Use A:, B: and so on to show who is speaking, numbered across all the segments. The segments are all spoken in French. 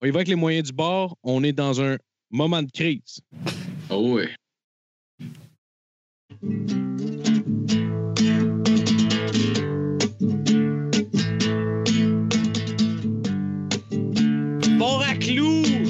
A: On y va avec les moyens du bord. On est dans un moment de crise.
B: Oh oui.
A: Bon à clous!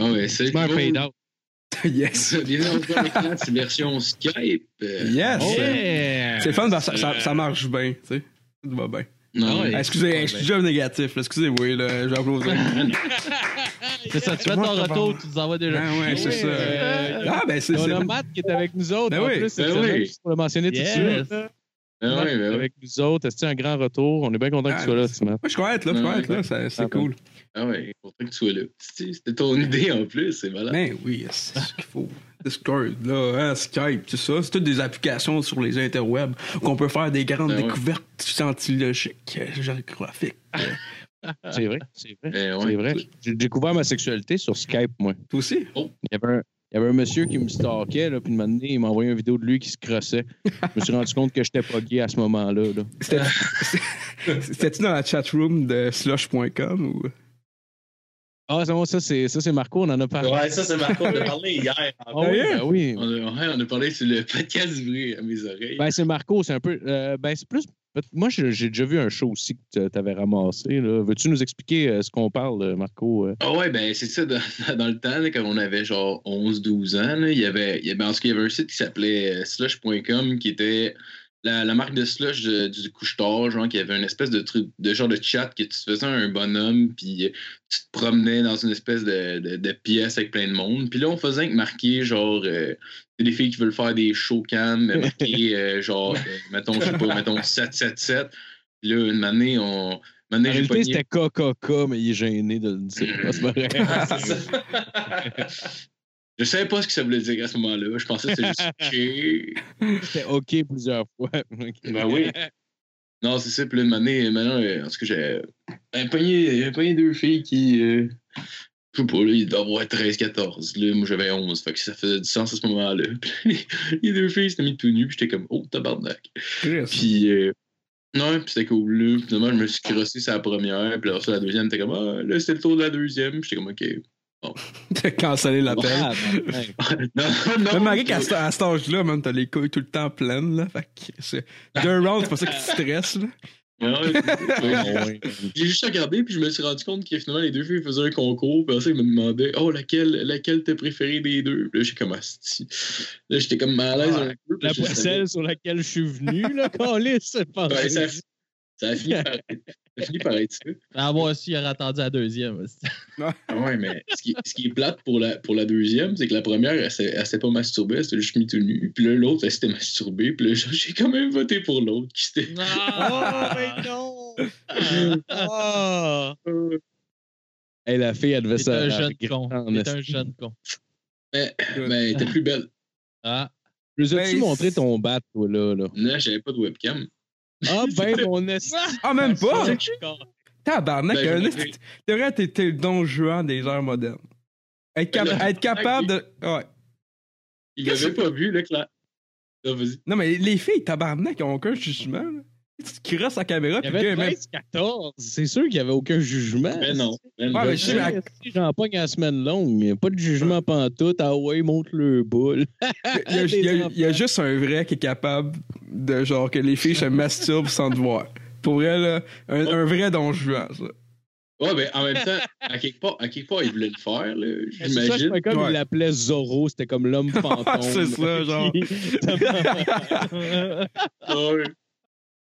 B: Ah ouais, c'est
A: Je mets un
B: cool.
A: fade out.
C: Yes.
B: Bienvenue au podcast, version Skype. Euh,
C: Yes.
A: Yeah!
C: Oh. C'est fun, parce que ça, ça- ça marche bien, tu sais. Ça va bien.
B: Non,
A: Ouais.
C: Ah, Excusez, hey, je suis déjà négatif, là. excusez-moi, là, j'ai applaudi.
A: C'est ça, tu fais
C: Moi,
A: ton
C: je te
A: retour, tu nous envoies déjà.
C: Ah ouais, c'est ça.
A: euh,
C: Ah, ben c'est
A: on a
C: ça.
A: Matt qui est avec nous autres.
C: Ben
A: en
C: oui.
A: plus, cette
B: Ben
A: semaine,
B: oui.
A: juste pour le mentionner
D: Yes.
A: tout de suite. là.
B: ah
A: Matt
B: ouais,
A: est
B: ben ouais.
A: avec nous autres. C'est un grand retour. On est bien content que tu
C: Ah,
A: sois là,
C: c'est-
A: ce matin.
C: Je crois être là, je crois être là, ça- c'est
A: Ah,
C: cool.
B: Ah ouais, content que tu sois là. Tu sais, C'était ton idée en plus, c'est malade.
C: Ben oui, c'est ce qu'il faut. Discord, là, hein, Skype, tout ça. C'est toutes des applications sur les interwebs qu'on peut faire des grandes
B: Ben ouais.
C: découvertes scientifiques, euh, géographiques.
B: Ah.
A: C'est vrai, c'est vrai.
B: Ben ouais.
A: C'est vrai. J'ai découvert ma sexualité sur Skype, moi.
C: Toi aussi?
A: Il y avait un, il y avait un monsieur qui me stalkait, là, puis de moment donné, il m'a envoyé une vidéo de lui qui se crossait. Je me suis rendu compte que j'étais pas gay à ce moment-là. là.
C: C'était- C'était-tu dans la chatroom de slush.com ou.
A: Ah, c'est bon, ça, c'est ça, c'est Marco, on en a parlé.
D: Ouais, ça, c'est Marco qui a parlé hier. en
A: Ah oui, ben oui.
B: On a, ouais, on a parlé sur le podcast du à mes oreilles.
A: Ben, c'est Marco, c'est un peu. euh, ben, c'est plus. Moi, j'ai j'ai déjà vu un show aussi que tu avais ramassé. là. Veux-tu nous expliquer euh, ce qu'on parle, euh, Marco? euh?
B: Ah ouais, ben c'est ça, dans, dans le temps, là, quand on avait genre 11-12 ans, là, il, y avait, il y avait, en tout cas, il y avait un site qui s'appelait euh, slush.com qui était la, la marque de slush de- du couche-tard, genre, qui avait une espèce de truc, de genre de chat que tu te faisais un bonhomme, puis euh, tu te promenais dans une espèce de, de- de pièce avec plein de monde. Puis là, on faisait que marquer, genre, euh, les filles qui veulent faire des show cam, marquer, euh, genre, euh, mettons, je sais pas, mettons 777. Puis là, une année, on. une
A: En
B: année, j'ai
A: réalité,
B: pogné-
A: c'était KKK, mais il est gêné de le dire. Ah, C'est pas vrai.
B: Je savais pas ce que ça voulait dire à ce moment-là. Je pensais que c'était juste OK.
A: C'était OK plusieurs fois.
B: Ben oui. Non, c'est ça. Puis là, une année, maintenant, euh, en tout cas, j'ai un pogné, un pogné deux filles qui. euh, je sais pas, là, il doit avoir 13-14. Là, moi, j'avais 11. Fait que ça faisait du sens à ce moment-là. Puis les deux filles s'étaient mis tout nus. Puis j'étais comme, oh, tabarnak.
C: Chris.
B: Puis, euh, non, puis c'était cool. Là, finalement, je me suis crossé sur la première. Puis là, sur la deuxième, j'étais comme, ah, là, c'était le tour de la deuxième. Puis j'étais comme, OK.
C: T'as cancellé l'appel.
A: Ah, ben, ben.
B: Non,
C: Même malgré qu'à ce- à cet âge-là, même t'as les couilles tout le temps pleines, là. Fait que c'est. Deux rounds, c'est pour ça que tu te stresses, là.
B: Ouais, ouais.
A: Ah, ouais.
B: J'ai juste regardé, puis je me suis rendu compte que finalement, les deux filles faisaient un concours, puis après ça, ils me demandaient Oh, laquelle, laquelle t'as préférée des deux Puis là, j'étais comme Asti. Là, j'étais comme mal à
C: Ah,
B: l'aise un peu.
A: La
B: parce que je savais-
A: celle sur laquelle je suis venu, là, Calis, c'est pas
B: Ouais, ça, a fi- ça a fini par ça a fini par être ça.
D: Ah, moi aussi, il aurait attendu la deuxième. C'est
B: Ah Ouais, mais ce qui, ce qui est plate pour la, pour la deuxième, c'est que la première, elle s'est elle s'est pas masturbée, elle s'était juste mis tout nu. Puis là, l'autre, elle s'était masturbée, puis là, j'ai quand même voté pour l'autre qui s'était.
A: Oh, mais non! Ah! Hey, la fille, elle devait
D: T'es
A: ça.
D: un jeune con.
A: en
D: T'es un
A: esti.
D: jeune con.
C: Oh,
B: Mais elle était plus belle.
D: Ah,
A: Je nous as-tu
C: Ben,
A: montré
C: c'est-
A: ton bat, toi, là? là?
B: Là, j'avais pas de webcam.
A: Ah, ben, mon esti!
C: Ah, même pas!
D: con.
C: Tabarnak,
B: Ben,
C: un
B: je
C: esti- devrait être été le don juan des heures modernes. Être, cap-
B: Ben, là,
C: être capable de. Ouais.
B: Il l'avait pas vu, là, Claire. Là, vas-y.
C: Non, mais les filles, tabarnak, ont aucun jugement, là. Tu te crosses la caméra,
A: Il y
C: puis le gars,
A: avait
C: il même.
A: 13-14. C'est sûr qu'il n'y avait aucun jugement.
B: Mais Ben non.
C: Ouais, Ah, mais je sais,
A: Ah, Si
C: mais à-
A: j'en pogne à la semaine longue, il n'y a pas de jugement pantoute. Ah ouais, monte le boule.
C: Il y, a- il y a- il y a- il y a juste un vrai qui est capable de genre que les filles se masturbent sans te voir. Pour vrai, là, un, un vrai don juan, ça.
B: Ouais, mais en même temps, à quelque part, à quelque part il voulait le faire, là,
A: C'est ça, je
B: j'imagine.
A: fais comme
C: Ouais.
A: il l'appelait Zorro, c'était comme l'homme fantôme.
C: c'est ça, genre.
A: Qui- Ah,
B: Ouais.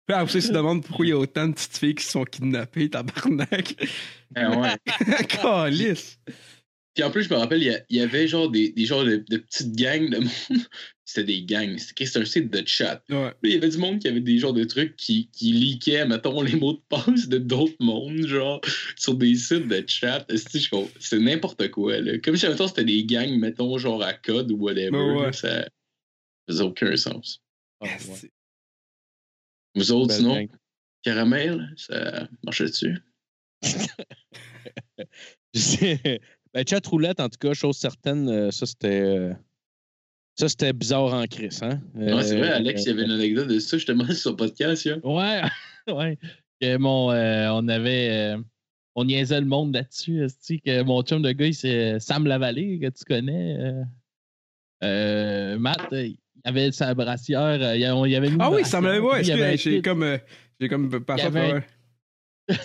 C: Puis après, ça, tu te demandes pourquoi il y a autant de petites filles qui se sont kidnappées, tabarnak.
B: Ah ouais.
C: Calice!
B: Puis en plus, je me rappelle, il y, a- il y avait genre des, des genres de, de petites gangs de monde. C'était des gangs. C'était c'était un site de chat.
C: Ouais.
B: Puis il y avait du monde qui avait des genres de trucs qui, qui leakaient, mettons, les mots de passe de d'autres mondes, genre, sur des sites de chat. Esti, je comprends- C'est n'importe quoi, là. Comme si, mettons, c'était des gangs, mettons, genre à code ou whatever.
C: Ouais, ouais.
B: là, Ça faisait aucun sens.
A: Ah, ouais.
B: Vous autres,
A: Belle
B: sinon,
A: gang.
B: caramel, ça marchait dessus.
A: Je sais. ben, chat roulette, en tout cas, chose certaine, euh, ça c'était. euh, Ça, c'était bizarre en crise, hein?
B: Ouais, c'est vrai,
A: Euh,
B: Alex, il y avait une anecdote de ça justement sur le podcast. Là.
D: Ouais, ouais. Que mon, euh, on avait. euh, on niaisait le monde là-dessus. esti, Que mon chum de gars, il s'est- euh, Sam Lavallée, que tu connais. euh, euh, Matt, euh, il avait sa brassière. euh, il y a- on- il y avait une
C: Ah oui,
D: brassière,
C: ça me l'avait pas.
D: puis il y avait un
C: excusez, J'ai
D: tit-
C: comme. euh, J'ai comme passé
D: Il y
C: à
D: avait-
C: travers.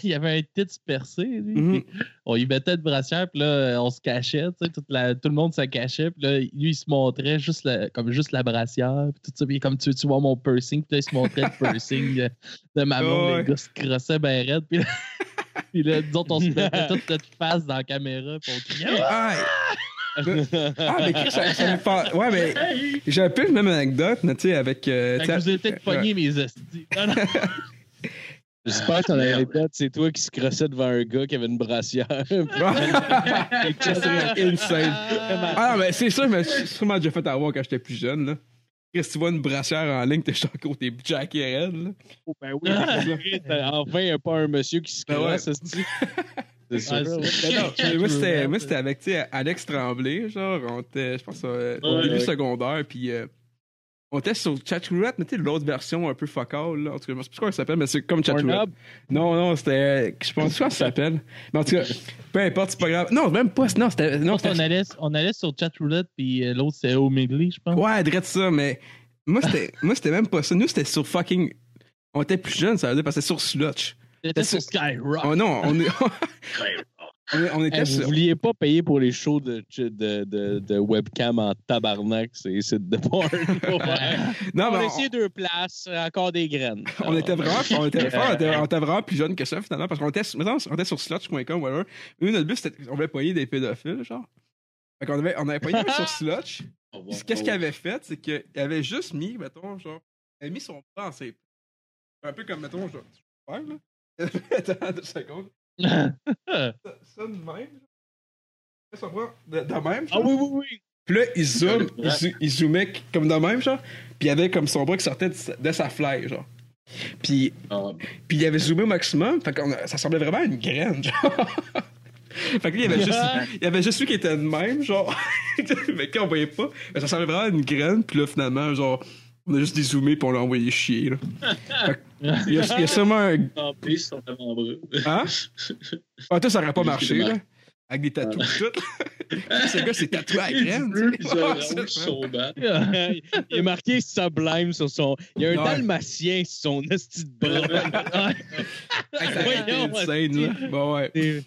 D: Il y avait un titre percé. lui,
C: Mhm.
D: puis On lui mettait de brassière, puis là, euh, on se cachait. tu sais, Toute la, tout le monde se cachait. Puis là, lui, il se montrait juste la, comme juste la brassière. Puis tout ça. Puis il est comme tu, tu vois mon piercing. Puis là, il se montrait le piercing de, de ma maman.
C: Ouais.
D: Les gars se crossaient bien raide. Puis là, puis là, nous autres, on se mettait toute notre face dans la caméra. Puis on criait.
C: Ah, ah, mais Chris, ça, ça me fait- Ouais, mais
D: Hey!
C: j'ai un peu la même anecdote, mais tu sais, avec. euh,
D: Fait
C: tu
D: que
C: sais,
D: vous avez peut-être pogné mes estis. Non, non,
A: J'espère que ton
B: Ah, merde.
A: anecdote, c'est toi qui se crossais devant un gars qui avait une brassière.
C: Ça serait insane. Ah non, mais c'est ça, je me suis sûrement déjà fait avoir quand j'étais plus jeune, là. Chris, tu vois une brassière en ligne, t'es genre côté Jack et Red, là.
A: Oh, ben oui, c'est ça. enfin, il n'y a pas un monsieur qui se
C: Ben ouais.
A: crosse, c'est-tu? c'est sûr.
D: Ah, c'est-
C: Mais non, mais moi, c'était, moi, c'était avec, tu sais, Alex Tremblay, genre, on était, je pense, euh, au
B: Ouais,
C: début
B: ouais.
C: secondaire, puis euh, on était sur Chatroulette, mais tu sais, l'autre version un peu focal, là. En tout cas, je sais plus comment ça s'appelle, mais c'est comme Chatroulette.
A: Pornhub?
C: Non, non, c'était, je pense, comment ça s'appelle. Mais en tout cas, peu importe, c'est pas grave. Non, même pas, non, c'était, non,
D: on,
C: c'était,
D: allait, on allait sur Chatroulette, puis euh, l'autre, c'était O'Migli, je pense.
C: ouais, drette ça, mais moi, c'était, moi, c'était même pas ça. Nous, c'était sur fucking, on était plus jeunes, ça veut dire, parce que c'était sur Slutch.
D: C'était sur Skyrock.
C: Oh non, on est,
B: Ouais.
C: on, est- on était
A: Eh, vous
C: sur.
A: vouliez pas payer pour les shows de, de, de, de webcam en tabarnak, c'est c'est de
D: Oh,
A: porn.
C: Non,
A: on
C: mais
A: a
C: Ah, ben, on-
A: essayé deux places, encore des graines.
C: on était vraiment, on était, on était- on était vraiment plus jeunes que ça finalement parce qu'on était, sur- mettons, on était sur slotch.com whatever. Nous, notre but c'était on voulait poigner des pédophiles genre. Fait qu'on avait on avait pogné un sur slotch.
B: Au
C: Puis
B: revoir.
C: Qu'est-ce qu'il avait fait, c'est qu'il avait juste mis mettons genre il avait mis son bras en ses un peu comme mettons genre je vais le faire, là. Attends deux secondes. Ça, ça de même. genre. Il fait Son bras de, de même.
A: Ah
C: genre.
A: oui, oui, oui.
C: Puis là, il zoom, il, zo- il zoomait comme de même genre. Puis il y avait comme son bras qui sortait de sa, de sa fly genre. Puis
B: Ah,
C: puis il avait zoomé au maximum, fait qu'on a- ça semblait vraiment à une graine, genre. fait que lui, il avait juste, il avait juste lui qui était de même, genre. mais qu'on voyait pas, mais ça semblait vraiment à une graine, puis là, finalement, genre, on a juste dézoomé, puis on l'a envoyé chier, là. Fait que, il, y a, il y a sûrement un.
B: Tampé sur ton avant-bras.
C: Hein? Ah, toi, ça aurait pas marché, là. Avec des tatous, tout. Ce gars, c'est tatoué à la
B: Il y a du
C: graine.
B: bleu,
C: tu
B: puis
C: sais.
B: du
C: Ouais,
B: orange
C: c'est
B: sur
C: ça.
B: son bas.
A: il est marqué sublime sur son. Il y a un
C: Ouais.
A: dalmatien sur son esti de bras.
D: Ah,
C: Hey, ça aurait été
A: Voyons,
C: insane, là. Bon, ouais.
A: C'est-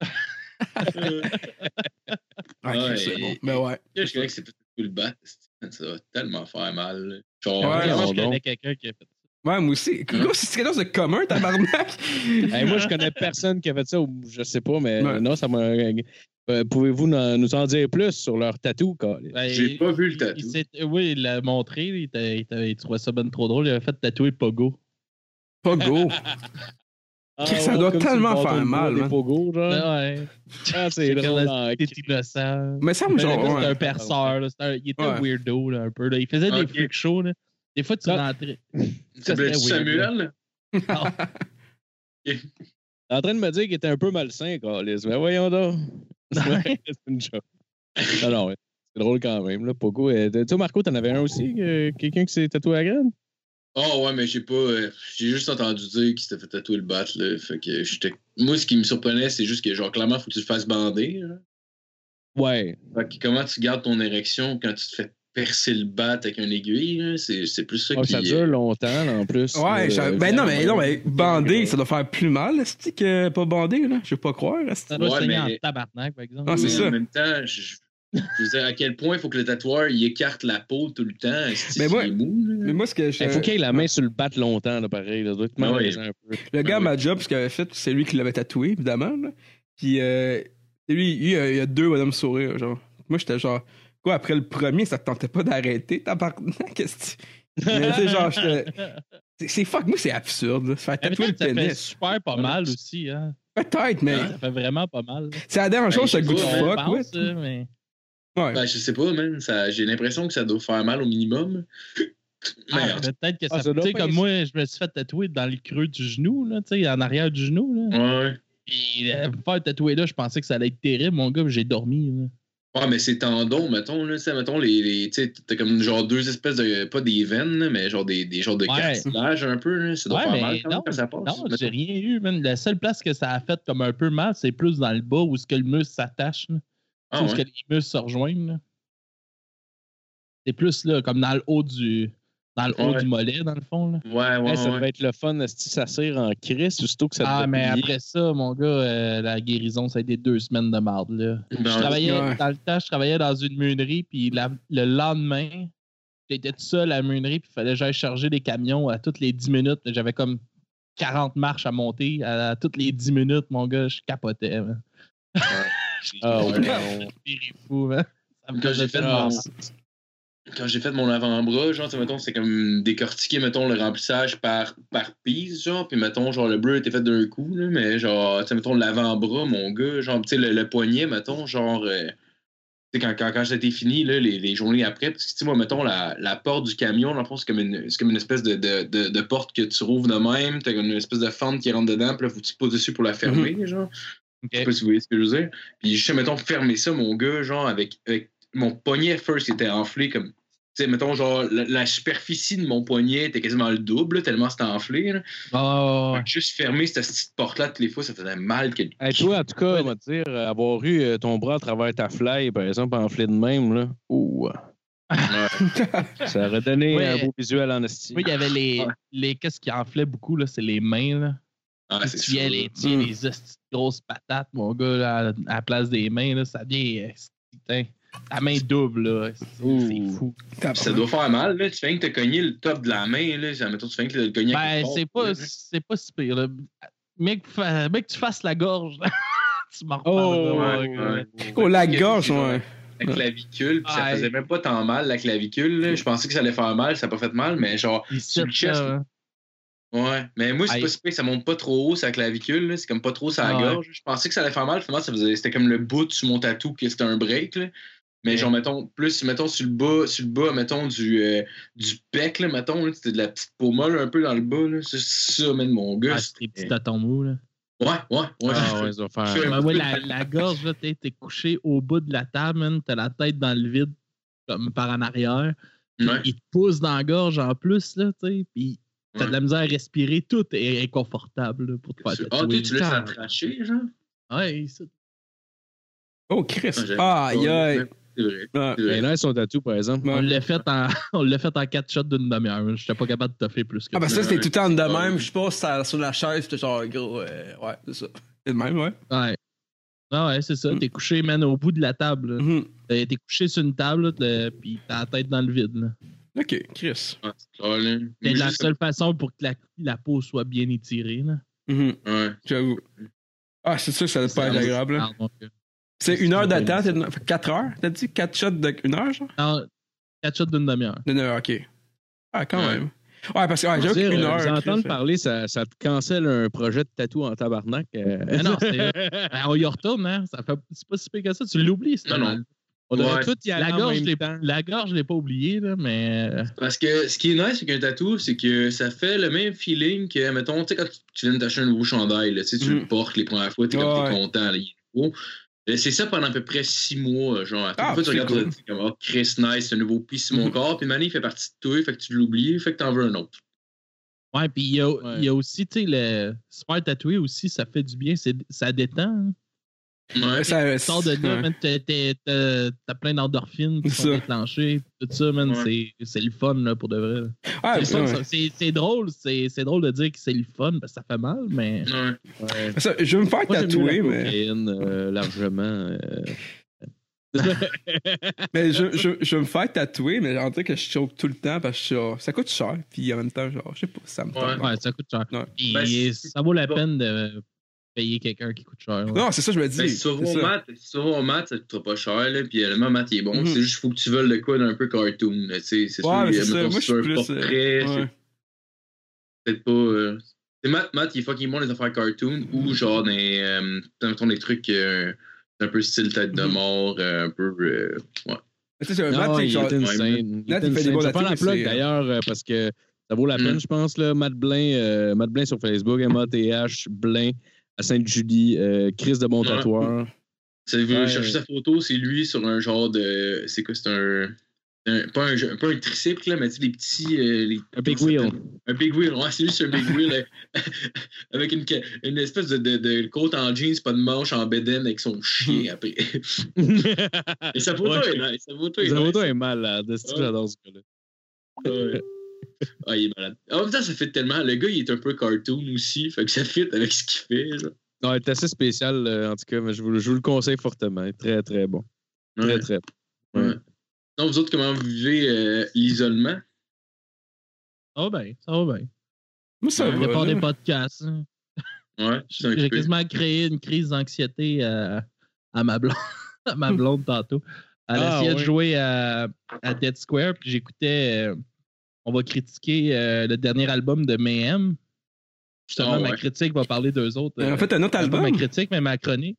B: Euh,
C: Ah,
B: Ouais,
C: c'est bon.
B: et-
C: Mais ouais.
B: Je connais que c'est tout le bat. Ça va tellement faire mal. là. Genre,
C: Ouais,
D: moi,
A: non,
D: je
A: non.
D: connais quelqu'un qui a fait
C: Ouais, moi aussi. Gros, c'est quelque chose de commun, tabarnak.
A: Hey, moi, je connais personne qui a fait ça, ou je sais pas, mais
C: Ouais.
A: non, ça m'a. Euh, Pouvez-vous nous- nous en dire plus sur leur tatou, Carlis?
D: Ben,
B: J'ai
D: il-
B: pas vu le
D: il-
B: tatou.
D: il s'est- oui, il l'a montré. Il, était- il était- il trouvait ça ben trop drôle. Il avait fait tatouer Pogo.
C: Pas go. ça
A: Ah, comme
C: doit
A: sur le
C: tellement
A: bâton
C: faire
A: de bois
C: mal,
A: des
C: man.
A: pogos, genre.
D: Ben, ouais.
A: Ah, c'est
D: C'est
A: drôle.
D: comme
A: hein.
D: T'es innocent.
C: Mais ça me
D: Mais le
C: genre.
D: gars,
C: ouais.
D: C'était un perceur. là. C'était un- il était
C: Ouais.
D: weirdo là, un peu. là. Il faisait
B: Ok.
D: des freak shows. là. Des fois, tu
A: Ah.
D: rentrais.
B: Tu
D: Ça,
B: t'appelles-tu
D: c'était weird,
B: Samuel?
A: T'es en train de me dire qu'il était un peu malsain, Carlis. Mais voyons donc. Ouais, c'est une joke. Non, non, ouais. c'est drôle quand même. Là. Pogo, euh, t- toi, Marco, t'en avais un aussi, euh, quelqu'un qui s'est tatoué à la graine?
B: Oh ouais, mais j'ai pas. euh, j'ai juste entendu dire qu'il s'était fait tatouer le bat, là. Fait que j'étais. Moi, ce qui me surprenait, c'est juste que, genre, clairement, faut que tu le fasses bander. là.
A: Ouais.
B: Fait que comment tu gardes ton érection quand tu te fais percer le bat avec une aiguille, là? C'est c'est plus ça
C: Oh,
A: Ah,
B: qui.
A: ça dure longtemps, là, en plus.
C: Ouais,
A: Euh,
C: ça- ben non, mais non, mais bandé, ça doit faire plus mal, cest que pas bandé, là? Je vais pas croire, esti.
D: Ça doit
B: Ouais,
D: saigner
B: mais-
D: en tabarnak, par exemple.
C: Ah, c'est
B: Mais
C: ça.
B: En même temps, je, je- je veux dire, à quel point il faut que le tatoueur il écarte la peau tout le temps. est-ce
C: Mais
B: qu'il
C: moi-
B: est mou, là?
C: Mais moi, ce que je-
A: Il Ben, faut qu'il ait la main sur le bat longtemps, là, pareil. Là. Ça doit être
B: Ah ouais.
A: malaisant un peu.
C: le gars à ma job, ce qu'il avait fait, c'est lui qui l'avait tatoué, évidemment, là. Puis, euh, lui, lui, il y a- il y a deux bonhommes sourires, genre. Moi, j'étais genre, quoi, après le premier, ça te tentait pas d'arrêter, tabarnak, qu'est-ce que tu. Mais, tu sais, genre, j'étais. c'est- C'est fuck, moi, c'est absurde, là. Se faire
D: Mais
C: tatouer le
D: peut-être ça fait
C: pénis.
D: super pas mal aussi. Hein.
C: Peut-être, mais.
D: Ça fait vraiment pas mal.
C: C'est la dernière chose, ce
B: Ben, je
C: goût de
B: sais
D: On
C: fuck, ouais.
D: pense, euh, là, mais...
C: Ouais.
B: Ben, je sais pas, man. Ça, j'ai l'impression que ça doit faire mal au minimum.
D: Ah,
B: Merde.
D: peut-être que ça.
A: Ah, ça
D: tu
A: doit
D: sais,
A: pas
D: comme
A: être-
D: moi, je me suis fait tatouer dans le creux du genou, là, tu sais, en arrière du genou. Là.
B: Ouais.
D: Puis, euh, me faire tatouer là, je pensais que ça allait être terrible, mon gars, puis j'ai dormi. là.
B: Ouais, Ah, mais c'est tendons, mettons, là, tu sais, mettons, les, les, tu sais, t'as comme genre deux espèces de, pas des veines, là, mais genre des, des genres de
D: Ouais.
B: cartilages un peu, là, ça doit
D: Ouais,
B: faire
D: mais
B: mal quand,
D: non,
B: même quand ça passe.
D: Non,
B: mettons.
D: j'ai rien eu, man. La seule place que ça a fait comme un peu mal, c'est plus dans le bas où ce que le muscle s'attache. là. Tu sais,
B: Ah,
D: Où ce que
B: ouais.
D: les muscles se rejoignent. là. C'est plus là, comme dans le haut du. Dans le haut
B: Ouais.
D: du mollet, dans le fond. Là.
B: Ouais, ouais,
A: Hey, ça
B: ouais.
A: devait être le fun si ça s'assire en crise, surtout que ça
D: Ah,
A: devait
D: mais
A: plier.
D: après ça, mon gars, euh, la guérison, ça a été deux semaines de marde. Là.
B: Ben,
D: je travaillais
C: ouais.
D: dans le temps, je travaillais dans une meunerie, puis la- le lendemain, j'étais tout seul à la meunerie, puis il fallait que j'aille charger des camions à toutes les 10 minutes. J'avais comme 40 marches à monter à, toutes les 10 minutes, mon gars, je capotais. man.
A: Ah,
B: Ouais.
A: ouais, non.
D: Pire et fou, man. Ça me
B: Quand
D: faisait
B: j'ai fait
D: peur.
B: mon- quand j'ai fait mon avant-bras, genre, tu sais, mettons, c'est comme décortiquer, mettons, le remplissage par, par piece, genre, puis mettons, genre, le bleu était fait d'un coup, là, mais genre, tu sais, mettons, l'avant-bras, mon gars, genre, tu sais, le, le poignet, mettons, genre, euh, tu sais, quand, quand, quand c'était fini, là, les, les journées après, parce que, tu sais, moi, mettons, la, la porte du camion, dans le fond, c'est comme une, c'est comme une espèce de, de, de, de porte que tu rouvres de même, t'as comme une espèce de fente qui rentre dedans, puis là, faut que tu te poses dessus pour la fermer, genre. Je sais pas si vous voyez ce que je veux dire. Puis je sais, mettons, fermer ça, mon gars, genre, avec, avec mon poignet first qui était enflé comme. Tu sais, mettons, genre, la, la superficie de mon poignet était quasiment le double, là, tellement c'était enflé. là.
D: Ah, ouais,
B: Fait que Juste fermer cette petite porte-là toutes les fois, ça faisait mal. Que...
A: Hey, toi, en tout cas, on va te dire, euh, avoir eu euh, ton bras à travers ta fly, par exemple, enflé de même, là, ouh, ça aurait donné
D: Ouais.
A: un beau visuel en esti.
D: Moi, il y avait les.
B: Ouais.
D: les Qu'est-ce qui enflait beaucoup, là, c'est les mains. Là.
B: Ah, c'est
D: tu viens
B: sûr.
D: les, tu viens
A: Mm.
D: les hosties de grosses patates, mon gars, là, à, à la place des mains, là, ça vient. euh, Putain, ta main double, là. C'est c'est
A: Ouh.
D: fou.
C: Tabarnak.
B: Ça doit faire mal, là. Tu fais que t'as cogné le top de la main, là. Ça, Mettons, tu fais que t'as le cogné à
D: Ben,
B: quelque
D: c'est
B: part,
D: pas,
B: là.
D: c'est pas si pire, là. Mais que, fa- mais que tu fasses la gorge, tu m'en
A: Oh,
D: reparleras.
B: ouais, ouais.
C: Oh, la
B: Parce que
C: gorge,
B: c'est genre
C: ouais.
B: La clavicule, puis ça
D: Ouais.
B: faisait même pas tant mal, la clavicule. là. Je pensais que ça allait faire mal, ça a pas fait mal, mais genre,
D: Il
B: Sur le
D: saute, là,
B: chest,
D: hein.
B: Ouais, mais moi, c'est
D: Aïe.
B: pas si pire, ça monte pas trop haut, sa clavicule, là. c'est comme pas trop sa
D: Ah ouais.
B: gorge. Je pensais que ça allait faire mal, finalement, ça faisait... c'était comme le bout sur mon tatou, que c'était un break. là. Mais
D: Ouais.
B: genre, mettons, plus, mettons, sur le bas, sur le bas mettons, du, euh, du pec, là, mettons, là, c'était de la petite peau molle un peu dans le bas, là. C'est ça, man, mon gars.
D: Ah, c'est
B: c'était-
D: tes petits tâtons mous, là.
B: ouais, ouais, ouais.
A: Ah, ouais, ça va faire.
B: Ouais.
D: Ben, ouais, la, la gorge, là, t'es t'es couché au bout de la table, man, t'as la tête dans le vide, comme par en arrière.
B: Ouais.
D: Il te pousse dans la gorge en plus, là, tu sais, puis t'as de la misère à respirer, tout est inconfortable là, pour te faire
B: Tu- Ah, toi, tu laisses la
D: tatouer.
B: tracher, genre?
D: Ouais, ça-
C: Oh, Chris.
B: Ah, j'aime
C: Ah, aïe,
B: pas,
C: aïe.
B: mais C'est vrai.
C: Ah.
B: c'est
A: Mais
B: vrai.
A: là, son tatou, par exemple.
C: Ouais.
D: on l'a fait en on l'a fait en quatre shots d'une demi-heure. J'étais pas capable de toffer plus que
C: Ah,
D: ça.
C: ben ça, c'était tout le temps de même. Je pense ça sur la chaise, c'était genre, gros, euh, ouais, c'est ça. C'est de même, ouais.
D: Ouais. Ah ouais, c'est
C: Mm.
D: ça. T'es couché, man, au bout de la table. là.
C: Mhm.
D: T'es t'es couché sur une table, là, t'as- puis t'as la tête dans le vide. là.
C: Ok, Chris.
B: Ouais, c'est clair, Ah, là.
D: C'est
B: Moi,
D: la
B: juste-
D: seule façon pour que la, la peau soit bien étirée. Là.
C: Mhm.
B: Ouais.
C: J'avoue. Ah, c'est sûr que ça doit pas être
D: C'est-
C: agréable, là.
D: Ah, mon Dieu.
C: C'est une heure d'attente, et une- fait quatre heures. T'as dit quatre shots de une heure, genre?
D: Non, quatre shots d'une demi-heure.
C: De neuf heures, ok. Ah, quand
B: Ouais.
C: même. Ouais, parce que ouais, j'avoue
A: Je veux dire,
C: qu'une
A: euh,
C: heure.
A: vous entendre
C: Chris,
A: parler, ça, ça te cancelle un projet de tatou en tabarnak. euh.
D: Mais non, c'est Ben, on y retourne, hein. Ça fait c'est pas si pire que ça. Tu l'oublies, c'est
B: Non,
D: normal.
A: On devrait
B: Ouais.
A: tout y aller
D: La
A: en
D: gorge, je
A: même
D: l'ai-
A: temps.
D: la gorge, je l'ai pas oublié, là, mais. euh,
B: Parce que ce qui est nice avec un tatou, c'est que ça fait le même feeling que, mettons, tu sais, quand tu- tu viens de t'acheter un nouveau chandail, là, tu sais, tu
C: Mm.
B: le portes les premières fois, t'es comme
C: Ouais.
B: t'es content, là, il est nouveau. Euh, C'est ça pendant à peu près six mois, genre. À
C: Ah,
B: ah, fois, tu
C: c'est
B: regardes,
C: cool.
B: tu dis comme, oh, Chris, nice, c'est un nouveau pis sur mon
C: Mhm.
B: corps, puis Mané, il fait partie de toi, fait que tu l'oublies, fait que t'en veux un autre.
D: Ouais, puis il y a,
A: Ouais.
D: il y a aussi, tu sais, le se faire tatouer aussi, ça fait du bien, c'est- ça détend. hein.
B: Ouais,
C: ça,
D: Tu sors de là,
C: ouais.
D: man, t'es- t'es- t'es- t'as plein d'endorphines qui
C: C'est
D: sont
C: ça.
D: déclenchées, tout ça, man,
B: Ouais.
D: c'est- c'est le fun, là, pour de vrai. là.
C: Ah,
D: C'est le fun,
C: ouais.
D: ça. C'est c'est drôle, c'est c'est drôle de dire que c'est le fun, parce que ça fait mal, mais...
B: ouais.
A: Ouais.
C: Ça, je vais me faire
A: Moi, j'aime
C: tatouer,
A: mieux la
C: mais,
A: cocaïne, euh, largement. euh.
C: mais je, je, je vais me faire tatouer, mais on dirait que je choke tout le temps parce que je suis genre, ça coûte cher, puis en même temps, genre, je sais pas, ça me tente.
B: Ouais.
D: Ouais, ça coûte cher.
C: Ouais.
D: Puis
B: Ben, c'est-
D: ça vaut la
B: bon.
D: peine de payer quelqu'un qui coûte cher. ouais.
C: Non, c'est ça, je me dis.
B: Ben, si tu vas
C: c'est
B: voir
C: ça.
B: Matt, si tu vas voir Matt, ça te coûtera pas cher, là, puis euh, le Matt, il est bon.
C: Mhm.
B: C'est juste, faut que tu veuilles le code un peu cartoon, là, tu sais. C'est
C: Ouais, mais
B: sûr,
C: c'est ça.
B: mettons, si
C: Moi, je
B: tu
C: suis
B: veux un
C: plus. euh,
B: portrait, c'est
C: ouais.
B: peut-être pas. euh, c'est Matt, Matt, il est fucking bon dans les affaires cartoon
A: Mm-hmm.
B: ou genre des, euh, mettons, des trucs euh, un peu style tête de
A: Mm-hmm.
C: Mhm.
B: mort, euh, un peu. euh, ouais.
C: Mais tu sais, c'est un
A: Non,
C: Matt, c'est
A: il
C: genre.
A: est insane. Il est
C: Nat, il fait des
A: insane.
C: bons
A: Je prends la
C: tatous,
A: plug
C: c'est- Hmm.
A: d'ailleurs euh, parce que ça vaut la
B: Mm.
A: peine, je pense. Là, Matt Blain, euh, Matt Blain sur Facebook, M-A-T-H, Blain à Sainte-Julie, euh, Chris de Bon
B: Ouais.
A: Tatoueur.
B: Si vous
A: Ouais.
B: cherchez sa photo, c'est lui sur un genre de. C'est quoi, c'est un. un- pas, un, jeu- pas un tricycle, là, mais tu sais, les petits. euh, les-
A: Un big wheel.
B: Un big wheel, ouais, c'est lui sur un big wheel. euh, avec une, ca- une espèce de, de, de côte en jeans, pas de manche, en bedaine, avec son chien après. Et sa photo
A: Mm-hmm. Ouais.
B: est nice, sa photo est
A: Le
B: nice.
A: moto est malade. C'est-tu que
B: Ouais.
A: j'adore ce gars-là.
B: Ouais. Ah, il est malade. En même temps, ça fait tellement. Le gars, il est un peu cartoon aussi, fait que ça fit avec ce qu'il fait. genre.
A: Non, il est assez spécial, euh, en tout cas, mais je vous, je vous le conseille fortement. Il est très, très bon.
B: Ouais.
A: Très, très bon.
B: Non, vous autres, comment vous vivez euh, l'isolement?
D: Ça va bien, ça va bien.
C: Moi, ça
B: Ouais,
D: Il part
C: va.
D: des
C: là.
D: podcasts. hein.
B: Ouais, c'est un
D: J'ai
B: peu-
D: quasiment créé une crise d'anxiété euh, à ma blonde, à ma blonde tantôt. Elle
A: Ah,
D: essayait de
A: oui.
D: jouer à, à Dead Square, puis j'écoutais. euh, on va critiquer euh, le dernier album de Mayhem. Justement,
B: Ah,
D: ma
B: ouais.
D: critique va parler d'eux autres.
C: Euh,
D: euh,
C: En fait, un autre
D: pas
C: album.
D: ma critique, mais ma chronique.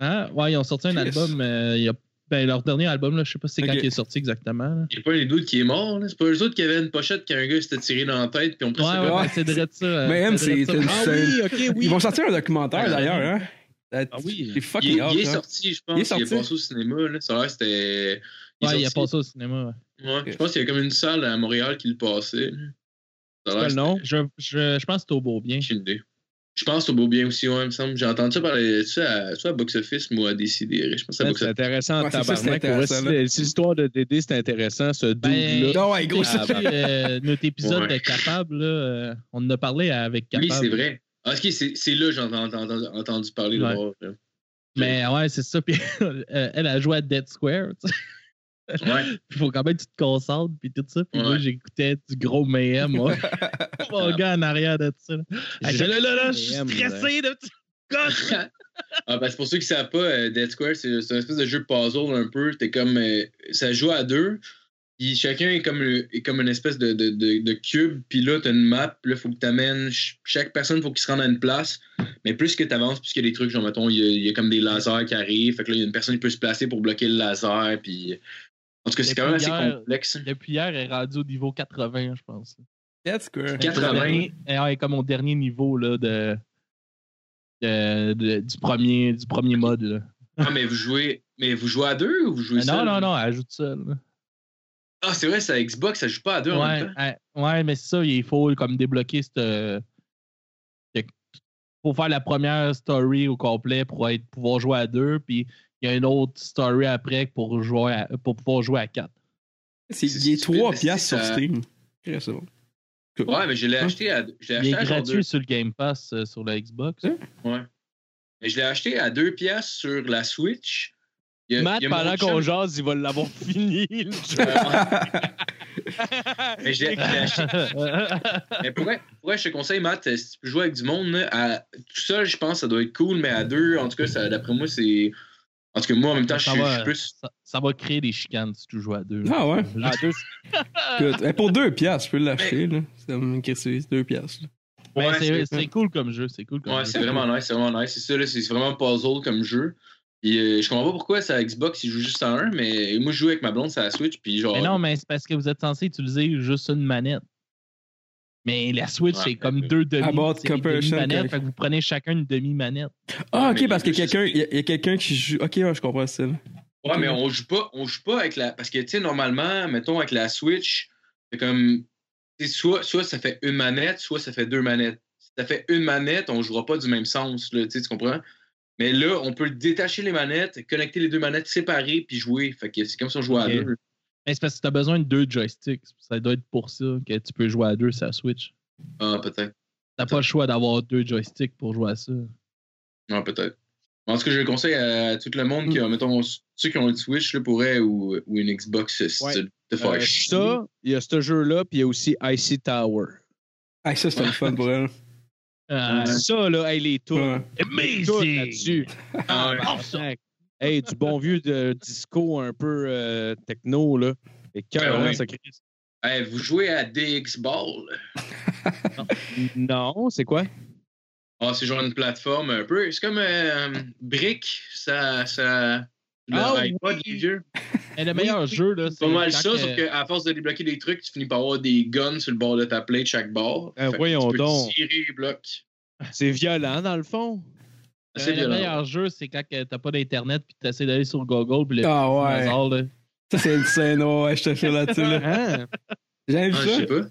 D: Hein? Ouais, ils ont sorti un
C: Chris.
D: album. euh, il y a- ben, leur dernier album, là, je sais pas c'est quand
C: Ok.
D: il est sorti exactement. là.
B: Il n'y a pas les doutes qui est mort, là. C'est pas eux autres qui avaient une pochette qu'un gars s'était tiré dans la tête, puis on
D: Ouais, ouais,
B: pensait
D: ben, c'est direct ça. euh,
C: Mayhem,
D: direct
C: c'est
D: ça.
C: une-
A: Ah
C: C'est-
A: oui, ok, oui.
C: Ils vont sortir un documentaire, d'ailleurs. Hein?
A: Ah oui.
C: C'est
B: il,
C: fucking
B: il
C: hot,
B: est
C: ça.
B: sorti, je pense.
C: hein.
B: Il
C: Il est
B: est,
C: sorti.
B: passé au cinéma, là. Ça a l'air que c'était. est
D: Ouais, il a
B: sorti.
D: passé au cinéma. ouais.
B: Ouais, Je pense qu'il y a comme une salle à Montréal qui le passait.
D: Hmm.
B: Ça a
A: Pas
B: l'air
A: le nom.
D: Je, je, je pense que c'est au beau bien.
B: J'ai une idée. Je pense au beau bien aussi, ouais, il me semble. J'ai entendu ça parler soit à, soit à Box Office ou à Décidéré. Je pense à
A: Man,
B: Box
A: C'est
B: Office.
A: intéressant en
C: Ouais, c'est ça, c'est
A: tabarnak. Pour vrai,
C: intéressant,
A: c'est- c'est l'histoire de Dédé, c'est intéressant. Ce dude-là.
C: Ah ouais, gros,
D: Écoutez,
A: ça-
D: euh, notre épisode
B: Ouais.
D: de Capable, là, euh, on en a parlé avec Capable.
B: Oui, c'est vrai. Ah, ok, c'est c'est là que j'ai entendu, entendu- entendu parler de
D: Ouais.
B: voir, là.
D: Mais ouais, c'est ça. Puis euh, elle a joué à Dead Square. tu sais.
B: Ouais.
D: Il faut quand même que tu te concentres. Puis tout ça. Puis moi,
B: Ouais.
D: j'écoutais du gros Mayhem. Moi. Mon gars en arrière de ça. là. Elle était là, là, là, je suis
A: Mayhem,
D: stressé. De... Gosse!
B: ah, ben, c'est pour ceux qui ne savent pas, euh, Dead Square, c'est c'est un espèce de jeu puzzle un peu. T'es comme. euh, ça joue à deux. Puis chacun est comme, le- est comme une espèce de, de, de, de cube. Puis là, t'as une map. Puis là, faut que t'amènes. ch- Chaque personne, faut qu'il se rende à une place. Mais plus que t'avances, plus qu'il y a des trucs, genre, mettons, il y, a- il y a comme des lasers qui arrivent. Fait que là, il y a une personne qui peut se placer pour bloquer le laser. Puis. En tout cas, c'est
D: Mais
B: quand même assez
D: puis hier-
B: complexe.
D: Depuis hier, elle est rendue au niveau 80, je pense.
C: That's good.
B: 80.
D: Elle est comme au dernier niveau là, de, de- de- du, premier, du premier mode. Là.
B: Ah, mais vous jouez. Mais vous jouez à deux ou vous jouez
D: Mais Euh, non,
B: seul?
D: non, non, elle ajoute ça. là.
B: Ah, c'est vrai, c'est à Xbox, ça joue pas à deux en même
D: Ouais,
B: temps.
D: ouais, ouais, mais c'est ça, il faut comme débloquer cette. euh, cette- faut faire la première story au complet pour être, pouvoir jouer à deux, puis il y a une autre story après pour, jouer à- pour pouvoir jouer à quatre.
C: C'est-
B: C'est
C: Il est
B: stupide,
C: 3
B: mais
C: piastres
B: c'est
C: sur
B: ça.
C: Steam. Ouais, c'est bon. Cool.
B: Ouais, mais je l'ai acheté à, je l'ai
D: Il est
B: acheté à genre deux.
D: gratuit sur le Game Pass euh, sur la Xbox.
B: Mais je l'ai acheté à 2 piastres sur la Switch. Il y a-
A: Matt,
B: il y a mon
A: pendant
B: chum-
A: qu'on jase, il va l'avoir fini. le jeu.
C: Ah
B: Mais je l'ai- je l'ai acheté. Mais pour vrai- pour vrai, je te conseille, Matt, euh, si tu peux jouer avec du monde, là, à... tout seul, je pense que ça doit être cool, mais à deux, en tout cas, ça- d'après moi, c'est. En tout cas, moi, en même temps, je
D: Ça
B: suis
D: va,
B: je suis plus.
D: ça, ça va créer des chicanes si tu joues à deux. là.
C: Ah ouais?
A: Ah, deux,
C: Écoute, eh, pour 2 piastres, je peux l'acheter. là. C'est comme une crise, 2 piastres. là.
D: Mais
B: Ouais,
D: c'est-
B: c'est-
D: c'est cool comme jeu, c'est cool comme
B: Ouais,
D: jeu.
B: c'est vraiment nice, c'est vraiment nice. C'est ça, là, c'est vraiment puzzle comme jeu. Et, euh, je comprends pas pourquoi ça Xbox, il joue juste à un, mais moi, je joue avec ma blonde, ça la Switch, puis genre.
D: Mais non, mais c'est parce que vous êtes censé utiliser juste une manette. Mais la Switch,
B: Ouais,
D: c'est
B: mais-
D: comme deux demi,
C: About
D: c'est des
C: comparison,
D: demi-manettes,
C: correct.
D: fait que vous prenez chacun une demi-manette.
C: Ah,
B: mais
C: ok, parce
B: les
C: qu'il y a
B: deux,
C: quelqu'un
B: c'est-
C: il y a- il y a quelqu'un qui joue. Ok, ouais, je comprends ça. là.
B: Ouais, mais on joue pas, on joue pas avec la. Parce que, tu sais, normalement, mettons, avec la Switch, c'est comme. tu sais, Soit, soit ça fait une manette, soit ça fait deux manettes. Si ça fait une manette, on jouera pas du même sens, là, tu sais, tu comprends? Mais là, on peut détacher les manettes, connecter les deux manettes séparées, puis jouer. Fait que c'est comme si on jouait à
D: Ok.
B: deux.
D: Mais c'est parce que tu as besoin de deux joysticks. Ça doit être pour ça que tu peux jouer à deux sur la Switch.
B: Ah, peut-être.
D: T'as pas le choix d'avoir deux joysticks pour jouer à ça.
B: Non, Ah, peut-être. En tout cas, je le conseille à tout le monde qui
A: Hmm.
B: a, mettons, ceux qui ont une Switch, là, pourraient, ou, ou une Xbox, c'est
A: Ouais.
B: de
A: euh,
B: faire chier.
A: ça, il y a ce jeu-là, puis il y a aussi Icy Tower.
C: Ah, ça, c'est le fun pour elle.
D: Ah,
A: Ça, là, hey, les tours.
C: Ouais.
A: Tout
D: Amazing!
A: là-dessus.
B: Ah, ouais.
A: Tabarnak. Hey, du bon vieux de disco un peu euh, techno, là. Et cœur, hein,
B: Ben oui.
A: ça crie.
B: Hey, vous jouez à DX Ball?
A: Non, c'est quoi?
B: Ah, c'est genre une plateforme un peu. C'est comme euh, Brick, ça. ça le
A: Ah
B: iPod,
A: oui.
B: les vieux.
D: Mais le meilleur jeu, là,
B: C'est
D: c'est.
B: pas mal
D: quand
B: ça,
D: que-
B: sauf qu'à force de débloquer des trucs, tu finis par avoir des guns sur le bord de ta plate chaque bord.
A: Euh,
B: Fait que
A: voyons
B: tu peux
A: donc.
B: Tirer les blocs.
A: C'est violent, dans le fond.
B: Assez
D: le
B: violent.
D: meilleur jeu, c'est quand que t'as pas d'internet puis t'essaies d'aller sur Google puis le
C: Ah ouais.
D: dinosaure, là.
C: Ça, c'est une scène, ouais, je te fais là-dessus. Là.
A: Hein?
C: J'aime
B: Ah, je
C: ça.
B: sais pas.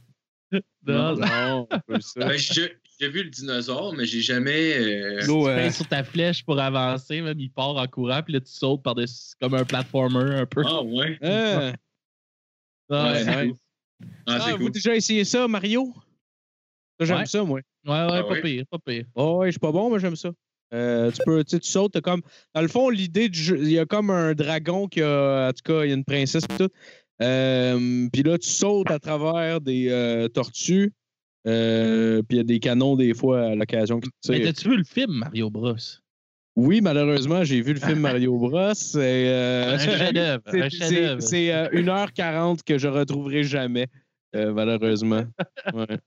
D: Non,
A: Non, pas ça.
B: Ben, j'ai j'ai vu le dinosaure, mais j'ai jamais. euh,
C: Go,
D: tu
C: euh,
D: pèses sur ta flèche pour avancer, même il part en courant, puis là tu sautes par-dessus comme un platformer un peu.
B: Ah, ouais.
A: Hein?
D: Ah,
B: ouais,
D: ouais,
B: c'est cool. Ah,
A: Ah,
B: c'est
A: vous
B: cool.
A: déjà essayé ça, Mario? Ça, j'aime
D: Ouais.
A: ça, moi.
D: ouais,
B: Ah
D: pas
B: ouais.
D: pire, pas pire.
A: Oh, ouais, je suis pas bon, mais j'aime ça. Euh, tu peux, tu sais, tu sautes, t'as comme. Dans le fond, l'idée du jeu, il y a comme un dragon qui a. En tout cas, il y a une princesse et tout. Euh, puis là, tu sautes à travers des euh, tortues. Euh, puis il y a des canons des fois à l'occasion qui tirent.
D: Mais t'as-tu vu le film Mario Bros?
A: Oui, malheureusement, j'ai vu le film Mario Bros. et, euh,
D: Un chef-d'œuvre, un
A: c'est- c'est
D: chef-d'œuvre.
A: c'est, euh, 1h40 que je retrouverai jamais, euh, malheureusement. Ouais.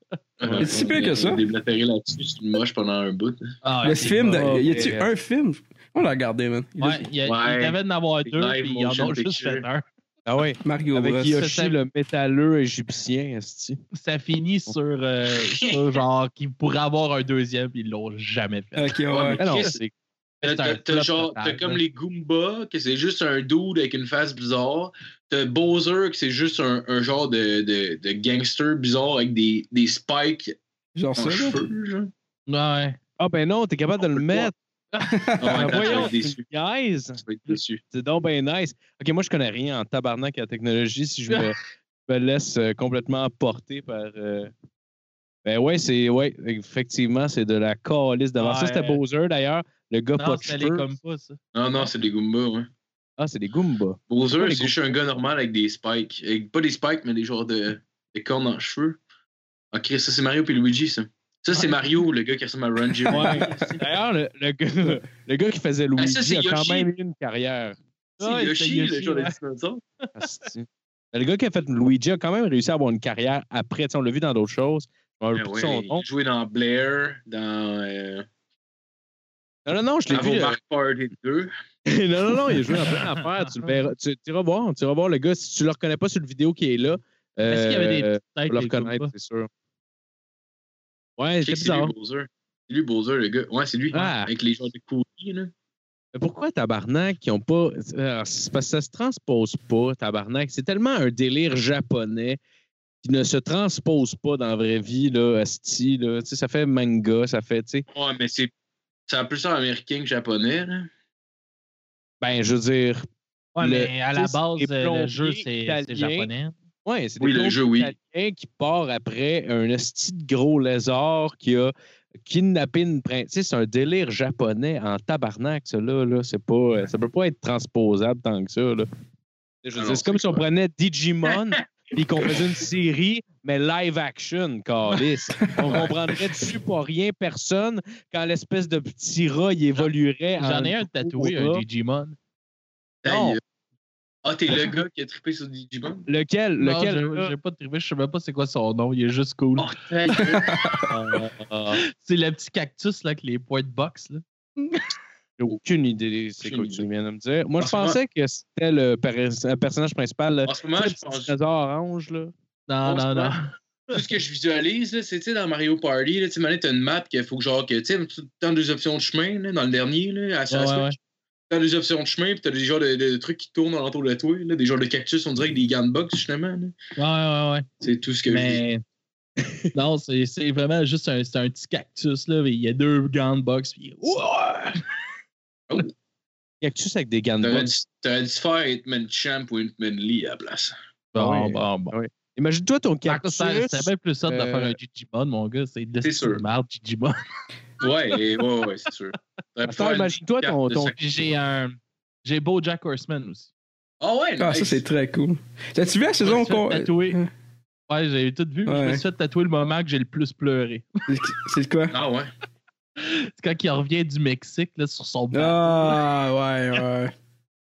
C: C'est si pire que ça.
B: Ah, On déblatérait là-dessus, c'est moche pendant un bout.
D: Ah,
C: le
D: ouais, c'est
C: film,
D: pas-
C: de- y a-tu
A: ouais.
C: un film On l'a regardé, man. Il est-
D: Ouais, il y a-
B: Ouais.
D: il devait en avoir
B: Des
D: deux,
B: live
D: puis ils en
B: motion
D: ont juste
B: picture.
D: fait un.
A: Ah oui,
C: Mario Bros.
A: avec Yoshi,
D: Ça-
A: le métalleux égyptien, esti.
D: Ça finit sur, euh, sur genre qu'ils pourraient avoir un deuxième, puis ils l'ont jamais fait.
C: Ok, ouais.
B: Ouais,
A: Ah non,
B: Chris,
A: c'est
B: T'as-
D: C'est un
B: T'as t'as
D: flop
B: genre,
D: total,
B: t'as
D: là.
B: comme les Goombas, que c'est juste un dude avec une face bizarre. T'as Bowser, que c'est juste un, un genre de, de, de gangster bizarre avec des, des spikes
C: Genre
B: en
C: ça, là.
B: cheveux, genre.
D: Ouais.
A: Ah ben non, t'es capable de le mettre.
B: Ah,
A: Ah,
B: ouais, tu vas
A: voyons,
B: être
A: tu
B: déçu.
A: me niaises.
B: Tu vas être déçu.
A: C'est donc ben nice. OK, moi, je connais rien en tabarnak à la technologie si je me, je me laisse euh, complètement porter par... euh, Ben ouais, c'est... Ouais, effectivement, c'est de la calice d'avant. Ça,
D: Ouais.
A: c'était Bowser, d'ailleurs. Le gars pas
D: Non,
A: de
D: ça allait
A: cheveux.
D: comme pas, ça.
B: Non, non, c'est des Goombas, ouais.
A: Ah, c'est des Goombas.
B: Bowser,
A: Ouais, les
B: c'est juste un gars normal avec des spikes. Avec- pas des spikes, mais des genres de, de cornes en cheveux. Ok, ça c'est Mario puis Luigi, ça. Ça c'est Mario, le gars qui ressemble à Ranji.
A: Ouais. D'ailleurs, le, le gars, le gars qui faisait
D: Ah,
A: Luigi
B: ça, c'est
A: a quand
B: Yoshi.
A: même eu une carrière.
B: C'est
D: Ouais, c'est
B: Yoshi, le
D: Yoshi,
B: genre de
D: ouais.
B: dinosaure.
A: Asti. Mais le gars qui a fait Luigi a quand même réussi à avoir une carrière après. Tu sais, on l'a vu dans d'autres choses. Je me
B: Ben Ouais,
D: Ben
A: rappelle plus de son nom.
B: il jouait dans Blair, dans, euh,
A: Non, non, non, je l'ai
B: dans
A: vu.
B: vos
A: euh,
B: Mark Party 2.
A: non, non, non, il a joué en plein affaire. Tu le verras. Tu, tu iras voir. Tu iras voir le gars. Si tu le reconnais pas sur le vidéo qui est là,
D: Est-ce qu'il y avait des
A: euh,
D: petites têtes?
A: tu vas le
D: les
A: reconnaître,
D: Goombas?
A: c'est sûr. Ouais,
B: Je sais
A: c'est
B: que C'est
A: bizarre.
B: lui, Bowser. C'est lui, Bowser, le gars. Ouais, c'est lui.
A: Ah.
B: Avec les genres de couilles, là.
A: Mais pourquoi Tabarnak, qui ont pas. euh, C'est parce que ça se transpose pas, Tabarnak. C'est tellement un délire japonais qui ne se transpose pas dans la vraie vie, là, asti, là. Tu sais, ça fait manga, ça fait, tu sais.
B: Ouais, mais c'est. Ça a plus ça américain que japonais, là.
A: Ben, je veux dire.
D: Ouais,
A: Le-
D: mais à la
A: tu sais,
D: base,
A: c'est
D: euh, le jeu,
A: plombier
D: c'est
A: italien.
D: c'est japonais.
A: Ouais, c'est
B: Oui,
A: des
B: le
A: gros
B: jeu, oui.
A: Italiens qui part après un esti de gros lézard qui a kidnappé une princesse. Tu sais, C'est un délire japonais en tabarnak, ça, là. là. C'est pas, euh, ça peut pas être transposable tant que ça, là. Je veux
B: Ah
A: dire,
B: non,
A: c'est comme
B: c'est
A: si on
B: clair.
A: prenait Digimon puis qu'on faisait une série, mais live action, Carlis. On comprendrait dessus pas rien, personne, quand l'espèce de petit rat, il évoluerait en...
D: J'en ai un tatoué,
A: Goombas.
D: un Digimon.
B: Ta
A: Non.
B: gueule. euh. Ah, t'es le gars qui a trippé sur Digimon?
A: Lequel?
D: Non,
A: lequel
D: j'ai-
A: rat?
D: j'ai pas trouvé, je sais même pas c'est quoi son nom, il est juste cool.
B: Oh, ta gueule.
A: Ah,
D: C'est le petit cactus là, avec les points de boxe. Là.
A: J'ai aucune idée c'est
B: Aucune
A: quoi que
B: idée.
A: tu viens de me dire. Moi, je
B: En ce moment-
A: pensais que c'était le per- le personnage principal. là.
B: En ce moment,
A: Tu
B: je
A: sais, le petit
B: pense.
A: dinosaure orange, là.
D: Non,
B: Oh, c'est
D: non, non.
B: Tout ce que je visualise, là, c'est, tu sais, dans Mario Party, là, tu sais, maintenant, t'as une map qu'il faut que, genre, que, tu sais, tout le temps deux options de chemin, là, dans le dernier, là, à
D: Ouais, ouais, ouais.
B: T'as des options de chemin, puis t'as des genres de, de trucs qui tournent alentour de toi, là, des genres de cactus, on dirait que des gants de boxe, justement, là.
D: Ouais, ouais, ouais.
B: C'est tout ce que je dis.
D: Mais. non, c'est c'est vraiment juste un, c'est un petit cactus. là. mais Il y a deux gants de boxe. Puis... Ouah!
A: Cactus avec des gants de
B: T'aurais
A: boxe.
B: dû, t'aurais dû faire Hitman Champ ou Hitman Lee à la place.
D: Bon,
C: Ah
A: ouais.
D: bon, bon.
A: Imagine-toi ton
D: Par contre,
A: cactus.
D: ça- C'est bien plus ça de
A: euh,
D: faire un Digimon, mon gars. C'est de
B: c'est sûr.
D: la merde, Digimon.
B: Ouais, et- ouais, ouais, c'est sûr. T'aurais
A: Attends,
B: pu faire une
A: imagine-toi
B: carte
A: ton-
B: de
A: ton-
B: sac-
D: Puis j'ai un. J'ai beau Jack Horseman aussi.
B: Ah ouais,
C: Ah,
B: nice.
C: ça, c'est très cool. T'as-tu vu la
D: Je me
C: saison
D: suis fait
C: qu'on.
D: tatouer.
C: euh,
D: Ouais, j'ai tout vu. mais Je
C: Ouais.
D: me suis fait tatouer le moment que j'ai le plus pleuré.
C: C'est quoi
B: Ah ouais.
D: C'est quand il revient du Mexique là, sur son bateau,
C: Ah, ouais, ouais.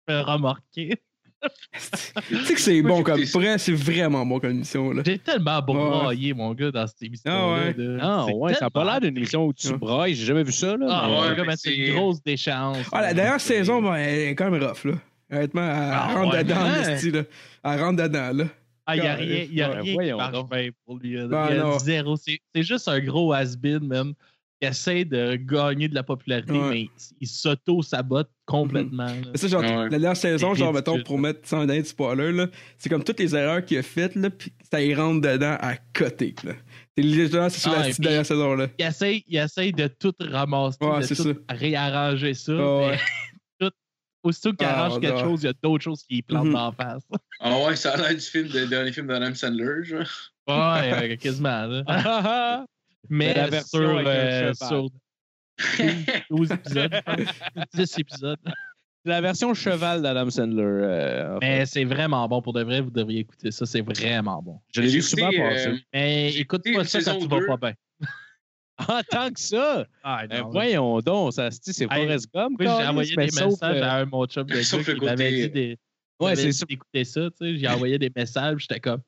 D: je me fais remorquer.
C: Tu sais que c'est
B: Moi,
C: bon
B: j'ai
C: comme.
B: écouté ça.
C: Pour vrai, c'est vraiment bon comme émission, là.
D: J'ai tellement broyé, mon gars, dans cette émission-là.
C: Ah ouais.
D: là.
A: Non,
D: C'est
A: ouais, ça n'a pas
D: tellement-
A: l'air d'une émission où tu
C: Ouais.
A: brailles. J'ai jamais vu ça, là.
D: Ah,
A: mais-
D: ouais,
B: ouais,
D: mais
B: mais
D: c'est
B: c'est-
D: une grosse déchéance.
C: Ah, la dernière saison, ben, elle est quand même rough, là. Honnêtement, elle
D: Ah,
C: rentre
D: ouais,
C: dedans,
D: ouais.
C: esti, là. Elle rentre dedans, là.
D: Ah, il n'y a rien,
C: euh,
D: y a
A: Ouais,
D: rien qui
A: voyons
D: marche
A: donc.
D: bien pour lui. Il y
C: Ah,
D: a
C: non.
D: zéro. C'est c'est juste un gros has-been, même. qui essaie de gagner de la popularité,
C: Ouais. Mm-hmm.
D: mais il- il s'auto-sabote complètement. là.
C: Mais ça, genre,
B: Ah ouais.
C: la dernière saison,
D: C'est
C: genre,
D: ridicule,
C: mettons, pour mettre sans donner de spoiler, là, c'est comme toutes les erreurs qu'il a faites, là, pis ça y rentre dedans à côté, là. C'est littéralement, c'est sur la
D: Ah, et
C: petite
D: puis-
C: dernière saison, là.
D: Il essaie, il essaie de tout ramasser,
C: Ouais,
D: de
C: c'est
D: tout réarranger ça.
C: Ah ouais.
D: mais tout- aussitôt qu'il
C: Ah,
D: arrange quelque
C: ouais.
D: chose, il y a d'autres choses qui lui plantent
C: Mhm.
D: dans la face.
B: Ah ouais, ça a l'air du film, de- dernier film d'Adam Sandler, genre.
D: Ouais, euh, quasiment. là. Mais
A: la version
D: sur,
A: avec un
D: euh,
A: cheval.
D: sur 12 épisodes, 10 épisodes.
A: La version cheval d'Adam Sandler. euh, en fait.
D: Mais c'est vraiment bon. Pour de vrai, vous devriez écouter ça. C'est vraiment bon.
A: je l'ai
B: J'ai
A: vu souvent
B: écouté,
A: passer.
B: euh,
D: Mais
B: J'ai
D: écoute
B: écouté
D: pas ça quand
B: saison
D: tu vas
B: deux.
D: pas bien.
A: En tant que ça,
D: euh, Ah,
A: ben
D: non, là.
A: voyons donc, ça c'est c'est
D: Hey,
A: Forrest Gump.
D: Moi,
A: câlisse,
D: j'ai envoyé des
A: mais
D: messages
A: sauf, euh,
D: à un mon chum de
B: sauf
D: gars
B: le
D: qui m'avait
B: côté-
D: dit des...
A: Ouais,
D: m'avait
A: c'est
D: dit
A: sûr.
D: d'écouter ça, tu sais. J'ai envoyé des messages, j'étais comme,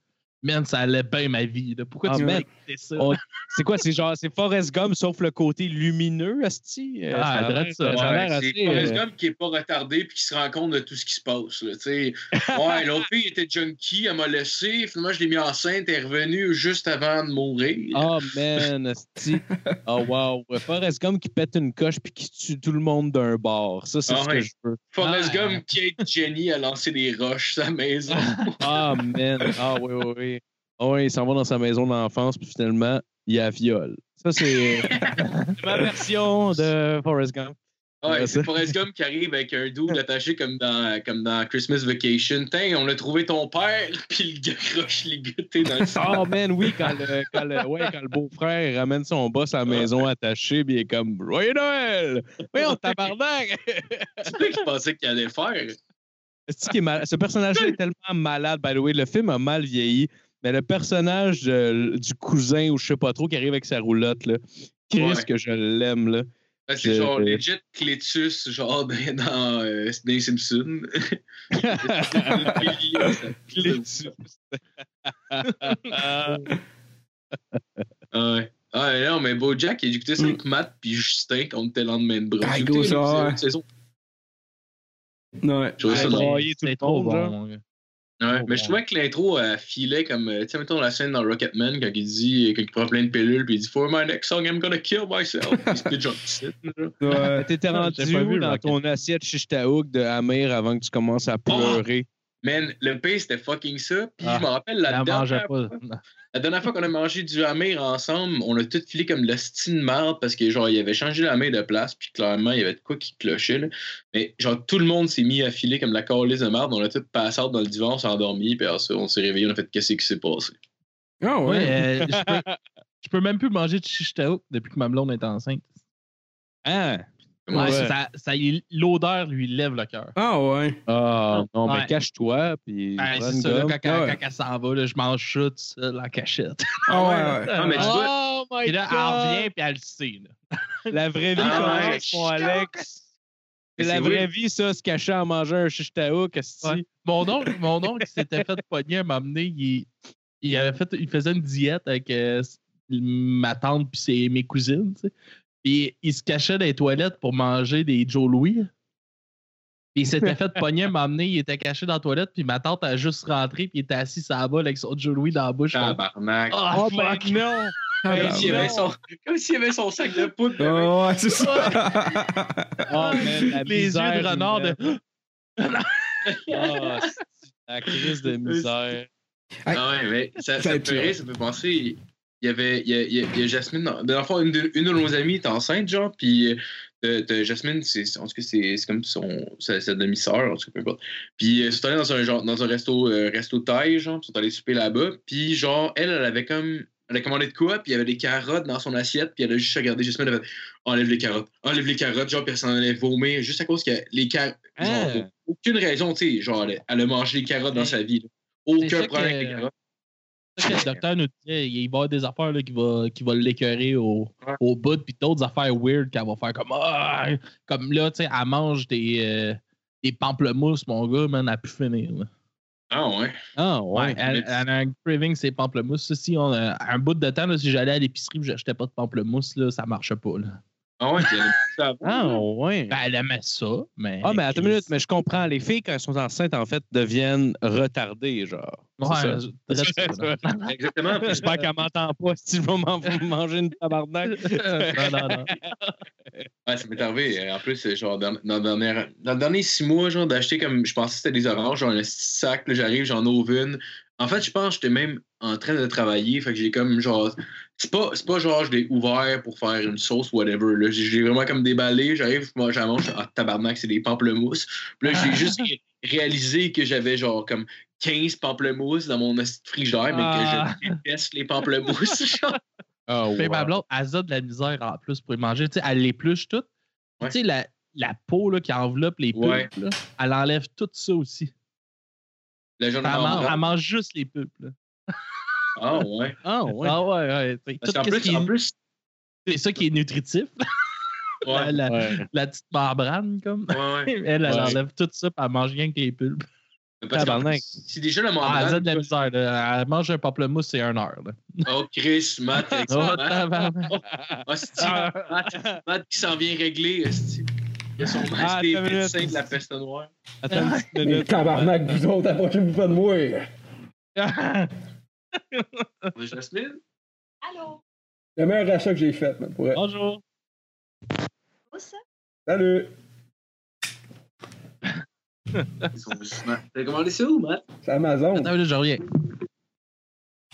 D: man, ça allait bien ma vie. là. Pourquoi
A: Ah,
D: tu m'as
A: man.
D: écouté ça?
A: On- C'est quoi, c'est genre, c'est Forrest Gump sauf le côté lumineux, Asti? Euh,
D: Ah,
A: ça a
D: drôle,
A: l'air-
D: ça.
A: a l'air
B: Ouais,
A: assez,
B: c'est Forrest
A: euh,
B: Gump qui est pas retardé puis qui se rend compte de tout ce qui se passe. Là, tu sais.
A: euh,
B: ouais, l'autre fille était junkie, elle m'a laissé. Finalement, je l'ai mis enceinte, elle est revenue juste avant de mourir.
A: Oh man, esti. Oh wow. Ouais, Forrest Gump qui pète une coche puis qui tue tout le monde d'un bord. Ça, c'est
B: Ah
A: ce
B: ouais.
A: que je veux.
B: Forrest
D: Ah.
B: Gump qui aide Jenny à lancer des roches sa maison.
A: Ah man. Ah oui, oui, oui. Ah oui, il s'en va dans sa maison d'enfance puis finalement, il la viole. Ça, c'est c'est ma version de Forrest Gump.
B: Ouais,
A: Ouais,
B: c'est
A: ça.
B: Forrest Gump qui arrive avec un double attaché comme dans, comme dans Christmas Vacation. Tiens, on a trouvé ton père, puis le gars croche les gâtés dans le sang.
A: Oh man, oui, quand le, quand le- ouais, quand le beau-frère il ramène son boss à la maison attaché puis il est comme Joyeux Noël! Voyons, tabarnak!
B: C'est ça qu'il pensait qu'il allait faire.
A: Est-ce qu'il est mal- Ce personnage-là est tellement malade, by the way. Le film a mal vieilli, mais le personnage de- du cousin ou je sais pas trop qui arrive avec sa roulotte, là, Chris,
B: Ouais.
A: que je l'aime, là.
B: Ben, C'est
A: Je-
B: genre legit Cletus, genre dans, dans, euh, dans les Simpsons. ouais. Ouais, non, mais Bojack, il a écouté ça avec Matt puis Justin quand on était lendemain de bras.
C: Ah,
B: J'ai
C: go,
B: écouté
C: ça,
B: l'épisode,
C: ouais.
B: une saison.
C: Ouais.
B: Je trouvais ça
A: Ouais,
B: drôle.
A: bon.
D: mais
A: tout le
D: Euh, c'est trop
A: monde, là.
D: bon. là.
B: Ouais, mais je
D: Ouais.
B: trouvais que l'intro euh, filait comme, euh, tu sais, mettons la scène dans Rocketman quand il dit, quand il prend plein de pilules, puis il dit For my next song, I'm gonna kill myself. Puis c'est genre, shit, genre.
C: Ah, Ouais.
A: T'étais rendu
D: J'ai pas vu
A: où dans
D: Rocket.
A: ton assiette Chichtaouk de Amir avant que tu commences à pleurer.
B: Man, le pays c'était fucking ça. Puis
D: Ah,
B: je me rappelle la
D: La mangeait
B: dernière,
D: pas.
B: la dernière fois qu'on a mangé du hamir ensemble, on a tout filé comme de la stine marde parce que genre il avait changé la main de place, puis clairement il y avait de quoi qui clochait. Là. Mais genre tout le monde s'est mis à filer comme de la calice de marde. On a tout passé out dans le divan, on s'est endormi, puis après ça, on s'est réveillé, on a fait qu'est-ce qui s'est passé.
C: Ah,
D: Ouais,
C: ouais.
D: euh, je, peux, je peux même plus manger de chichitaouk depuis que ma blonde est enceinte.
A: Hein?
D: Ouais,
A: Ouais.
D: ça- ça- il- L'odeur lui lève le cœur.
C: Ah, ouais.
A: Ah, non,
D: Ouais.
A: mais cache-toi. Puis
D: Ouais,
A: prends
D: Ben, c'est
A: une
D: ça, là,
A: gomme.
D: quand, quand-
C: ouais.
D: quand elle s'en va, là, je mange ça tout seul en cachette.
C: Ah, ouais, ouais.
B: Ah, mais tu vois-
A: Oh my
D: Et là, elle revient puis elle le sait. là.
A: God! La vraie vie
B: Ah, ouais.
A: commence, mon Alex.
B: Mais
A: La
B: c'est
A: vraie
B: weird.
A: vie, ça, se cacher à manger un Chichtaouk, esti.
D: Ouais. Mon oncle, mon oncle qui s'était fait pogner à m'amener, il, il avait fait, il faisait une diète avec euh, s- ma tante puis ses- mes cousines, tu sais. Puis il se cachait dans les toilettes pour manger des Joe Louis. Puis il s'était fait pogner à m'amener, il était caché dans la toilette, puis ma tante a juste rentré, puis il était assis sur la balle avec son Joe Louis dans la bouche.
B: Tabarnak.
D: Ah,
A: Oh,
D: fuck!
A: ben non!
C: Ah,
B: Comme
A: ben
B: s'il y avait
A: non.
B: son- comme s'il y avait son sac de poudre.
C: Ah, ouais, c'est ça.
A: Oh, man, la
D: Les yeux
A: misère
D: de renard de.
A: humaine. Ah, c'est la crise de misère.
B: Ah ouais, mais ça,
C: Ça
B: ça,
C: a
B: me
C: été
B: fait rire, ça me fait penser. Il y avait il y a, il y a- il y a Jasmine. Dans, dans le fond, une de, une de nos amies est enceinte, genre, puis euh, t'as- t'as Jasmine, c'est, c'est- en tout cas, c'est, c'est comme son, sa, sa demi-sœur, en tout cas, peu importe. Puis euh, ils sont allés dans un, genre, dans un resto, euh, resto taille, genre, puis ils sont allés souper là-bas, puis genre, elle, elle avait comme. Elle a commandé de quoi, puis il y avait des carottes dans son assiette, puis elle a juste regardé Jasmine, elle a fait Enlève les carottes, enlève les carottes, genre, puis elle s'en allait vomir, juste à cause que les carottes.
A: Hein?
B: Aucune raison, tu sais, genre, elle, elle a mangé les carottes dans sa vie, là.
D: C'est
B: Aucun
D: ça
B: problème avec
D: que-
B: les carottes.
D: C'est ça que le docteur nous disait, il va y avoir des affaires là, qui vont qui va l'écœurer au,
B: Ouais.
D: au bout, puis d'autres affaires weird qu'elle va faire comme Ah! Comme là, tu sais, elle mange des, euh, des pamplemousses, mon gars, man, elle a pu finir. là.
B: Ah ouais.
A: Ah, ouais.
D: elle,
B: mais-
D: elle a un craving, c'est euh, pamplemousses. Ça, Si on, a- un bout de temps, là, si j'allais à l'épicerie et j'achetais pas de pamplemousses, là, ça marchait pas. Là.
B: Ah ouais, t'avais ça avant.
A: Ah, ouais.
D: Ben, elle aimait ça, mais.
A: Ah, mais attends une minute, mais je comprends. Les filles, quand elles sont enceintes, en fait, deviennent retardées, genre.
D: Ouais,
A: C'est
D: je- reste-
B: Exactement. puis
A: J'espère qu'elle m'entend pas si je vais m'en- manger une tabarnak.
D: non, non, non.
B: Ouais, ça m'est arrivé. En plus, c'est genre dans, dans, le dernier- dans les derniers six mois, genre d'acheter comme. Je pensais que c'était des oranges, genre un sac, là, j'arrive, j'en ouvre une. En fait, je pense que j'étais même en train de travailler. Fait que j'ai comme genre. C'est pas, c'est pas genre je l'ai ouvert pour faire une sauce, whatever. Là. J'ai- J'ai vraiment comme déballé, j'arrive, moi j'en mange, ah tabarnak, c'est des pamplemousses. Puis là, j'ai juste ré- réalisé que j'avais genre comme 15 pamplemousses dans mon esti de frigidaire, mais
D: Ah.
B: que je déteste les pamplemousses. genre.
A: Ah,
D: Fait que ma
B: euh,
A: wow.
D: blonde, elle a de la misère en plus pour les manger. Tu sais, elle l'épluche toute.
B: Ouais.
D: Tu sais, la, la peau là, qui enveloppe les pulpes,
B: Ouais.
D: là, elle enlève tout ça aussi.
B: La journée
D: Elle, mange,
B: d'avant.
D: elle mange juste les pulpes. là.
B: Ah ouais.
A: Ah, ouais.
D: Ah ouais, ouais. tu sais,
B: Parce
D: tout
B: qu'en
D: qu'est-ce
B: plus,
D: qui est-
B: en plus.
D: c'est ça qui est nutritif,
B: Ouais.
D: la,
A: Ouais.
D: la petite membrane, comme.
B: Ouais, ouais.
D: Elle, elle
A: Ouais.
D: enlève tout ça, puis elle mange rien que les pulpes.
B: Mais Parce qu'en
A: Tabarnak.
B: plus, si déjà le
D: Ah, elle a
B: membrane.
D: de la misère. là. Elle mange un pamplemousse, c'est une heure. Là.
B: Oh, Chris, Matt, avec
D: Oh,
B: ça, hein? Matt.
D: tabarnak.
B: Oh, c'est-tu, Matt, Matt qui s'en vient régler. esti. Il y a son
A: Ah,
B: masque des
A: attends une minute.
B: médecins de la peste noire.
A: Attends une petite
E: Mais
A: minute.
E: tabarnak, vous autres, approchez-vous pas de moi.
B: Jasmine?
F: Allô?
E: Le meilleur achat que j'ai fait, man,
C: Ah.
E: pour être-
D: Bonjour.
F: Où ça?
E: Salut!
B: Ils sont juste- Matt, T'as commandé ça où, Matt?
E: C'est Amazon.
D: Attends, là, je reviens.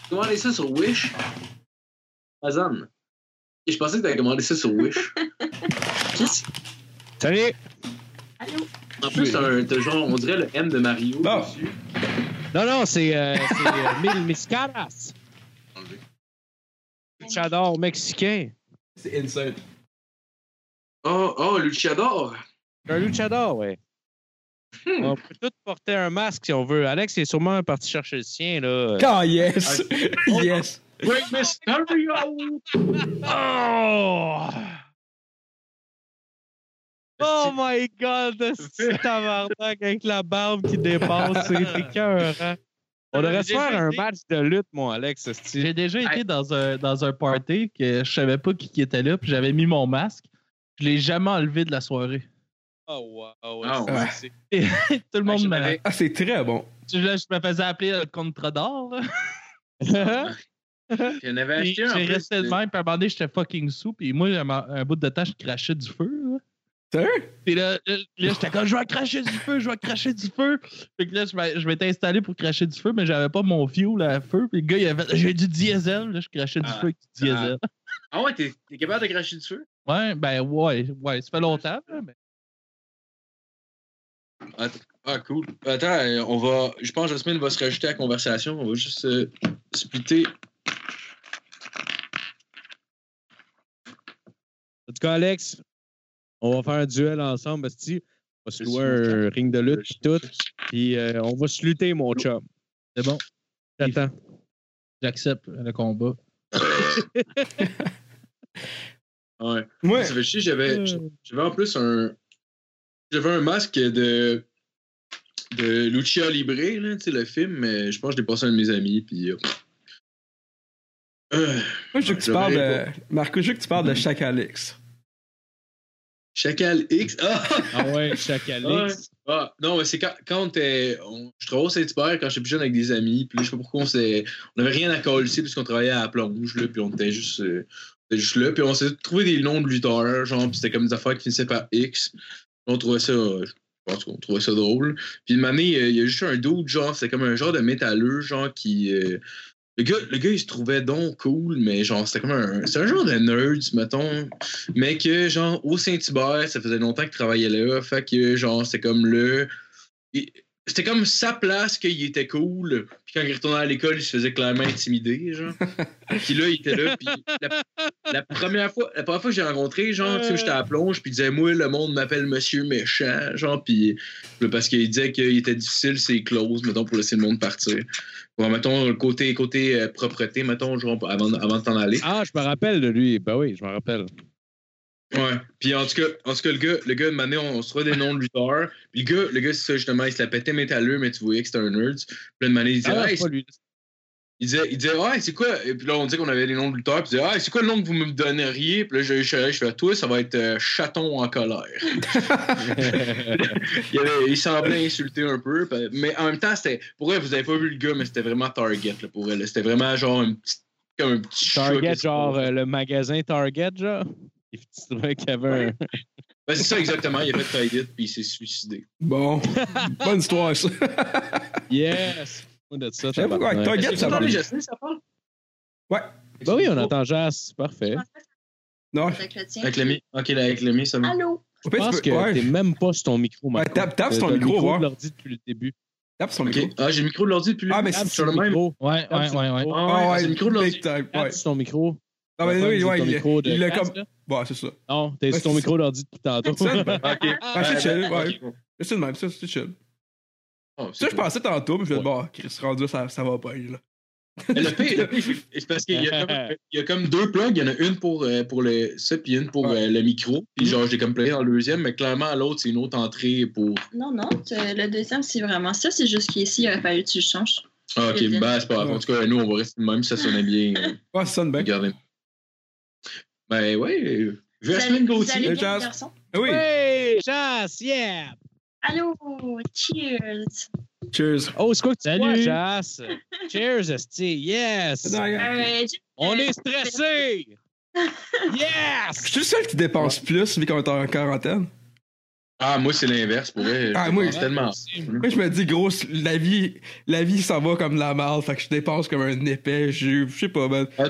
B: T'as commandé ça sur Wish? Amazon. Et je pensais que t'avais commandé ça sur Wish. Qu'est-ce-
A: Salut!
F: Allô?
B: En plus, t'as, un, t'as genre, on dirait le M de Mario
C: Bon.
B: dessus.
A: Non, non, c'est euh, c'est, euh, Mil Miscaras. J'adore mexicain.
C: C'est insane.
B: Oh, oh, Luchador!
A: Un luchador, ouais.
B: Hmm.
A: On peut tous porter un masque si on veut. Alex est sûrement parti chercher le sien, là.
C: Ah, yes! yes!
B: Break Mysterio!
A: Oh! Oh my god, le petit tabarnak avec la barbe qui dépasse, c'est écœurant. On devrait se faire un match de lutte, mon Alex, ce style.
D: J'ai déjà été dans un, dans un party que je savais pas qui, qui était là, puis j'avais mis mon masque. Je l'ai jamais enlevé de la soirée.
A: Oh wow, ouais,
B: Ah,
A: c'est-
C: ouais.
A: c'est-
D: Tout le monde
B: je
D: me
B: l'avais-
C: Ah, c'est très bon.
D: Tu- là, je me faisais appeler le contre d'or. là.
B: J'en avais
D: Puis
B: acheté un.
D: J'ai
B: peu,
D: resté de
B: c'était-
D: même, puis à un moment donné, j'étais fucking sous, puis moi, un, un bout de temps, je crachais du feu. là.
C: Sérieux?
D: Puis là, là, là, j'étais comme, je vais cracher du feu, je vais cracher du feu. Fait que là, je m'a- je m'étais installé pour cracher du feu, mais j'avais pas mon fuel à feu. Puis le gars, il avait fait, j'ai du diesel. Là, je crachais du
B: Ah,
D: feu avec du diesel.
B: Ah ouais, t'es, t'es capable de cracher du feu?
D: Ouais, ben ouais, ouais, ça fait longtemps. là, mais-
B: Ah, cool. Attends, euh, on va. Je pense que Jasmine va se rajouter à la conversation. On va juste euh, splitter.
A: En tout cas, Alex, on va faire un duel ensemble, Basti. On va se louer un ring de lutte, pis tout. Puis euh, on va se lutter, mon chum.
D: C'est bon,
A: J'attends.
D: j'accepte le combat.
B: Ouais.
C: Ouais.
B: Ça fait chier,
D: Euh.
B: j'avais, j'avais en plus un. J'avais un masque de. de Lucia Libre, là, tu sais, le film, mais je pense que je l'ai passé à un de mes amis, puis. euh, euh,
C: Moi, je veux que tu
B: J'aurais
C: parles de. Marco, je veux que tu
B: Mm.
C: parles de Shaq Alex.
B: Chacal X. Ah!
A: Ah ouais, chaque Alex.
B: Ah, non, mais c'est quand, quand on était- on- je travaillais au Saint-Hubert quand j'étais plus jeune avec des amis. Puis là, je sais pas pourquoi on s'est. On avait rien à coller parce qu'on travaillait à la plonge, là. Puis on était juste. euh, on était juste là. Puis on s'est trouvé des noms de lutteurs, genre. Puis c'était comme des affaires qui finissaient par X. On trouvait ça. euh, Je pense qu'on trouvait ça drôle. Puis une année, euh, il y a juste un doute, genre. C'était comme un genre de métalleux, genre, qui. euh, le gars, le gars, il se trouvait donc cool, mais genre, c'était comme un. C'est un genre de nerd, mettons. Mais que, genre, au Saint-Hubert, ça faisait longtemps qu'il travaillait là. Fait que, genre, c'était comme le. il- C'était comme sa place qu'il était cool. Puis quand il retournait à l'école, il se faisait clairement intimider, genre. puis là, il était là. Puis la, la première fois, la première fois que j'ai rencontré, genre, tu sais, j'étais à la plonge, puis il disait, moi, le monde m'appelle Monsieur Méchant, genre, puis là, parce qu'il disait qu'il était difficile, c'est close, mettons, pour laisser le monde partir. Ouais, mettons, le côté, côté euh, propreté, mettons, genre, avant, de- avant de t'en aller.
A: Ah, je me rappelle de lui. Ben oui, je me rappelle.
B: Ouais. Puis en tout cas, en tout cas le gars, le gars, une année, on, on se trouvait des noms de lutteurs. Puis le gars, le gars, c'est ça, justement, il se la pétait métalleux, mais tu voyais que c'était un nerd. Puis là, une année, il disait,
A: Ah,
B: Hey,
A: c'est pas lui.
B: Il disait, il disait ah, c'est quoi? Et puis là, on disait qu'on avait les noms de lutteurs. Puis il disait, ah, c'est quoi le nom que vous me donneriez? Puis là, je, je, je fais, toi, ça va être euh, chaton en colère. il, avait- il semblait insulter un peu. puis- Mais en même temps, c'était. Pour vrai, vous avez pas vu le gars, mais c'était vraiment Target, là, pour elle. là. C'était vraiment genre un petit. Comme un petit chat
A: Target,
B: qui se-
A: genre euh, le magasin Target, genre. Les petits trucs qu'il y avait un-
B: Ben, c'est ça, exactement. Il a fait Target, puis il s'est suicidé.
C: Bon, bonne histoire, ça.
A: Yes! Moi, de ça,
C: J'avoue,
A: tabarnak.
C: avec Target, ça
B: Attends,
C: va.
B: mais Jasmine, ça parle?
A: Ben oui, on entend Jas, parfait.
F: Je pense que ça
C: Non,
F: va avec le tien.
B: Avec le mi. Ok, là, avec le mi, ça va.
F: Allô?
C: au
A: Je
C: pire,
A: pense
C: tu
A: que
C: peux- ouais,
A: t'es même pas sur ton micro, Marco.
C: Ouais, tape- tape sur
A: T'as
C: ton
A: le
C: micro, voir.
A: de l'ordi depuis le début.
C: tape son
B: Ok.
C: micro.
B: Ah, j'ai le micro de l'ordi depuis le
C: Ah, mais
B: Ah,
A: Tape
B: sur
A: sur
B: le
A: le
B: même.
A: micro.
D: Ouais,
A: Ah,
D: ouais,
A: c'est-
D: ouais, ouais.
B: Ah,
C: Ah,
B: ouais, c'est le micro de l'ordi.
C: big time, ouais.
A: Tape sur ton micro.
C: Non, mais
A: T'as
C: oui,
A: pas
C: ouais,
A: mis ton
C: il-
A: micro de
C: il l'a
A: Jas,
C: comme.
A: là?
C: Bon, c'est ça.
A: Non, t'es
C: Ouais,
A: sur ton
C: c'est
A: micro d'ordi depuis tantôt.
C: C'est ça, ben,
B: Ok.
C: Ah, c'est chill, ouais.
B: ok.
C: C'est le même, ça, c'est chill.
B: Ah, c'est
C: Ça, je
B: cool.
C: pensais tantôt, mais je me disais, bon, Chris rendu, ça, ça va pas, là.
B: Mais Le pire, le pire, c'est parce qu'il y, a comme- il y a comme deux plugs. Il y en a une pour, euh, pour le ça, puis une pour
C: Ouais. Mhm.
B: euh, le micro. Puis genre, j'ai comme playé dans le deuxième, mais clairement, l'autre, c'est une autre entrée pour.
F: Non, non, t- le deuxième, c'est vraiment ça. C'est juste qu'ici, il aurait fallu que tu le changes.
B: Ah, ok,
F: Deuxième.
B: bah, c'est pas grave. En tout cas, nous, on va rester de même si ça sonnait bien. euh,
C: Ouais, ça sonne bien.
B: Regardez. Ben ouais. euh,
F: Vous allez,
B: Jasmine
F: vous
B: Gauthier.
F: allez
C: le
F: bien,
C: jazz.
F: les garçons?
C: Ah Oui,
A: Hey, Jas, yeah!
F: Allô? Cheers!
C: cheers.
A: Oh, c'est quoi que tu
D: Salut.
A: bois, Jas? Cheers, esti, yes!
F: Euh, j'ai-
A: On est stressé!
C: Je
A: Yes!
C: suis le seul qui dépense plus, vu qu'on est en quarantaine.
B: Ah, moi, c'est l'inverse pour elle.
C: Ah,
B: Je
C: moi,
B: pense tellement.
C: Moi, je me dis, gros, la vie, la vie s'en va comme de la mal, fait que je dépense comme un épais, je, je sais pas, ben.
B: Ah.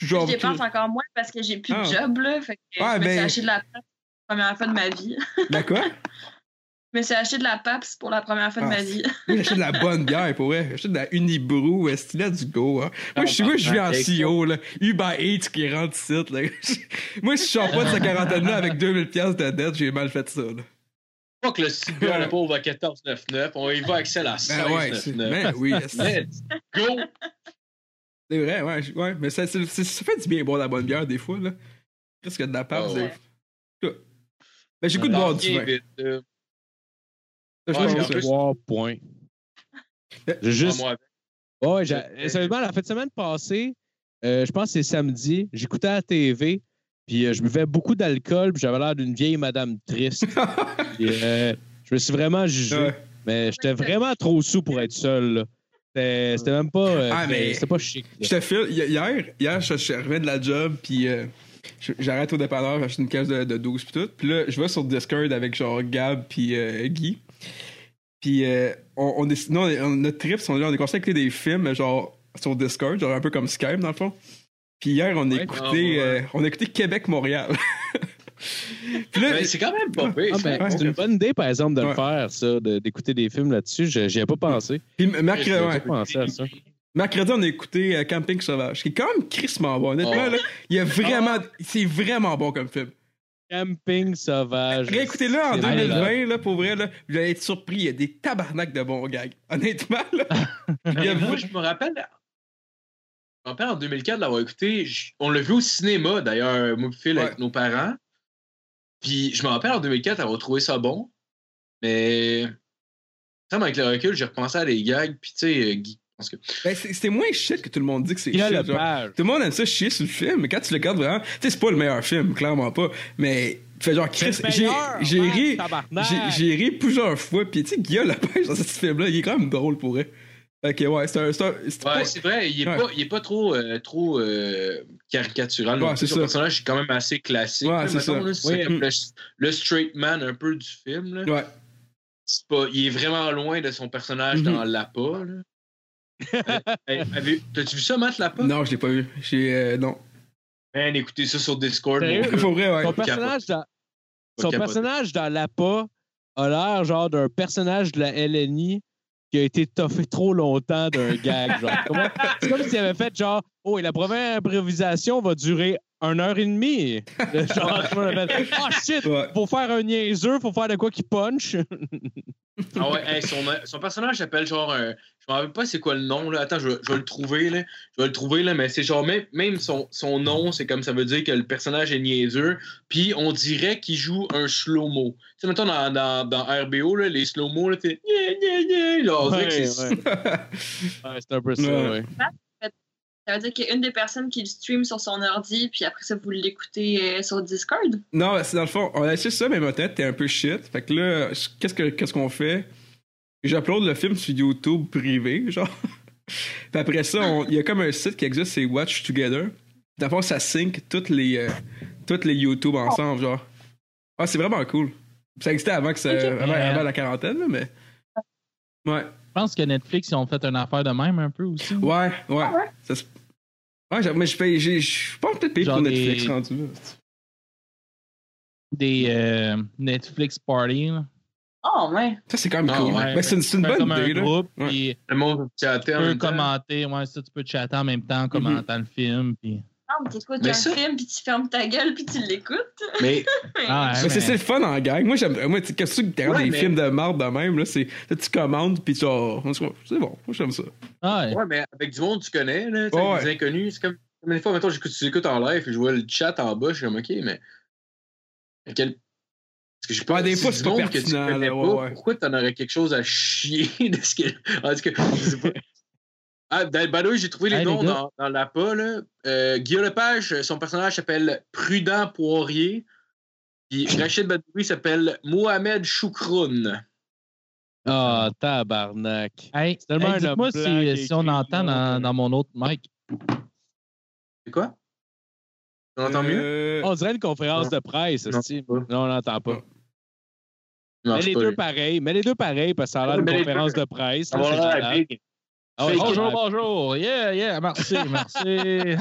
C: Genre,
F: je dépense encore moins parce que j'ai plus
C: Ah.
F: de job, là. Fait que
C: Ouais,
F: je me suis
C: ben-
F: acheté de la pape pour la première fois de ma vie.
C: la quoi?
F: Je me suis acheté de la PAPS pour la première fois de
C: Ah.
F: ma vie.
C: Moi, j'achète de la bonne bière, pour vrai. J'achète de la Unibrew, euh, style du go, hein. Moi, je suis moi, je vis en CEO, là. Uber Eats qui rentre site, là. Moi, si je sors pas de cette quarantaine-là avec 2000 piastres de dette, j'ai mal fait ça, là.
B: Pas que le cyber, on le pauvre à 14,99. On y va accès à
C: Ben ouais, c'est-
B: 16,99.
C: ben oui, c'est
B: Let's go!
C: c'est vrai, ouais, je- ouais, mais ça, c'est- c'est- ça fait du bien boire de la bonne bière des fois, là. Qu'est-ce que de la pâte,
B: Ah
C: c'est.
F: Oh, ouais.
C: Ben, j'ai le goût de
B: Alors,
C: boire du
B: viens
C: vin.
B: vite, euh,
C: Ça, je
B: Ouais,
C: trouve
B: mais en
C: ça.
B: plus-
A: Trois points.
C: Eh,
A: J'ai juste
B: moi,
A: Ouais, j'a- euh, sérieusement, la fin de semaine passée, euh, je pense que c'est samedi, j'écoutais la TV, puis euh, je buvais beaucoup d'alcool, puis j'avais l'air d'une vieille madame triste. Puis, euh, je me suis vraiment jugé,
C: Ouais.
A: mais j'étais vraiment trop sous pour être seul. là. C'était c'était même pas. euh,
C: Ah, mais-
A: C'était pas chic. là.
C: Je te file, hi- hier, hier je, je revenais de la job, puis euh, je- j'arrête au dépanneur, j'achète une caisse de, de 12 pis tout. Puis là, je vais sur Discord avec genre Gab puis euh, Guy. Puis euh, on, on est, non, on est- on- notre trip, c'est on est on est constamment à écouter des films, genre sur Discord, genre un peu comme Skype dans le fond. Puis hier, on a
B: Ouais.
C: écouté,
B: Ah, ouais.
C: euh, on a écouté Québec-Montréal. puis là,
B: Ben, c'est quand même pas pire.
A: Ah,
B: ça.
A: ben,
C: ouais.
A: c'est une bonne idée, par exemple, de
C: Ouais.
A: le faire, ça, de- d'écouter des films là-dessus. Je- J'y ai pas pensé.
C: puis mercredi,
A: J'y ai
C: ouais.
A: pas pensé à ça.
C: Mercredi, on a écouté euh, Camping Sauvage, qui est quand même crissement bon. Honnêtement,
B: Oh.
C: là, il y a vraiment. C'est vraiment bon comme film.
A: Camping sauvage.
C: Réécoutez-le en
A: C'est
C: 2020, là, pour vrai, là, vous allez être surpris, il y a des tabarnaks de bons gags. Honnêtement, là. Il y
B: Mais
C: a-
B: moi, je me rappelle. Je me rappelle en 2004 l'avoir écouté. je- On l'a vu au cinéma, d'ailleurs, moi et Phil,
C: Ouais.
B: avec nos parents. Puis je me rappelle en 2004 avoir trouvé ça bon. Mais. Ça, avec le recul, j'ai repensé à des gags. Puis, tu sais, euh, Guy. en tout cas,
C: Ben, c'est c'est moins shit que tout le monde dit que c'est
A: Il a le
C: shit. genre.
A: page.
C: Tout le monde aime ça chier sur le film, mais quand tu le regardes vraiment, tu sais, c'est pas le meilleur film, clairement pas. Mais, tu fais genre, Chris, j'ai j'ai
A: hein,
C: ri. j'ai- J'ai ri plusieurs fois, puis tu sais, Guillaume Lepage dans ce film-là, il est quand même drôle pour vrai. Fait que ouais, c'est un. c'est un- c'est
B: Ouais,
C: pas-
B: c'est vrai, il est,
C: Ouais.
B: pas, il est pas trop, euh, trop euh, caricatural.
C: Ouais,
B: non plus.
C: c'est
B: Son
C: ça.
B: personnage est quand même assez classique.
C: Ouais,
B: là,
C: c'est
B: mettons,
C: ça.
B: là, c'est
C: Oui.
B: comme le, le straight man un peu du film. là.
C: Ouais.
B: C'est pas, il est vraiment loin de son personnage
C: Mhm.
B: dans Lapa. là. Euh, hey, avez- T'as-tu vu ça, Matt Lapa?
C: Non, je l'ai pas vu. J'ai. euh, non.
B: Man, écoutez ça sur Discord.
A: Sérieux?
B: mon gars.
C: Pour vrai, ouais.
A: Son
B: Faut
A: personnage dans,
B: Faut
A: son
B: capoter.
A: personnage dans l'APA a l'air genre d'un personnage de la LNI qui a été toffé trop longtemps d'un gag. genre. Comment- C'est comme s'il avait fait genre Oh, et la première improvisation va durer 1 heure et demie. Le genre, je me rappelle, Ah shit!
C: Ouais.
A: Faut faire un niaiseux, faut faire de quoi qui punch.
B: Ah ouais, hey, son, son personnage s'appelle genre. euh, je me rappelle pas c'est quoi le nom, là. Attends, je, vais- je vais le trouver, là. Je vais le trouver, là, mais c'est genre. Même, même son, son nom, c'est comme ça veut dire que le personnage est niaiseux. Puis on dirait qu'il joue un slow-mo. Tu sais, mettons dans, dans, dans RBO, là, les slow-mo, là, t'es. Yeah, yeah, yeah. Là, on dirait que c'est ça.
A: Ouais, c'est un peu ça,
C: Ouais.
A: ouais.
F: Ça veut dire qu'il y a une des personnes qui le stream sur son ordi, puis après ça, vous l'écoutez euh, sur Discord.
C: Non, c'est dans le fond, on a essayé ça, mais ma tête, t'es un peu shit. Fait que là, je- qu'est-ce que- qu'est-ce qu'on fait? J'upload le film sur YouTube privé, genre. Puis après ça, on- il y a comme un site qui existe, c'est Watch Together. D'abord, ça sync toutes les, euh, toutes les YouTube ensemble, genre. Ah, c'est vraiment cool. Ça existait avant que ça, avant, avant la quarantaine, là, mais. Ouais,
D: Je pense que Netflix, ils ont fait une affaire de même un peu aussi.
C: ouais, Ah ouais. Ça se- Ouais, j'a- mais je paye, j'ai- je pense peut-être payer pour
D: Genre des-
C: Netflix rendu là.
D: Des euh, Netflix Party. là.
F: Oh, ouais.
C: Ça, c'est quand même
B: Ah,
C: cool.
B: ouais.
C: Mais Ben, c'est une, c'est une
D: Faire
C: bonne
D: comme un
C: idée, là.
D: groupe,
C: Ouais.
D: puis
B: Le monde chatte
D: tu
B: en
D: peux
B: même temps.
D: commenter. Ouais, ça, tu peux chatter en même
C: Mhm.
D: temps, commentant le film. Puis...
F: Ah, mais t'écoutes
B: Mais
F: un
B: ça-
F: film, puis tu fermes ta gueule, puis tu l'écoutes.
B: Mais
D: Ah, ouais,
C: Mais c'est
D: mais-
C: c'est le fun en gang. Moi, j'aime. Moi, tu sais, qu'est-ce que tu regardes
B: Ouais,
C: des
B: mais-
C: films de marde de même, là, c'est. là, tu commandes, pis tu. oh, en tout cas, C'est bon, moi, j'aime ça.
D: Ah, ouais.
B: Ouais, mais avec du monde, tu connais, là. tu sais,
C: Ouais.
B: avec Des inconnus. C'est comme. comme Des fois, mettons, j'écoute, tu l'écoutes en live et je vois le chat en bas, je suis comme, OK, mais. à quel... Parce que je
C: Ouais, des
B: si
C: fois,
B: du
C: c'est pas
B: monde que tu
C: pertinent,
B: connais
C: là, ouais,
B: pas,
C: ouais.
B: Pourquoi t'en aurais quelque chose à chier de ce que. En tout cas, je sais pas. Ah, dans- by the way, j'ai trouvé les
D: Hey, les
B: noms
D: gars.
B: dans, dans la pas, là. Euh, Guillaume Lepage, son personnage s'appelle Prudent Poirier. Puis Rachid Badoui s'appelle Mohamed Choukroun.
A: Ah, tabarnak.
B: Euh,
D: Hey,
A: tellement
D: hey,
A: de
D: dites-moi si,
A: blagues
D: si on
A: écrites,
D: entend
A: là.
D: dans, dans mon autre mic.
B: C'est quoi? Tu m'entends mieux?
C: Euh,
A: On dirait une conférence de presse,
B: Non,
A: hostie.
B: pas.
A: Non, on n'entend pas.
C: Non,
A: Mets
B: Marche
A: les
B: pas,
A: deux
B: lui.
A: pareils. Mets les deux pareils parce que ça a l'air d'une
B: Mets les
A: conférence
B: deux.
A: de presse.
B: Ça
A: là,
B: va
A: c'est
B: l'air
A: malade.
B: big.
D: Ah ouais,
B: Fake
D: bonjour,
B: it.
D: bonjour. Yeah, yeah, merci, merci.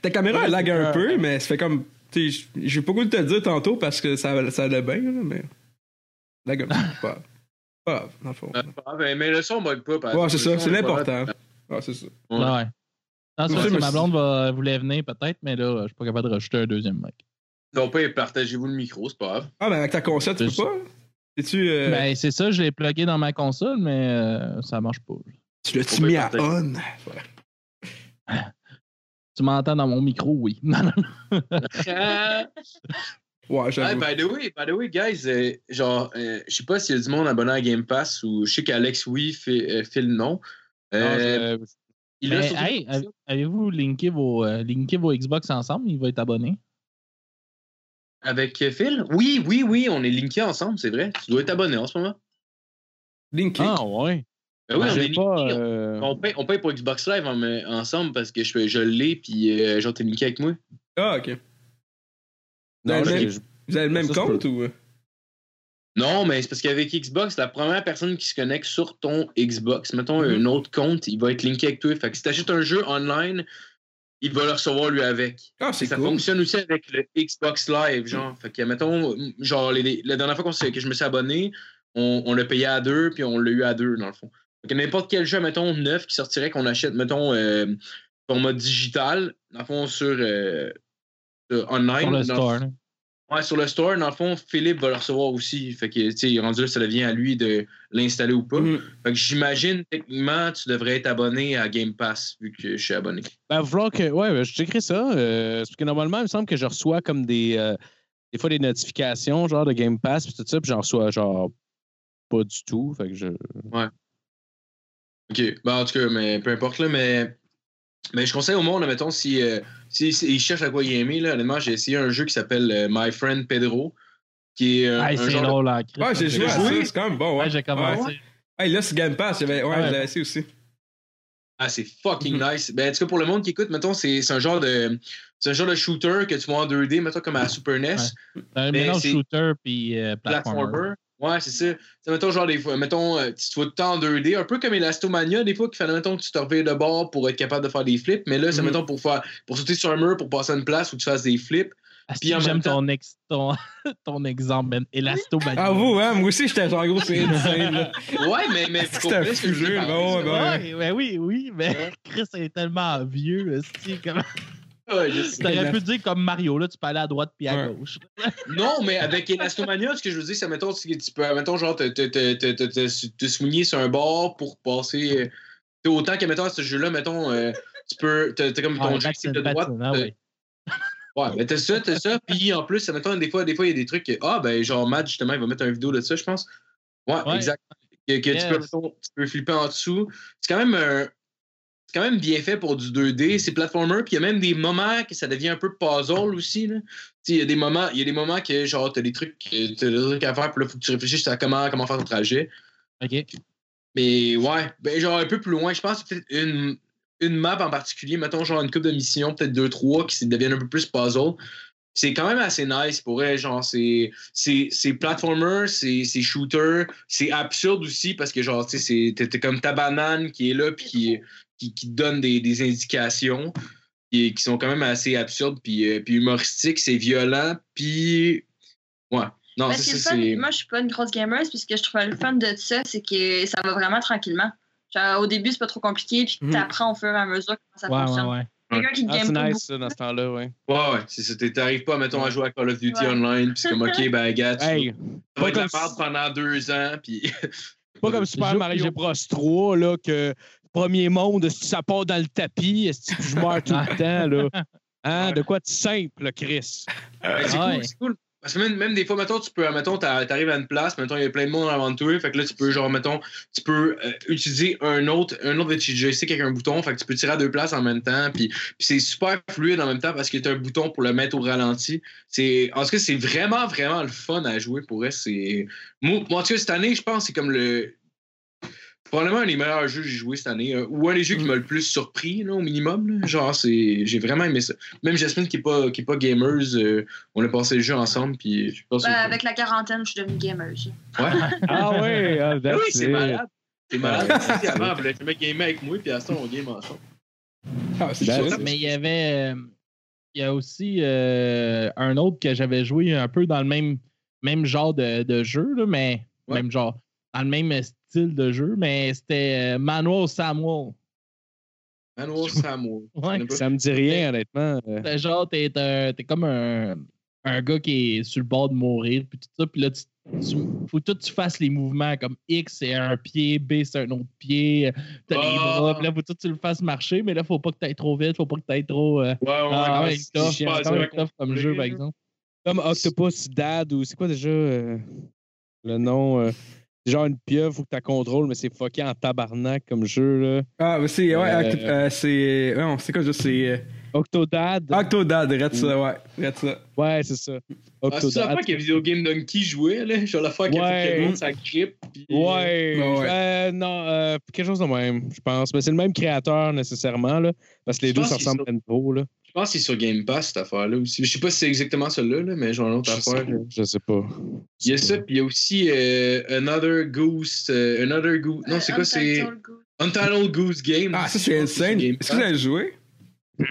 C: ta caméra, elle lag un
A: euh,
C: peu, mais ça fait comme. Tu sais, j- j'ai pas goût de te le dire tantôt parce que ça, ça allait bien, là, mais. Lag un peu. c'est Pas grave. Pas grave, dans le fond.
B: Ah, ben, mais le son bug pas. par
C: Ouais,
B: exemple.
C: c'est
B: Le
C: ça,
B: son,
C: c'est
B: il va
C: l'important.
B: être-
C: Ouais, c'est ça.
B: Ouais.
D: Ouais. Non, c'est
C: Ouais,
D: vrai que
C: mais
D: ma
C: c'est-
D: blonde va, voulait venir peut-être, mais là, je suis pas capable de rajouter un deuxième mic.
B: Non, pas partagez-vous le micro, c'est pas grave.
C: Ah, mais avec ta console, tu peux
D: C'est-
C: pas? euh, tu
D: Ben, c'est ça, je l'ai plugué dans ma console, mais euh, ça marche pas.
C: tu l'as-tu
B: on peut
C: mis à
B: partager.
C: on?
D: Tu m'entends dans mon micro, oui. Non, non, non.
B: Ah,
C: Ouais, j'avoue.
B: by the way, by the way, guys, euh, genre, euh, je sais pas s'il y a du monde abonné à Game Pass ou je sais qu'Alex, oui, fait, euh, fait le nom. Euh,
A: Non, je-
B: il a
D: Mais,
B: surtout-
D: hey, avez- avez-vous linké vos, euh, linké vos Xbox ensemble? Il va être abonné.
B: Avec euh, Phil? Oui, oui, oui, on est linkés ensemble, c'est vrai. Tu dois être abonné en ce moment.
C: Linky.
A: Ah, ouais.
B: Ben oui, on est
A: J'ai
B: linkés.
A: pas.
B: on-
A: euh,
B: On paye, on paye pour Xbox Live en- mais ensemble parce que je, je l'ai, puis euh, genre, t'es linké avec moi.
C: Ah, ok.
A: Non,
C: Ben,
A: j'ai-
C: j'ai-
A: j'ai-
C: Vous avez le même
A: Ça se
C: compte ou. euh?
B: Non, mais c'est parce qu'avec Xbox, la première personne qui se connecte sur ton Xbox, mettons un autre compte, il va être linké avec toi. Fait que si t'achètes un jeu online, il va le recevoir lui avec.
C: Ah,
B: Et
C: c'est
B: ça
C: cool.
B: fonctionne aussi avec le Xbox Live, genre. Fait que, mettons, m- genre, les- les- la dernière fois qu'on s'est- que je me suis abonné, on, on l'a payé à deux, puis on l'a eu à deux, dans le fond. Fait que n'importe quel jeu, mettons, neuf qui sortirait, qu'on achète, mettons, euh, format digital, dans le fond, sur, euh, sur online.
D: Sur le
B: dans-
D: store. là.
B: Ouais, sur le store, dans le fond, Philippe va le recevoir aussi. Fait que, tu sais, rendu là, ça devient à lui de l'installer ou pas.
C: Mhm.
B: Fait que j'imagine, techniquement, tu devrais être abonné à Game Pass, vu que je suis abonné.
A: Ben, vouloir que. Ouais, ben, je t'écris ça. euh, parce que normalement, il me semble que je reçois comme des. euh, des fois, des notifications, genre de Game Pass, puis tout ça, puis j'en reçois, genre. Pas du tout. Fait que je.
B: OK. Ben, en tout cas, mais peu importe, là, mais... Mais je conseille au monde, mettons, si, euh, si, si- ils cherchent à quoi y aimer, là, honnêtement, j'ai essayé un jeu qui s'appelle euh, My Friend Pedro, qui est euh,
D: Hey,
B: un
D: c'est
B: genre de-
D: drôle, en Christ.
C: Ouais, j'ai joué à ça,
B: joué?
C: c'est quand même bon, ouais.
D: Ouais, j'ai commencé.
C: Ouais. Hey, là, c'est Game Pass, j'avais, ouais,
D: Ouais.
C: je l'avais essayé aussi.
B: Ah, c'est fucking nice. Ben, en tout cas, pour le monde qui écoute, mettons, c'est c'est un genre de... C'est un genre de shooter que tu vois en 2D, mettons, comme à la Super E NES.
D: Ouais. Un
B: Mais
D: mélange
B: c'est-
D: Euh, shooter puis euh, platformer.
B: platformer. Ouais, c'est ça. Tu sais, mettons, genre, des fois, mettons, euh, tu te vois tout le temps en 2D, un peu comme Elastomania, des fois, qu'il fallait, mettons, que tu te revires de bord pour être capable de faire des flips, mais là, c'est,
C: Mhm.
B: mettons, pour, faire, pour sauter sur un mur, pour passer à une place où tu fasses des flips.
D: Ah,
B: Puis en
D: si, J'aime
B: même temps-
D: ton, ex- ton, ton exemple, Ben. Elastomania.
C: Ah, vous, hein, moi aussi, j'étais genre gros, c'est insane, là.
B: Ouais, mais. mais
C: C'est un
B: comprenez ce que je veux
C: fou jeu,
B: parler,
C: ben ouais,
B: ça.
C: ben ouais.
D: Ouais, ben oui, oui, mais Chris est tellement vieux, esti, comment-
B: Ah, je sais.
D: T'aurais pu dire comme Mario, là, tu peux aller à droite puis à
C: Ouais.
D: gauche.
B: Non, mais avec Elastomania, ce que je veux dire, c'est, mettons, tu, tu peux, mettons, genre, te, te, te, te, te, te- te swinguer sur un bord pour passer. euh, t'sais, autant que, mettons, à ce jeu-là, mettons, euh, tu peux. T'as t'as comme ton
D: Ouais,
B: joystick de
D: Batman,
B: droite.
D: Batman,
B: euh,
D: ouais.
B: Ouais, mais t'as ça, t'as ça. Puis en plus, mettons, des fois, des fois, il y a des trucs. que- Ah, ben, genre, Matt, justement, il va mettre une vidéo de ça, je pense. Ouais,
D: Ouais.
B: exact. Que, que
D: Yes.
B: tu, peux, mettons, tu peux flipper en dessous. C'est quand même un- C'est quand même bien fait pour du 2D, c'est platformer, puis il y a même des moments que ça devient un peu puzzle aussi. Là. Tu sais, Il y a des moments, il y a des moments que genre t'as des trucs, que- t'as des trucs à faire, puis là, faut que tu réfléchisses à comment, comment faire ton trajet.
D: Ok.
B: Mais ouais, ben genre un peu plus loin, je pense que peut-être une, une map en particulier, mettons genre une coupe de missions, peut-être deux, trois qui se- deviennent un peu plus puzzle. C'est quand même assez nice pour elle, genre c'est c'est c'est platformer, c'est c'est shooter, c'est absurde aussi parce que genre tu sais c'est t'es- t'es comme ta banane qui est là puis qui qui, qui te donne des, des indications qui, qui sont quand même assez absurdes puis euh, puis humoristiques, c'est violent puis ouais. Non,
F: Ben,
B: ça,
F: c'est le
B: ça,
F: fun.
B: c'est
F: Moi, je suis pas une grosse gamer, puis ce que je trouve le fun de ça, c'est que ça va vraiment tranquillement. Genre, au début, c'est pas trop compliqué, puis
C: Mhm.
F: tu apprends au fur et à mesure comment ça
D: Ouais, ouais,
F: fonctionne.
D: ouais.
F: Quelqu'un qui
A: Ah,
F: game
A: c'est
F: pas
A: nice, ça, dans ce temps-là, ouais.
B: Ouais, ouais, c'est ça. T'es- T'arrives pas, mettons, à jouer à Call of Duty
F: Ouais.
B: Online, pis c'est comme, OK, ben, gars, tu
A: Hey,
B: vas être de la
A: pas comme
B: merde pendant deux ans, puis
A: pas comme Super
D: J'ai-
A: Mario
D: j'ai-
A: Bros 3, là, que premier monde, si ça part dans le tapis, est-ce que je meurs tout le temps, là? Hein, de quoi de simple, Chris?
B: Ben, c'est
D: Ouais.
B: cool, c'est cool. Parce que même, même des fois, mettons, tu peux, mettons, t'a- t'arrives à une place, mettons, il y a plein de monde avant toi, fait que là, tu peux, genre, mettons, tu peux euh, utiliser un autre, un autre petit joystick avec un bouton, fait que tu peux tirer à deux places en même temps, puis puis c'est super fluide en même temps parce que t'as un bouton pour le mettre au ralenti. C'est, en tout cas, c'est vraiment, vraiment le fun à jouer pour elle. C'est, moi, moi, en tout cas, cette année, je pense, que c'est comme le. Probablement un des meilleurs jeux que j'ai joué cette année, euh, ou un des jeux
D: Mm.
B: qui m'a le plus surpris, là, au minimum. là. Genre, c'est, j'ai vraiment aimé ça. Même Jasmine, qui est pas, qui est pas gameuse, euh, on a passé le jeu ensemble, puis je pense.
F: Ben, avec la quarantaine, je suis devenue gamer. je-
B: Ouais.
A: Ah ouais, ah,
B: Ah
A: that's
B: oui, c'est
A: it.
B: malade. C'est malade. Tu sais, Avant, on voulait jamais gamer avec moi, puis à ça, on game ensemble.
C: Ah, c'est
A: Ben,
C: sûr.
D: Mais il y avait. euh, Il y a aussi euh, un autre que j'avais joué un peu dans le même, même genre de, de jeu, là, mais.
B: Ouais.
D: Même genre. Dans le même style de jeu, mais c'était euh, Manuel Samuel.
B: Manoir Samuel.
D: Ouais.
A: Ça me dit rien, honnêtement. Euh,
D: T'es genre, t'es un- t'es comme un, un gars qui est sur le bord de mourir, puis tout ça, puis là, tu, tu- faut tout que tu fasses les mouvements, comme X, c'est un pied, B, c'est un autre pied, t'as les
B: Ah.
D: bras, puis là, faut tout que tu le fasses marcher, mais là, faut pas que t'ailles trop vite, faut pas que t'ailles trop... euh,
B: Ouais, ouais,
D: ah, ouais,
B: ouais,
D: c'est tough,
B: c'est
D: c'est
B: pas
D: quand
B: dur à
D: même tough comme jeu, par
B: contrôler,
D: exemple.
A: Comme Octopus Dad ou c'est quoi déjà euh, le nom? euh, c'est genre une pieuvre, faut que tu contrôles, mais c'est fucké en tabarnak comme jeu, là.
C: Ah, mais c'est. Ouais,
A: Euh,
C: Octo- euh, c'est. Non, c'est quoi, je c'est. euh,
A: Octodad?
C: Ah. Octodad, rate ça, ouais. Rate ça.
A: Ouais, c'est ça.
B: Ah, c'est la
A: Octodad.
B: fois que Video Game Donkey jouait, là. Genre la fois qu'il
A: Ouais.
B: ouais. ça grippe. puis-
A: Ouais,
C: Ouais, ouais.
A: euh, non, euh, quelque chose de même, je pense. Mais c'est le même créateur nécessairement, là, parce que les
B: Je
A: deux
B: pense
A: se
B: qu'ils
A: ressemblent à nouveau. Là.
B: Je pense que c'est sur Game Pass, cette affaire-là aussi. Je sais pas si c'est exactement celle-là, là, mais genre l'autre
A: Je sais,
B: affaire. là.
A: je sais pas.
B: Il y a ça, puis il y a aussi euh, Another Goose. euh, Another Goose. Non, c'est
F: Euh,
B: quoi C'est
F: Untitled Goose.
B: Untitled Goose Game.
C: Ah, ça, c'est
B: Je pense que
C: insane.
B: Game
C: Est-ce que vous
B: Pass.
C: avez joué?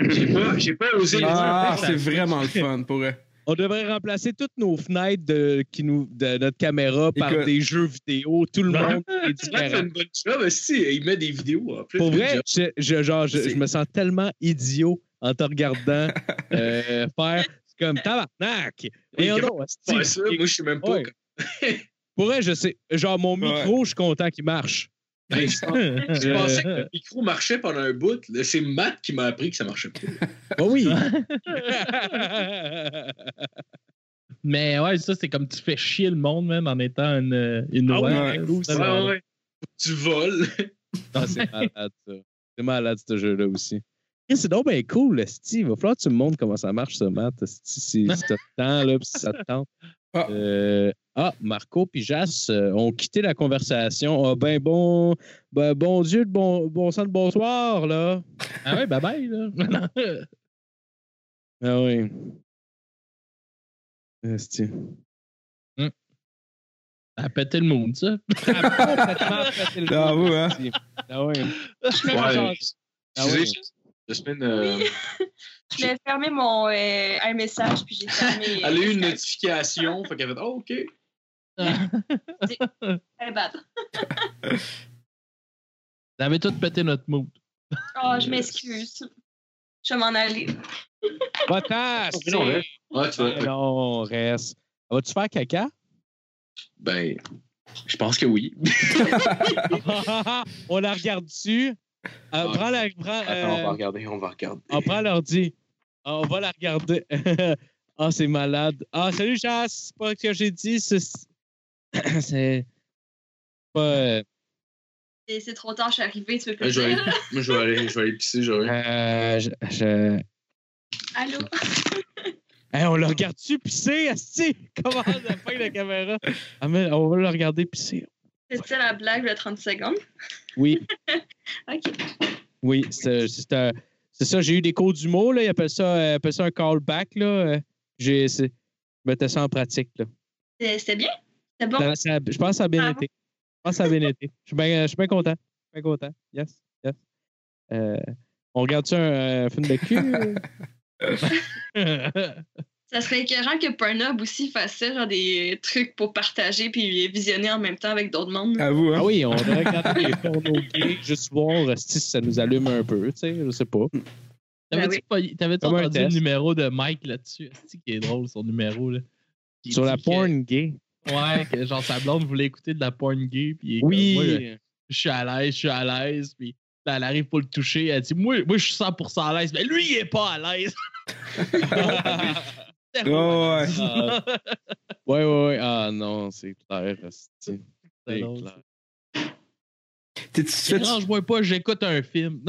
B: J'ai pas, j'ai pas osé.
C: Ah,
B: le dire.
C: c'est vraiment le fun pour eux.
A: On devrait remplacer toutes nos fenêtres de, qui nous, de notre caméra par
C: Écoute.
A: des jeux vidéo. Tout le
B: Non.
A: monde est
B: Matt fait
A: différent.
B: une bonne job aussi. Il met des vidéos en plus.
A: Pour
B: Good
A: vrai,
B: job.
A: je, je- genre, je,
C: C'est-
A: je me sens tellement idiot en te regardant euh, faire c'est comme tabarnak. Et
B: comment
A: non, esti.
B: Ouais, ça, moi, je sais même pas.
A: Ouais. Pour vrai, je sais. Genre, mon
C: Ouais.
A: micro, je suis content qu'il marche.
B: Hey, je pense- je pensais que le micro marchait pendant un bout. Là, C'est Matt qui m'a appris que ça marchait pas.
A: Ah oui.
D: Mais ouais, ça, c'est comme tu fais chier le monde, même, en étant une, une
B: Ah
D: ouais,
C: ouais.
D: là, c'est
B: Ouais,
D: vraiment-
B: ouais. Tu voles.
A: Ah, c'est malade, ça. C'est malade, ce jeu-là aussi. Chris, C'est donc bien cool, Esti. Il va falloir que tu me montres comment ça marche, ce Matt, esti, si tu te tends, là, puis si ça te tente.
C: Ah.
A: Euh, ah, Marco puis Jas euh, ont quitté la conversation. Ah, ben bon, ben bon Dieu, de bon, bon sang de bonsoir, là.
D: Ah ouais, bye-bye, là.
A: Ah oui. Esti.
D: Ah, pété le monde, ça.
A: Ah,
C: Bravo, hein.
D: Ah
A: oui.
B: Ouais.
A: Ah ouais.
B: Excusez, la semaine, euh,
F: Je l'ai fermé mon euh, un message, puis j'ai fermé. euh,
B: elle a eu une notification. fait qu'elle a fait Ah, OK.
F: Eh, bad.
D: Vous avez tous pété notre mood.
F: Oh, je m'excuse. Je vais m'en aller.
A: Va-t'en,
B: Oh, non, reste. Ouais, tu vois.
A: Non, reste. Vas-tu faire caca?
B: Ben, je pense que oui.
A: on la regarde dessus.
B: Ah,
A: prends la, prends,
B: Attends, on
A: euh,
B: va regarder, on va regarder.
A: on prend l'ordi. Ah, on va la regarder. ah, c'est malade. Ah, salut, Chasse. C'est pas ce que j'ai dit. C'est. C'est. pas. euh,
F: Et c'est trop tard, je suis arrivée, tu veux
B: Euh,
F: plus
B: je, vais
F: dire?
B: aller, moi, je, vais aller, je vais aller pisser, je reviens.
A: euh, je- je-
F: Allô?
A: Hey, on la regarde dessus pisser, Asti? Comment on a fait la caméra? Ah, mais on va la regarder pisser.
F: C'était la blague de 30 secondes.
A: Oui,
F: OK.
A: oui, c'est c'est un- c'est ça. J'ai eu des cours d'humour, là. Ils appellent ça, euh, appellent ça un callback, là. Euh, J'ai. c'est- Je mettais ça en pratique, là.
F: C'est- C'était bien? C'était bon?
A: Ça- ça- je pense que ça a bien
F: Ah.
A: été. Je pense que ça a bien été. Je suis bien je suis bien content. Je suis bien content. Yes, yes. Euh, on regarde-tu un euh, film de cul?
F: Ça serait écœurant que Pornhub aussi fasse ça, genre des trucs pour partager puis visionner en même temps avec d'autres mondes.
C: À vous, hein?
A: ah oui, on devrait regarder les pornos gays, juste voir euh, si ça nous allume un peu, tu sais, je sais pas.
D: T'avais-tu pas- t'avais-tu
A: Comme un
D: entendu le
A: test.
D: numéro de Mike là-dessus? C'est qui est drôle, son numéro. Là. Il
A: Sur
D: dit
A: la
D: que-
A: porn gay.
D: Ouais, que genre sa blonde voulait écouter de la porn gay. Puis il est comme, Moi,
A: Oui.
D: je suis à l'aise, je suis à l'aise. Puis là, elle arrive pour le toucher. Elle dit Moi, moi je suis 100% à l'aise. Mais lui, il est pas à l'aise.
C: Oh, ouais.
A: Ah, ouais, ouais, ouais. Ah non, c'est clair. C'est
D: C'est
A: c'est
D: drôle,
A: clair.
C: T'es-tu fais-tu-
D: Dérange-moi pas, j'écoute un film.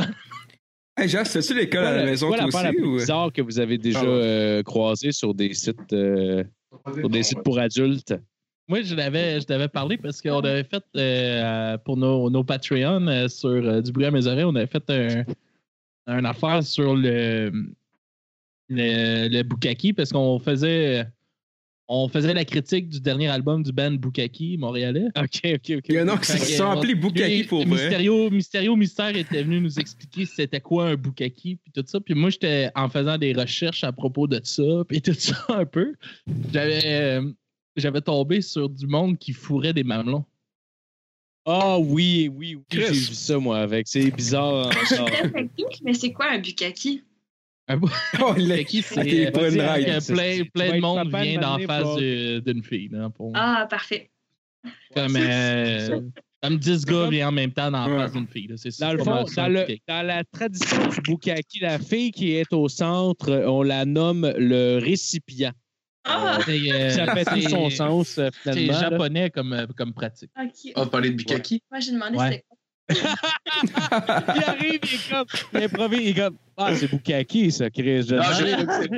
C: Hey, Jeff, fais-tu l'école à la
A: Voilà-
C: maison
A: voilà
C: toi
A: la
C: aussi?
A: part la
C: Ou...
A: plus bizarre que vous avez déjà
C: Ah ouais.
A: euh, croisée sur des sites, euh, sur des sites pour adultes.
D: Moi, je l'avais, je t'avais parlé parce qu'on avait fait euh, euh, pour nos, nos Patreons euh, sur euh, Du bruit à mes oreilles, on avait fait un, un affaire sur le, le, le Bukaki parce qu'on faisait on faisait la critique du dernier album du band Bukaki montréalais.
A: OK, OK, OK.
C: Il y en a qui
D: Fait que-
C: se sont appelés Bukaki
D: Puis,
C: pour vrai.
D: Mysterio, Mysterio Mystère était venu nous expliquer c'était quoi un Bukaki puis tout ça. Puis moi, j'étais en faisant des recherches à propos de ça puis tout ça un peu. J'avais euh, j'avais tombé sur du monde qui fourrait des mamelons.
A: Ah oui, oui, oui.
C: Chris.
A: J'ai vu ça, moi, avec. C'est bizarre. hein,
F: C'est
A: genre.
F: très technique, mais c'est quoi un bukaki?
C: Oh, il l'a-
D: Bukaki,
C: Ah, t'es
D: c'est euh,
C: pas une
D: quand
C: ride.
D: plein,
A: C'est-
D: plein,
A: tu vas
D: de
A: être
D: monde
A: papa
D: vient
A: une
D: d'en
A: année,
D: face
A: Paul.
D: de- d'une fille. là, pour moi.
F: Ah, parfait.
D: comme, euh, comme 10 gars
A: Comme-
D: viennent en même temps d'en
C: Ouais.
D: face d'une fille. là, C'est
A: Dans le
D: c'est
A: fond,
D: comme ça,
A: dans, le-
D: Bukaki.
A: dans la tradition du Bukaki, la fille qui est au centre, euh, on la nomme le récipient.
F: Ah,
D: C'est, euh,
A: Ça fait tout son
D: c'est-
A: sens, euh,
D: C'est
A: finalement. là.
D: japonais comme, euh, comme pratique.
B: Ah.
F: ok.
B: On va parler de Bukaki.
F: Moi, j'ai demandé
D: Ouais.
F: c'était quoi.
A: Il arrive, il est comme. Il improvise, il est comme. Ah, c'est Bukaki, ça, Chris. Je-
B: Ah, je
D: Ouais.
B: sais pas, ouais.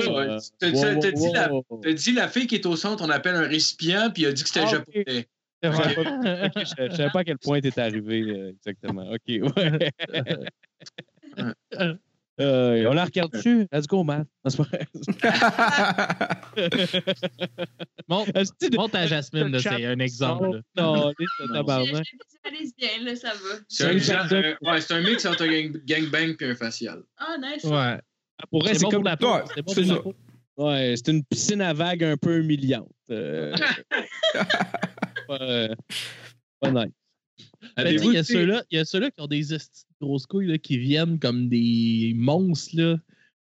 A: Wow,
B: T'as- t'as-
A: wow,
B: T'as dit la-
A: wow.
B: t'as dit la fille qui est au centre, on appelle un récipient, puis il a dit que c'était
A: Ah, ok.
B: japonais.
A: Je savais pas- ok, je- je savais pas à quel point t'es arrivé euh, exactement. OK, ouais. Euh, on la regarde dessus. Let's go, man. Non, c'est pas vrai.
D: Montre,
A: Un style de-
D: montre à Jasmine, là,
A: chat-
D: c'est un exemple. là.
A: Non, c'est un
B: Non.
D: bah
F: Je,
A: tabarnak.
F: je visualise bien, là, ça va.
B: C'est un,
A: C'est un
B: genre- euh, ouais, c'est un mix entre un gang- gangbang et un facial.
F: Ah, nice.
D: Ouais. Ben,
A: Pour elle,
D: C'est
A: c'est
D: bon
A: comme
D: pour la peau.
C: Ouais,
D: C'est bon
C: c'est
D: pour la
C: ça.
D: peau.
A: Ouais, c'est une piscine à vagues un peu humiliante. Euh, pas, euh, pas nice.
D: Mais tu sais,
B: Avez-vous
D: Il y a
B: été-
D: ceux-là il y a ceux-là qui ont des esti de grosses couilles là, qui viennent comme des monstres. Là.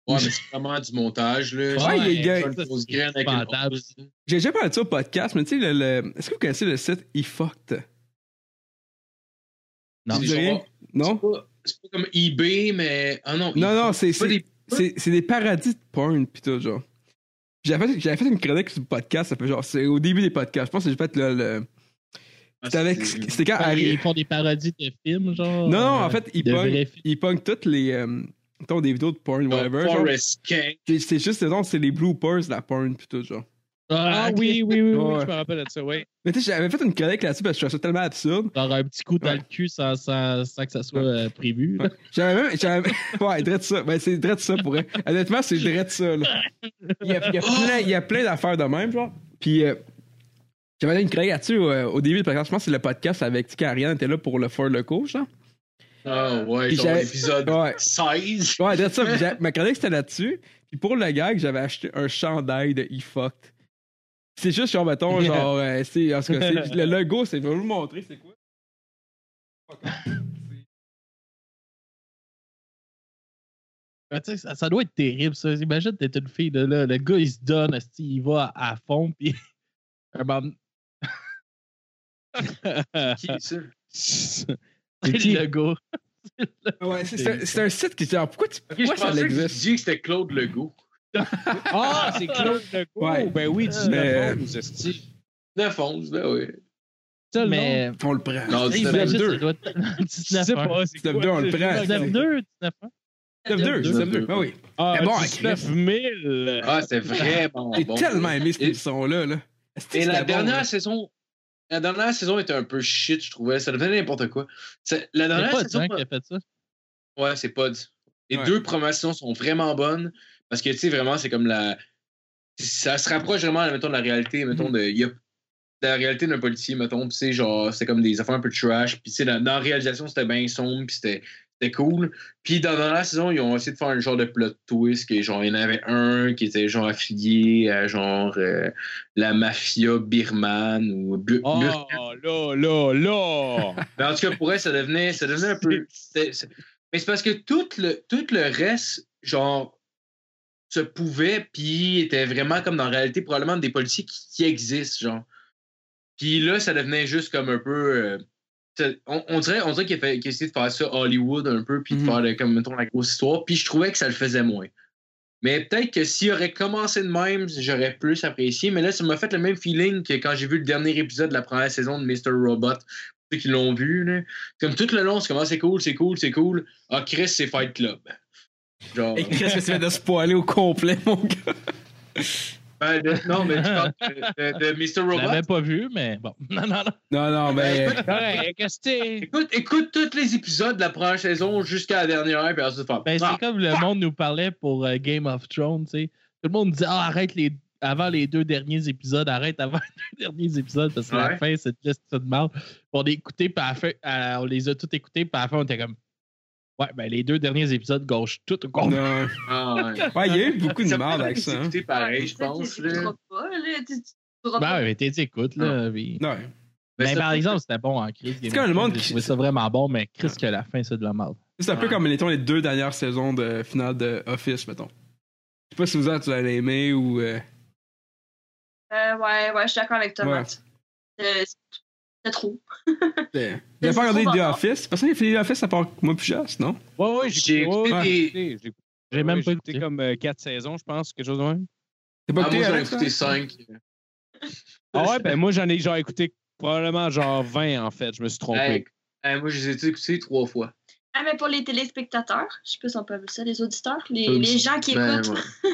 B: Ouais, mais c'est vraiment du montage, là.
C: Ouais, il y a- il y a-
B: C'est une grosse graine avec une
D: Rentable.
B: grosse-
C: J'ai déjà parlé de ça au podcast, mais tu sais, le, le- est-ce que vous connaissez le site eFucked?
D: Non.
C: Vous dites
B: C'est
C: rien?
B: genre-
C: Non?
B: C'est pas, c'est pas comme eBay, mais. Ah non.
C: Non, non, c'est,
B: pas
C: c'est,
B: des-
C: c'est, c'est des paradis de porn pis tout, genre. J'avais fait, j'avais fait une chronique sur le podcast, ça fait genre, c'est au début des podcasts. Je pense que j'ai fait le. le-
B: Ah,
C: c'était avec.
B: c'est-
C: C'était quand
D: Ils,
C: Harry.
D: font des parodies de films, genre.
C: Non, non,
D: euh,
C: en fait, il
D: de
C: pogne,
D: vrais films.
C: il pogne toutes les. euh, mettons, des vidéos de porn,
B: Genre
C: whatever. genre.
B: Forest King.
C: C'est, c'est juste, non, c'est les bloopers de la porn pis tout, genre.
A: Ah
D: ok.
A: oui, oui, oui, oui,
C: Ouais.
A: je me rappelle de ça, oui.
C: Mais tu sais, j'avais fait une chronique là-dessus parce que je trouvais ça tellement absurde.
D: Genre un petit coup dans
C: Ouais.
D: le cul sans, sans, sans que ça soit euh, prévu. là.
C: J'avais même. J'avais... ouais, drette ça. Ben, c'est drette ça pour vrai. Honnêtement, c'est drette ça, là. Il y a, il y a plein, il y a plein d'affaires de même, genre. Puis, euh, j'avais donné une craie là-dessus euh, au début, parce que je pense que c'est le podcast avec tu sais, quand Ariane était là pour le Fort le coach, là.
B: Ah ouais,
C: Puis
B: genre
C: j'ai-
B: l'épisode
C: Ouais.
B: 16.
C: Ouais, drette ça. Puis j'ai- Ma chronique, c'était là-dessus. Puis pour le gag, j'avais acheté un chandail de E-Fucked. C'est juste, genre, mettons, genre, euh, c'est, en tout cas, c'est- le logo, c'est, je vais vous le montrer, c'est quoi? Fuck off. C'est-
D: Mais Ben, tu sais, ça, ça doit être terrible, ça. Imagine, t'es une fille de là, le gars, il se donne, esti, il va à, à fond, puis. un moment-
B: Qui, ça?
D: C'est
A: qui?
D: le gars.
C: Ouais, c'est- c'est un- c'est un site qui. genre, pourquoi tu.
B: Je
C: Pourquoi ça
B: pensais que
C: existe?
B: tu dis que c'était Claude Legault.
A: Ah, c'est Claude Legault.
C: Ouais.
A: Ben oui,
C: Mais-
A: 19 ans, esti.
B: 9-11, ben oui.
A: Seul nom.
D: Mais.
C: On le prend.
B: Non,
D: Hey,
B: 19
D: imagine,
B: 2.
D: ça doit être
A: Je
D: 19
A: sais
D: heures.
A: pas, c'est quoi,
C: 19-2, on le
A: c'est-
C: prend.
D: 19 2, 19 1.
F: Step
C: Step 2,
F: deux.
C: Step 2. Ah oui.
A: Ah,
C: Mais bon,
A: 19 000.
B: Ah, c'est vraiment
C: J'ai
B: Ah bon.
C: tellement aimé cette
B: Et-
C: émission-là. Là. Est-ce que
B: Et
C: c'était
B: la
C: bon,
B: dernière
C: là?
B: saison. La dernière saison était un peu shit, je trouvais. Ça devenait n'importe quoi. C'est- La
D: C'est
B: dernière
D: pas
B: saison.
D: Jean qui a fait ça.
B: Ouais, c'est Pods. Les
C: Ouais.
B: deux premières saisons sont vraiment bonnes parce que, tu sais, vraiment, c'est comme la. Ça se rapproche vraiment, mettons, de la réalité, mettons, de. il y a- de la réalité d'un policier, mettons, pis c'est genre, c'est comme des affaires un peu trash, puis tu sais, dans, dans la réalisation, c'était bien sombre, puis c'était c'était cool. Puis dans, dans la saison, ils ont essayé de faire un genre de plot twist, qui est genre, il y en avait un qui était genre affilié à genre euh, la mafia birmane ou bu- bur-
A: Oh là, là, là!
B: mais en tout cas, pour elle, ça devenait, ça devenait un peu. c'était- c'est- Mais c'est parce que tout le, tout le reste, genre, se pouvait, puis était vraiment comme dans la réalité, probablement des policiers qui, qui existent, genre. Puis là, ça devenait juste comme un peu. euh, ça- on, on dirait, on dirait qu'il a, fait- qu'il a essayé de faire ça Hollywood un peu, puis
C: Mhm.
B: de faire euh, comme, mettons, la grosse histoire, puis je trouvais que ça le faisait moins. Mais peut-être que s'il aurait commencé de même, j'aurais plus apprécié. Mais là, ça m'a fait le même feeling que quand j'ai vu le dernier épisode de la première saison de Mr. Robot. Ceux qui l'ont vu, là. Comme tout le long, c'est comme Ah, c'est cool, c'est cool, c'est cool. Ah, Chris, c'est Fight Club. Genre.
C: Et qu'est-ce que tu viens de spoiler au complet, mon gars?
B: ben, de- non, mais tu parles de, de- de Mr.
D: Je
B: Robot.
D: l'avais pas vu, mais bon. Non, non, non.
C: Non,
B: Ah,
C: non, ben.
A: Ouais, qu'est-ce que t'es?
B: Écoute, écoute tous les épisodes de la première saison jusqu'à la dernière, puis ensuite, faire,
D: Ben, c'est
B: Ah,
D: comme le monde nous parlait pour euh, Game of Thrones, tu sais. Tout le monde disait Ah, arrête les... avant les deux derniers épisodes, arrête avant les deux derniers épisodes, parce que la
B: Ouais.
D: fin, c'est juste ça de mal. On, les écoutait, puis à la fin, euh, on les a tous écoutés, puis à la fin, on était comme Ouais, ben les deux derniers épisodes gauche tout au complet.
C: non.
B: ah, ouais.
C: Ouais, il y a eu beaucoup de
B: Ça
C: mal
B: peut
C: avec
B: être
C: ça. hein.
B: écouté pareil, je
F: Ouais,
B: pense.
F: Ah, tu
B: là.
F: trouveras pas, là. Tu- tu trouveras
D: Ben,
F: pas.
D: ouais, mais t'es écoute, là. puis-
C: Non. Ben,
B: Mais
D: Mais
B: ça
D: par
B: peut-
D: exemple, c'était bon en Chris. Game
C: C'est comme
D: of
C: le monde
D: Thrones,
C: qui-
D: j'ai trouvé ça vraiment bon, mais Chris, que la fin, c'est de la merde.
C: C'est un peu
B: Ouais.
C: comme mettons, les deux dernières saisons de finale de Office, mettons. Je sais pas si vous autres, tu l'avez aimé ou. euh,
F: Euh, ouais, ouais, je suis d'accord avec toi,
C: Ouais.
F: Matt. Euh, C'est trop.
B: euh,
C: Vous avez
F: c'est
C: pas regardé
F: trop
C: The
F: marrant.
C: Office Personne n'a fait The Office à part moi plus chasse, non
A: Ouais, ouais,
B: J'ai
A: j'ai ouais,
B: écouté
A: ouais,
B: des-
A: j'ai écouté.
D: J'ai même
A: Ouais,
D: pas
A: j'ai écouté
D: écouté.
A: comme 4 saisons, je pense, quelque chose de même.
B: Ah,
C: T'as pas
B: moi,
C: écouté
B: j'en ai
C: Alex,
B: écouté
C: hein?
B: 5.
A: Ah ouais, ben moi, j'en ai genre écouté probablement genre 20, en fait. Je me suis trompé.
B: moi, je les ai écoutés trois fois.
F: Ah, mais pour les téléspectateurs, je sais pas si on peut appeler ça, les auditeurs, les,
B: Audi-
F: les gens qui
B: Ben,
F: écoutent
B: ouais.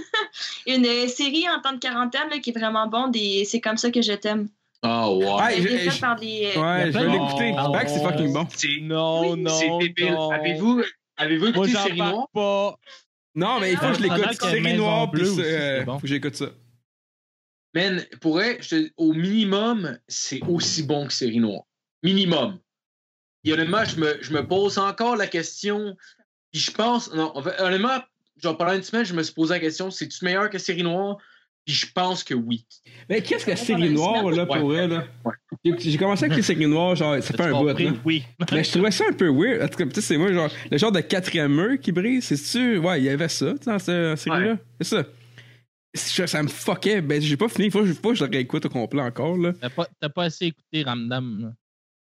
F: une euh, série en temps de quarantaine là, qui est vraiment bon, des C'est comme ça que je t'aime.
B: Ah, ouais.
C: Ah,
F: Elle
C: je-
F: a été
C: je-
F: faite par des. euh,
C: Ouais, je vais
D: Non.
C: l'écouter. C'est vrai que c'est fucking bon.
B: C'est-
A: Non, non,
B: C'est débile.
A: non.
B: Avez-vous avez-vous
A: Moi,
B: écouté
A: j'en
B: Série
A: parle
B: Noire?
A: pas.
C: Non, mais il faut que je
F: Ah,
C: l'écoute.
F: pendant que
C: Série
D: Maison
C: noire,
D: Bleue
C: plus.
D: aussi,
C: euh,
D: c'est bon.
C: Faut que j'écoute ça.
B: Man, pour elle, je te- au minimum, c'est aussi bon que Série Noire. Minimum. Et honnêtement, je me, je me pose encore la question. Puis je pense. Non, en fait, honnêtement, genre pendant une semaine, je me suis posé la question c'est-tu meilleur que Série Noire Puis je pense que oui.
C: Mais qu'est-ce que
F: Ouais,
C: série
F: pendant
C: noire,
F: une
C: là, pour vrai, là? J'ai- J'ai commencé avec les séries noires, genre, ça fait
D: As-tu
C: un bout,
D: compris?
C: là.
D: Oui.
C: Mais je trouvais ça un peu weird. En tout cas, peut-être c'est moi, genre, le genre de quatrième mur qui brise, c'est-tu? Ouais, il y avait ça, tu sais, dans cette série-là. C'est ça. Je- ça me fuckait. Ben, j'ai pas fini. Faut, que- faut que je le réécoute au complet encore, là.
D: T'as pas, t'as pas assez écouté Ramdam. là.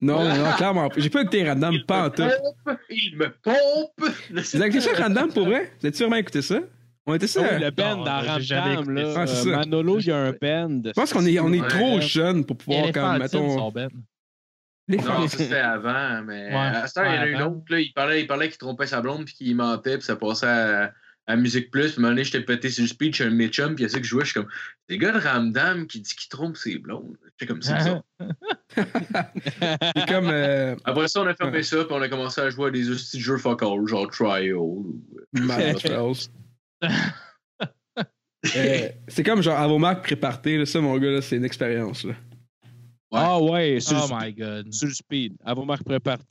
C: Non, non, non, clairement. pas. J'ai pas écouté Random, pas en tout.
B: pompe, il me pompe
C: Vous avez écouté ça, Random, pour vrai? Vous avez sûrement écouté ça? On était ça?
A: Ah oui, le band
D: Non,
A: dans
D: j'ai jamais
A: Ramdam,
D: écouté
A: là.
D: ça.
C: Ah, c'est
A: euh,
C: ça.
A: Manolo, il y a un Ben band.
C: Je pense qu'on est, on est
B: Ouais.
C: trop jeune pour pouvoir,
D: Éléphantine,
C: comme, mettons.
D: sont bêtes.
C: Les
B: Non,
C: femmes.
B: ça c'était avant, mais
D: Ouais,
B: à cette heure, il y en a
D: ouais,
B: une
D: avant.
B: autre. Là, il parlait, il parlait qu'il trompait sa blonde, puis qu'il mentait, puis ça passait à, à Musique Plus. Puis à un moment donné, j'étais pété sur le speech, un Mitchum, puis il y a ça que je jouais, je suis comme, c'est le gars de Ramdam qui dit qu'il trompe ses blondes. J'étais comme, c'est bizarre.
C: C'est comme. euh,
B: Après ça, on a fermé ça, puis on a commencé à jouer à des petits jeux fuck all, genre Trial. ou-
C: Mad Spells. Euh, c'est comme genre à vos marques prépartez, là, ça mon gars là, c'est une expérience là.
A: Ah ouais, sur,
D: Oh
A: le
D: my god.
A: speed, sur le speed. Avant Marc préparé.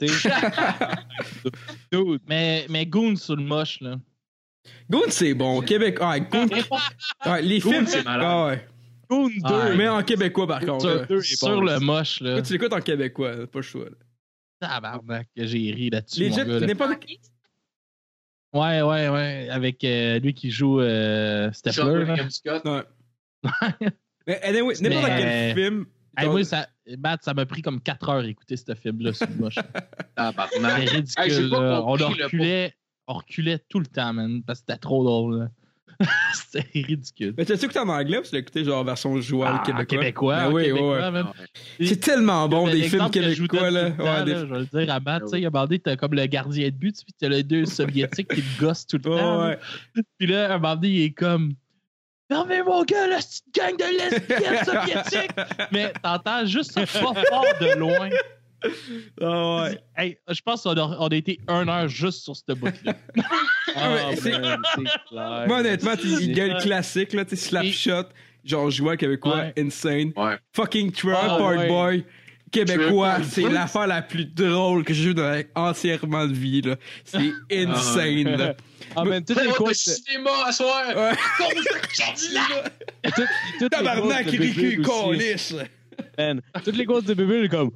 A: Dude.
D: Mais, mais Goon sur le moche, là.
C: Goon c'est bon, au Québec. Ah, Goon- Ah, les
B: Goon,
C: films
B: c'est malade.
C: Ah ouais.
A: Goon
D: Ah,
A: 2.
C: Mais en québécois par contre.
D: Sur,
C: là.
A: deux est
D: sur
A: bon
D: le
A: aussi.
D: moche, là.
C: Toi, tu l'écoutes en québécois, là, pas le choix. là.
D: Tabarnak, que j'ai ri là-dessus.
C: Legit,
F: Ah,
D: mon gars, là.
C: n'importe
F: Frankie.
D: Ouais, ouais, ouais. Avec euh, lui qui joue euh,
B: Sean
D: Stepler. là.
B: William Scott.
C: Ouais. Mais anyway, n'importe
D: Mais-
C: quel film.
D: Hey,
C: donc-
D: moi, ça, Matt, ça m'a pris comme 4 heures d'écouter ce film-là. C'est moche.
B: Tabarnak.
D: C'était
B: Hey, j'ai
D: ridicule.
B: pas
D: là. on,
B: compris,
D: le
B: là,
D: reculait, on reculait tout le temps, man, parce que c'était trop drôle. là. c'était ridicule.
C: Mais tu l'as écouté en anglais ou tu l'as écouté genre version jouable
D: Ah,
C: québécois?
D: québécois.
C: Ben
D: oui,
C: oui,
D: québécois
C: ouais, ouais.
D: même.
C: C'est tellement bon,
D: Mais
C: des films
D: l'exemple que je vous
C: québécois,
D: donne
C: là.
D: tout le
C: Ouais,
D: temps,
C: des-
D: là, je vais le dire à Matt,
B: Ah
D: tu sais, il a bandé, t'as comme le gardien de but, puis t'as les deux soviétiques qui te gossent tout le
C: Ouais,
D: temps. là.
C: ouais.
D: Puis là, un moment donné, il est comme Fermez mon gars, la petite gang de lesbiennes soviétiques! Mais t'entends juste ça fort, fort de loin.
C: Ah, ouais.
D: Hey, je pense qu'on a, on a été un heure juste sur ce bout-là.
C: Ah, mais
A: man, c'est clair.
C: Moi, honnêtement, tu sais, il y a le
D: Ouais.
C: classique, là, tu sais,
D: Et-
C: Slapshot, genre joueur québécois,
D: Ouais.
C: Insane.
B: Ouais.
C: Fucking Trump,
A: Ah,
C: Hard
A: ouais.
C: Boy. Québécois,
B: Trump,
C: c'est
B: Hard Boy.
C: l'affaire la plus drôle que j'ai vue dans entièrement de vie, là. C'est insane, là.
A: Ah, man, toutes
B: Fais
A: les
B: votre
A: courses-
B: cinéma à soir!
C: Ouais.
B: Cause de Cadillac!
A: toutes- toutes les
C: Tabarnak,
A: courses de
C: Ricky,
A: bébés aussi,
C: Colis!
A: man. Toutes les courses de bébé, il est comme.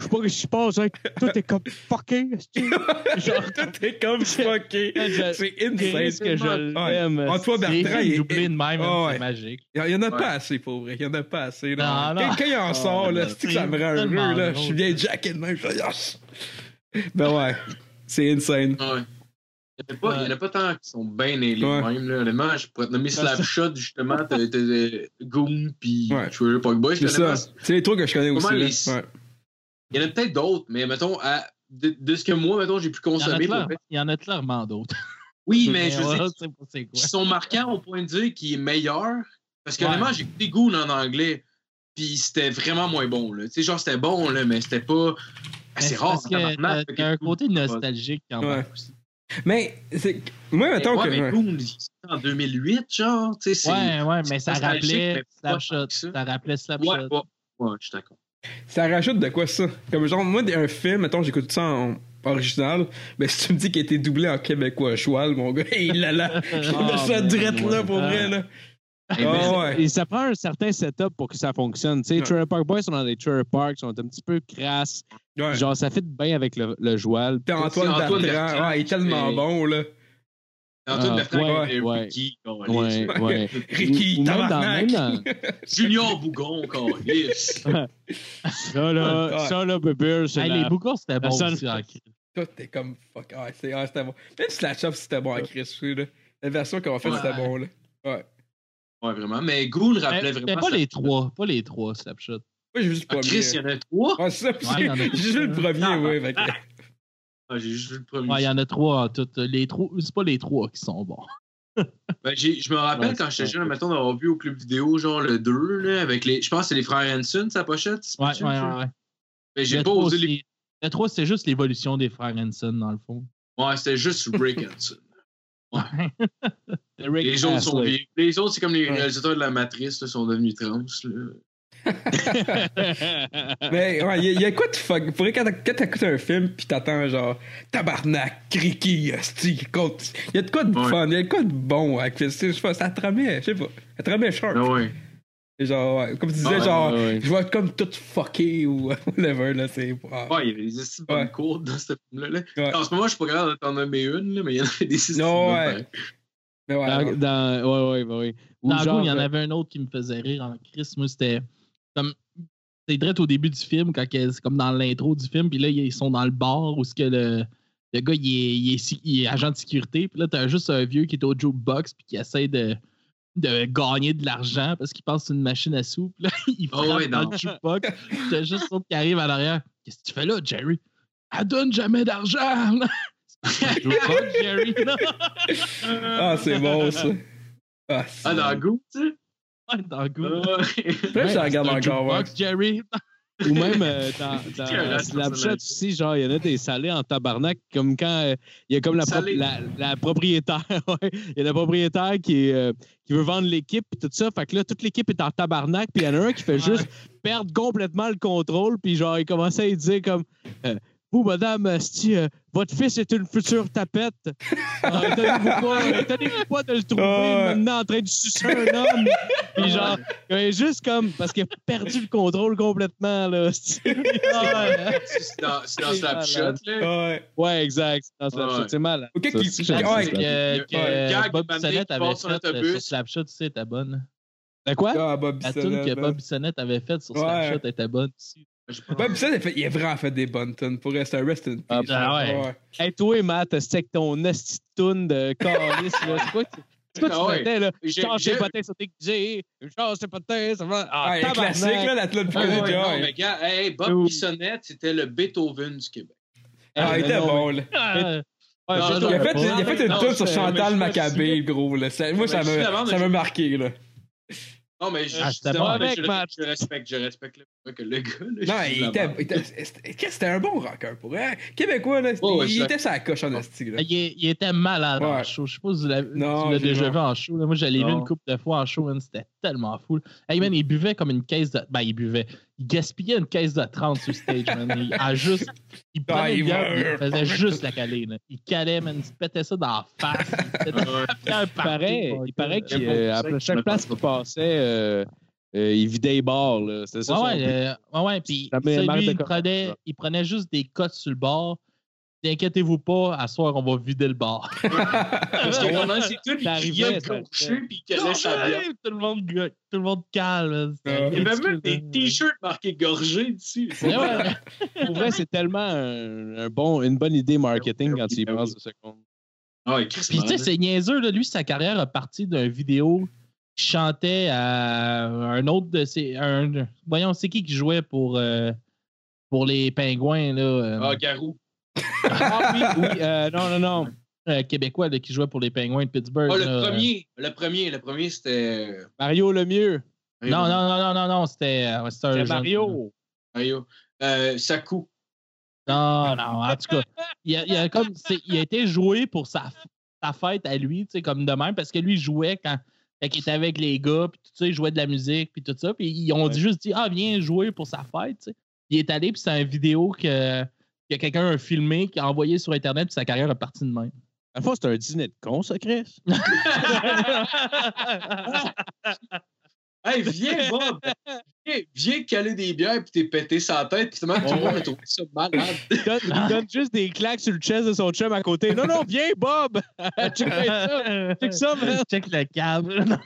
A: Je sais pas ce qui se passe, hein. Tout est comme fucking. esti. Genre,
C: Tout est comme fucké.
A: Je-
C: C'est
A: Chris,
C: insane.
A: que je l'aime.
C: Ouais. Antoine
D: C'est
C: Bertrand, il est-
D: doublé de même,
C: Ah, ouais.
D: c'est magique.
C: Il y en
B: Ouais.
C: a pas assez, pour vrai. Il y en a pas assez. Là.
D: Non, non.
C: Quand, quand il en sort, là,
D: non,
C: c'est que ça me
D: c'est
C: rend
D: tellement
C: heureux. Là. Je
D: drôle.
C: suis bien jacké de même. Je fais, yes! Ben ouais, c'est insane.
B: Ouais. Il n'y en, a pas- il y en a pas tant qui sont bien les
C: Ouais.
B: mêmes. Là. Honnêtement, je pourrais te nommer Slapshot, justement, t'as- t'as euh, Goom, puis
C: Ouais.
B: Trailer Park Boys.
C: C'est ça.
B: Honnêtement,
C: C'est les trucs que je connais
B: Comment
C: aussi. là.
B: les-
C: Ouais.
B: Il y en a peut-être d'autres, mais mettons, à- de, de ce que moi, mettons, j'ai pu
D: Il y en a
B: consommer.
D: clairement-
B: pour-
D: il y en a clairement d'autres.
B: Oui, mais je
D: on
B: veux dire,
D: sait pas c'est quoi.
B: qui sont marquants au point de dire qu'il est meilleur. Parce que
D: Ouais.
B: honnêtement, j'ai écouté Goon en anglais, puis c'était vraiment moins bon. Là. Tu sais, genre, c'était bon, là, mais c'était pas. Ah,
D: Mais
B: c'est
D: c'est
B: rare,
D: parce que
B: tabarnak,
D: t'as-
B: fait que
D: t'as un
B: Goon,
D: côté
B: c'est pas-
D: nostalgique quand
C: Ouais.
D: même. aussi.
C: Mais c'est- moi,
B: Mais
C: mettons
B: ouais,
C: que.
B: mais Goon, c'est en 2008, genre. Tu sais, c'est.
D: Ouais, ouais, mais
B: c'est
D: ça
B: nostalgique,
D: rappelait
B: mais pas tant
D: Slapshot.
B: que ça.
D: Ça rappelait Slapshot.
B: Ouais, ouais, ouais, je suis d'accord.
C: Ça rajoute de quoi ça? Comme genre, moi, un film, mettons, j'écoute ça en original, mais si tu me dis qu'il a été doublé en québécois joual, mon gars, hey là là, je
D: Ah,
C: me ça
D: man,
C: drette là
D: ouais.
C: pour vrai là.
B: Eh ben,
C: Ah, ouais.
A: Et ça prend un certain setup pour que ça fonctionne. Tu sais,
C: Ouais.
A: Trailer Park Boys sont dans des Trailer Parks, sont un petit peu crasses.
C: Ouais.
A: Genre, ça fit bien avec le, le joual.
C: Puis Antoine,
B: C'est Antoine
C: Bertrand,
B: Bertrand,
C: ouais, il est tellement
B: mais-
C: bon là.
B: Antoine
A: Ah,
B: Bertrand
A: ouais,
B: et
A: ouais.
B: Ricky, câlisse.
A: Ouais, ouais.
C: Ricky,
A: Ou- ou même euh, dans-
C: tabarnak.
A: même
B: Junior Bougon, câlisse.
A: dans- ça, là,
C: Ouais.
A: ça, là, Bubur, c'est
D: Hey,
A: la-
D: les boucles, c'était bon
A: seule-
D: aussi en crise.
C: Tout est comme fuck. Ouais, c'est, ouais, c'était bon. Même si la chop, c'était bon à Chris, oui, là. La version qu'on a faite,
B: Ouais.
C: c'était bon, là.
B: Ouais, vraiment. Mais Goon rappelait
D: Mais
B: vraiment.
D: C'était pas
B: ça.
D: les trois, pas les trois Slapshot.
C: Moi, j'ai vu le
B: Ah,
C: premier.
B: Chris, il y en a trois.
C: Ouais, c'est ça,
D: il y en a
C: j'ai
D: plus,
C: vu le
D: là.
C: premier,
B: Ah,
C: ouais. fait que-
B: Ah, j'ai juste vu le premier.
D: Ouais, il y en a trois en tout. Les trois, c'est pas les trois qui sont bons.
B: Ben, j'ai- je me rappelle
D: Ouais,
B: quand
D: c'est
B: j'étais
D: ça.
B: jeune, mettons, d'avoir vu au club vidéo, genre le 2, là, avec les. Je pense que c'est les frères Hanson, sa pochette. c'est
D: Ouais,
B: pas-tu,
D: ouais,
B: ça?
D: ouais.
B: Mais j'ai
D: Le
B: pas
D: trois,
B: osé les.
D: c'est- Le trois, c'est juste l'évolution des frères Hanson, dans le fond.
B: Ouais, c'était juste Rick Hanson.
A: Rick
B: Les autres sont
A: Astley.
B: vieux. Les autres, c'est comme les
C: Ouais.
B: réalisateurs de la Matrice, là, sont devenus trans. Là.
C: Mais ouais, il y, a quoi de fuck? Pour vrai, quand t'as- quand t'écoutes un film pis t'attends genre tabarnak, criqui, hostie, compte. Il y a de quoi de
B: Ouais.
C: fun, il y a de quoi de bon avec le style, je sais pas, ça te remet, je sais pas, ça te remet sharp.
B: Ah ouais.
C: Et Genre, ouais, comme tu disais,
B: Ouais,
C: genre,
A: ouais, ouais.
C: je vois comme tout fucké ou whatever, là, c'est. ah.
B: Ouais, il y avait des astuces
C: Ouais.
B: bonnes courtes dans ce film-là. là.
C: Ouais.
B: En ce moment, je suis pas capable de t'en nommer une, là, mais il y en avait des astuces
C: Non,
B: bonnes,
C: ouais.
B: pareil.
C: Mais ouais,
A: Dans,
C: ouais.
A: dans- ouais, ouais, ouais, ouais. Ou
D: Dans le
A: genre,
D: goût, il y en
A: euh,
D: avait un autre qui me faisait rire en Chris. Moi, c'était comme. C'est direct au début du film, quand que- c'est comme dans l'intro du film, puis là, ils sont dans le bar où ce que le, le gars, il est, il est si- il est agent de sécurité, puis là, t'as juste un vieux qui est au jukebox, puis qui essaie de, de gagner de l'argent parce qu'il pense que c'est une machine à sous, puis là, il
B: Ah
A: Oh,
D: frappe
B: ouais,
D: dans
B: non.
D: le jukebox, puis t'as juste l'autre qui arrive à l'arrière. Qu'est-ce que tu fais là, Jerry? Elle donne jamais d'argent! C'est pas un jukebox, Jerry! Non.
C: Ah, c'est bon, ça. Ah, c'est-
B: Ah, dans Goût, tu sais.
D: Dans le goût.
B: Ah, ouais.
C: Après, je la regarde
D: C'est un
C: encore, ouais.
D: jukebox, Jerry!
A: Ou même euh, dans, dans
B: C'est un
A: Snapchat
B: personnage.
A: aussi, genre, il y en a des salés en tabarnak, comme quand euh, il y a comme la, prop-
B: Salés.
A: la, la propriétaire. ouais. Il y a la propriétaire qui, est, euh, qui veut vendre l'équipe et tout ça. Fait que là, toute l'équipe est en tabarnak, puis il y en a un qui fait
D: Ouais.
A: juste perdre complètement le contrôle, puis genre, il commençait à dire comme. euh, Vous, madame, euh, si euh, votre fils est une future tapette, euh, étonnez-vous pas, étonnez-vous pas de le trouver
C: Ah ouais.
A: maintenant en train de sucer un homme. Puis genre, il est juste comme, parce qu'il a perdu le contrôle complètement, là. c'est-
B: C'est dans, c'est dans
A: C'est
B: Slapshot,
A: malade.
B: là.
C: Ouais.
A: ouais, exact. C'est dans Slapshot,
B: Ouais.
A: C'est mal.
C: Ok,
A: Ça,
C: qui-
A: c'est-
C: qui- ah,
A: c'est-
C: ouais,
A: c'est-
D: que, euh, que,
B: Il y a un
D: euh,
B: gag
D: Bob
B: de Bandit
D: Bissonnette
B: qui
D: avait
B: passe sur
D: fait euh,
B: l'autobus.
D: sur Slapshot, tu sais, était bonne. hein.
A: La quoi?
C: Ah, Bob
D: La
C: Bissonnette.
D: tune que
C: man.
D: Bob Bissonnette avait faite sur
C: Ouais.
D: Slapshot était bonne aussi.
B: Je pense-
C: Bob Bissonnette, il fait- il a vraiment fait des bonnes tunes. Pour rester un rest in peace.
D: Ah, bah ouais.
A: Hey, toi, Matt, c'est avec ton nasty toune de calice, là. C'est quoi que tu, c'est quoi que tu
B: Ah ouais.
A: mettais, là?
B: J'ai-
A: Change tes
B: j'ai-
A: potins sur tes DJ. Change tes potins, ça va. Ah,
C: Ah, il est
A: tabarnak.
C: classique, là, la tune plus
B: Ah ouais,
C: connue.
B: non,
C: ouais.
B: mais gars, hey, Bob
A: Ouh.
B: Bissonnette, c'était le Beethoven du Québec.
C: Ah, il était
A: non,
C: bon, là.
D: Ah,
A: Ouais,
B: Non,
A: c'est
B: non,
A: sûr.
C: Il a fait,
B: bon.
C: il a fait une
B: Non,
C: tune sur
B: mais-
C: Chantal
B: mais je-
C: Maccabé, gros. Là. Ça- Moi, ça
B: Mais justement,
C: m'a
B: mais
C: ça
B: je-
C: m'a marqué. Là.
B: Non, mais je,
D: Ah,
B: je-
D: c'était
B: justement,
D: bon
B: mais
A: avec,
B: je,
A: Matt.
B: je respecte, je respecte le, que le gars. Là,
C: Non,
B: je suis
C: il
B: la
C: était,
B: merde.
C: il était- c'était- c'était- c'était un bon rocker pour vrai. Québécois, là, c'était-
B: Ouais, ouais,
C: il
B: je-
C: était sa coche en esti. là.
D: Il, est- il était malade en
C: Ouais.
D: show. Je sais pas si tu l'as
C: Non,
D: tu l'as
C: j'ai
D: déjà
C: non.
D: vu en show. là. Moi, je l'ai vu
C: Non.
D: une couple de fois en show. man. C'était tellement fou. Hey, man, il buvait comme une caisse de. Ben, il buvait. Il gaspillait une caisse de 30 sur stage, man. Il, en juste, il prenait
C: Ah, il
D: une bière,
C: va-
D: puis il faisait juste la caler. là. Il calait, man. Il se pétait ça dans la face. Il était
B: Ouais.
D: un
A: Il paraît, il paraît
B: Il y a
A: qu'à
B: pas de
A: chaque
B: sac,
A: place
B: je me
A: qu'il passait, euh, euh, il vidait les bars, là. C'était ça.
D: Ouais,
A: son
D: ouais,
A: but.
D: euh, ouais, ouais, Puis,
A: Ça
D: ça,
A: met
D: lui,
A: marre de
D: il,
A: com-
D: prenait,
A: ça.
D: il prenait juste des cotes sur le bord. Inquiétez-vous pas, à soir, on va vider le bar.
B: Parce que pendant ces tunes, il
A: T'arrivais,
B: criait
A: ça-
B: couché puis il calait sa bière.
D: tout, le monde, gue- tout le monde calme.
C: Ah.
D: là.
B: Euh, Il y avait même
D: Excuse,
B: des
D: hein.
B: t-shirts marqués gorgé dessus.
D: Ouais, ouais.
A: Pour vrai, c'est tellement un, un bon, une bonne idée marketing quand tu y penses deux secondes.
B: Ah, ouais, Chris,
D: Puis tu sais,
B: malade.
D: c'est niaiseux. Là. Lui, sa carrière a parti d'une vidéo qui chantait à un autre de ses... un- voyons, c'est qui qui jouait pour, euh, pour les pingouins, là, euh,
B: Ah, Garou.
A: Ah oui, oui, euh, non, non, non.
D: euh, québécois là, qui jouait pour les pingouins de Pittsburgh.
B: Ah, le
D: là. euh.
B: premier. Le premier, le premier, c'était. euh,
A: Mario Lemieux.
D: Non, non, non, non, non, non, c'était euh, c'était un
A: C'est
D: jeune-
A: Mario.
B: Mario. Euh, Saku.
D: Non, non, en tout cas, il a, il a comme, c'est- il a été joué pour sa, f- sa fête à lui, tu sais, comme de même, parce que lui, il jouait quand, quand il était avec les gars, puis tout ça, il jouait de la musique, puis tout ça, puis ils ont dit juste dit, ah, viens jouer pour sa fête, tu sais. Il est allé, puis c'est une vidéo que, que quelqu'un a filmé, qui a envoyé sur Internet, puis sa carrière est partie de même.
A: À la fois, c'est un dîner de con, ça, Chris.
B: Hey, viens, Bob! Viens, viens caler des bières puis t'es pété sa tête. Puis finalement, tout le monde a trouvé ça malade.
A: Il donne, il donne juste des claques sur le chest de son chum à côté. Non, non, viens, Bob! check ça, check ça, man.
D: Check le câble.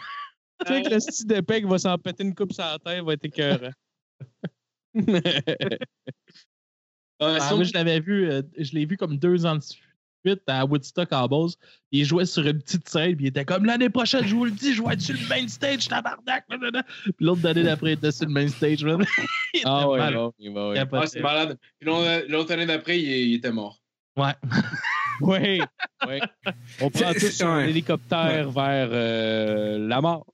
A: Tu sais que le style d'épée qui va s'en péter une coupe sur la tête va être écœurant.
B: Ah,
D: Ah,
B: si on-
D: moi, je l'avais vu, euh, je l'ai vu comme deux ans de suite à Woodstock en Beauce. Il jouait sur une petite scène, puis il était comme l'année prochaine, je vous le dis, je vais être sur le main stage, tabarnak. blablabla. Puis l'autre d'année d'après, il était sur le main stage. man. Il était
A: ah ouais,
D: mal
A: bon, il va, ouais.
B: Ah,
D: capoté.
B: c'est malade. Puis l'autre euh, l'autre année d'après, il, il était mort.
D: Ouais.
A: Oui, oui. On prend
C: C'est-
A: tous
C: c'est
A: un
C: un-
A: hélicoptère vers euh, la mort.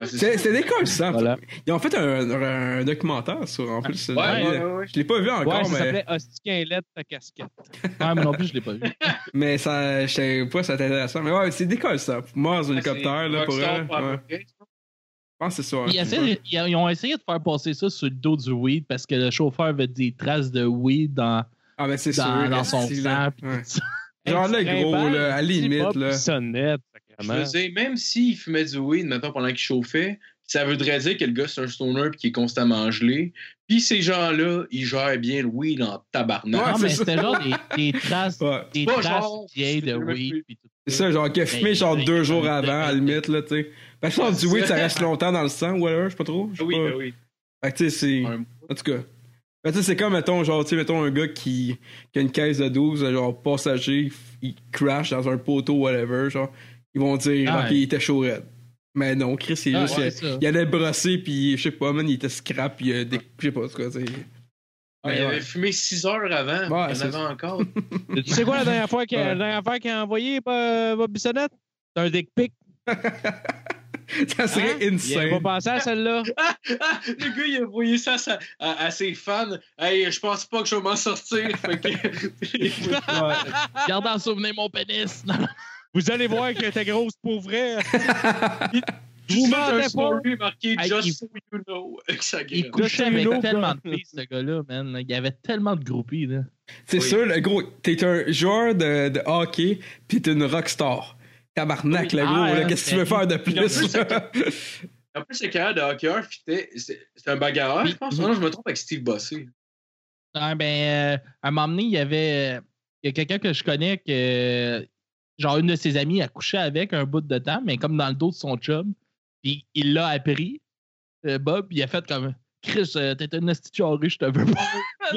B: Ah, c'est-
C: C'est c'est des cols, ça.
A: Voilà.
C: Ils ont fait un, un documentaire sur, en plus.
B: Ouais, ouais, ouais, ouais.
C: Je l'ai pas vu
A: Ouais,
C: encore,
A: ça
C: mais,
A: s'appelait Hostie Inlet, ta casquette.
D: Ah, mais non plus, je l'ai pas vu.
C: mais ça, je sais pas, c'est intéressant. Mais ouais, c'est des cols, ça. Moi, en hélicoptère, là, pour eux.
B: Rockstar, pas à peu
C: ouais.
B: près.
C: Je pense que c'est ça. hein.
D: Ils, essaient de- ils ont essayé de faire passer ça sur le dos du weed parce que le chauffeur avait des traces de weed dans,
C: Ah, mais c'est sûr.
D: dans, dans son
C: esti, là.
D: sang. puis
C: Ouais.
D: tout ça.
C: Genre, là, gros, là, à la limite, là.
A: Sonnette,
D: Ah,
B: Je me disais, même s'il fumait du weed, maintenant pendant qu'il chauffait, ça voudrait dire que le gars, c'est un stoner puis qu'il est constamment gelé. Puis ces gens-là, ils gèrent bien le weed en
C: Ouais,
B: tabarnak.
D: Non,
C: c'est
D: Ah, mais
C: ça.
D: c'était genre des, des traces,
C: Ouais.
D: des
B: Pas
D: traces
B: genre,
D: vieilles de
B: c'est même
D: weed.
B: plus-
D: puis tout
C: C'est ça, genre, qu'il a fumé
D: Ben,
C: genre
D: ben,
C: deux
D: ben,
C: jours
D: ben,
C: avant, à la
D: ben,
C: limite, là, tu sais. Parce que genre, du weed, ça reste longtemps dans le sang, whatever, je sais pas trop. Je sais
B: Ah oui,
C: pas.
D: ben
B: ah oui.
C: Fait que, tu sais, c'est.
B: Un-
C: En tout cas. Ben, tu sais, c'est comme, mettons, genre, tu sais, mettons un gars qui, qui a une caisse de 12, genre, passager, il crash dans un poteau, whatever, genre. Ils vont dire,
D: Ah
C: ah,
D: ouais.
C: puis il était chaud raide. Mais non, Chris, c'est
D: Ah,
C: juste.
D: ouais,
C: que-
D: ça.
C: il allait brosser, puis je sais pas, man, il était scrap, puis euh, des- je sais pas, en tout cas, tu sais. Ben,
B: Ah, il
C: Mais
B: avait
C: ouais.
B: fumé 6 heures avant. puis il
C: c'est
B: en avait
C: ça.
B: encore.
A: Tu sais quoi la dernière fois qu'il
C: Ouais.
A: la dernière affaire qu'il a envoyé euh, Bob Bissonnette? C'est un dick pic.
C: Ça serait
A: Il a
C: insane.
A: pas pensé à celle-là.
B: Ah, le gars, il a envoyé ça à, sa- à- à ses fans. Hey, je pense pas que je vais m'en sortir. Fait que-
D: Garde en souvenir mon pénis. Non, non.
A: Vous allez voir qu'elle était grosse pour vrai.
B: Juste
A: Vous
B: un
A: mentez pas.
B: story marqué
D: Hey,
B: Just
D: il-
B: so you know. avec sa
D: Il
B: graine.
A: Là, c'est
D: couchait avec
A: une autre,
D: tellement
A: là.
D: de filles, ce gars-là, man. Il y avait tellement de groupies, là.
C: C'est
B: Oui.
C: sûr, le gros, t'es un joueur de, de hockey, pis t'es une rockstar. Tabarnak,
D: Oui,
C: le gros,
D: ah,
C: là,
D: hein,
C: qu'est-ce que tu
D: c'est-
C: veux faire de
B: en plus,
C: plus?
B: c'est-
C: là?
B: En plus, le carrière de hockeyeur fitait. C'est c'est un bagarreur, je pense. Non, je me trompe avec Steve Bossé.
D: Ah, ben, euh, à un moment donné, il y avait euh, il y a quelqu'un que je connais que, euh, genre, une de ses amies a couché avec un bout de temps, mais comme dans le dos de son chum. Puis il l'a appris, euh, Bob, puis il a fait comme Chris, euh, t'es un esti de charrue, je te veux pas.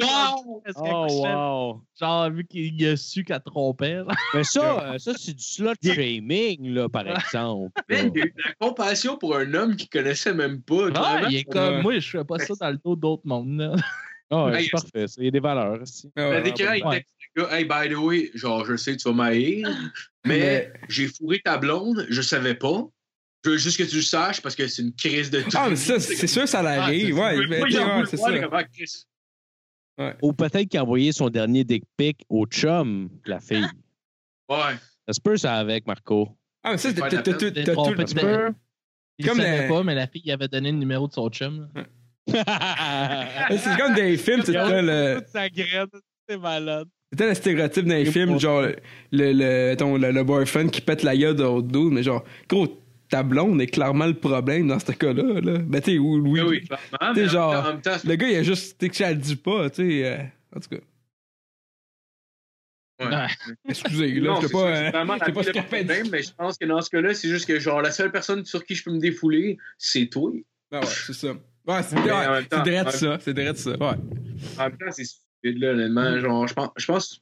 D: Genre, parce qu'elle
A: Oh,
D: couchait-
A: wow.
D: Genre, vu qu'il a su qu'elle trompait. là.
A: Mais ça, euh, ça c'est du slot shaming, là, par exemple. là.
B: Man, il y a eu de la compassion pour un homme qu'il connaissait même pas.
D: Ah,
B: clairement.
D: il est comme, moi, je fais pas ça dans le dos d'autres mondes. là.
A: Ah, ouais,
B: Ben,
C: euh,
A: c'est parfait. ça. Il y a des valeurs. aussi.
C: Ah
B: Le
C: ouais.
B: décalage, il
D: ouais.
B: texte le gars, hey, by the way, genre, je sais, que tu vas m'haïr, mais j'ai fourré ta blonde, je savais pas. Je veux juste que tu le saches parce que c'est une crise de tout.
C: Ah, mais ça, c'est sûr, ça
B: Ah,
C: l'arrive.
B: Moi,
C: ouais, ben,
B: j'en veux
C: t'sais, ouais, c'est
B: voir
C: ça.
B: les grands Chris.
A: Ou peut-être qu'il a envoyé son dernier dick pic au chum, la fille.
B: Ouais.
A: Ça se peut, ça, avec Marco.
C: Ah, mais ça,
B: Faire
C: t'as
B: de la
C: t'as- t'as-
B: peine.
C: t'as tout
D: Trompé de
C: le
D: peine. Il
C: Comme
D: savait
C: la-
D: pas, mais la fille il avait donné le numéro de son chum. là.
A: Toute
C: Ah, C'est comme dans les films, c'est tout le,
A: sa graine, c'est malade.
C: c'est tout le stéréotype dans les films, genre le, le, mettons, le, le boyfriend qui pète la gueule de l'autre dude, mais genre, gros, ta blonde est clairement le problème dans ce cas-là. Là. Ben, t'sais, oui,
B: Oui,
C: oui.
B: oui, clairement.
C: T'sais,
B: mais en
C: genre-
B: même temps- en même temps, c'est-
C: Le gars, il a juste, t'sais, que ça le dit pas, t'sais. euh, en tout cas,
B: ouais.
D: Ah,
C: excusez, là,
B: Non,
C: je
B: c'est
C: sais pas.
B: ça, c'est
C: hein,
B: vraiment la
C: je sais pas
B: pire
C: ce qu'il fait.
B: problème, mais je pense que dans ce cas-là, c'est juste que genre la seule personne sur qui je peux me défouler, c'est toi.
C: Ah ouais, c'est ça. Ouais, c'est
B: Mais en
C: ouais,
B: même temps,
C: c'est direct
B: en-
C: ça. C'est direct ça. Ouais.
B: En même temps, c'est stupide, là, honnêtement. Genre, je pense, je pense.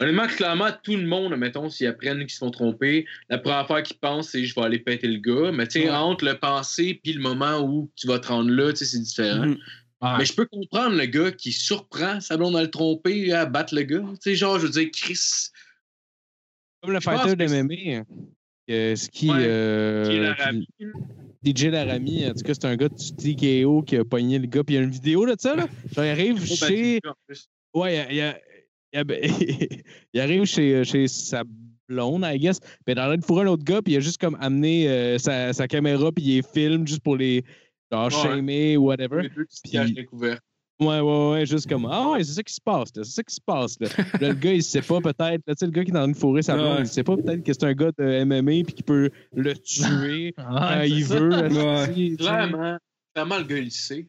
B: Honnêtement, clairement, tout le monde, mettons, s'ils apprennent qu'ils se font tromper, la première affaire qu'ils pensent, c'est je vais aller péter le gars. Mais tu sais,
C: Ouais.
B: entre le penser puis le moment où tu vas te rendre là, tu sais, c'est différent.
C: Mhm.
D: Ouais.
B: Mais je peux comprendre le gars qui surprend sa blonde à le tromper, à battre le gars. Tu sais, genre, je veux dire, Chris,
A: Comme le
B: Je pense
A: fighter
B: que c'est-
A: d'MMA. ce qui.
B: Ouais,
A: hein, euh,
B: qui est la oh,
A: qui-
B: Rami.
A: DJ Laramie, en tout cas, c'est un gars du TKO qui a pogné le gars. Puis il y a une vidéo de ça, là. Genre, il arrive
B: Oh, ben,
A: chez.
B: en plus.
A: Ouais, il, y a- il y a- il y a- il arrive chez, euh, chez sa blonde, I guess. Puis elle est en train de fourrer un autre gars, puis il a juste comme amené euh, sa, sa caméra, puis il les filme juste pour les. Genre,
B: Ouais.
A: shamer, whatever.
B: Les deux qui se
A: Puis-
B: cachent découvert.
A: Ouais, ouais, ouais, juste comme Ah ouais, c'est ça qui se passe, là, c'est ça qui se passe. Là. Là, le gars, il sait pas peut-être, là, tu sais, le gars qui est dans une forêt, sa blonde,
C: Ouais.
A: il sait pas peut-être que c'est un gars de MMA puis qu'il peut le tuer quand
D: Ah,
A: il
D: c'est ça.
A: veut. là, tu sais,
C: Ouais.
A: tu sais.
B: Clairement, clairement, le gars, il le sait.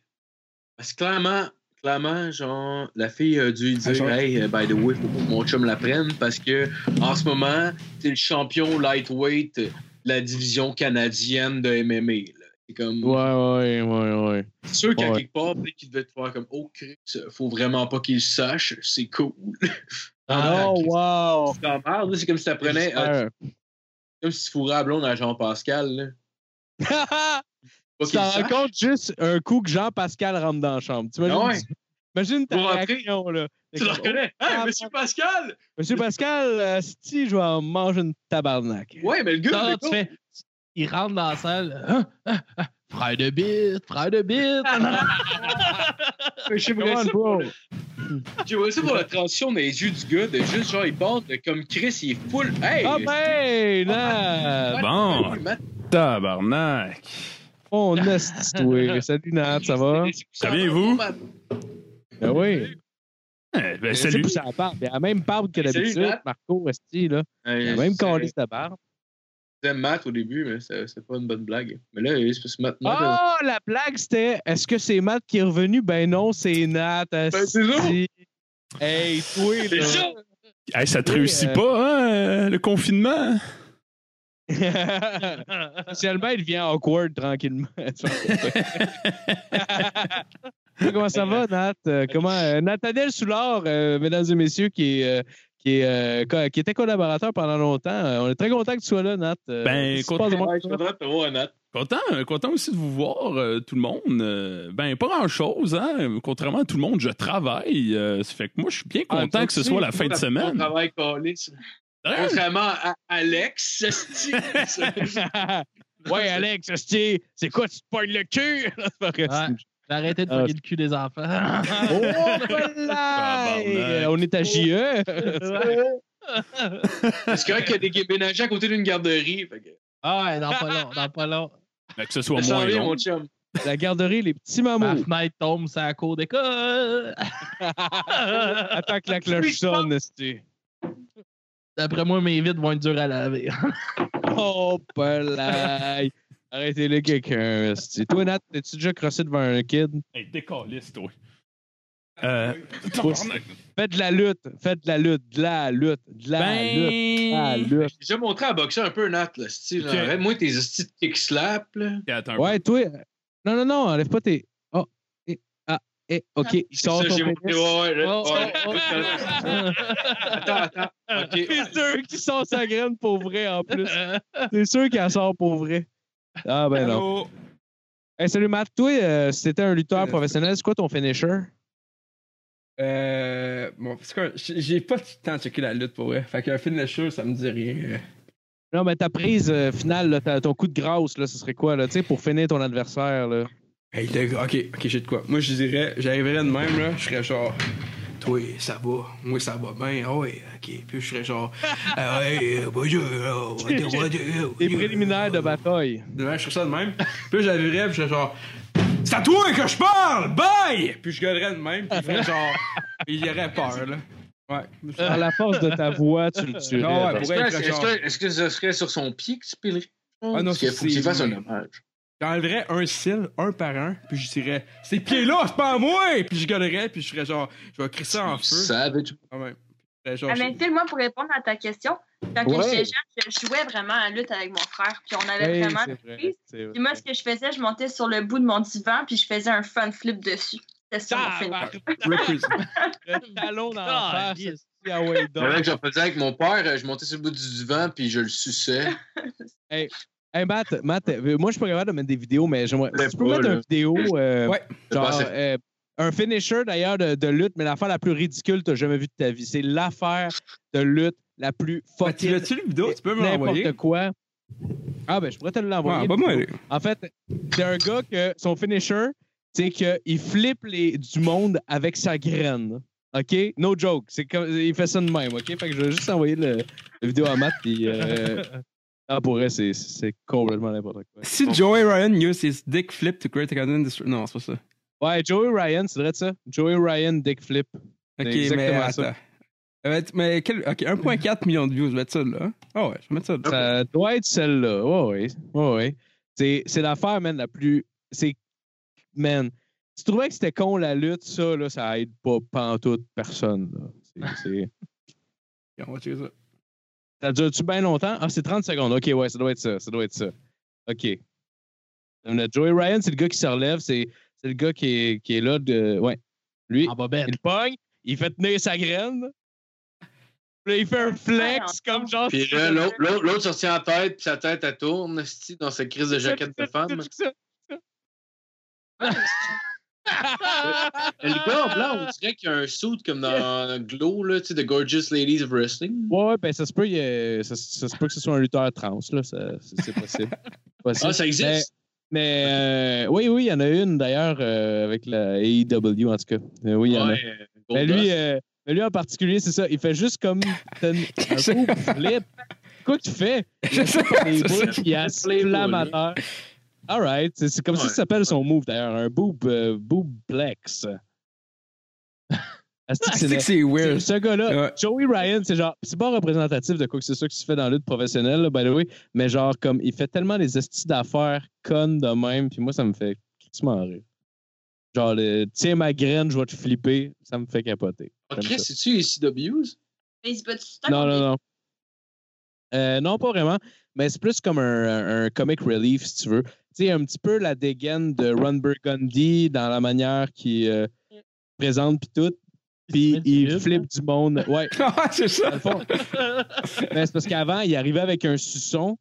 B: Parce que clairement, clairement, genre, la fille a dû lui
C: Ah,
B: dire
C: genre-
B: Hey, euh, by the way, faut pas que mon chum la prenne parce que en ce moment, t'es le champion lightweight de la division canadienne de MMA. là. C'est comme.
A: Ouais, ouais, ouais, ouais.
B: C'est sûr qu'à
A: Ouais.
B: quelque part, peut-être qu'il devait te faire comme Oh, Chris, faut vraiment pas qu'il le sache, c'est cool. Ah,
A: Oh, wow!
B: C'est en merde, là, c'est comme si t'apprenais. euh,
A: J'espère.
B: comme si tu fourrais à blonde à Jean-Pascal. là. Pas
A: tu
B: qu'il le
A: t'en rends
B: sache.
A: compte juste un coup que Jean-Pascal rentre dans la chambre. Tu imagines,
B: Ah ouais.
A: imagine ta
B: Vous rentrez.
A: réaction, là. T'es
B: Tu le
A: comme,
B: reconnais. Hey, Monsieur Pascal!
A: Oh, Monsieur Pascal, euh, si je vais en manger une tabarnak.
B: Ouais, mais le gars,
D: Non,
B: le gars,
D: tu fais- Il rentre dans la salle. Ah, ah, ah, frère de bite, frère de bite.
B: Mais j'aimerais
A: Come on,
B: ça,
A: bro.
B: j'aimerais ça pour la transition dans les yeux du gars, de juste genre, il part de comme Chris, il est full. Hey!
A: Ah ben, Nat!
G: Bon. Tabarnak.
A: Mon esti, toi. Salut Nat, ça va?
G: Ça vient, vous?
A: Ben oui.
G: Eh, ben, salut.
A: C'est la barbe. Elle a la même barbe que
B: Salut,
A: d'habitude,
B: Nat.
A: Marco Esti, là. Elle a la même calé sa barbe.
B: C'était Matt au début, mais c'est c'est pas une bonne blague. Mais là, c'est parce que Matt. Matt euh,
A: Oh, la blague, c'était est-ce que c'est Matt qui est revenu? Ben non, c'est Nat.
B: Ben, c'est ça.
A: esti. Hey, toi,
B: C'est ça!
G: Eh, ça te
A: Oui,
G: réussit
A: euh,
G: pas, hein, euh, le confinement?
A: là. Seulement, il devient awkward tranquillement. Comment ça va, Nat? Euh, Comment, euh, Nathaniel Soulard, euh, mesdames et messieurs, qui, est, euh, qui, est, euh, co- qui était collaborateur pendant longtemps. Euh, on est très content que tu sois là, Nat. Euh,
G: Ben,
A: qu'est-ce qui se
G: content.
A: passe de mon
B: Ouais, je voudrais te voir, Matt.
G: Content, euh, content aussi de vous voir, euh, tout le monde. Euh, ben, pas grand-chose, hein. Contrairement à tout le monde, je travaille. Euh, ça fait que moi, je suis bien
A: Ah,
G: content
A: toi
G: que ce
A: aussi,
G: soit la fin de
B: On
G: semaine. Hein?
B: travaille calé. ça.
G: Ouais,
B: Contrairement à Alex, esti.
A: ouais, Alex, hostie, c'est quoi, tu te pognes le cul?
D: Ouais. J'ai arrêté de
A: Ah,
D: fucker le cul des enfants.
A: Oh, voilà!
G: Tabarnak.
A: On est à E. JE.
B: Parce qu'il y a des ménagers à côté d'une garderie. Fait que-
D: ah ouais, dans pas long, dans pas long.
G: ben, que ce soit
B: Ça s'en
G: moins
B: vient,
G: long.
B: mon chum.
A: La garderie, les petits
D: Ma
A: mamours.
D: fenêtre tombe sur la cour d'école.
A: Attends que la cloche sonne, esti.
D: D'après moi, mes vides vont être dures à laver.
A: Oh, palais. Arrêtez-le, quelqu'un, esti. Toi, Nat, t'es-tu déjà crossé devant un kid?
G: Hey, décaliste, toi.
B: Ah,
G: Euh,
A: tabarnak. Fais de la lutte. Fais de la lutte. De la lutte. De la lutte. De la
G: ben...
A: lutte.
B: J'ai déjà montré à boxer un peu, Nat, là, style.
G: Ok.
B: genre, Moi, tes hosties de kick slap, là.
G: Ok, attends un peu.
A: Ouais, toi. Non, non, non, enlève pas tes. Oh, eh, ah, eh, ok.
B: C'est
A: Sors
B: ça,
A: ton
B: j'ai montré.
A: pénis.
B: Ouais, ouais, là,
D: Oh, oh,
B: ouais.
D: oh.
B: Attends, attends. Ok.
A: C'est sûr qu'il sort sa graine pour vrai en plus. C'est sûr qu'elle sort pour vrai. Ah ben non.
C: Allô?
A: Hey, salut Matt, toi, euh, si t'étais un lutteur professionnel, c'est quoi ton finisher?
C: Euh, bon, parce que j'ai j'ai pas tout le temps checké la lutte pour vrai. Fait qu'un finisher, ça me dit rien. euh.
A: Non, mais ta prise euh, finale, là, ta- ton coup de grâce, là, ce serait quoi, là, tu sais, pour finir ton adversaire, là?
C: Hey, le gars, ok, ok, j'ai de quoi. Moi, je dirais, j'arriverais de même, là, je serais genre, toi, ça va, moi, ça va bien, ah ouais, ok. Puis je serais genre, ah ouais, euh, bonjour, euh, bonjour, bonjour.
A: Les préliminaires de bataille.
C: Ouais, je serais ça de même. Puis j'arriverais, puis je serais genre, c'est à toi que je parle, bye! Puis je gueulerais de même, puis je ferais genre, il y aurait peur, là. Ouais. Je serais-
A: Par la force de ta voix, tu le tuerais.
C: Ah ouais,
A: parce-
C: pour
B: Est-ce
C: être
B: que- est-ce
C: genre-
B: que- est-ce que ce serait sur son pied que tu pilerais?
C: Ah non,
B: Parce qu'il
C: c'est-
B: faut que tu fasses un
C: c'est-
B: hommage.
C: J'enlèverais un cil, un par un, puis je dirais, ces pieds-là, c'est pas à moi! Puis je gueulerais, puis je ferais genre, je vais crisser en feu.
B: Savage.
C: quand même. Je ferais genre,
F: Ah, mais tu sais, moi, pour répondre à ta question, quand que
A: Ouais.
F: j'étais jeune, je jouais vraiment à la lutte avec mon frère. Puis on avait
A: Hey,
F: vraiment.
A: c'est vrai,
F: prise.
A: c'est vrai.
F: Puis moi, ce que je faisais, je montais sur le bout de mon divan, puis je faisais un front flip dessus. C'était ça mon film.
A: Tabarnak,
C: Represent.
A: le talon dans la
D: Ah,
A: face,
D: yes.
A: esti, ah ouais, donc.
B: Le mec, j'en faisais avec mon père, euh, je montais sur le bout du divan, puis je le suçais.
A: Hey Matt, Matt, euh, moi je suis pas capable de mettre des vidéos, mais j'aimerais.
B: Mais
A: Tu peux
B: pas,
A: mettre
B: là.
A: une vidéo. euh,
C: Ouais.
A: genre,
B: Passé.
A: euh, un finisher d'ailleurs de, de lutte, mais l'affaire la plus ridicule que tu jamais vue de ta vie. C'est l'affaire de lutte la plus
C: Bah, tu
A: fucking.
C: l'as-tu le vidéo? Tu peux me l'envoyer?
A: N'importe quoi. Ah ben je pourrais te l'envoyer.
C: Ouais, bah, moi,
A: En fait, c'est un gars que son finisher, c'est qu'il flippe les, du monde avec sa graine. OK? No joke. C'est comme, il fait ça de même, OK? Fait que je vais juste envoyer le, la vidéo à Matt. Puis, euh, ah, pour vrai, c'est, c'est complètement n'importe quoi.
C: si Joey Ryan used his dick flip to create a content industry- Non, c'est pas ça.
A: Ouais, Joey Ryan, c'est vrai de ça? Joey Ryan, dick flip.
C: Ok,
A: exactement
C: mais attends.
A: ça.
C: Ça va être- Mais quel... Ok, 1.4 million de views, je vais mettre ça là. Ah ouais, je vais mettre ça là.
A: Ça doit être celle-là. Ouais, ouais. ouais, ouais. C'est, c'est l'affaire, man, la plus. C'est. Man. Si tu trouvais que c'était con la lutte, ça, là, ça aide pas pantoute personne. Là. C'est- c'est...
C: Ok, on va checker ça.
A: Ça dure-tu bien longtemps? Ah, c'est 30 secondes. OK, ouais, ça doit être ça. Ça doit être ça. OK. Le Joey Ryan, c'est le gars qui se relève. C'est, c'est le gas qui est, qui est là. De... Ouais. Lui,
D: En bobette.
A: il pogne, il fait tenir sa graine. Puis là, il fait un flex comme genre.
B: Puis là, l'autre- l'autre l'autre sortit en tête, puis sa tête, elle tourne, esti, dans sa crise de jaquette de femme. Le Euh, gars en blanc, on dirait qu'il y a un suit comme dans Glow, là, tu sais, The Gorgeous Ladies of Wrestling.
A: Ouais, ouais, ben ça se peut, il y a- ça, se- ça se peut que ce soit un lutteur trans, là. Ça, c'est c'est possible. Possible.
B: Ah, ça existe?
A: Mais euh, oui, oui, il y en a une d'ailleurs euh, avec la AEW en tout cas. Euh, oui, il y en a.
B: Ouais,
A: Mais
B: Goldust.
A: lui, euh, mais lui en particulier, c'est ça. Il fait juste comme ten- un
C: Je sais
A: coup flip. Quoi tu fais?
C: Je sais
A: Il
C: pas.
A: bouge, il
B: Flip,
A: amateur. All right. C'est c'est comme ça
B: Ouais.
A: que s'appelle son move d'ailleurs. Un boob, euh, boobplex. Asti que
C: Ah, C'est que
A: c'est-
C: c'est weird.
A: ce gars-là,
C: Ouais.
A: Joey Ryan, c'est genre, c'est pas représentatif de quoi que ce soit qui se fait dans la lutte professionnelle, là, by the way, mais genre, comme, il fait tellement des estis d'affaires connes de même, puis moi, ça me fait crissement rire. Genre, le, tiens ma graine, je vais te flipper, ça me fait capoter.
B: Ah,
A: J'aime
B: Chris,
A: ça.
B: c'est-tu ICW's?
F: Mais il se bat tout le temps
A: Non,
F: contre
A: non,
F: les-
A: non. Euh, non, pas vraiment, mais c'est plus comme un, un- un comic relief, si tu veux. Tu sais, un petit peu la dégaine de Ron Burgundy dans la manière qu'il euh, présente, puis tout, puis
D: Il Mm. se met
A: il
D: du hein?
A: flippe du monde. Ouais,
C: Ah, c'est
A: dans le
C: ça.
A: fond. Mais Ben, c'est parce qu'avant, il arrivait avec un suçon,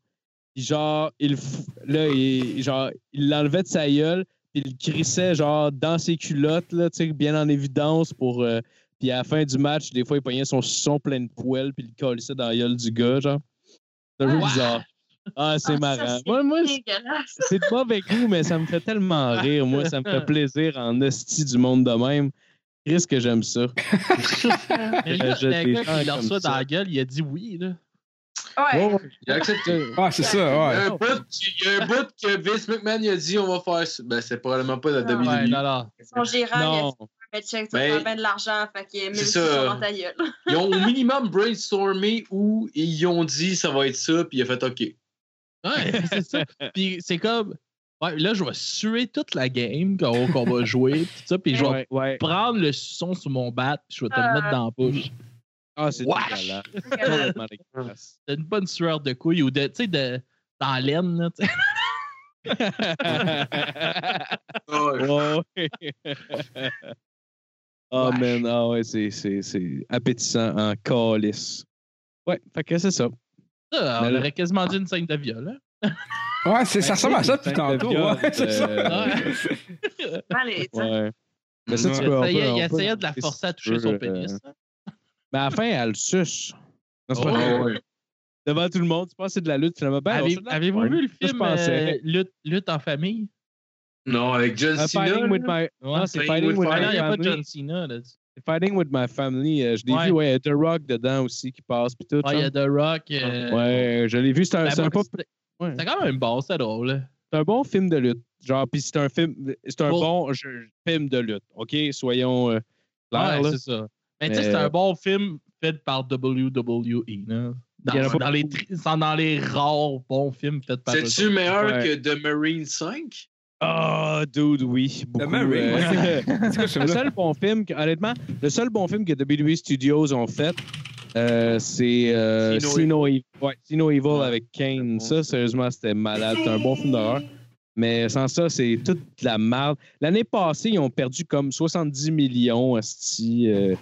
A: puis genre, il f- là, il, genre, il l'enlevait de sa gueule, puis il le crissait genre dans ses culottes, là, tu sais, bien en évidence pour. euh, puis à la fin du match, des fois, il pognait son suçon plein de poêle, puis il le collissait dans la gueule du gars, genre. C'est un peu
F: Ah.
A: bizarre. Ah, c'est
F: Ah, ça,
A: marrant.
F: c'est
A: Moi, moi, c'est-
F: dégueulasse.
A: c'est de mauvais goût, mais ça me fait tellement
F: Ah.
A: rire. Moi, ça me fait plaisir en hostie du monde de même. Risque que j'aime ça.
D: Mais là,
A: Je
D: le
A: des
D: gars
A: gens
D: qui leur
A: comme
D: reçoit
A: ça.
D: dans la gueule, il a dit oui, là.
F: Ouais.
A: Ouais, ouais.
B: Il a accepté.
C: Ah, c'est ça,
B: Il y
C: ouais.
B: a un bout, il y a un bout que Vince McMahon il a dit on va faire ça. Ben, c'est probablement pas la E.
F: Ouais,
B: WWE.
D: Ouais, non, non.
F: Son gérant, il a
D: Non.
F: dit Mais check, ça
B: Ben,
F: prend bien de l'argent, fait que même
B: c'est
F: si
B: ça.
F: ça dans ta gueule.
B: Ils ont au minimum brainstormé où ils ont dit ça va être ça, puis il a fait OK.
D: Ouais, puis c'est ça. Puis c'est comme. Ouais, là, je vais suer toute la game qu'on qu'on va jouer, pis tout ça, puis je vais
A: Ouais, ouais.
D: prendre le son sur mon bat, puis je vais te le
F: Ah.
D: mettre dans la bouche.
A: Ah, c'est
D: Wesh!
A: dégueulasse.
F: Regarde.
A: Complètement dégueulasse.
D: T'as une bonne sueur de couille ou de. Tu sais, de. Dans l'aine, là, tu sais.
A: Ouais, ouais. Ah, man, ah ouais, c'est- c'est c'est appétissant en calice. Ouais, fait que c'est ça.
D: Ça,
A: Mais
D: On
A: là-
D: aurait quasiment dit une scène de viol, hein.
C: Ouais, c'est- ça ressemble à ça depuis
A: Cinq de
C: tantôt.
A: viol,
C: Ouais, c'est ça.
A: euh,
F: Allez, tu sais.
A: ouais. Mais ça,
C: Ouais.
A: tu
D: Il
A: peux on peut-
D: essayait, il
A: on peut-
D: essayait de la forcer à toucher son
A: Euh,
D: pénis. hein. là.
A: Mais à la fin, elle le suce. Non, c'est pas
D: Oh.
A: vrai.
B: Ah ouais.
A: Devant tout le monde, tu penses que c'est de la lutte finalement. Ben, on
D: Avez-
A: se la-
D: Avez-vous
A: Ouais.
D: vu le
A: je
D: film
A: pensais.
D: euh, lutte, lutte en famille?
B: Non, avec John
A: Uh,
B: Cena.
A: fighting with
B: là.
A: my...
D: Ouais.
A: Non, c'est
B: Fighting
A: Fighting
B: with
A: with
D: Ah
B: my-
D: non, il n'y a pas de
A: my
D: John Cena. Là.
A: Fighting with my family. euh, je l'ai
D: Ouais.
A: vu, ouais, il y a The Rock dedans aussi qui passe. Puis tout.
D: Ouais, il y a
A: genre.
D: The Rock. euh,
A: Ouais, je l'ai vu. C'est un,
D: la
A: c'est un
D: boxe-
A: pas- ouais.
D: C'est quand même bon, c'est drôle. là.
A: c'est un bon film de lutte. Genre, puis c'est un film. C'est un
D: Bon.
A: bon jeu- film de lutte. OK? Soyons euh, clairs.
D: Ouais,
A: là.
D: c'est ça. Mais, tu sais,
A: Mais- euh,
D: c'est un bon film fait par WWE. Là. Dans,
A: Il y en a pas
D: dans les, tri- sont dans les rares bons films faits par
B: C'est-tu meilleur
A: Ouais.
B: que The Marine 5?
A: Ah, dude, oui. Beaucoup,
C: Marine,
A: euh,
C: C'est quoi ce
A: le
C: film-là?
A: seul bon film, que- honnêtement, le seul bon film que WWE Studios ont fait, euh, c'est euh,
B: Sino
A: Sino Evil. Ouais, Sino Evil
B: Ouais.
A: avec Kane.
B: Ouais.
A: Ça, sérieusement, c'était malade. C'est un bon film d'horreur. Mais sans ça, c'est toute de la merde. L'année passée, ils ont perdu comme 70 millions, esti, euh,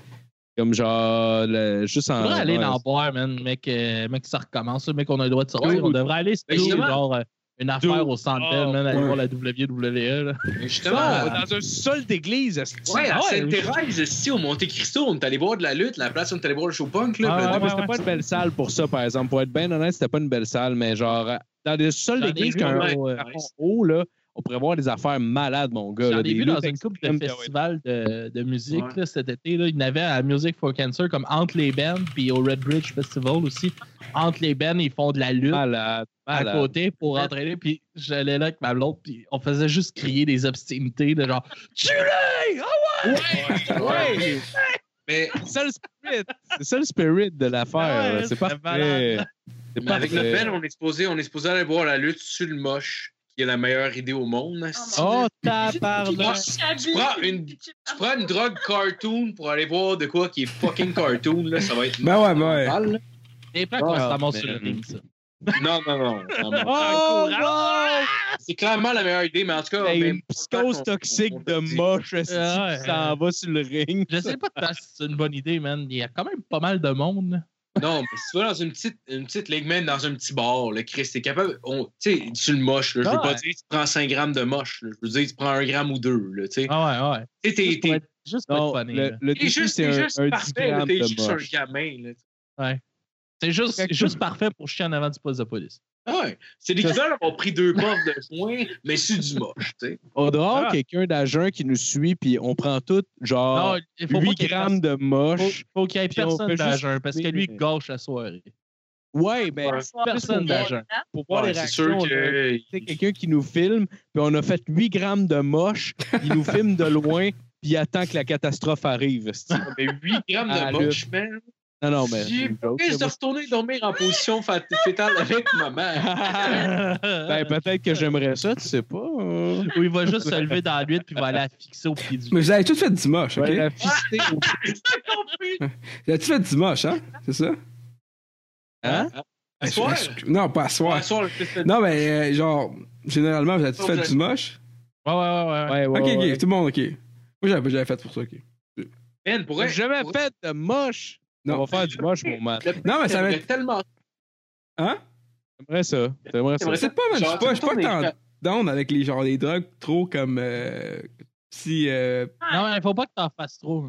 A: comme genre, le- juste en.
D: On devrait aller
A: Ah, ouais,
D: dans le bar, man, mec, euh, mec, ça recommence, mec, on a le droit de sortir.
A: Dude.
D: On devrait aller se
B: Ben,
D: payer,
B: justement.
D: genre, euh, une affaire au centre Bell,
A: Oh,
D: man, aller
C: ouais.
D: voir la WWE. là.
B: Justement. euh,
A: Non, dans un sol d'église, esti.
B: Ouais, à
D: Ah ouais,
B: Sainte-Thérèse, ici, au Monte Cristo, on est allé voir de la lutte, la place, on est allé voir le show punk. Là,
A: Ah,
B: ben,
A: ouais,
B: là,
A: mais c'était pas une belle salle pour ça, par exemple. Pour être bien honnête, c'était pas une belle salle, mais genre, dans le sol
D: J'en ai
A: d'église,
D: vu,
A: quand
B: ouais.
D: au, euh,
A: en haut, là, on pourrait voir des affaires malades, mon gars.
D: J'en
A: là,
D: ai
A: des
D: vu dans
A: luttes
D: une couple de
A: extrêmes, puis ouais.
D: festivals de, de musique
B: Ouais.
D: là, cet été. Là, il y en avait à Music for Cancer, comme entre les bands, puis au Red Bridge Festival aussi. Entre les bands, ils font de la lutte
A: Malade,
D: à
A: malade.
D: côté pour entraîner. Puis j'allais là avec ma blonde, puis on faisait juste crier des obscénités de genre « Tue-les! Ah
B: ouais, ouais.
A: Ouais,
B: Mais,
A: c'est ça le spirit. C'est ça le spirit de l'affaire.
D: Ouais,
A: là. c'est
D: c'est
A: parfait.
D: malade.
A: C'est
B: mais avec le
A: parfait.
B: Ben, on est, supposé, on est supposé aller voir la lutte sur le moche, qui est la meilleure idée au monde. esti.
A: Oh, tabarnak.
B: Tu prends une- Tu prends une drogue cartoon pour aller voir de quoi qui est fucking cartoon, là, ça va être
C: Ben ouais, ben ouais.
B: mal.
D: C'est pas qu'on se
A: Ah,
D: ramasse
A: man.
D: sur le ring, ça.
B: Non, non, non. non, non.
A: Oh, wow!
B: C'est clairement la meilleure idée, mais en tout cas.
A: Hey,
B: ben,
A: une psychose
B: on- on- on-
A: toxique de moche, esti,
D: Ouais.
A: qui s'en va sur le ring.
D: Je sais pas tant si c'est une bonne idée, man. Il y a quand même pas mal de monde. là.
B: Non, mais si tu vas dans une petite, une petite ligue, même dans un petit bar, là, Chris, t'es capable. on- Tu sais, tu le moche, là. Je veux
D: Ah,
B: pas
D: ouais.
B: dire que tu prends 5 grammes de moche, là. Je veux dire que tu prends 1 gramme ou 2, là, tu sais.
D: Ah ouais, ouais.
B: Tu sais, t'es-
D: Juste pour
B: t'es.
D: être, juste pour
A: Non,
D: être funny,
A: le,
D: là.
A: le
B: T'es
A: défi,
B: juste,
A: c'est
B: t'es
A: un,
B: juste
A: un 10
B: parfait, là,
A: grammes
B: t'es
A: de
B: juste un
A: moche.
B: gamin, là.
D: C'est juste,
A: Quelque-
D: juste parfait pour chier en avant du poste de police.
B: Ah Ouais. C'est l'équivalent d'avoir pris deux puffs de joint, mais c'est du moche, tu sais.
A: On doit avoir
D: Ah.
A: quelqu'un d'agent qui nous suit, puis on prend tout, genre,
D: non, il faut pas
A: 8
D: qu'il y ait
A: Ah, grammes de
D: Faut,
A: moche.
D: faut qu'il y ait
A: Puis on
D: personne
A: fait juste
D: d'agent, parce que lui, il gâche la soirée.
A: Ouais, ben,
D: Personne d'agent.
A: pour voir
B: Ouais,
A: les
B: c'est sûr
A: réactions, là,
B: que.
A: tu sais, quelqu'un qui nous filme, puis on a fait 8 grammes de moche, il nous filme de loin, puis il attend que la catastrophe arrive. esti.
B: Mais 8 grammes
A: Ah,
B: de
A: Luc.
B: moche, man.
A: Non, non, mais.
B: J'ai risque de retourner dormir en position fat- fétale avec ma mère.
A: Ben, peut-être que j'aimerais ça, tu sais pas. euh.
D: Ou il va juste se lever dans la lutte puis il va aller la fixer au pied du
C: Mais vous avez tout fait dimanche, ok?
A: Ouais, la fister au-
C: Vous avez tout fait dimanche, hein? C'est ça?
A: Hein?
B: À soir?
C: Non, pas à
B: Ouais,
C: soir.
B: à soir, le fils de-
C: Non, mais euh, genre, généralement, vous avez tout
B: Oh,
C: fait
B: vous avez-
C: dimanche?
D: Ouais, ouais, ouais. ouais.
A: Ouais, ouais,
C: Ok,
A: ouais.
C: ok, tout le monde, ok. Moi, j'avais j'avais fait pour ça, ok.
B: Man, pour
A: J'ai
B: vrai,
A: jamais
B: pour vrai,
A: fait de moche.
C: Non.
A: On va faire du moche, mon man.
B: le-
C: Non, mais ça va
B: j'aimerais
C: être-
B: tellement.
C: Hein?
A: J'aimerais ça. J'aimerais ça.
B: J'aimerais
C: C'est pas, man, je suis
B: Genre,
C: pas, je suis
B: tout le
C: pas
B: monde est
C: tant down avec les, genre, les drogues trop comme. euh, si. euh,
D: Non, mais il faut pas que t'en fasses trop.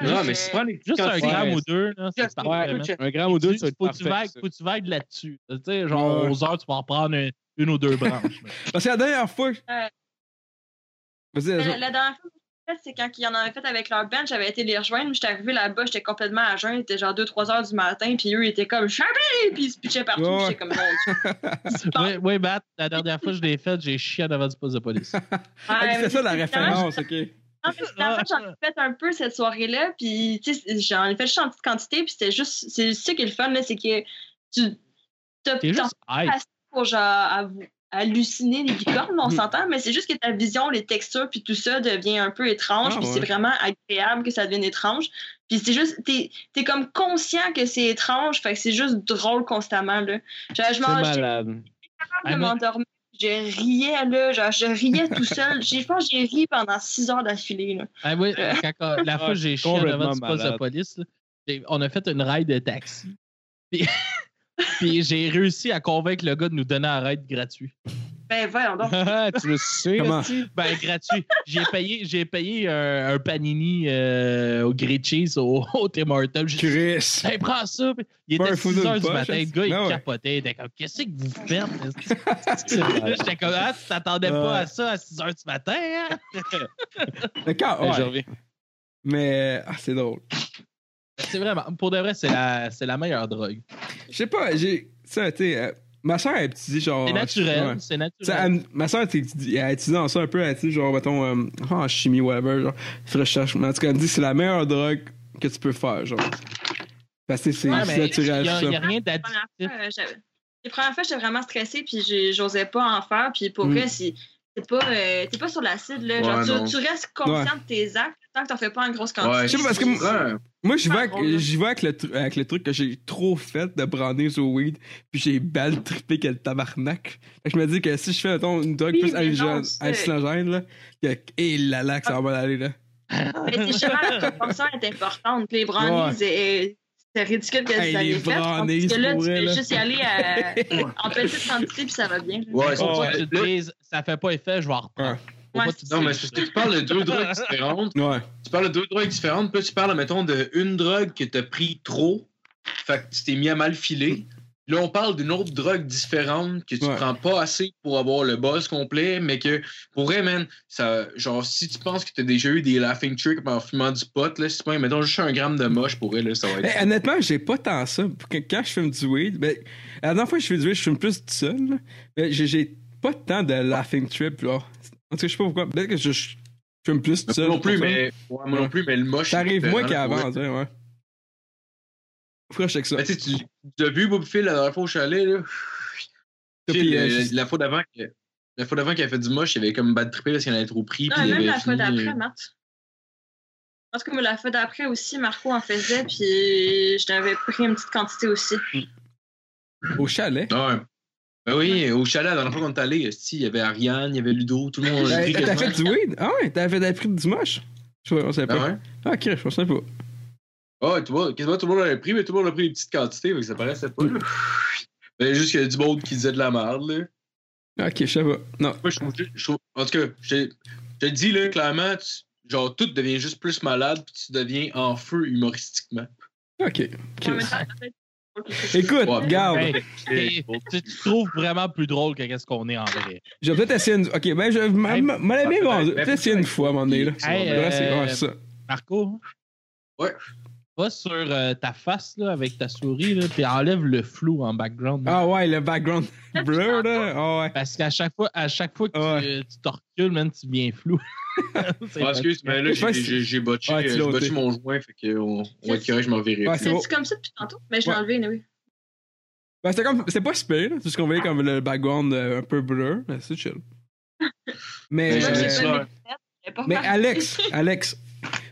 B: Non, mais si tu prends les
D: Juste un
A: Ouais.
D: gramme ou deux, là, c'est
B: Juste un
D: parfait.
B: gramme
D: man.
B: ou
A: Un gramme ou deux,
D: Tu-
A: ça va être
D: faut, que tu
A: parfait,
D: vagues,
A: ça.
D: faut que tu vagues là-dessus. Tu sais, genre,
C: Ouais.
D: aux heures, tu vas en prendre une, une ou deux branches.
C: Parce que la dernière fois. je-
F: Ouais.
C: Vas-y,
F: La,
C: vas-y.
F: la dernière fois, fait, c'est quand ils Ben, en avaient fait avec leur band, j'avais été les rejoindre. mais J'étais arrivée là-bas, j'étais complètement à jeun. Il était genre 2-3 heures du matin, puis eux, ils étaient comme Chablis! Puis ils se pitchaient partout.
C: Ouais.
F: J'étais comme, bon,
D: Oui, oui, Matt, la dernière fois que je l'ai faite, j'ai chié en avant du poste de police.
C: Ah, c'est ça la référence, ok.
F: Non, mais finalement, j'en ai fait un peu cette soirée-là, puis tu sais, j'en ai fait juste en petite quantité, puis c'était juste, c'est ça qui est le fun, là, c'est que tu t'as
D: T'es
F: t'as
D: juste hype.
F: pas pour genre av- halluciner les licornes,
C: Mm.
F: on s'entend, mais c'est juste que ta vision, les textures, puis tout ça devient un peu étrange,
C: Ah,
F: puis
C: ouais.
F: c'est vraiment agréable que ça devienne étrange, puis c'est juste, t'es es comme conscient que c'est étrange, fait que c'est juste drôle constamment, là. Genre, je
A: C'est
F: m'en-
A: malade.
D: Ah,
C: hein?
F: capable de
D: mais-
F: m'endormir. Je riais, là. Genre, je riais tout seul. J'ai- Je pense que j'ai ri pendant six heures d'affilée, là.
D: Ah oui, quand- quand- la fois que j'ai chié en avant du
A: complètement
D: poste de
A: malade.
D: police, là, j'ai- on a fait une ride de taxi. Puis, puis j'ai réussi à convaincre le gars de nous donner un ride gratuit.
F: Ben, voyons donc.
A: tu le sais.
C: Comment?
A: esti?
D: Ben, gratuit. J'ai payé, j'ai payé un, un panini euh, au grilled cheese au, au Tim Hortons. J'ai dit,
C: Chris.
D: Hey, prends ça. Puis Il
C: Ben,
D: était
C: un fou d'une
D: 6 h du
C: poche,
D: matin. Le
C: est-ce-
D: gars, il
C: Ben ouais.
D: capotait. Il était comme, qu'est-ce que vous faites? Là, J'étais comme, ah, tu t'attendais pas à ça à 6 h du matin, hein?
C: D'accord,
A: Ouais,
C: ouais.
A: Je reviens.
C: Mais, ah, c'est drôle.
D: C'est vraiment, pour de vrai, c'est la, c'est la meilleure drogue.
C: Je sais pas, j'ai. Ça, tu sais, euh, ma soeur a étudié genre.
D: C'est
C: Ouais.
D: naturel, c'est
C: Tu sais, elle
D: naturel.
C: me- ma soeur, elle a étudié dans ça un peu, elle a dit genre, mettons, euh, Ah, en chimie, whatever, genre, je recherche. Mais en tout cas, elle me dit c'est la meilleure drogue que tu peux faire, genre. Parce que c'est
D: Ouais,
C: c'est
D: mais
C: naturel,
D: y a,
C: ça.
D: y a rien
F: première
D: d'addictif.
F: fois, euh, j'avais- les premières fois, j'étais vraiment stressée, puis j'ai- j'osais pas en faire. Puis pour
C: Mm.
F: vrai, c'est c'est pas, euh, t'es pas sur l'acide, là.
B: Ouais,
F: Genre,
B: non.
F: tu, tu restes conscient de tes actes tant que t'en fais pas en grosse quantité.
B: Ouais.
C: Je sais pas, parce que-
B: Ouais.
C: Moi, j'y vais, avec-
F: drôle, là.
C: j'y vais avec, le tru- avec le truc que j'ai trop fait de brander au weed, puis j'ai balle trippé quel tabarnak. Fait que je me dis que si je fais, mettons, une drogue
F: Oui,
C: plus
F: mais non,
C: hallucinogène,
F: c'est-
C: hallucinogène, là, que, hé là là, que
D: Ah.
C: ça va mal aller, là.
F: Mais c'est justement, la proportion est importante. Les brownies, euh, c'est ridicule que
C: Hey,
F: ça
C: les
F: les fait.
C: brownies,
F: Parce que là,
C: pour
F: tu
C: vrai, là.
F: peux juste y aller à- en petite quantité, puis ça va bien.
B: Ouais, c'est
D: Faut
B: ça.
D: pas que tu te
B: Là-
D: dises, ça fait pas effet, je vais en reprendre. Faut
F: Ouais,
D: pas que tu te
B: Non, mais
D: dises
B: Oh, c'est parce que
D: ça.
B: tu parles de deux drogues différentes.
C: Ouais.
B: Tu parles de deux drogues différentes, puis tu parles, mettons, d'une drogue que t'as pris trop, fait que tu t'es mis à mal filer. Là, on parle d'une autre drogue différente que tu
C: Ouais.
B: prends pas assez pour avoir le buzz complet, mais que, pour vrai, man, ça, genre, si tu penses que t'as déjà eu des laughing tricks en fumant du pot, là, si tu prends, mettons, juste un gramme de moche, pour vrai, là, ça va être...
C: Eh, honnêtement, j'ai pas tant ça. Qu- Quand je fume du weed, ben, la dernière fois que je fume du weed, je fume plus tout seul. là. Mais j'ai- j'ai pas tant de laughing trip. Genre. En tout cas, je sais pas pourquoi. Peut-être que je, je fume plus tout
B: Moi
C: seul.
B: non plus,
C: pour ça.
B: mais, ouais, moi non plus, mais le moche...
C: Ça arrive
B: c'est
C: moins
B: épeurant, pour
C: qu'avant,
B: vrai.
C: on dirait, ouais. Pourquoi je check ça?
B: Ben, tu sais, tu tu as vu Bob Phil la dernière fois au chalet, là? Tu sais,
C: Puis,
B: le-
C: euh, je-
B: la fois d'avant que- La fois d'avant qu'il a fait du moche, il avait comme bad trippé parce qu'il en avait trop pris.
F: Non,
B: puis il
F: Ah, même
B: avait
F: la
B: fini,
F: fois
B: euh,
F: d'après, Marthe. En tout cas, moi, la fois d'après aussi, Marco en faisait, puis je n'avais pris une petite quantité aussi.
C: Au chalet.
B: Ouais. Ben oui, au chalet, dans la fois qu'on est allé, esti, il y avait Ariane, il y avait Ludo, tout le monde.
C: Ben,
B: écrit
C: T'as
B: quasiment.
C: fait du weed? Ah ouais, t'as fait t'as pris du moche? Je sais pas, on savait
B: Ah
C: pas.
B: ouais?
C: Ah, ok, je pensais pas.
B: Ouais, tu vois, quasiment tout le monde l'avait pris, mais tout le monde a pris des petites quantités, fait que ça paraissait pas, là. Ben, juste qu'il y a du monde qui disait de la merde, là.
C: Ah, Ok, je sais pas. Non.
B: Moi, je trouve, je trouve- en tout cas, je, te- je te le dis, là, clairement, tu- genre, tout devient juste plus malade, puis tu deviens en feu humoristiquement.
C: Ok.
F: En même temps, peut-être-
C: Écoute,
B: Ouais.
C: garde.
D: Hey, t'es- tu te trouves vraiment plus drôle que qu'est-ce qu'on est en vrai.
C: Je vais peut-être essayer une. Ok, ben, je m'a-
D: Hey,
C: m'a- m'en avais
B: ben,
C: vendu.
B: ben,
C: Peut-être
B: ben,
C: essayer une
B: ben,
C: fois à un moment donné, là.
B: ben,
C: Ouais,
D: euh,
C: c'est ouais, c'est ça.
D: Marco?
B: Ouais.
D: Va sur euh, ta face là, avec ta souris, là, puis enlève le flou en background. là.
C: Ah ouais, le background blur, là. Ah ouais.
D: Parce qu'à chaque fois, à chaque fois que
C: Ouais.
D: tu, euh, tu te recules, man, tu viens flou. C'est
B: Ah, excuse, mais là,
C: Je pense
B: j'ai-
C: que
B: j'ai j'ai botché,
C: Ouais, tu
B: euh,
C: l'as
B: j'ai botché
C: ôté.
B: mon joint, fait que on, on va être correct, je m'en verrai.
C: Ouais, c'est
F: C'est
C: beau.
F: comme ça depuis tantôt, mais je l'ai
C: Ouais.
F: enlevé, oui.
C: Ben, c'était comme. C'était pas super, là. C'est ce qu'on voyait comme le background euh, un peu blur. Ben, c'est chill. Mais.
B: Ouais,
F: Moi,
B: j'ai
F: j'ai
B: ça.
C: euh,
F: pas mes lunettes, j'ai pas
C: Mais
F: remarqué.
C: Alex, Alex,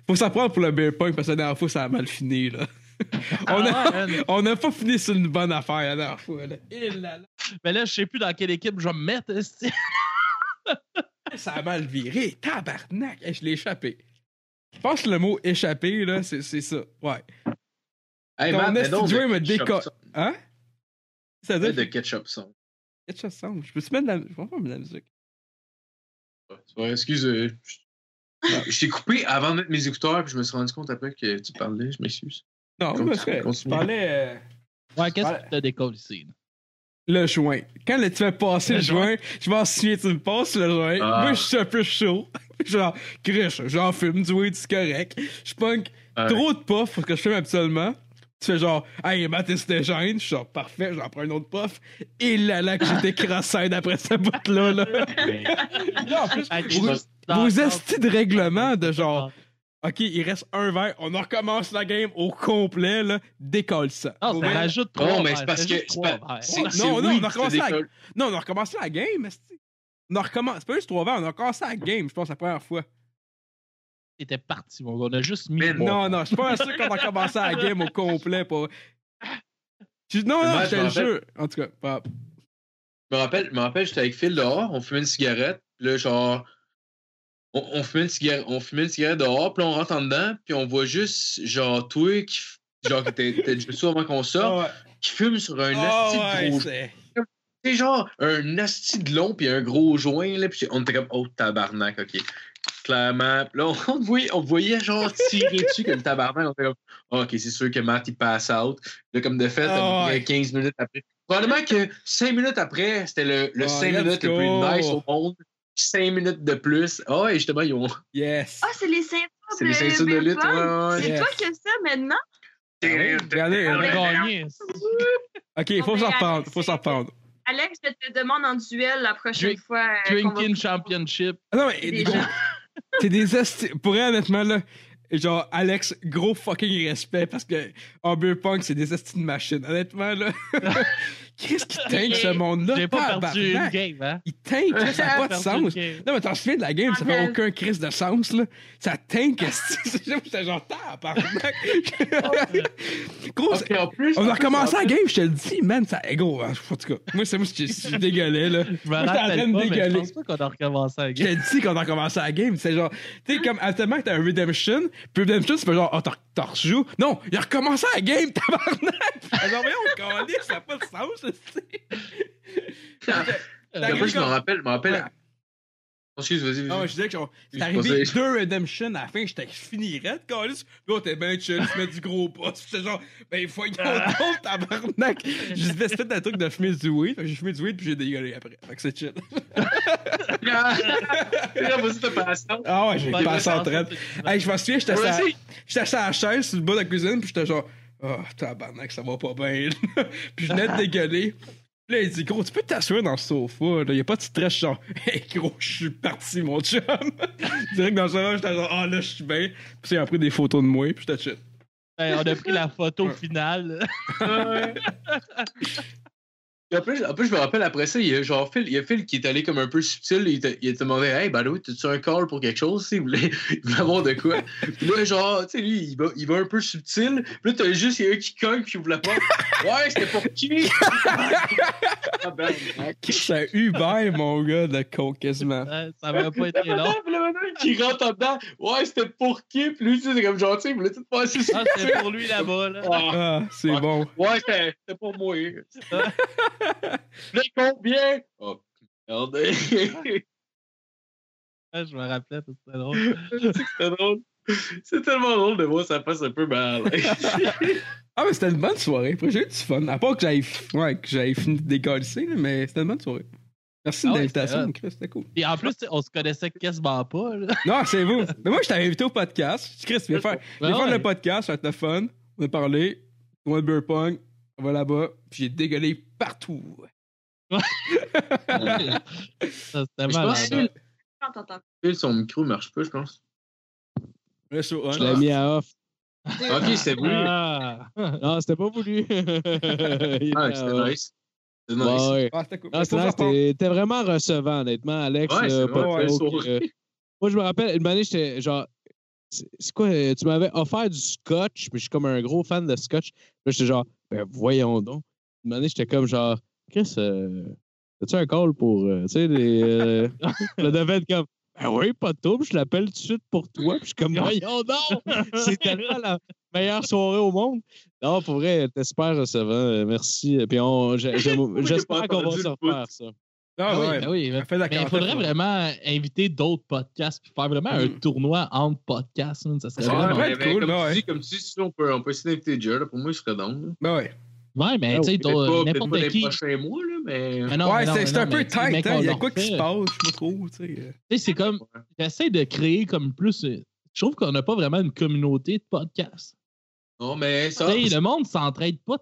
C: faut s'en prendre pour le beer punk parce que la dernière fois, ça a mal fini, là.
D: Ah
C: On a. On n'a pas fini sur une bonne affaire la dernière fois. Là.
D: mais là, je sais plus dans quelle équipe je vais me mettre. esti.
C: Ça a mal viré. Tabarnak. Hey, je l'ai échappé. Je pense que le mot échapper, là, c'est, c'est ça. Ouais.
B: Hey,
C: Ton
B: Matt, mais
C: esti
B: non,
C: de joint
B: de
C: me
B: ketchup
C: déco-
B: sauce.
C: Hein?
B: Ouais, De
C: C'est-à-dire,
B: ketchup sauce.
C: quelque chose semble. Je peux-tu mettre de la... Je vais pas mettre de la musique.
B: Ouais, c'est vrai, excuse. euh, je- Je t'ai coupé avant de mettre mes écouteurs, puis je me suis rendu compte après que tu parlais, je m'excuse.
C: Non,
B: Continue,
C: mais frère, je
B: continue.
C: parlais... euh,
D: Ouais, qu'est-ce
C: Ouais.
D: que t'as décolle ici? là?
C: le joint. Quand là, tu vas passer le,
D: Le
C: joint, je vais en signer, tu me passes le joint.
B: Ah.
C: Moi, je suis un peu chaud. Genre, Chris, j'en fume du weed, c'est correct. Je punk
G: Ouais.
C: trop de puffs pour que je fume habituellement. Tu fais genre, hey, Matt, c'était gêne. Je suis genre, parfait, j'en prends un autre puff. Et là, là, que j'étais crassade après cette bout-là. Là. Là, en plus, vous- vos astis de règlement de
D: Ah,
C: genre, OK, il reste un verre, on en recommence la game au complet, là, décolle ça.
D: Non,
C: Au
D: ça
C: verre-
D: rajoute
B: Non,
D: trois.
B: mais
D: verres,
B: c'est parce
D: ça
B: que-
D: rajoute
B: c'est
D: trois
B: pas-
D: verres.
B: c'est-
D: Ouais.
B: c'est
C: non, non,
B: oui,
C: on a recommencé
B: c'est
C: la
B: des
C: game. Non, on a recommencé la game, esti. On a recommencé. C'est pas juste trois verres, on a recommencé la game, je pense, la première fois.
D: C'était parti. mon gars. On a juste mis.
B: Mais
D: trois.
C: Non, non, je suis pas sûr qu'on a commencé la game au complet, pas. Je- Non, non,
B: Moi,
C: je
B: je
C: te le
B: me rappelle-
C: jure. En tout cas, pas-
B: Je me rappelle, je me rappelle, j'étais avec Phil dehors, on fumait une cigarette, puis là, genre, on, on fumait une cigarette, on fumait une cigarette dehors, puis là, on rentre en dedans, puis on voit juste, genre, toi qui, f- genre, qui était était juste avant qu'on
F: Ah
B: sorte, qui fume sur un
C: Ah
B: asti de
C: Oh. ouais,
B: gros
C: c'est-
B: C'est genre un asti de long puis un gros joint, là, puis on était comme, oh, tabarnak, ok. Clairement, Puis là, on te voyait, on te voyait genre tirer dessus comme tabarnak, on était comme, Ah, ok, c'est sûr que Matt, il passe out. Là, comme de fait,
C: Ah
B: à peu près
C: ouais.
B: 15 minutes après. Probablement que 5 minutes après, c'était le, le
C: Ah,
B: 5
C: let's
B: minutes le
C: go.
B: plus nice au monde. 5 minutes de plus. Ah, et justement, ils ont.
C: Oh, Yes.
F: Ah, c'est les ceintures
B: C'est les
F: de
B: ceintures de lutte,
F: Beer Pong.
B: ouais, Ben
F: C'est
C: yes.
F: toi que ça maintenant?
B: ouais.
C: Regardez,
D: On a
C: euh,
D: gagné.
C: ok, faut
F: On
C: s'en
F: est
C: reprendre,
F: à-
C: faut s'en reprendre.
F: Alex, je te demande en duel la prochaine
D: Drink-
F: fois. euh, qu'on va-
D: Drinking Championship.
C: Ah Non, mais
F: Des
C: gros-
F: gens.
C: c'est des esti- Pour elle, honnêtement, là, genre, Alex, gros fucking irrespect parce que en beer punk, c'est des esti de machines. Honnêtement, là. Qu'est-ce qui tank ce monde-là?
D: J'ai pas perdu une
C: Tabarnak.
D: game, hein?
C: Il tank, là, ça n'a pas de
D: J'ai perdu une
C: sens.
D: game.
C: Non, mais t'en souviens de la game, ça fait
F: Rappelle.
C: aucun crise de sens, là. Ça tank, esti. J'étais genre, tabarnak. Gros,
B: Ok, en plus,
C: on a
B: en plus,
C: recommencé
B: en
C: la
B: plus,
C: game, je te le dis, man, ça. eh, Gros, en tout cas, moi, c'est moi, je je dégueulais, là.
D: Je
C: Moi, j'étais
D: me
C: en train
D: rappelle
C: de
D: pas, mais je
C: dégueuler.
D: pense pas qu'on a recommencé la
C: Je
D: game.
C: t'ai dit quand on a commencé la game, c'est genre, tu sais, comme, actuellement, t'as un Redemption, puis Redemption, c'est pas genre, oh, t'en- t'en rejoues. Non, il a recommencé la game, tabarnak! Ah non, voyons, on ça n'a pas de sens, là, tu sais.
B: en plus, je me
C: Ouais.
B: rappelle, je me rappelle. Excuse, vas-y, vas-y.
C: Non, Ah je disais que genre, c'est
B: Je
C: arrivé
B: pensais-
C: deux Redemption à la fin, j'étais finirais de calice. Là, t'es ben chill, tu mets du gros poste. J'étais genre, ben voyons donc, tabarnak. Je disais, c'était un truc de fumer du weed. Fait que J'ai fumé du weed, puis j'ai dégueulé après. Fait que c'est chill.
B: Vas-y, t'as passé.
C: Ah ouais, j'ai
D: Ouais,
C: passé en train. Hey, je me souviens, j'étais sur-
B: Vas-y.
C: j'étais sur la chaise sur le bas de la cuisine, puis j'étais genre, oh, tabarnak, ça va pas bien. là. puis je venais de dégueuler. Puis Là, il dit, gros, tu peux t'asseoir dans ce sofa, là. Y a pas de stress, genre, hey, gros, je suis parti, mon chum. Direct dans le sofa, j'étais genre, ah, là, je suis bien. Puis il a pris des photos de moi, puis j'étais chill.
D: Hey, Ben, on a pris la photo finale.
B: Et en, plus, en plus, je me rappelle après ça, il y a genre Phil, il y a Phil qui est allé comme un peu subtil, il t'a il t'a demandé Hey, by the way, t'as-tu un call pour quelque chose s'il voulait, il voulait avoir de quoi Puis là, genre, tu sais, lui, il va, il va un peu subtil. Puis là, t'as juste, il y a un qui cogne, puis il voulait pas. Ouais, c'était pour qui Ah ben,
C: C'est Uber, mon gars, de con, quasiment.
D: Ouais, Hein, ça va pas été
B: le
D: long.
B: bonhomme, le bonhomme qui rentre en dedans. Ouais, c'était pour qui Puis lui, tu sais, c'est comme genre, tu sais, il voulait tout passer sur.
D: Ah, c'est pour lui là-bas. Là.
B: Ah,
C: Ah, c'est
B: Ouais.
C: bon.
B: ouais, c'était c'était pour moi. Là, combien Oh, merde.
D: Ouais, Je me rappelais, c'était drôle.
B: C'est drôle. C'est tellement drôle de voir ça passe un peu mal.
C: Ah, mais c'était une bonne soirée. Après, J'ai eu du fun. À part que j'avais ouais, que j'avais fini de décalisser, là, mais c'était une bonne soirée. Merci
D: Ah
C: de
D: ouais, c'était
C: l'invitation,
D: hot.
C: Chris, c'était cool.
D: Et en plus, tu sais, on se connaissait quasiment pas. Là.
C: Non, c'est vous. mais moi, je t'avais invité au podcast. Je dis, Chris, viens faire, viens
D: Ouais,
C: faire
D: Ah ouais.
C: le podcast, ça va être le fun. On a parlé, on a beer pong, on va là-bas, puis j'ai dégueulé partout.
D: Ça, C'était
B: Mais je pense
D: malade.
B: que
F: Quand t'entends
B: Phil, son micro marche pas, je pense.
C: Là, je suis au
A: Je l'ai mis à off.
F: deux.
B: Ok, c'est voulu. Ah,
D: Ah.
A: Non, c'était pas voulu. Il était à
B: c'était
A: off.
B: Ah, nice. C'était
A: Ouais,
B: nice.
A: ouais.
C: Ah, c'était cool.
A: Non,
C: Mais
A: c'est
C: faut
A: nice,
C: que j'en parle.
A: t'es t'es vraiment recevant, honnêtement, Alex. là,
B: Ouais, c'est
A: pas de
C: vrai,
A: joke,
B: ouais,
A: euh, moi, je me rappelle, une année, j'étais genre. C'est c'est quoi, euh, tu m'avais offert du scotch, puis je suis comme un gros fan de scotch. Là, j'étais genre, ben voyons donc. Une année, j'étais comme genre, Chris, euh, as-tu un call pour. euh, tu sais, les. Euh... le devait être comme, ben oui, pas de trouble, je l'appelle tout de suite pour toi. Puis je suis comme, voyons donc, c'est tellement la meilleure soirée au monde. Non, pour vrai, t'es super recevant, euh, merci. Puis on, j'ai- j'aime-
B: j'ai
A: j'espère
B: pas
A: qu'on va
B: entendu
A: se
B: le bout.
A: refaire ça.
C: Ah,
D: Ah oui,
C: ouais.
D: ben oui,
C: Ça fait la
D: Mais il
C: quarantaine,
D: faudrait
C: ouais.
D: vraiment inviter d'autres podcasts puis faire vraiment un
B: Hmm.
C: Mhm.
D: tournoi entre podcasts. man, Ça serait
B: Ça
C: Ouais,
D: vraiment
B: va
C: ouais,
B: être
C: cool,
B: cool, comme,
C: ouais.
B: tu dis, comme tu dis, si on peut, on peut essayer d'inviter Joe, là, pour moi, il serait down.
C: Ben ouais.
D: Ouais, mais tu sais,
B: Peut-être pas,
D: t'as-
B: peut-être pas
D: euh, n'importe
B: les
D: qui.
B: prochains mois, là, mais.
D: Mais non, mais
C: ouais,
D: non,
C: c'est
D: mais
C: c'est un
D: non,
C: peu
D: mais tu sais,
C: tight,
D: mec,
C: hein.
D: on
C: Il y a
D: leur
C: quoi qui
D: fait.
C: se passe, je me trouve, tu sais. euh.
D: Tu sais, c'est comme. J'essaie de créer comme plus. euh, Je trouve qu'on n'a pas vraiment une communauté de podcasts.
B: Non, mais
D: Tu
B: ça.
D: sais, le monde s'entraide pas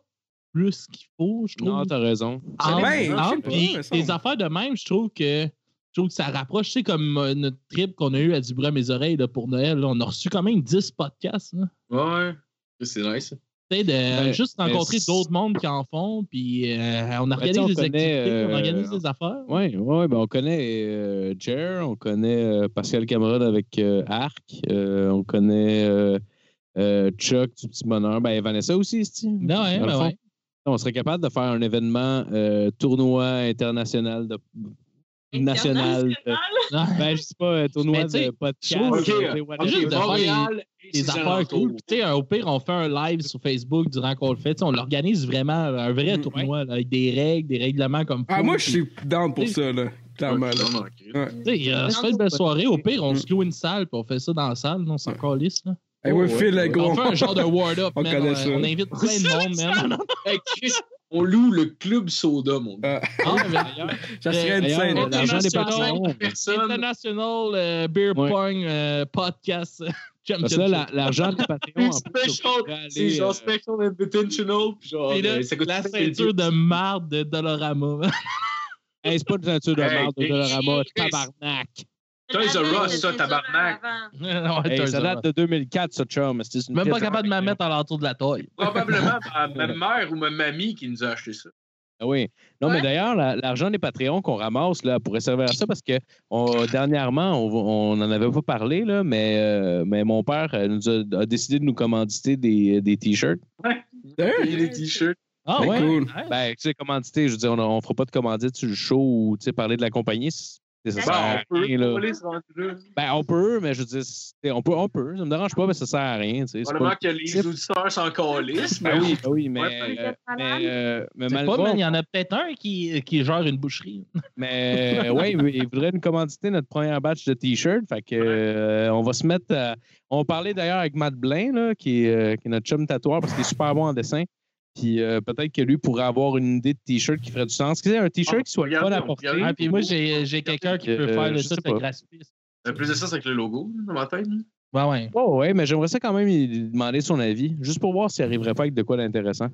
D: plus qu'il faut, je trouve.
A: Non, t'as raison.
D: Ah,
C: Ben,
D: ah,
C: je sais pas,
D: puis
C: mais ça,
D: les
C: on-
D: affaires de même, je trouve que je trouve que ça rapproche, tu sais, comme euh, notre trip qu'on a eu à du bras mes oreilles là, pour Noël. là, on a reçu quand même 10 podcasts. là.
B: Ouais. C'est nice. ça.
D: Tu sais, de juste
A: mais
D: rencontrer
A: Ben, c'est- Ben,
D: d'autres mondes qui en font, puis euh, on
A: tu sais,
D: organise
A: on
D: des
A: connaît,
D: activités, on
A: euh,
D: organise des affaires.
A: Oui, ouais, ouais, ben on connaît euh, Jer, on connaît euh, Pascal Cameron avec euh, Arc, euh, on connaît euh, euh, Chuck du Petit Bonheur, ben Vanessa aussi, esti.
D: Non, ouais,
A: Dans le
D: ben
A: fond,
D: ouais.
A: On serait capable de faire un événement euh, tournoi international de national. de-
D: Non.
A: ben, je sais pas, euh, tournoi
D: Mais tu sais,
A: de podcast.
D: je
B: trouve-
A: euh,
B: Ok,
A: des
D: en
A: whatever.
D: juste de faire
B: et
D: des
B: ses
D: affaires
B: alentours.
D: cool. Puis, tu sais, au pire, on fait un live sur Facebook durant qu'on le fait. Tu sais, on l'organise vraiment, euh, un vrai
C: Mm,
D: tournoi, là, avec des règles, des règlements comme
C: Ah,
D: faut,
C: moi,
D: puis-
C: je suis down pour
D: T'sais,
C: ça, là. Clairement, là.
B: Clairement, ok.
D: Tu sais, euh, on se fait une belle soirée. Au pire, on
C: Mm.
D: se loue une salle puis on fait ça dans la salle. là, On s'en
C: Ouais.
D: calisse. Là.
C: Hey, ouais,
B: Ouais,
C: Phil,
B: ouais.
C: le gros.
D: On fait un genre de word-up,
C: On
D: man.
C: connaît
D: on,
C: ça.
D: on invite plein de monde, man.
B: Hey, Chris, on loue le club soda, mon gars.
C: Ah,
D: Ah, mais-
C: ça serait une
A: D'ailleurs,
C: scène.
A: euh, l'argent des
D: International.
A: patrons.
B: Personne.
D: International euh, Beer
A: Ouais.
D: Pong euh, Podcast
A: Parce que là, la- l'argent des Patreon, en plus, on
B: Special,
A: pourrait aller,
B: c'est genre
A: euh,
B: special invitational, puis genre,
D: Et là,
B: euh, ça coûte
D: la
B: 5
D: ceinture de marde de Dolorama.
A: hey, c'est pas de ceinture de
B: Hey,
A: marde de
B: hey,
A: Dolorama,
B: hey,
A: tabarnak.
B: Toys R Us, ça, tabarnak.
D: Ouais,
A: Hey,
D: t'as
A: ça
D: raison.
A: date de 2004, ça, chum. C'est une
D: Même pas
A: pièce
D: capable de me mettre à l'entour de la taille.
B: Probablement ma, ma mère ou ma mamie qui nous a acheté ça.
A: Ah oui. Non, mais
F: Ouais.
A: d'ailleurs, la- l'argent des Patreons qu'on ramasse là, pourrait servir à ça parce que on- dernièrement, on n'en avait pas parlé, là, mais, euh, mais mon père euh, nous a, a décidé de nous commanditer des, des T-shirts.
C: Hein?
B: Il y a des t-shirts.
D: Ah
A: C'est
D: ouais?
C: cool.
B: Hein?
D: Ouais.
A: Ben, tu sais, commandité, je veux dire, on ne fera pas de commandite sur le show ou tu sais, parler de la compagnie. c'est- Ça sert
B: Bon,
A: à
B: Ben, on peut
A: rien, là.
B: coller ce rendu-là.
A: Ben, on peut, mais je veux dire, c'est- on peut, on peut. Ça me dérange pas, mais ça sert à rien. tu sais, c'est pas-
B: Probablement que les auditeurs s'en calissent, mais
A: Ben oui, ben oui, mais,
B: Ouais,
A: euh, mais, euh, mais
D: C'est
A: malgré-
D: pas, man, il y en a peut-être un qui, qui gère une boucherie.
A: Mais oui, il voudrait nous commanditer notre premier batch de t-shirts. Fait que euh, on va se mettre à- On parlait d'ailleurs avec Matt Blain, là, qui, est, euh, qui est notre chum tatoueur, parce qu'il est super bon en dessin. Puis euh, peut-être que lui pourrait avoir une idée de t-shirt qui ferait du sens. Est-ce que c'est un t-shirt qui soit
B: Ah, Regarde,
A: bon à porter?
B: regarde.
D: Ah, puis moi, j'ai j'ai quelqu'un qui peut
A: Euh,
D: faire le
A: je
D: ça,
A: sais
D: c'est
A: pas.
D: graphiste.
B: En plus de ça, c'est avec le logo là, dans ma tête. hein. là.
D: Ouais, ouais.
A: Oh, ouais, mais j'aimerais ça quand même lui demander son avis, juste pour voir s'il arriverait pas avec de quoi d'intéressant.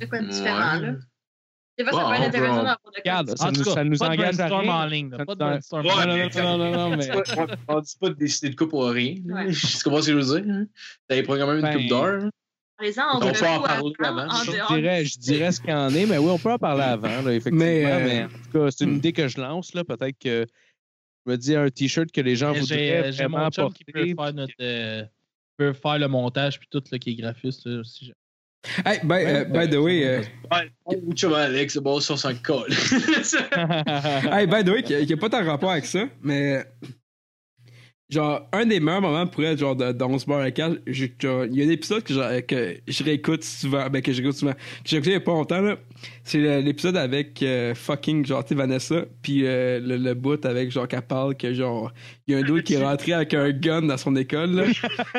F: C'est quoi de différent, là?
B: Ouais.
F: Des fois, ça
B: Bon,
F: peut être
B: on
F: intéressant
B: va-
F: d'avoir de
A: Regarde,
D: En
A: ça
D: tout
A: nous,
D: cas,
A: ça nous
D: pas de
A: engage à
D: brainstorm en
A: rien.
D: ligne. là,
A: Ça
D: Pas de
A: nous en-
D: brainstorm
B: Ouais,
D: en
A: Non, non,
D: ligne.
A: non, non, non, non, mais...
B: On dit pas de décider de coupe pour rien. hein.
F: Ouais.
B: Je sais pas ce que je veux dire. hein. T'avais pris quand même une
A: Ben,
B: coupe d'heure. hein.
F: les ans, on
B: On
F: peut
B: peut en parler avant,
F: En
B: je
A: Je dirais, je dirais ce qu'il en est, mais oui, on peut en parler avant, là, effectivement.
C: Mais,
A: Mais,
C: euh,
A: en tout cas, c'est une idée que je lance. là. Peut-être que je me dis un t-shirt que les gens
D: Mais J'ai
A: voudraient
D: euh, j'ai mon
A: vraiment
D: chum qui
A: porter.
D: peut faire, notre, euh, peut faire le montage puis tout, là, qui est graphiste. là, si j'ai-
C: Hey, ben, euh, by the way, euh,
B: Ouais, ou tu vas Alex, c'est bon, si on s'en colle.
C: hey, by the way, qui n'a pas tant rapport avec ça, mais. Genre, un des meilleurs moments pour être genre de, de 11 à 4, j'ai- genre, il y a un épisode que, je- que je réécoute souvent, ben, que j'écoute souvent, que j'ai écouté il y a pas longtemps, là. C'est le- l'épisode avec euh, fucking, genre, tu sais, Vanessa, puis euh, le, le bout avec, genre, qu'elle parle que, genre, il y a un doute qui est rentré avec un gun dans son école, là.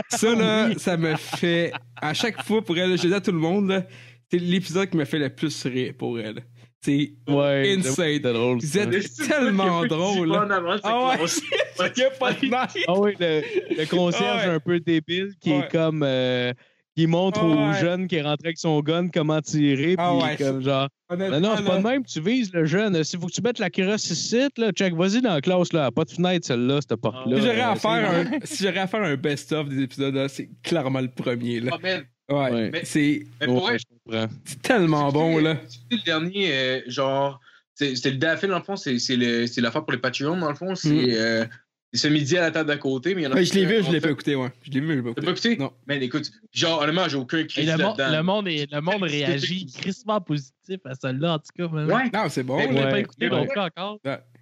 C: Ça, là, ça me fait, à chaque fois, pour elle, là, je dis à tout le monde, là, c'est l'épisode qui me fait le plus rire pour elle. C'est
A: Ouais,
C: Insane.
A: c'est drôle.
C: Vous
A: ça.
C: êtes- tellement drôle, là. Ah ouais. Il y a pas de mal.
A: Ah oui, le, le concierge
C: Ah ouais.
A: un peu débile qui
C: Ouais.
A: est comme. euh, qui montre
C: Ah
A: aux
C: ouais.
A: jeunes qui est rentré avec son gun comment tirer. Puis
C: Ah ouais.
A: comme genre. Non, non, c'est pas de même, tu vises le jeune. S'il faut que tu mettes la cuirasse ici, là, check, vas-y dans la classe, là. Pas de fenêtre, celle-là, cette porte-là.
C: Si Ah. j'aurais à
A: Euh,
C: faire un, si j'aurais à faire un best-of des épisodes, là, c'est clairement le premier, là. Ouais.
A: Ouais.
C: Mais C'est
B: Mais
A: Ouais,
B: pour vrai,
A: je comprends.
C: c'est tellement bon, là.
B: C'est le dernier, euh, genre, c'est c'est le Daffin, dans le fond, c'est c'est le- c'est l'affaire pour les Patreons, dans le fond. C'est
C: Mm.
B: euh, c'est ce midi à la table d'à côté, mais il y en a
C: Ouais, je l'ai vu, je
B: on
C: l'ai
B: fait-
C: pas écouté, ouais. Je l'ai vu, mais je l'ai pas
B: T'as pas
C: écouté.
B: écouté?
C: Non.
B: Mais écoute, genre, honnêtement, j'ai aucun
D: Et
B: crédit
D: le, monde- le
B: là-dedans.
D: monde est- le monde
B: C'était-
D: réagit crissement positif à celle-là, en tout cas. man.
B: Ouais.
C: Non, c'est bon.
B: Mais
D: On
C: là.
D: l'a pas
A: Ouais,
D: écouté
A: ouais.
D: non plus encore.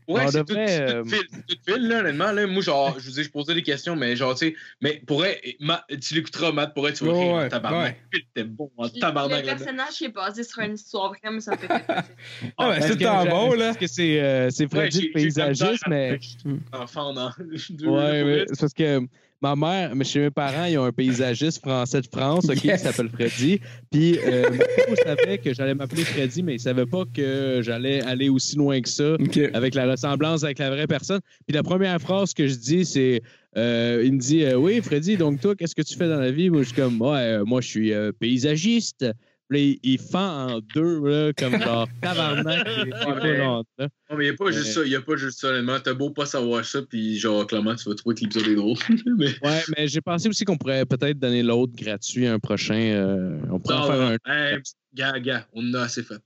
B: Ouais,
A: On
B: c'est tout,
A: devrait,
B: c'est tout
A: euh,
B: fil, tout fil, là, honnêtement. Là, moi, genre, je vous ai je posais des questions, mais genre, tu sais, mais pour vrai, Ma- tu l'écouteras, Matt, pour être tu vas
C: Ouais,
B: rire en
C: ouais,
B: tabarnak. Le film était bon en
F: Puis,
B: tabarnak.
F: le
B: là-dedans.
F: personnage qui est basé sur une histoire vraiment, ça me fait très plaisir.
C: Ah, ben,
A: Parce
C: c'est le
A: que
C: temps
A: j'ai-
C: bon, là.
A: Parce que c'est euh, c'est
B: Ouais,
A: fragile
B: j'ai- j'ai
A: paysagiste,
B: eu
A: mais.
B: comme ça, Enfant, non. Deux,
A: Ouais,
B: pour
A: ouais,
B: vrai.
A: c'est parce que ma mère, mais chez mes parents, ils ont un paysagiste français de France, OK,
C: Yes.
A: qui s'appelle Freddy. Puis, euh, mon père savait que j'allais m'appeler Freddy, mais il savait pas que j'allais aller aussi loin que ça
C: Ok.
A: avec la ressemblance avec la vraie personne. Puis la première phrase que je dis, c'est euh, il me dit euh, Oui, Freddy, donc toi, qu'est-ce que tu fais dans la vie Moi, je suis comme Ouais, euh, moi, je suis euh, paysagiste. Puis là, il, il fend en deux, là, comme genre tabarnak. il est épouvantable, là.
B: Non, mais il n'y a pas juste
A: Ouais.
B: ça, il n'y a pas juste ça, honnêtement. T'as beau pas savoir ça, puis genre, clairement, tu vas trouver que l'épisode est drôle. mais.
A: Ouais, mais j'ai pensé aussi qu'on pourrait peut-être donner l'autre gratuit un prochain. euh, on pourrait en
B: Non,
A: faire un.
B: hey, gars, gars, on en a assez fait.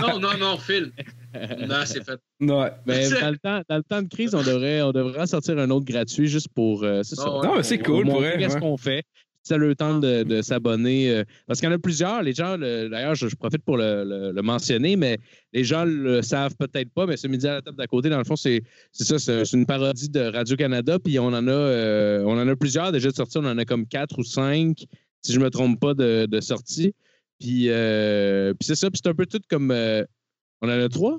B: Non, non, non, Phil, on en a assez fait.
C: Ouais.
A: mais dans le, temps, dans le temps de crise, on devrait, on devrait en sortir un autre gratuit juste pour. euh, c'est ça.
B: Non,
C: Non, mais c'est
A: Pour
C: cool, pour
A: montrer
C: vrai.
A: qu'est-ce
C: ouais.
A: qu'on fait. Si ça a le temps de, de s'abonner. euh, parce qu'il y en a plusieurs. Les gens, le- d'ailleurs, je, je profite pour le, le- le mentionner, mais les gens le savent peut-être pas, mais ce midi à la table d'à côté, dans le fond, c'est c'est ça, c'est c'est une parodie de Radio-Canada. Puis on en a euh, on en a plusieurs déjà de sorties. On en a comme quatre ou cinq, si je me trompe pas, de, de sorties. Puis, euh, puis c'est ça, puis c'est un peu tout comme. euh, on en a trois?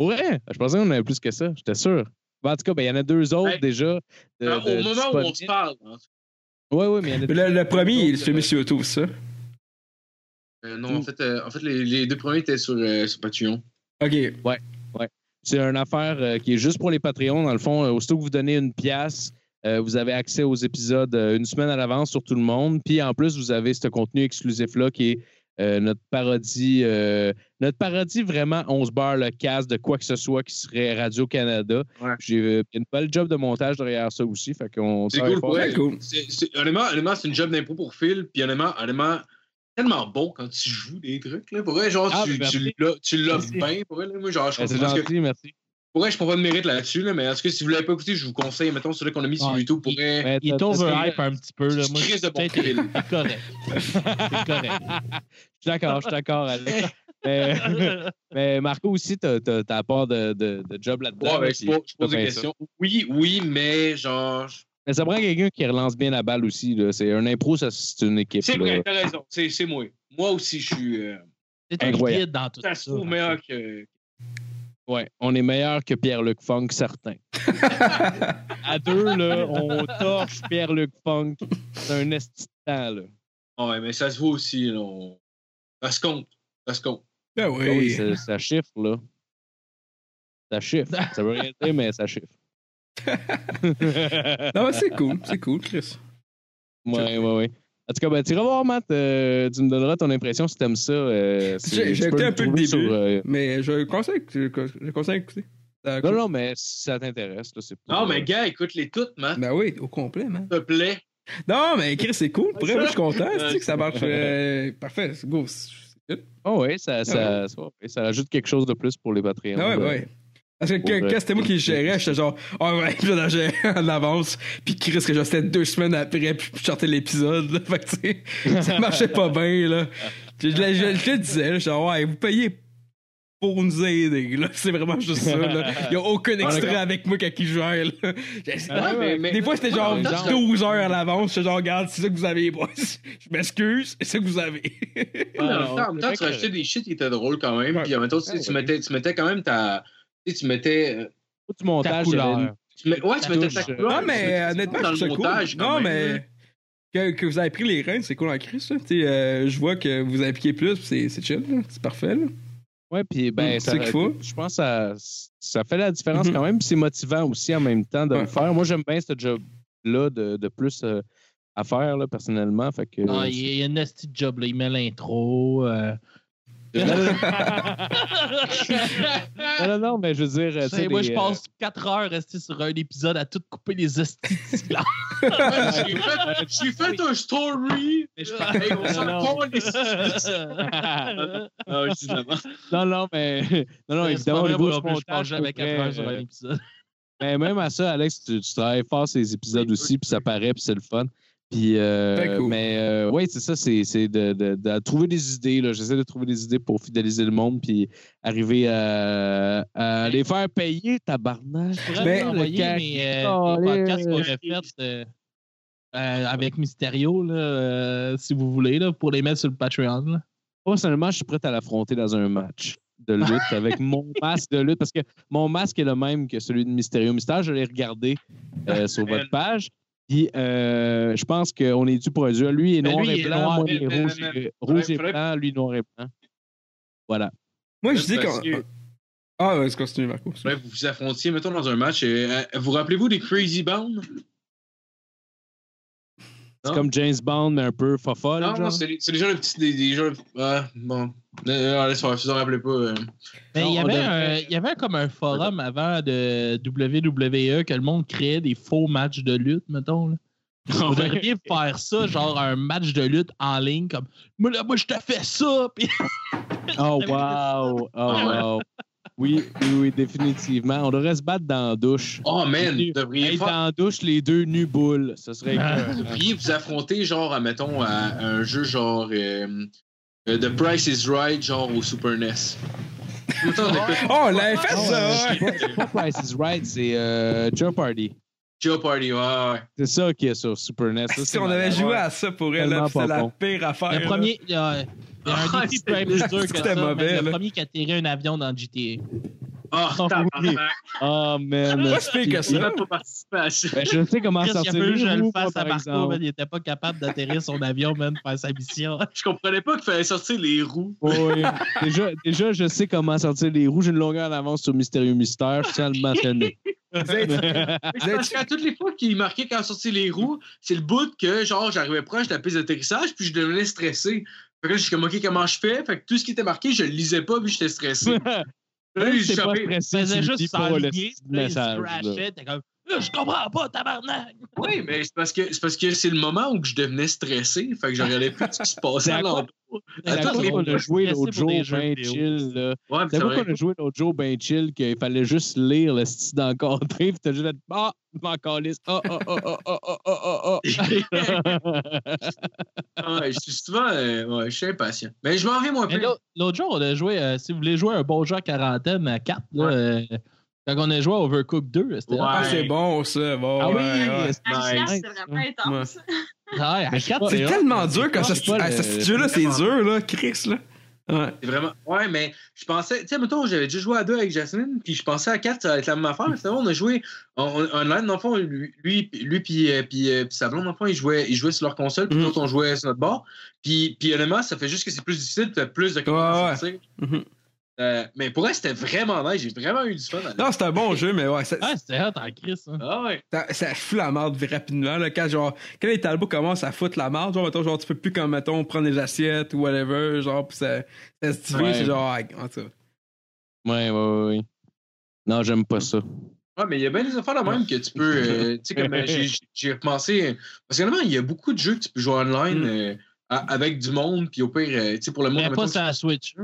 A: Ouais, je pensais qu'on en avait plus que ça, j'étais sûr. Ben, en tout cas, ben, il y en a deux autres
B: Hey.
A: déjà. de-
B: ben, Au
A: de
B: moment où on se
A: disponibles.
B: parle, en tout
A: Ouais, ouais, mais il y en a
C: Mais Le, le premier, il se fait mis sur YouTube, ça.
B: cas. Euh, non, en fait, euh, en fait les, les deux premiers étaient sur, euh, sur Patreon.
C: Ok. ben,
A: C'est une affaire euh, qui est juste pour les Patreons. Dans le fond, euh, aussitôt que vous donnez une pièce, euh, vous avez accès aux épisodes euh, une semaine à l'avance sur tout le monde. Puis en plus, vous avez ce contenu exclusif-là qui est euh, notre parodie, euh, notre parodie vraiment 11 bars le casse de quoi que ce soit qui serait Radio-Canada.
B: Ouais.
A: J'ai euh, une belle job de montage derrière ça aussi. Fait qu'on
B: C'est
A: travaille
B: cool,
A: fort.
B: ouais.
C: Ouais, cool.
B: C'est- c'est- Honnêtement, honnêtement, c'est une job d'impro pour Phil, puis honnêtement, honnêtement, tellement bon quand tu joues des trucs. Là. Pour vrai, genre,
A: Ah,
B: tu,
A: ben,
B: tu
A: merci.
B: l'as- tu l'as
A: Merci.
B: bien. Pour vrai, là, moi, genre, je
A: Ben, C'est
B: comprends ce que-
A: gentil, merci.
B: Pour vrai, je prends pas de mérite là-dessus, là, mais en tout cas, si vous l'avez pas écouté, je vous conseille, mettons, celui qu'on a mis sur
D: Ouais.
B: YouTube, pour vrai,
A: Ben,
D: Il
A: t'as-
D: est
A: t'as-
D: overhype un petit peu. Là. Moi,
B: Crise de bon
D: peut-être-
B: fil.
D: c'est correct. C'est correct.
A: Je suis d'accord, je suis d'accord, Alex. mais, mais Marco aussi, t'as t'as- t'as part de, de, de job là-dedans.
B: Ouais, ben,
A: puis
B: je pose, je pose
A: t'as
B: des
A: bien ça.
B: questions. Oui, oui, mais genre. je-
A: Mais ça prend quelqu'un qui relance bien la balle aussi. Là. C'est un impro, ça, c'est une équipe.
B: C'est
A: là.
B: vrai, t'as raison. C'est c'est moi. Moi aussi, je suis. euh,
D: C'est un
A: Incroyable.
D: guide dans tout
B: ça
D: ça.
B: se trouve euh, meilleur que.
A: Ouais, on est meilleur que Pierre-Luc Funk, certain. à deux, là, on torche Pierre-Luc Funk. C'est un esti de temps, là.
B: Ouais, mais ça se voit aussi. Là, on- Ça se compte. Ça se compte.
C: Ben
A: Ah Oui, ça, ça chiffre, là. Ça chiffre. Ça veut rien dire, mais ça chiffre. ouais,
C: Non, mais c'est cool, c'est cool, Chris.
A: ouais, ouais. En tout cas, ben, tu vas voir, Matt. euh, tu me donneras ton impression si t'aimes ça. euh, si-
C: J'ai-
A: tu
C: j'ai
A: peux
C: écouté
A: me
C: un peu le
A: trouver
C: début.
A: sur, euh,
C: Mais je le conseille, je le conseille d'écouter.
A: Non,
C: Ça coûte-
A: non, mais si ça t'intéresse, là, c'est
B: Non,
A: pour,
B: mais
A: euh,
B: gars, écoute-les toutes, man.
C: Ben oui, au complet, man.
B: S'il te plaît.
C: Non, mais Chris, c'est cool. Pour vrai, moi, je suis content. C'est que ça marche. euh, parfait, c'est go. c'est- c'est good.
A: Ah oui, ça, ça, ça, ouais, ça ajoute quelque chose de plus pour les Patreons.
C: Ah ouais,
A: là.
C: ben ouais. Parce que que-
A: Pour, euh,
C: quand c'était moi qui le gérais, j'étais genre, ah ouais, je le gérais en avance. Puis Chris, que j'étais deux semaines après, puis je sortais l'épisode. là. Fait que, tu sais, ça marchait pas bien, là. Je, je, je- je le disais, là, genre, ouais, vous payez pour nous aider, là. C'est vraiment juste ça, là. Y a aucun extra avec moi quand il gère, là. J'ai-
A: Ah,
B: Ouais, mais- mais-
C: Des fois, c'était
B: Ouais,
C: genre
B: en même temps,
C: 12 heures à l'avance. J'étais genre, regarde, c'est ça que vous avez, boys. Je m'excuse, c'est ça que vous avez. euh,
B: Ouais,
A: Ah,
B: en même temps, en même temps,
A: c'est
B: tu
A: vrai
B: rachetais des shit qui étaient drôles quand même.
C: Ouais.
B: Puis en même temps, tu, sais,
A: Ouais,
B: tu
A: ouais.
B: mettais, tu mettais quand même ta. Tu sais, tu mettais. euh,
A: Faut du montage,
D: couleur.
A: j'avais une-
B: Tu mets- ouais, tu
D: Ta
B: mettais
D: touche.
B: ta couleur.
C: Non,
B: tu mettais
C: mais
B: ta
C: honnêtement,
B: couleur
C: je
B: dans
C: trouve ça
B: le
C: cool.
B: montage, quand
C: Non,
B: même,
C: mais
B: là.
C: que, que vous avez pris les reins, c'est cool en crise. là. Tu sais, euh, je vois que vous appliquez plus, puis c'est c'est chill, là. c'est parfait. là.
A: Ouais, puis ben,
C: Mm,
A: ça,
C: c'est qu'il faut.
A: je pense que ça, ça fait la différence
C: Mhm.
A: quand même. puis C'est motivant aussi en même temps de
C: Ouais.
A: le faire. Moi, j'aime bien ce job-là de, de plus euh, à faire, là, personnellement. Fait que,
D: Ah, il y a une nasty job, là. Il met l'intro. euh.
B: Ah,
A: Non, non, non, mais je veux dire. euh, tu sais,
D: moi,
A: des,
D: je
A: euh,
D: passe 4 heures restées sur un épisode à tout couper les hosties de silence.
B: J'ai fait- J'ai fait un story.
A: mais je
B: Hey, on s'en
A: Non.
B: calisse.
A: parle-
B: Ah, je dis de la merde.
A: non, non, mais. Non, non, évidemment, au
D: C'est pas vrai,
A: niveau
D: moi non
A: du
D: plus, je passe
A: montage, euh,
D: jamais 4 heures sur un
A: ben,
D: épisode.
A: Mais même à ça, Alex, tu, tu travailles fort ces épisodes aussi, puis ça paraît, puis c'est le fun. Puis, euh,
C: Très cool.
A: Mais euh, ouais, c'est ça, c'est c'est de, de- de trouver des idées. là. J'essaie de trouver des idées pour fidéliser le monde puis arriver à,
C: Ben
A: à les faire payer, tabarnak.
D: pourrais
C: Mais-
D: vous envoyer
A: Le
D: mes,
A: caca-
D: euh, les podcasts qu'on a fait euh, euh, avec Mysterio, là, euh, si vous voulez, là, pour les mettre sur le Patreon. là.
A: Pas seulement, je suis prêt à l'affronter dans un match de lutte avec mon masque de lutte parce que mon masque est le même que celui de Mysterio Mystère. Je l'ai regardé euh, sur votre page. Puis euh, je pense qu'on est dû pour un duel. Lui est
D: Mais
A: noir
D: lui,
A: et
D: il est
A: blanc,
D: noir
A: moi
D: et
A: il est
D: blanc.
A: rouge, et, rouge et
B: Faudrait-
A: blanc, lui noir et blanc. Voilà.
C: Moi, je dis
B: Parce
C: qu'on.
B: que-
C: Ah, ouais, c'est continue, Marco.
B: Ouais, vous vous affrontiez, mettons, dans un match. et, euh, vous rappelez-vous des Crazy Bound?
A: C'est
B: Non.
A: comme James Bond, mais un peu fofolle.
B: Non, non,
A: genre.
B: c'est c'est déjà le petit. Des, des gens, ah, bon. Euh, allez, ça va, si vous en rappelez pas. euh,
D: Mais
A: Non,
D: Ben, il y
A: on
D: avait,
A: devrait-
D: un- il y avait comme un forum avant de WWE que le monde créait des faux matchs de lutte, mettons. Là.
A: Ah
D: Vous devriez faire ça, genre un match de lutte en ligne, comme Moi, là, moi je te fais ça. Puis
A: Oh, wow! Oh, wow! Oui, oui, oui, définitivement. On devrait se battre dans la douche.
B: Oh man,
A: Hey,
B: vous devriez,
A: Être
B: faire-
A: dans la douche, les deux nus boules. Ce serait.
B: vous devriez vous affronter, genre, à, mettons, à, à un jeu genre. euh, euh, The Price is Right, genre au Super E NES. Mettons, on écoute
C: Oh, on l'avait fait,
A: Non,
C: ça,
A: euh,
C: ouais!
A: c'est pas- c'est pas Price is Right, c'est euh, Jump Party.
B: Joe Party, ouais, ouais.
A: C'est ça qui est sur Super NES. Ça,
C: Si
A: c'est
C: on
A: malade.
C: avait joué à ça pour elle,
A: Tellement
C: là, pis c'était
A: pas
C: la
A: bon.
C: pire affaire.
D: le
C: là.
D: premier, il y a- il y a un
B: Ah,
D: défi
B: c'est-
D: bien plus dur que
C: c'était
D: ça.
C: mauvais,
D: mais
C: là.
D: le premier qui atterrait un avion dans GTA.
B: Oh,
A: Oh, oui.
B: tabarnak.
A: Oh, man.
C: Pas si pire que
B: Il va
C: ça.
B: pas participer à ça.
A: Ben, je sais comment
D: Chris, il a
A: sortir
D: fallu que je
A: le
D: le
A: roux, moi,
D: fasse à
A: par
D: Marco,
A: exemple.
D: man, il était pas capable d'atterrir son avion, man, faire sa mission.
B: Je comprenais pas qu'il fallait sortir les roues.
A: Oui. déjà, déjà, je sais comment sortir les roues. J'ai une longueur d'avance sur Mystérieux Mystère. Je suis à le mentionner.
B: C'est Parce qu'à toutes les fois qu'il marquait quand sortait les roues, c'est le bout que, genre, j'arrivais proche de la piste d'atterrissage, puis je devenais stressé. Fait que là, je suis comme, OK, comment je fais? Fait que tout ce qui était marqué, je le lisais pas, puis j'étais stressé. Là,
A: Même
B: j'ai
A: si t'es pas
B: échappé.
D: Il
A: stressé, tu
D: faisait
A: le dis
D: juste
A: pas le
D: s'enligner,
A: petit
D: puis là, il
A: message.
D: se
A: là.
D: crashait, t'es comme Là, je comprends pas, tabarnak!
B: Oui, mais c'est parce que c'est parce que c'est le moment où je devenais stressé. Fait que je regardais plus ce qui se passait
A: C'est à
B: à
A: quoi-
B: l'entour.
A: C'est à
B: Attends,
A: quoi
B: mais
A: qu'on a joué
D: Stressé
A: l'autre
D: pour
A: jour,
D: des jeux
A: ben
D: vidéo.
A: chill, là.
B: Ouais, mais
A: C'est
B: ça
A: à quoi
B: aurait-
A: qu'on a joué l'autre jour, ben chill, qu'il fallait juste lire le style d'encontrer, puis t'as juste là, ah, m'en calisse, ah, ah, ah, ah, ah, ah, ah, ah,
B: Ouais, je suis souvent. euh, ouais, je suis impatient. Mais je m'en vais, moi,
D: Mais
B: plus.
D: l'autre- L'autre jour, on a joué, euh, si vous voulez jouer un bon jeu à quarantaine à 4, quand on a joué à Overcooked 2, c'était
B: Ouais.
D: là.
C: Ah, c'est bon, ça. Bon,
A: Ah oui,
C: ouais, ouais.
F: À
B: Nice.
F: Chiasse, c'est vraiment intense.
D: Ouais, à 4,
C: C'est tellement dur quand ça
A: Ah, c'est pas le-
C: se tue là, c'est dur, là, Chris, là. Ouais.
B: C'est vraiment. Ouais, mais je pensais. Tu sais, mettons, j'avais déjà joué à deux avec Jasmine, puis je pensais à quatre, ça allait être la même affaire. Finalement, on a joué en- en- online, dans le fond, lui, lui, lui puis, euh, puis, euh, puis sa blonde, dans le fond, ils jouaient, ils jouaient sur leur console, puis
C: Mhm.
B: l'autre, on jouait sur notre bord. Puis, puis honnêtement, ça fait juste que c'est plus difficile, puis t'as plus de
C: Ouais, ouais.
B: commentaires. tu sais.
C: Mhm.
B: Euh, mais pour elle, c'était vraiment nice. J'ai vraiment eu du fun. à-
C: Non, c'est un bon jeu, mais ouais, ça,
A: Ah,
D: Ouais, c'était Ah, hot en Chris. hein.
B: Ah ouais.
C: ça, ça fout la merde rapidement. Là, quand, genre, quand les talbots commencent à foutre la merde, genre, mettons, genre, tu peux plus, comme, mettons, prendre les assiettes ou whatever, genre, pis ça, ça se divise,
A: Ouais.
C: c'est genre, ah, en tout cas.
A: Ouais, ouais, ouais, ouais. Non, j'aime pas ça.
B: Ouais, mais il y a bien des affaires de même que tu peux. euh, tu sais, comme euh, j'ai- j'ai repensé. euh, Parce que honnêtement, il y a beaucoup de jeux que tu peux jouer online.
C: Mm.
B: euh, à- avec du monde, puis au pire, euh, tu sais, pour le monde,
D: Mais
B: mettons,
D: pas sur la Switch.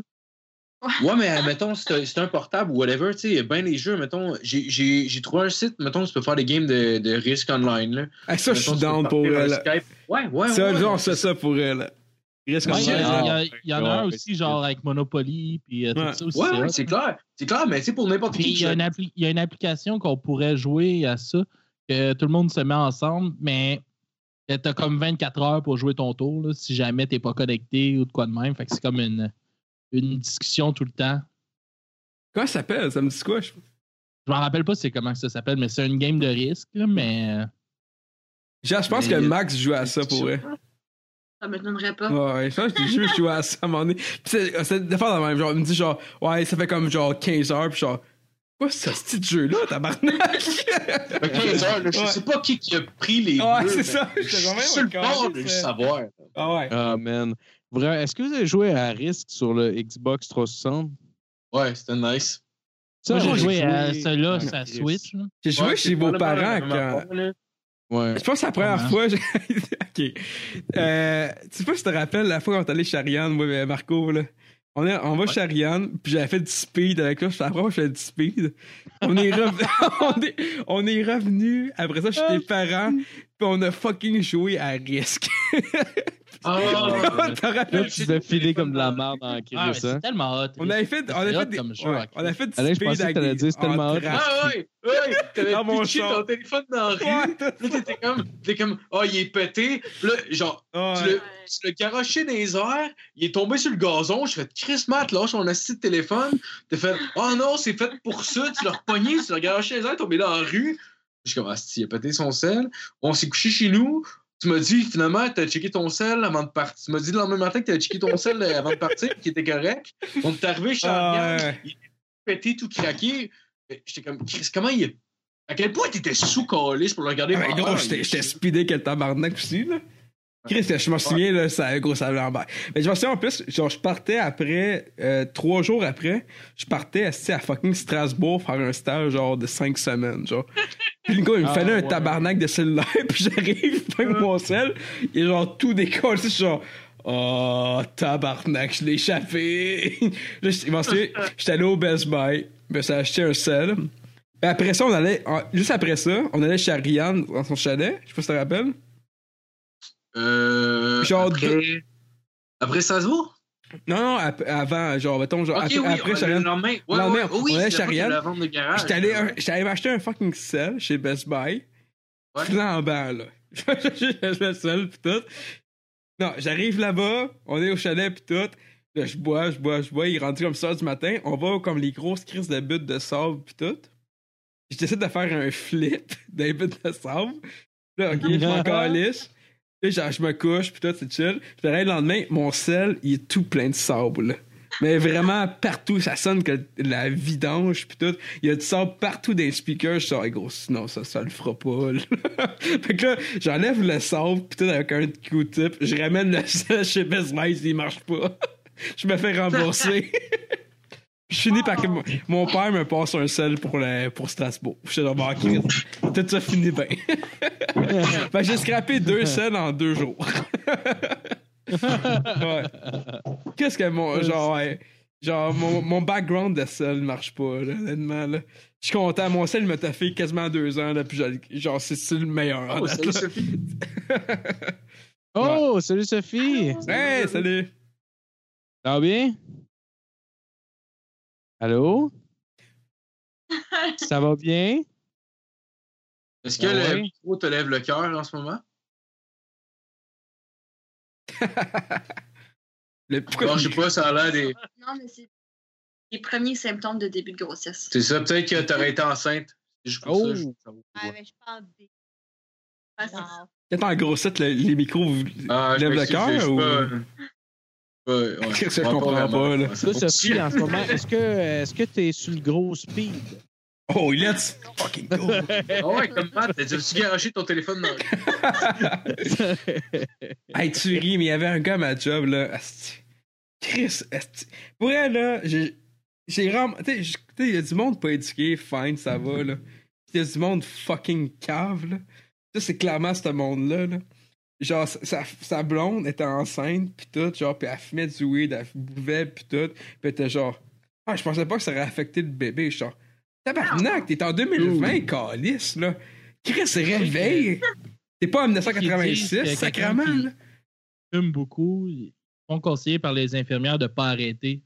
B: Ouais, mais euh, mettons, c'est un- c'est un portable ou whatever, tu sais, il y a bien des jeux, mettons, j'ai- j'ai j'ai trouvé un site, mettons, tu peux faire des games de, de risque online, là.
C: Hey, ça,
B: Mettons,
C: je suis
B: tu peux
C: down pour
B: partir
C: elle.
B: dans
C: là.
B: Skype. Ouais, ouais,
C: Ça,
B: ouais.
C: genre, c'est ça pour elle. Risque
D: Ouais,
C: de
D: Il y,
C: merde.
D: a- il y a- il y en a
A: Ouais,
D: un
A: ouais,
D: aussi, genre avec Monopoly, puis euh,
C: Ouais.
D: tout ça aussi.
B: Ouais,
D: c'est
B: ouais,
D: hot.
B: c'est clair. C'est clair, mais tu sais, pour n'importe
D: Puis
B: qui.
D: il y, a une appli- il y a une application qu'on pourrait jouer à ça, que tout le monde se met ensemble, mais que t'as comme 24 heures pour jouer ton tour, là, si jamais t'es pas connecté ou de quoi de même. Fait que c'est comme une, une discussion tout le temps.
C: Comment ça s'appelle? Ça me dit quoi? Je-
D: Je m'en rappelle pas c'est comment que ça s'appelle, mais c'est une game de risque, là, mais
C: Genre, je pense
B: Mais-
C: que Max joue à ça pour elle.
F: Ça me donnerait pas.
C: Ouais, ouais, je pense que je joue à ça à un moment donné. Pis c'est euh, c'est de faire la même. Genre, il me dit, genre, ouais, ça fait comme, genre, 15 heures, pis genre, quoi, ce petit jeu-là, tabarnak?
B: je sais pas qui, qui a pris les.
C: Ouais,
B: deux,
C: c'est
B: mais
C: ça,
B: Je
C: j'étais
B: suis
C: quand même
B: sur le
C: encore
B: bord de
C: dit,
B: le
C: ça.
B: savoir.
C: Ah ouais.
A: Ah, man. Vraiment, est-ce que vous avez joué à risque sur le Xbox 360?
B: Ouais, c'était nice.
A: Ça,
D: moi j'ai
A: j'ai
D: joué à
A: joué
D: celui-là,
A: en
D: sa
A: Chris.
D: Switch. là.
C: J'ai joué
B: Ouais,
C: chez
B: c'est
C: vos
B: probablement
C: parents
B: la même
C: quand.
B: affaire, là.
A: Ouais.
C: Je pense que la première fois. j'ai- ok. Euh, tu sais pas si tu te rappelles la fois quand on est allé chez Ariane, moi et Marco, là. On, est, on va chez Ariane, puis j'avais fait du speed avec là. Je la première fois que je faisais du speed. On est, revenu, on, est, on est revenu. Après ça, chez tes parents, puis on a fucking joué à risque.
B: Ah,
C: T'en
A: Là,
C: rappelles?
A: tu te filer comme de la merde en
D: Ah, mais
A: crise, hein?
D: c'est tellement hot.
C: On avait fait, on avait
D: C'est hot
C: fait, des-
D: comme jeu,
C: ouais,
D: ok.
C: on avait fait du
A: Alain, je
C: speed
A: pensais que
C: avec
A: t'allais
C: des-
A: dire, c'est tellement
C: en
A: hot.
C: trash.
B: ah ouais, ouais,
C: Dans
B: t'avais
C: mon
B: pitché
C: char.
B: ton téléphone dans la rue.
C: Ouais.
B: Là, t'étais comme, t'es comme, oh, il est pété. Puis là, genre, tu
C: Ouais.
B: l'as- tu l'as garoché des airs, il est tombé sur le gazon. Je fais, Chris Matt, lâche mon assis de téléphone. T'as fait, oh non, c'est fait pour ça. Tu l'as repogné, tu l'as garoché des airs, il est tombé dans la rue. Je suis comme, asti, il a pété son sel. On s'est couché chez nous. Tu m'as dit, finalement, t'as checké ton sel avant de partir. Tu m'as dit le lendemain matin que t'avais checké ton sel euh, avant de partir, qui était correct. On est arrivé chez
C: Ah,
B: Ariane,
C: ouais.
B: pété, tout craqué. J'étais comme, Chris, comment il est. À quel point t'étais sous-caliste pour le regarder?
C: Ah, mais gros,
B: Ah,
C: j'étais
B: il-
C: j'étais speedé que le tabarnak aussi, là. Chris, je me souviens, là, ça, gros, ça allait en bas. Mais je me souviens, en plus, genre, je partais après, euh, trois jours après, je partais esti, à fucking Strasbourg faire un stage, genre, de cinq semaines, genre. Puis le gars, il me
A: Ah,
C: fallait un
A: ouais.
C: tabarnak de cellulaire, puis j'arrive, fuck mon sel, il est genre tout décolle, je suis genre... Oh, tabarnak, je l'ai échappé. Là, je je m'en souviens, j'étais allé au Best Buy, je me suis acheté un sel. Ben, Après ça, on allait. en- Juste après ça, on allait chez Ariane dans son chalet. Je sais pas si tu te rappelles.
B: Euh,
C: Genre
B: après... Après Strasbourg?
C: Non, non, ap- avant, genre, mettons, genre,
B: Ok,
C: après,
B: oui,
C: après
B: euh,
C: chez
B: le
C: Ariane.
B: lendemain. Ouais,
C: lendemain,
B: ouais,
C: on
B: oui,
C: allait
B: c'est
C: chez
B: la fois qu'il y a
C: Ariane.
B: la vente de garage.
C: J'étais allé, un- j'étais allé m'acheter un fucking sel chez Best Buy.
B: Ouais.
C: Flambant, là. J'ai le sel, pis tout. Non, j'arrive là-bas, on est au chalet, pis tout. Là, je bois, je bois, je bois. Il est rendu comme ça du matin. On va comme les grosses crises de buttes de sable, pis tout. Je décide de faire un flip d'un but de sable. Là, ok, je m'en calisse. Là, genre, je me couche, pis tout, c'est chill. Puis le lendemain, mon sel, il est tout plein de sable, là. Mais vraiment partout, ça sonne que la vidange puis tout. Il y a du sable partout dans les speakers. Je suis genre, Hey, gros, sinon ça, ça le fera pas. là. fait que là, j'enlève le sable puis tout avec un Q-tip. Je ramène le sel chez Best Buy, il marche pas. je me fais rembourser. Je finis par que mon- mon père me passe un sel pour, le, pour Strasbourg. Je suis genre, Bon, Chris, tout ça finit bien. fait que j'ai scrappé deux sels en deux jours. ouais. Qu'est-ce que mon. Genre, ouais. Genre, mon, mon background de sel marche pas, là, honnêtement, là. Je suis content. Mon sel me t'a fait quasiment deux ans, là, puis je- genre, c'est c'est le meilleur.
B: Oh, salut
C: honnêtement.
B: Sophie.
A: Oh, salut Sophie!
C: hey, salut!
A: Ça va bien? Allô? Ça va bien?
B: Est-ce que
A: Ah
B: le
A: ouais?
B: micro te lève le cœur en ce moment?
C: Le, pourquoi
B: Non, je sais pas, ça a l'air des.
F: Non, mais c'est les premiers symptômes de début de grossesse.
B: C'est ça, peut-être que t'aurais été enceinte. C'est juste pour
A: Oh.
B: ça, je- ça va.
H: Ouais, mais je parle des.
F: Ah, c'est ça.
H: Wow.
C: Peut-être en grossette, le- les micros. vous-
B: Ah, je
C: Lève le
B: m'excuse,
C: cœur
B: je suis
C: ou-
B: pas- je suis pas- ouais,
C: Qu'est-ce que je
B: on va
C: comprends
B: vraiment
C: pas, là?
B: faire ça.
A: Toi, Sophie, en ce moment, est-ce que est-ce que t'es sur le gros speed?
C: Oh, let's fucking go!
B: Ah ouais, comme Matt, t'as-tu garoché ton téléphone dans Ben,
C: Hey, tu ris, mais il y avait un gars à ma job, là. asti. Chris, asti. Pour vrai, là, j'ai. J'ai vraiment. Tu sais, j- tu sais, il y a du monde pas éduqué, fine, ça va, là. Il y a du monde fucking cave, là. Ça, c'est clairement ce monde-là, là. Genre, sa- sa, sa blonde était enceinte, pis tout, genre, pis elle fumait du weed, elle bouvait, pis tout. Pis elle était genre. Ah, je pensais pas que ça aurait affecté le bébé. Je suis genre. Tabarnak, t'es en 2020, calice, là. Chris, réveille! T'es pas en
D: qu'ils disent qu'il y a
C: 1986,
D: euh, quelqu'un
C: sacrément,
D: qui-
C: là.
D: fume beaucoup, ils sont conseillés par les infirmières de ne pas arrêter.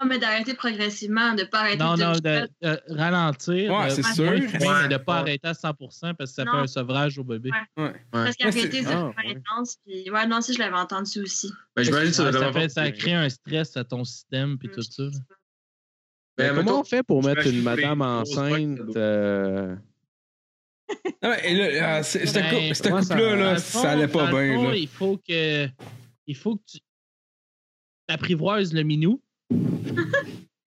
F: Non, mais d'arrêter progressivement, de ne pas arrêter
D: Non,
F: de
D: non,
F: dire,
D: de, euh, ralentir.
C: Ouais,
D: euh,
C: c'est
D: moins
C: sûr.
D: de fumer,
B: Ouais.
D: mais de ne pas
B: Ouais.
D: arrêter à 100% parce que ça
F: Non.
D: fait un sevrage au bébé.
F: Ouais. Parce
C: Ouais, c'est-
F: qu'arrêter, c'est
A: ah,
F: vraiment
A: ouais.
F: intense. Puis, ouais, non, si je l'avais entendu aussi.
B: Ben, j'imagine que ça
D: Ouais,
B: va
D: ça,
B: vraiment
D: fait- ça
B: pas-
D: crée un stress à ton système puis
F: Mm.
D: tout ça. là.
B: Ben,
A: Mais Euh, comment
B: mettons-
A: on fait pour
B: tu
A: mettre
B: m'achètes
A: une
B: des
A: madame
B: grosses
A: enceinte?
B: boîtes de
A: euh,
C: Non, mais là, euh, c'est- ce
D: Ben,
C: cou- ce
A: moi, ça-
C: couple-là,
D: Dans
C: là,
D: le fond-
C: ça allait pas
D: dans le
C: bien.
D: fond,
C: là.
D: Il faut que, il faut que tu apprivoises le minou.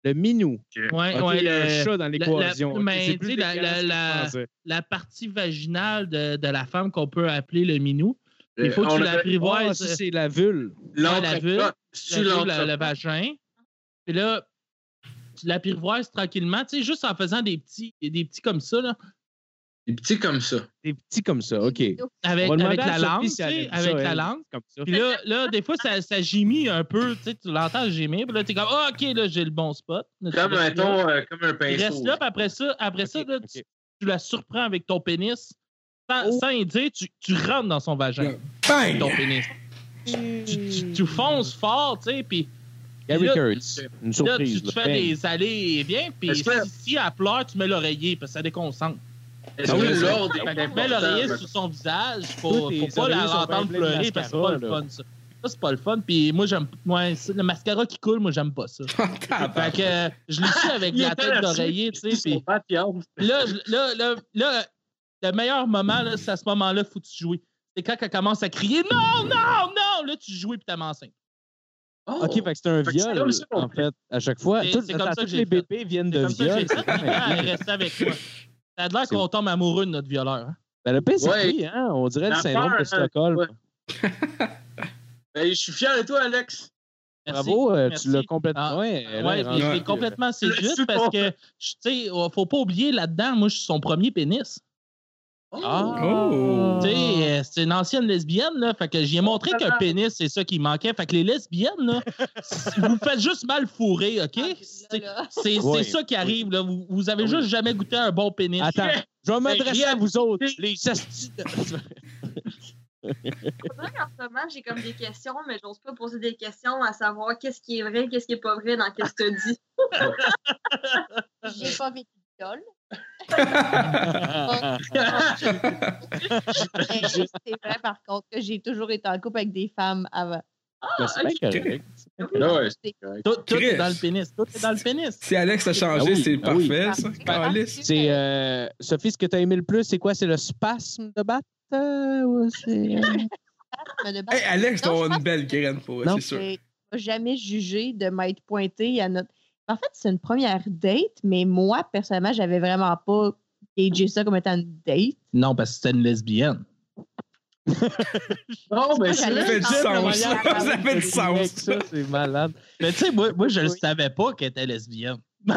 A: Le minou.
D: Ouais,
A: Ok,
D: ouais,
A: il y a
D: le-
A: un chat dans l'équation.
D: la-
A: Ok,
D: mais
A: c'est plus
D: tu sais, la-
A: dégueulasse que
D: la-
A: je
D: la-
A: pensais.
D: la partie vaginale de, de la femme qu'on peut appeler le minou.
B: Euh,
D: Il faut que
B: on
D: tu
B: appelle-
A: Ah,
D: l'apprivoises.
A: ça, c'est la vulve.
D: la vulve,
B: L'entrecôte.
D: le,
B: Sur
D: dos, le- le
B: l'entrecôte.
D: vagin. Puis là, tu l'apprivoises tranquillement, tu sais, juste en faisant des petits, des petits comme ça, là.
B: Des petits comme ça.
A: Des petits comme ça, OK.
D: Avec,
A: On va
D: avec
A: demander à
D: la langue,
A: Sophie
D: tu
A: si elle
D: sais,
A: aime ça,
D: avec la
A: elle.
D: langue.
A: Comme ça.
D: Puis là, là, des fois, ça, ça gémit un peu, tu sais, tu l'entends gémir, puis là, t'es comme, ah, OK, là, j'ai le bon spot. Là, tu
B: Comme,
D: restes là.
B: mettons, euh, comme un
D: Il
B: pinceau.
D: reste là, puis après ça, après ça
A: Ok,
D: là, tu,
A: ok.
D: tu la surprends avec ton pénis. Sans,
A: Oh.
D: sans y dire, tu, tu rentres dans son vagin, avec ton
C: Bang!
D: pénis. Tu, tu- tu fonces fort, tu sais, puis
A: Gary
D: là,
A: Kurtz, une
D: là, tu
A: surprise.
D: te
A: là. Ben,
D: fais des allées et bien, puis
B: Est-ce
D: si,
B: que-
D: si elle pleure, tu mets l'oreiller, parce que ça déconcentre.
B: Est-ce
A: Ah
B: que
A: oui,
B: le
A: oui.
B: lord est
D: Fait que
B: Ben, important,
D: mets l'oreiller
B: mettons?
D: sur son visage pour,
A: Toi, tes
D: pour pas la
A: oreillers sont bien pleins
D: entendre
A: de
D: pleurer parce que c'est pas
A: mascara,
D: le fun, ça. Ça, c'est pas le fun. Puis moi, j'aime. Moi, c'est- le mascara qui coule, moi, j'aime pas ça. Fait que euh, je l'ai su avec
B: Ah, bah. Il
D: la
B: était
D: tête
B: là-dessus,
D: d'oreiller, tu sais. Puis là, je- là, là, là, le meilleur moment, là, c'est à ce moment-là, faut que tu joues. C'est quand elle commence à crier Non, non, non! Là, tu joues et t'es enceinte.
B: Oh!
A: Ah, OK, fait que c'est un
B: Fait que c'est
A: viol,
B: comme ça qu'on
A: en fait, à chaque fois.
D: C'est-
A: Tout-
D: c'est comme
A: attends,
D: ça que
A: tous
D: j'ai
A: les
D: fait.
A: bébés viennent
D: C'est
A: de
D: comme ça que j'ai
A: viol.
D: fait. puis Elle est restée avec moi. Ça a l'air qu'on tombe amoureux de notre violeur. hein.
A: Ben, le pire, c'est
B: Ouais.
A: qui, hein? On dirait le
B: La
A: syndrome
B: peur,
A: de
B: hein,
A: Stockholm.
B: ouais. Ben, je suis fier de toi, Alex.
D: Merci.
A: Bravo, euh,
D: merci.
A: tu l'as complètement.
D: Ah,
A: ouais, elle
D: Ouais,
A: est
D: je
A: rendue,
D: l'ai complètement séduite
B: Laisse-tu
D: parce
B: ton-
D: que, je- tu sais, euh, faut pas oublier là-dedans, moi, je suis son premier pénis.
B: Oh!
A: Ah.
C: Oh!
D: Tu sais, euh, c'est une ancienne lesbienne, là. Fait que j'ai montré qu'un pénis, c'est ça qui manquait. Fait que les lesbiennes, là, si vous faites juste mal fourrer, OK? C'est c'est-
A: Oui,
D: c'est ça qui
A: oui.
D: arrive, là. Vous, vous avez
A: Oui.
D: juste jamais goûté à un bon pénis.
A: Attends, je
D: ben,
A: vais m'adresser à vous autres,
D: Hey,
A: les Ben, astis.
F: en ce moment, j'ai comme des questions, mais j'ose pas poser des questions à savoir qu'est-ce qui est vrai, qu'est-ce qui est pas vrai dans qu'est-ce que tu dis.
H: J'ai pas vécu de viol. mais C'est vrai, par contre, que j'ai toujours été en couple avec des femmes avant.
A: Ben, c'est
D: Ah,
A: bien correct.
B: Là, Ben, ouais, c'est
H: C'est-
B: correct.
D: Tout, tout est
C: Chris.
D: dans le pénis. Tout est dans le pénis.
C: Si Alex a changé,
A: Ah oui,
C: c'est
A: ah oui.
C: parfait, ça.
H: Parfait.
C: Calisse.
A: C'est, euh, Sophie, ce que tu as aimé le plus, c'est quoi? C'est le spasme de batte? euh, ou c'est-
H: Mais de base,
C: Hey, Alex,
H: Non,
C: t'as
H: je
C: une
H: pense
C: belle graine pour elle,
A: Non.
C: c'est sûr.
H: j'ai pas jamais jugé de m'être pointée à notre. En fait, c'est une première date, mais moi, personnellement, j'avais vraiment pas gagé ça comme étant une date.
D: Non, parce que c'était une lesbienne.
B: Non, ben,
H: Moi,
B: c'est
H: j'allais-
C: Ça fait du
H: Ah,
C: sens.
H: voyons,
C: ça. Ça fait du
A: Avec
C: sens.
A: ça, c'est malade.
D: Mais tu sais, moi, moi, je le
H: Oui.
D: savais pas qu'elle était lesbienne.
A: Ouais,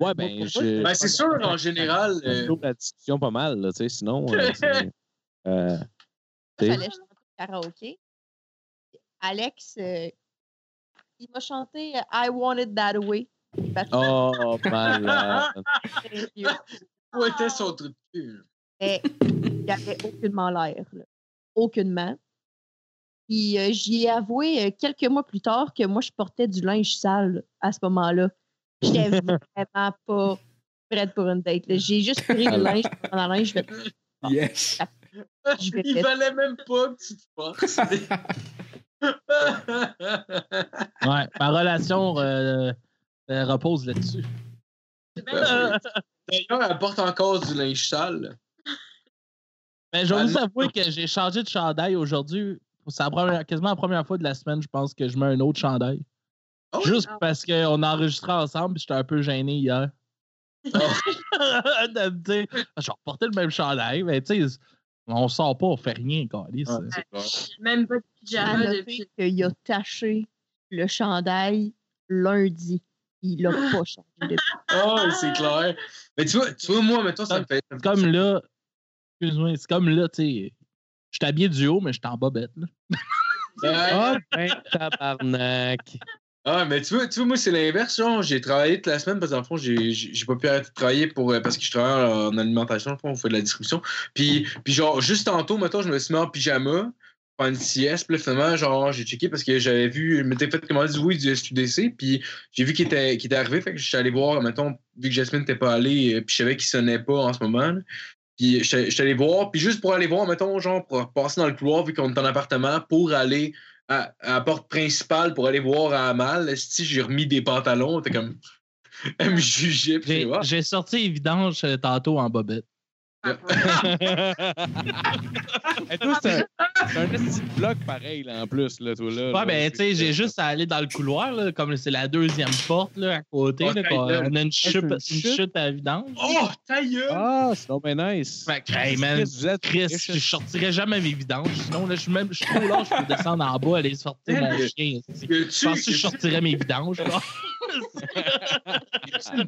D: Moi,
A: ben,
D: pour
A: je.
B: Ben, c'est sûr, en général. euh,
A: j'ouvre la discussion pas mal, là, tu sais, sinon. euh, c'est- euh, tu sais.
H: J'allais chanter au karaoké. Alex, euh, il m'a chanté euh, I Want It That Way. Il battait
A: Oh, malade.
H: les yeux.
B: Où était son truc de cul?
H: Mais il avait aucunement l'air. là. Aucunement. Puis euh, j'y ai avoué euh, quelques mois plus tard que moi, je portais du linge sale à ce moment-là. J'étais vraiment pas prête pour une date. là. J'ai juste pris le linge, dans la linge, je vais-
C: Yes.
H: Je vais
B: Il
H: mettre-
B: valait même pas que tu te forces.
D: Ouais, ma relation euh, euh, repose là-dessus.
F: C'est bien
B: Ben oui. D'ailleurs, elle porte encore du linge sale.
D: Mais je vais vous
B: Allemand.
D: avouer que j'ai changé de chandail aujourd'hui. C'est la première- quasiment la première fois de la semaine, je pense, que je mets un autre chandail.
B: Oh,
D: Juste
F: Ah.
D: parce qu'on a enregistré ensemble et j'étais un peu gêné hier. de me dire, Ah, je vais reporter le même chandail, mais tu sais, on sort pas, on fait rien, câlisse.
B: Ah, c'est bon.
F: J'ai même pas de
H: à
F: pyjama
H: noter
F: depuis.
H: qu'il a taché le chandail lundi. Il l'a pas changé depuis.
B: Ah, c'est clair. Mais tu vois, tu vois moi, mettons, ça me fait.
D: C'est comme là, excuse-moi, c'est comme là, tu sais, je suis habillé du haut, mais je suis en bobette. là.
B: Ah,
A: Ah, ben, tabarnak.
B: ah, mais tu vois, tu vois moi, c'est l'inverse. genre, J'ai travaillé toute la semaine parce qu'en fond, j'ai j'ai- j'ai pas pu arrêter de travailler pour, euh, parce que je travaille en alimentation. En fond, on fait de la distribution. Puis, puis genre, juste tantôt, mettons, je me suis mis en pyjama pour une sieste. Puis là, finalement, genre, j'ai checké parce que j'avais vu, je m'étais fait commander du oui du SQDC. Puis j'ai vu qu'il était, qu'il était arrivé. Fait que je suis allé voir, mettons, vu que Jasmine n'était pas allée, euh, puis je savais qu'il sonnait pas en ce moment. là. Puis je suis allé voir, puis juste pour aller voir, mettons, genre, pour passer dans le couloir, vu qu'on est en appartement, pour aller à, à la porte principale, pour aller voir à Amal, si j'ai remis des pantalons, t'es comme. Elle me jugeait, puis
D: J'ai
B: j'ai, ah,
D: j'ai sorti les vidanges euh, tantôt en bobette.
A: Et toi, c'est un, c'est un petit bloc pareil, là, en plus, là, toi, là.
D: Ouais,
A: là, c'est-
D: ben, tu sais, j'ai juste à aller dans le couloir, là, comme c'est la deuxième porte, là, à côté. là,
B: Ok,
D: qu'on-
B: là.
D: on a une chute,
A: une
D: une
A: chute?
D: chute à vidange.
B: Oh, ta gueule!
A: Ah, c'est donc bien nice.
D: Fait que, hey, man,
A: Chris, vous êtes
D: Chris,
A: riche.
D: je sortirais jamais mes vidanges. Sinon, là, je suis même, je suis trop large pour descendre en bas, aller sortir mon chien. esti.
B: Que tu-
D: Je pense que
B: que
D: je
B: tu-
D: sortirais mes vidanges. là.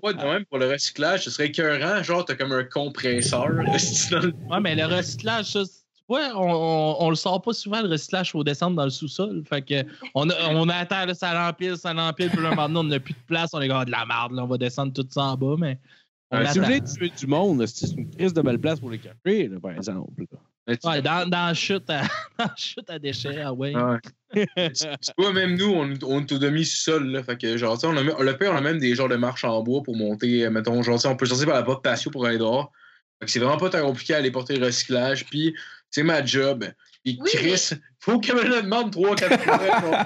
B: Moi, de même, pour le recyclage, ce serait écœurant. Genre, t'as comme un compresseur. esti, dans le-
D: Ouais, mais le recyclage, ça, c'est- tu vois, on, on, on le sort pas souvent, le recyclage, faut descendre dans le sous-sol. Fait que, on a, on a la terre, là, ça l'empile, ça l'empile, puis là, maintenant, on n'a plus de place, on est comme, Ah, de la merde, là, on va descendre tout ça en bas, mais. on
B: Ouais,
A: Si
D: attend.
A: vous voulez tuer du monde, c'est une crise de belle place pour les cacher, là, par exemple.
B: Mais tu-
D: Ouais, dans, dans la chute à, dans la chute à déchets, ah ouais.
B: Ouais. tu tu vois, même nous, on, on est au demi-sol. là. Fait que, genre, tu sais, on a, même- le pire, on a même des genres de marches en bois pour monter. euh, Mettons, genre, tu sais, on peut sortir par la porte patio pour aller dehors. Fait que c'est vraiment pas très compliqué à aller porter le recyclage. Puis, c'est ma job. Puis,
F: Oui,
B: Chris, faut qu'elle me le demande 3-4 fois. genre.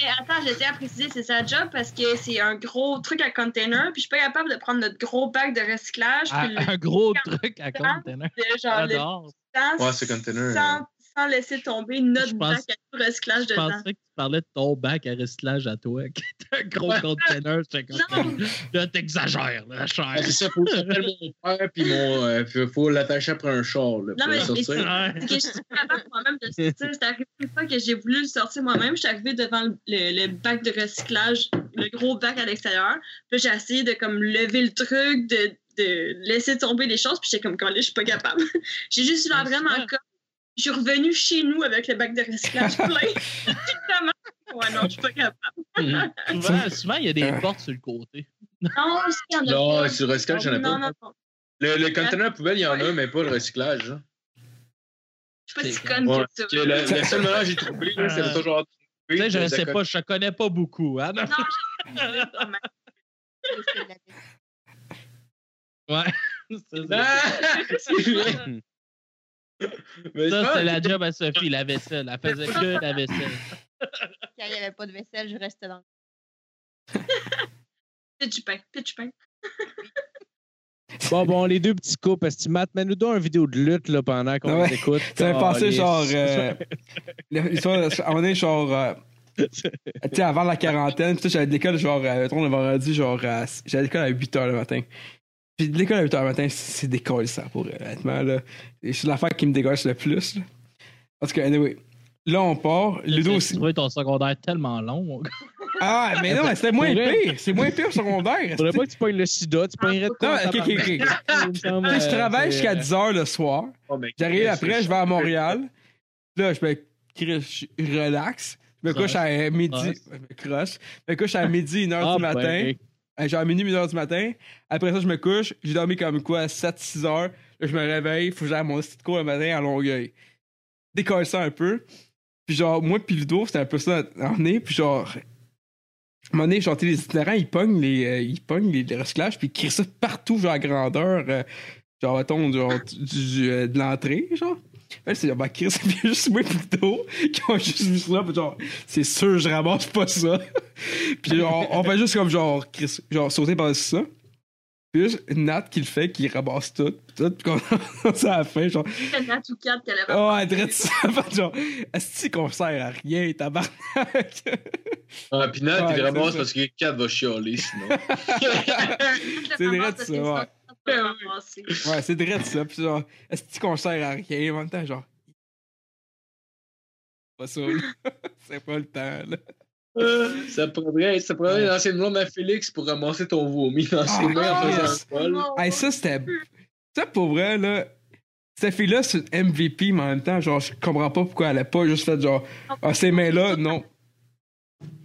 F: Mais attends, je tiens à préciser, c'est sa job parce que c'est un gros truc à container, puis je suis pas capable de prendre notre gros bac de recyclage,
D: Ah,
F: puis le,
D: un gros truc à container.
F: de, genre, le
D: J'adore.
F: temps
B: Ouais, ce container, hein.
F: sans, sans laisser tomber notre
D: Je pense-
F: bac à tout recyclage
D: Je
F: dedans.
D: pensais que tu parlais de ton bac à recyclage à toi, qui est un gros
B: Ouais.
D: container. J'étais comme,
F: Non,
D: Là, t'exagères, là, cher.
B: Ouais, c'est ça, faut que j'appelle mon père, puis mon, euh, faut- faut l'attacher après un char, là,
F: Non,
B: pour
F: mais
B: le sortir.
D: Ouais.
F: c'est que je suis pas capable moi-même de le sortir. C'est arrivé une fois que j'ai voulu le sortir moi-même. Je suis arrivée devant le, le- le bac de recyclage, le gros bac à l'extérieur. Puis j'ai essayé de comme lever le truc, de, de laisser tomber les choses. Puis j'étais comme, quand là, je suis pas capable. j'ai juste eu l'air vraiment comme. Je suis revenue chez nous avec le bac de recyclage plein. Justement. Ouais, non, je suis pas capable.
D: Souvent, souvent, il y a des portes sur le côté.
F: Non, si, il y en a
B: Non,
F: pas.
B: sur le recyclage, j'en ai
F: non,
B: pas.
F: non, non.
B: Le, le container poubelle, il y en a, mais pas le recyclage. hein.
F: Je suis pas si
D: C'est-
F: conne
B: Ouais.
F: que
B: Que
F: ça.
B: Le, le seul moment que j'ai trouvé, là, c'est le genre.
D: Euh, Tu sais, je ne sais pas, je ne connais pas beaucoup. Hein?
F: Non, j'ai pas mal.
D: C'est ça.
B: Ah, c'est vrai. Mais je
D: Ça,
B: pense
D: c'est la
B: que-
D: job à Sophie, la vaisselle. Elle faisait que la vaisselle.
H: Quand il n'y avait pas de vaisselle, je restais dans le.
F: Pitch du pain, pitch du pain.
A: Bon, bon, les deux petits couples, est Matt, mets-nous donc une vidéo de lutte là, pendant qu'on
C: Ouais.
A: les écoute.
C: Ça m'est passé
A: Calisse.
C: genre. euh, l'histoire, à un moment donné, genre. euh, tu sais, avant la quarantaine, puis tout, j'allais de l'école, genre, euh, mettons, le vendredi, genre, à- j'allais de l'école à 8 h le matin. Puis de l'école à 8 h le matin, c'est c'est décollissant pour euh, honnêtement, là. Et C'est l'affaire qui me dégosse le plus, là. En tout cas, anyway. Là, on part. Ludo
D: Tu
C: aussi.
D: trouvais ton secondaire tellement long. mon gars.
C: Ah, mais non, c'était moins
A: Pour vrai.
C: pire. C'est moins pire au secondaire.
A: Faudrait pas que tu pognes le sida, tu pognerais de
C: Non,
A: quoi,
C: Ah, ok, ok,
A: tabarnak,
C: ok.
A: il me semble,
C: Tu sais, je
A: euh,
C: travaille
A: c'est,
C: jusqu'à
A: euh,
C: 10 h le soir.
B: Oh, mais-
C: J'arrive après, je vais à Montréal. Là, je me cr- je relaxe. Je me couche à midi.
D: Crosse.
C: Je me crosse. Je me couche à midi, 1h
A: ah,
C: du
A: ben,
C: matin.
A: ok.
C: Euh, Genre à minuit, 1h du matin. Après ça, je me couche. J'ai dormi comme quoi 7-6 heures. Là, je me réveille. Faut que j'aille à mon petit cours le matin à Longueuil. Décolle ça un peu. Puis genre, moi puis Ludo, c'était un peu ça en nez. Puis genre, à un moment donné, genre, tu sais, les itinérants, ils pognent les, euh, ils pognent les, les recyclages. Puis ils crient ça partout, genre à grandeur. euh, genre, mettons, genre, du- du, euh, de l'entrée, genre. Fait que c'est genre, bah, Chris, c'est juste moi puis Ludo qui ont juste vu ça. Puis genre, c'est sûr, je ramasse pas ça. Puis genre, on fait juste comme genre, Chris- genre sauter par-dessus ça. Puis juste Nat qui le fait, qui ramasse tout. puis tout puis qu'on ça à la fin, genre,
F: Il y en a tout quatre qu'elle avait.
C: oh, elle traite ça. Fait que genre, est-ce qu'on sert à rien, tabarnak?
B: Ah, puis non,
C: Ouais,
B: t'es vraiment,
C: c'est
B: c'est parce que Kat va chialer sinon.
F: C'est
C: vrai,
F: vrai,
C: ça, ouais.
F: ouais.
C: ouais, c'est direct ça. Puis genre, est-ce qu'on sert à rien? En même temps, genre, pas ça, là. C'est pas le temps, là.
B: Euh, ça prendrait, ça prendrait une ancienne blonde à Félix pour ramasser ton vomi dans ses
C: Ah,
B: mains en faisant
C: yes.
B: un vol.
D: Ah,
A: Ah,
C: Hey, ça, c'était. Ça, pour vrai, là. Cette fille-là, c'est une MVP, mais en même temps, genre, je comprends pas pourquoi elle a pas juste fait genre, ah, ces mains-là, non.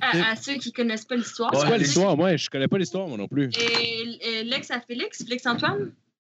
F: à, à ceux qui connaissent pas l'histoire.
A: C'est quoi
B: Ouais,
A: l'histoire? Moi, je connais pas l'histoire, moi non plus.
F: Et, et l'ex à Félix, Félix Antoine,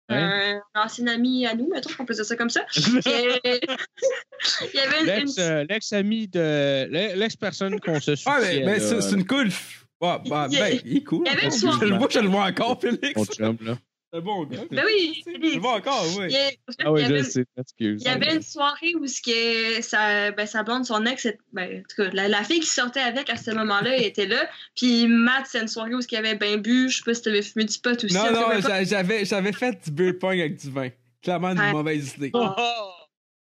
F: un ancien ami à nous, mettons qu'on peut dire ça comme ça. qui est- Il y avait une- une,
A: L'ex- euh, L'ex-ami de. l'ex- L'ex-personne qu'on se soutient.
C: Ah, mais, mais
A: euh,
C: c'est c'est une cool. f- Ouais, bah,
F: Il y a-
C: ben, il est cool.
F: il y avait une
C: Je
F: soirée.
C: le vois, je le vois encore, Félix.
A: Mon chum, là.
C: C'est bon, gars.
F: Ben oui,
C: Je
F: Félix.
C: le vois encore,
F: Il
C: oui.
F: y a- en fait,
A: Ah oui,
F: il y
A: je
F: avait
A: le
F: une-
A: sais. Excuse.
F: Il y avait une soirée où ce que sa, ben, sa blonde, son ex, est- ben, en tout cas, la, la fille qui sortait avec à ce moment-là, elle était là. Puis Matt, c'est une soirée où ce qu'il avait bien bu. Je sais pas si t'avais fumé du pot aussi. en
C: Non,
F: tout cas,
C: non,
F: peu importe.
C: j'a- j'avais j'avais fait du beer pong avec du vin. Clairement, une
F: Ouais.
C: mauvaise idée.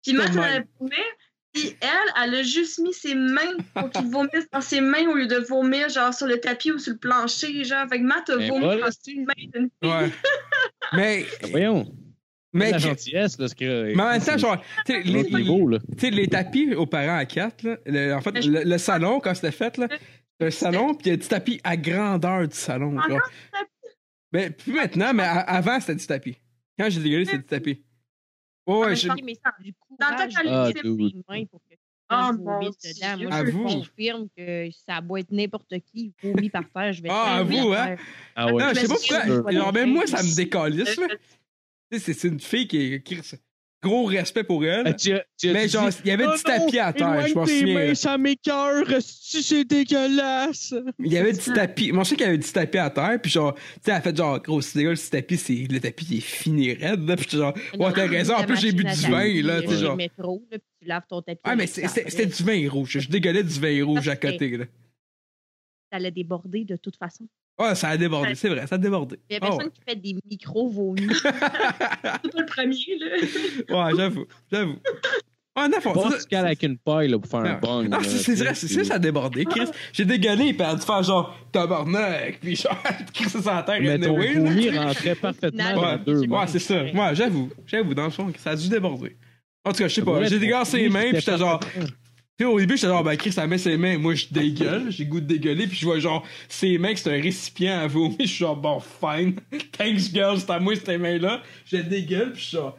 F: Puis Matt, elle
C: Dommage.
F: avait vomi, puis elle, elle a juste mis ses mains pour qu'il vomisse dans ses mains au lieu de vomir genre sur le tapis ou sur le plancher. Genre, fait que Matt a
A: Ben
F: vomi Ah,
A: voilà, Ben,
F: dans ses mains d'une
C: Ouais. mais,
A: Voyons. Mais. Ah La
C: mais, Ben, mais,
A: gentillesse, là, ce que.
C: en même temps, genre, tu sais,
A: Ah,
C: les-
A: L'autre niveau, là.
C: Tu sais, les tapis aux parents à quatre, là, le- en fait, le, le salon, quand c'était fait, là, C'est un salon, puis il y a du tapis à grandeur du salon.
F: Encore
C: genre.
F: du tapis?
C: Mais plus maintenant, mais a- avant, c'était du tapis. Quand j'ai dégueulé, c'était du tapis. Ouais, ouais, je-
H: mais ça a du
F: Dans le temps
H: courage
F: qu'elle
H: de
A: Ah,
H: mettre
A: dude.
H: les mains pour que quand
F: Ah,
H: je vomisse
F: mon
H: dedans.
F: Dieu.
H: Moi,
C: À
H: je
C: vous.
H: vous confirme que ça va être n'importe qui vomi par terre. Je vais
C: Ah, à
H: tomber
C: vous,
H: à
C: hein?
H: terre.
A: Ah
C: Non,
A: ouais.
C: je sais pas pourquoi. Euh,
H: sûr.
C: genre, même moi, ça me décalisse. là.
F: Euh,
C: Tu sais, C'est c'est une fille qui est. qui- Gros respect pour
A: Ah,
C: elle.
A: tu as- tu as
C: Mais
A: dit-
C: genre, il y avait
A: Oh
C: du tapis à
A: non,
C: terre, je
A: éloigne
C: m'en
A: tes
C: souviens. là.
A: mains, ça m'écœure, si c'est dégueulasse.
C: Il y avait du tapis. Mon chien qui avait du tapis à terre, puis genre, tu sais, elle a fait genre, gros, si dégueule, ce tapis, c'est, le tapis, il est fini raide, là, puis j'étais genre,
H: Non,
C: ouais, t'as raison, en
H: la
C: plus, j'ai bu du
H: machine à
C: vin,
H: tapis,
C: là, tu sais,
H: chez
C: genre.
H: métro, là, puis tu laves ton tapis.
C: Ah, mais c'est- c'est- c'était du vin rouge. Je dégueulais du vin rouge à côté, là.
H: Ça allait déborder de toute façon.
C: Ah, ça a débordé, c'est vrai, ça a débordé.
H: Il y a
C: Ah
H: personne qui fait des micro-vomis.
F: C'est pas le premier, là.
C: ouais, Ouais, j'avoue, j'avoue. Ah, Ouais, non, faut-
A: Pas
C: ça-
A: Pascal avec une paille là, pour faire un
C: Ah.
A: bong.
C: Ah,
A: là,
C: c'est c'est vrai, c'est c'est- ça a débordé, Chris. J'ai dégueulé, puis elle a dû faire genre, tabarnak, puis genre, Chris, ça sur la terre,
A: Mais ton
C: anyway, là.
A: vomi rentrait parfaitement dans
C: Ouais.
A: deux mains.
C: Ouais, c'est ça. Ouais, j'avoue. J'avoue, dans le fond, ça a dû déborder. En tout cas, je sais
A: Ça
C: pas.
A: pourrait
C: J'ai
A: être
C: dégagé
A: pour
C: les
A: lui,
C: mains,
A: c'était
C: puis j'étais genre.
A: parfait.
C: Tu sais, au début, j'étais genre, ben, Chris, ça met ses mains. Moi, je dégueule. J'ai le goût de dégueuler, puis je vois genre, ses mains, que c'est un récipient à vomir. Je suis genre, bon, fine. Thanks, girl, c'est à moi, ces mains-là. Je dégueule, puis je suis genre.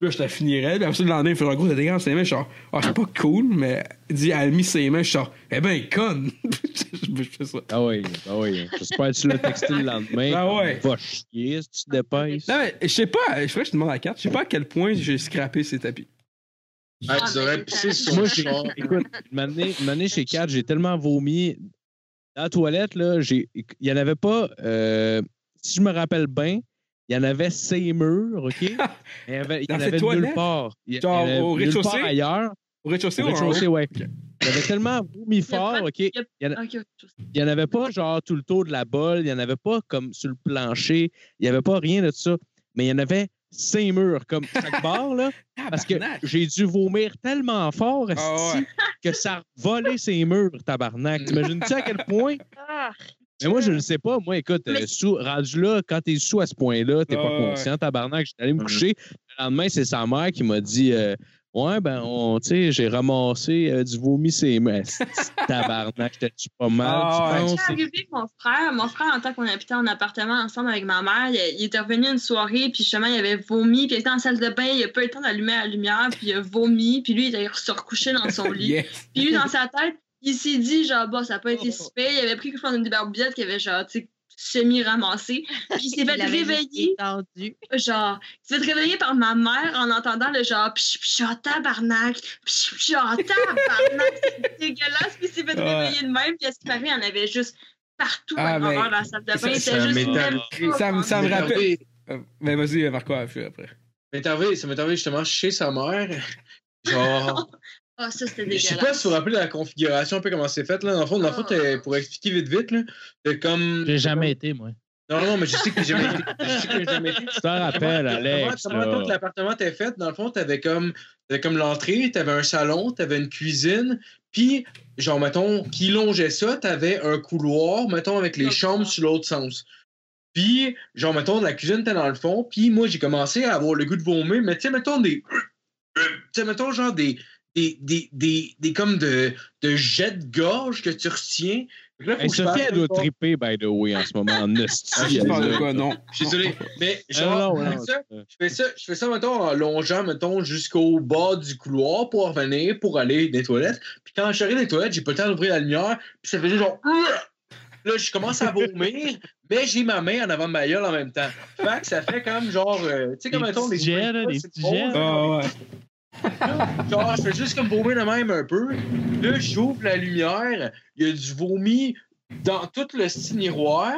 C: Puis Là, je la finirais, puis après ça, le lendemain, il fait genre, gros, t'as dégagé ses mains. Je suis genre, ah, c'est pas cool, mais. Il dit, elle a mis ses mains, je suis genre, eh ben, conne. je fais ça.
A: Ah oui, ah oui. J'espère que tu l'as texté le lendemain.
C: Ah ouais.
A: Va chier si tu te dépêches.
C: Non, mais je sais pas, je crois que je te demande la carte, je sais pas à quel point j'ai scrappé ces tapis.
B: Ah, tu aurais pissé sur
A: Moi,
B: le
A: j'ai-
B: char.
A: Écoute, une année, une année chez Kat, j'ai tellement vomi. Dans la toilette, là, j'ai- il n'y en avait pas. euh, si je me rappelle bien, il y en avait ces murs, OK? Il y en avait, il y
C: Dans
A: en
C: cette
A: avait nulle
C: toilette?
A: part. Il y- il y
C: Genre
A: en avait
C: au
A: nulle part
C: rez-de-chaussée?
A: ailleurs.
C: Au rez-de-chaussée
A: Au
C: ou en haut?
A: rez-de-chaussée, ouais. Il y avait tellement vomi
F: pas
A: fort,
F: de-
A: OK? Il
F: Ah, Ok, ok.
A: n'y en avait pas, genre, tout le tour de la bolle. Il n'y en avait pas, comme, sur le plancher. Il n'y avait pas rien de ça. Mais il y en avait ces murs, comme chaque barre, là. Parce que
C: Tabarnak.
A: j'ai dû vomir tellement fort
C: Ah ouais. Mm.
A: esti, que ça a volé ses murs, tabarnak. T'imagines-tu à quel point?
H: Ah,
A: Mais moi, je ne sais pas. Moi, écoute, euh,
F: Mais-
A: sous, rendu là, quand t'es sous à ce point-là, t'es pas
C: Ah ouais. Mm-hmm.
A: conscient, tabarnak. J'étais allé me coucher. Le lendemain, c'est sa mère qui m'a dit euh, Ouais, ben, on- tu sais, j'ai ramassé euh, du vomi ses murs. Esti, tabarnak, j'étais-tu pas mal?
C: Ah
A: tu
C: ouais.
A: penses?
F: C'est arrivé que mon frère, mon frère, en tant qu'on habitait en appartement ensemble avec ma mère, il, il était revenu une soirée, puis justement, il avait vomi, puis il était en salle de bain, il a pas eu le temps d'allumer la lumière, puis il a vomi, puis lui, il est se recouché dans son lit.
C: Yes.
F: Puis lui, dans sa tête, il s'est dit, genre, bah, ça n'a pas
A: Oh.
F: été super. Il avait pris, je pense, une barbillette qui avait, genre, tu sais, semi-ramassée. Puis il s'est fait réveiller,
H: Étendu.
F: genre, il s'est fait réveiller par ma mère en entendant le genre, psh, psh, oh, tabarnak, psh, psh, oh, tabarnak, c'est dégueulasse. Puis il s'est fait
C: Ouais.
F: réveiller de même. Puis à ce qui paraît, il y en avait juste partout
C: Ah,
F: à travers
C: mais
F: la salle de
C: ça-
F: bain.
B: ça
F: C'était juste
B: m'étonne.
F: même pas
C: Ça me- ça me
F: rendu.
C: rappelle- Euh, Ben vas-y, Marco, après. après.
B: m'est arrivé- Ça m'est arrivé justement chez sa mère. Genre,
D: Oh,
F: Ah, ça, c'était
B: je sais pas
F: dégueulasse.
B: si vous vous rappelez la configuration, un peu comment c'est fait. Là. Dans le fond, dans le
D: Ah.
B: fond t'es- pour expliquer vite, vite, là, t'es comme.
D: J'ai jamais été, moi.
B: Non, non, mais je sais que j'ai jamais été. Je sais que j'ai jamais été.
A: Je te rappelle, Alex.
B: Comment, comment
A: là.
B: tout l'appartement était fait? Dans le fond, t'avais comme, t'avais comme l'entrée, t'avais un salon, t'avais une cuisine, puis, genre, mettons, qui longeait ça, t'avais un couloir, mettons, avec les
F: Comme
B: chambres
F: ça.
B: sur l'autre sens. Puis, genre, mettons, la cuisine était dans le fond, puis moi, j'ai commencé à avoir le goût de vomir, mais tu sais, mettons, des. Tu sais, mettons, genre, des. Des, des, des, des comme de, de jets de gorge que tu retiens. Fait que là, faut
A: Hey,
B: que je
A: Sophie,
B: fasse
A: elle doit
B: encore-
A: triper, by the way, en ce moment, en
B: Ah,
A: hostie.
C: Je
A: elle,
C: parle de
A: là.
C: quoi, non.
B: Je suis désolé. Mais
A: Ah,
B: genre,
A: non,
B: je fais
A: non.
B: ça- je fais ça, je fais ça, mettons, en longeant, mettons, jusqu'au bas du couloir pour revenir, pour aller des toilettes. Puis quand je suis arrivé dans les toilettes, j'ai pas le temps d'ouvrir la lumière. Puis ça faisait genre. Là, je commence à vomir, mais j'ai ma main en avant de ma gueule en même temps. Fait que ça fait comme genre. euh, tu sais, comme
D: Des
B: mettons,
D: petits
B: des.
D: jets, là, des
B: c'est
D: petits
B: bon,
D: jets.
B: là.
C: Ah ouais.
B: Genre, je fais juste comme vomir de même un peu. Là, j'ouvre la lumière. Il y a du vomi dans tout le style miroir.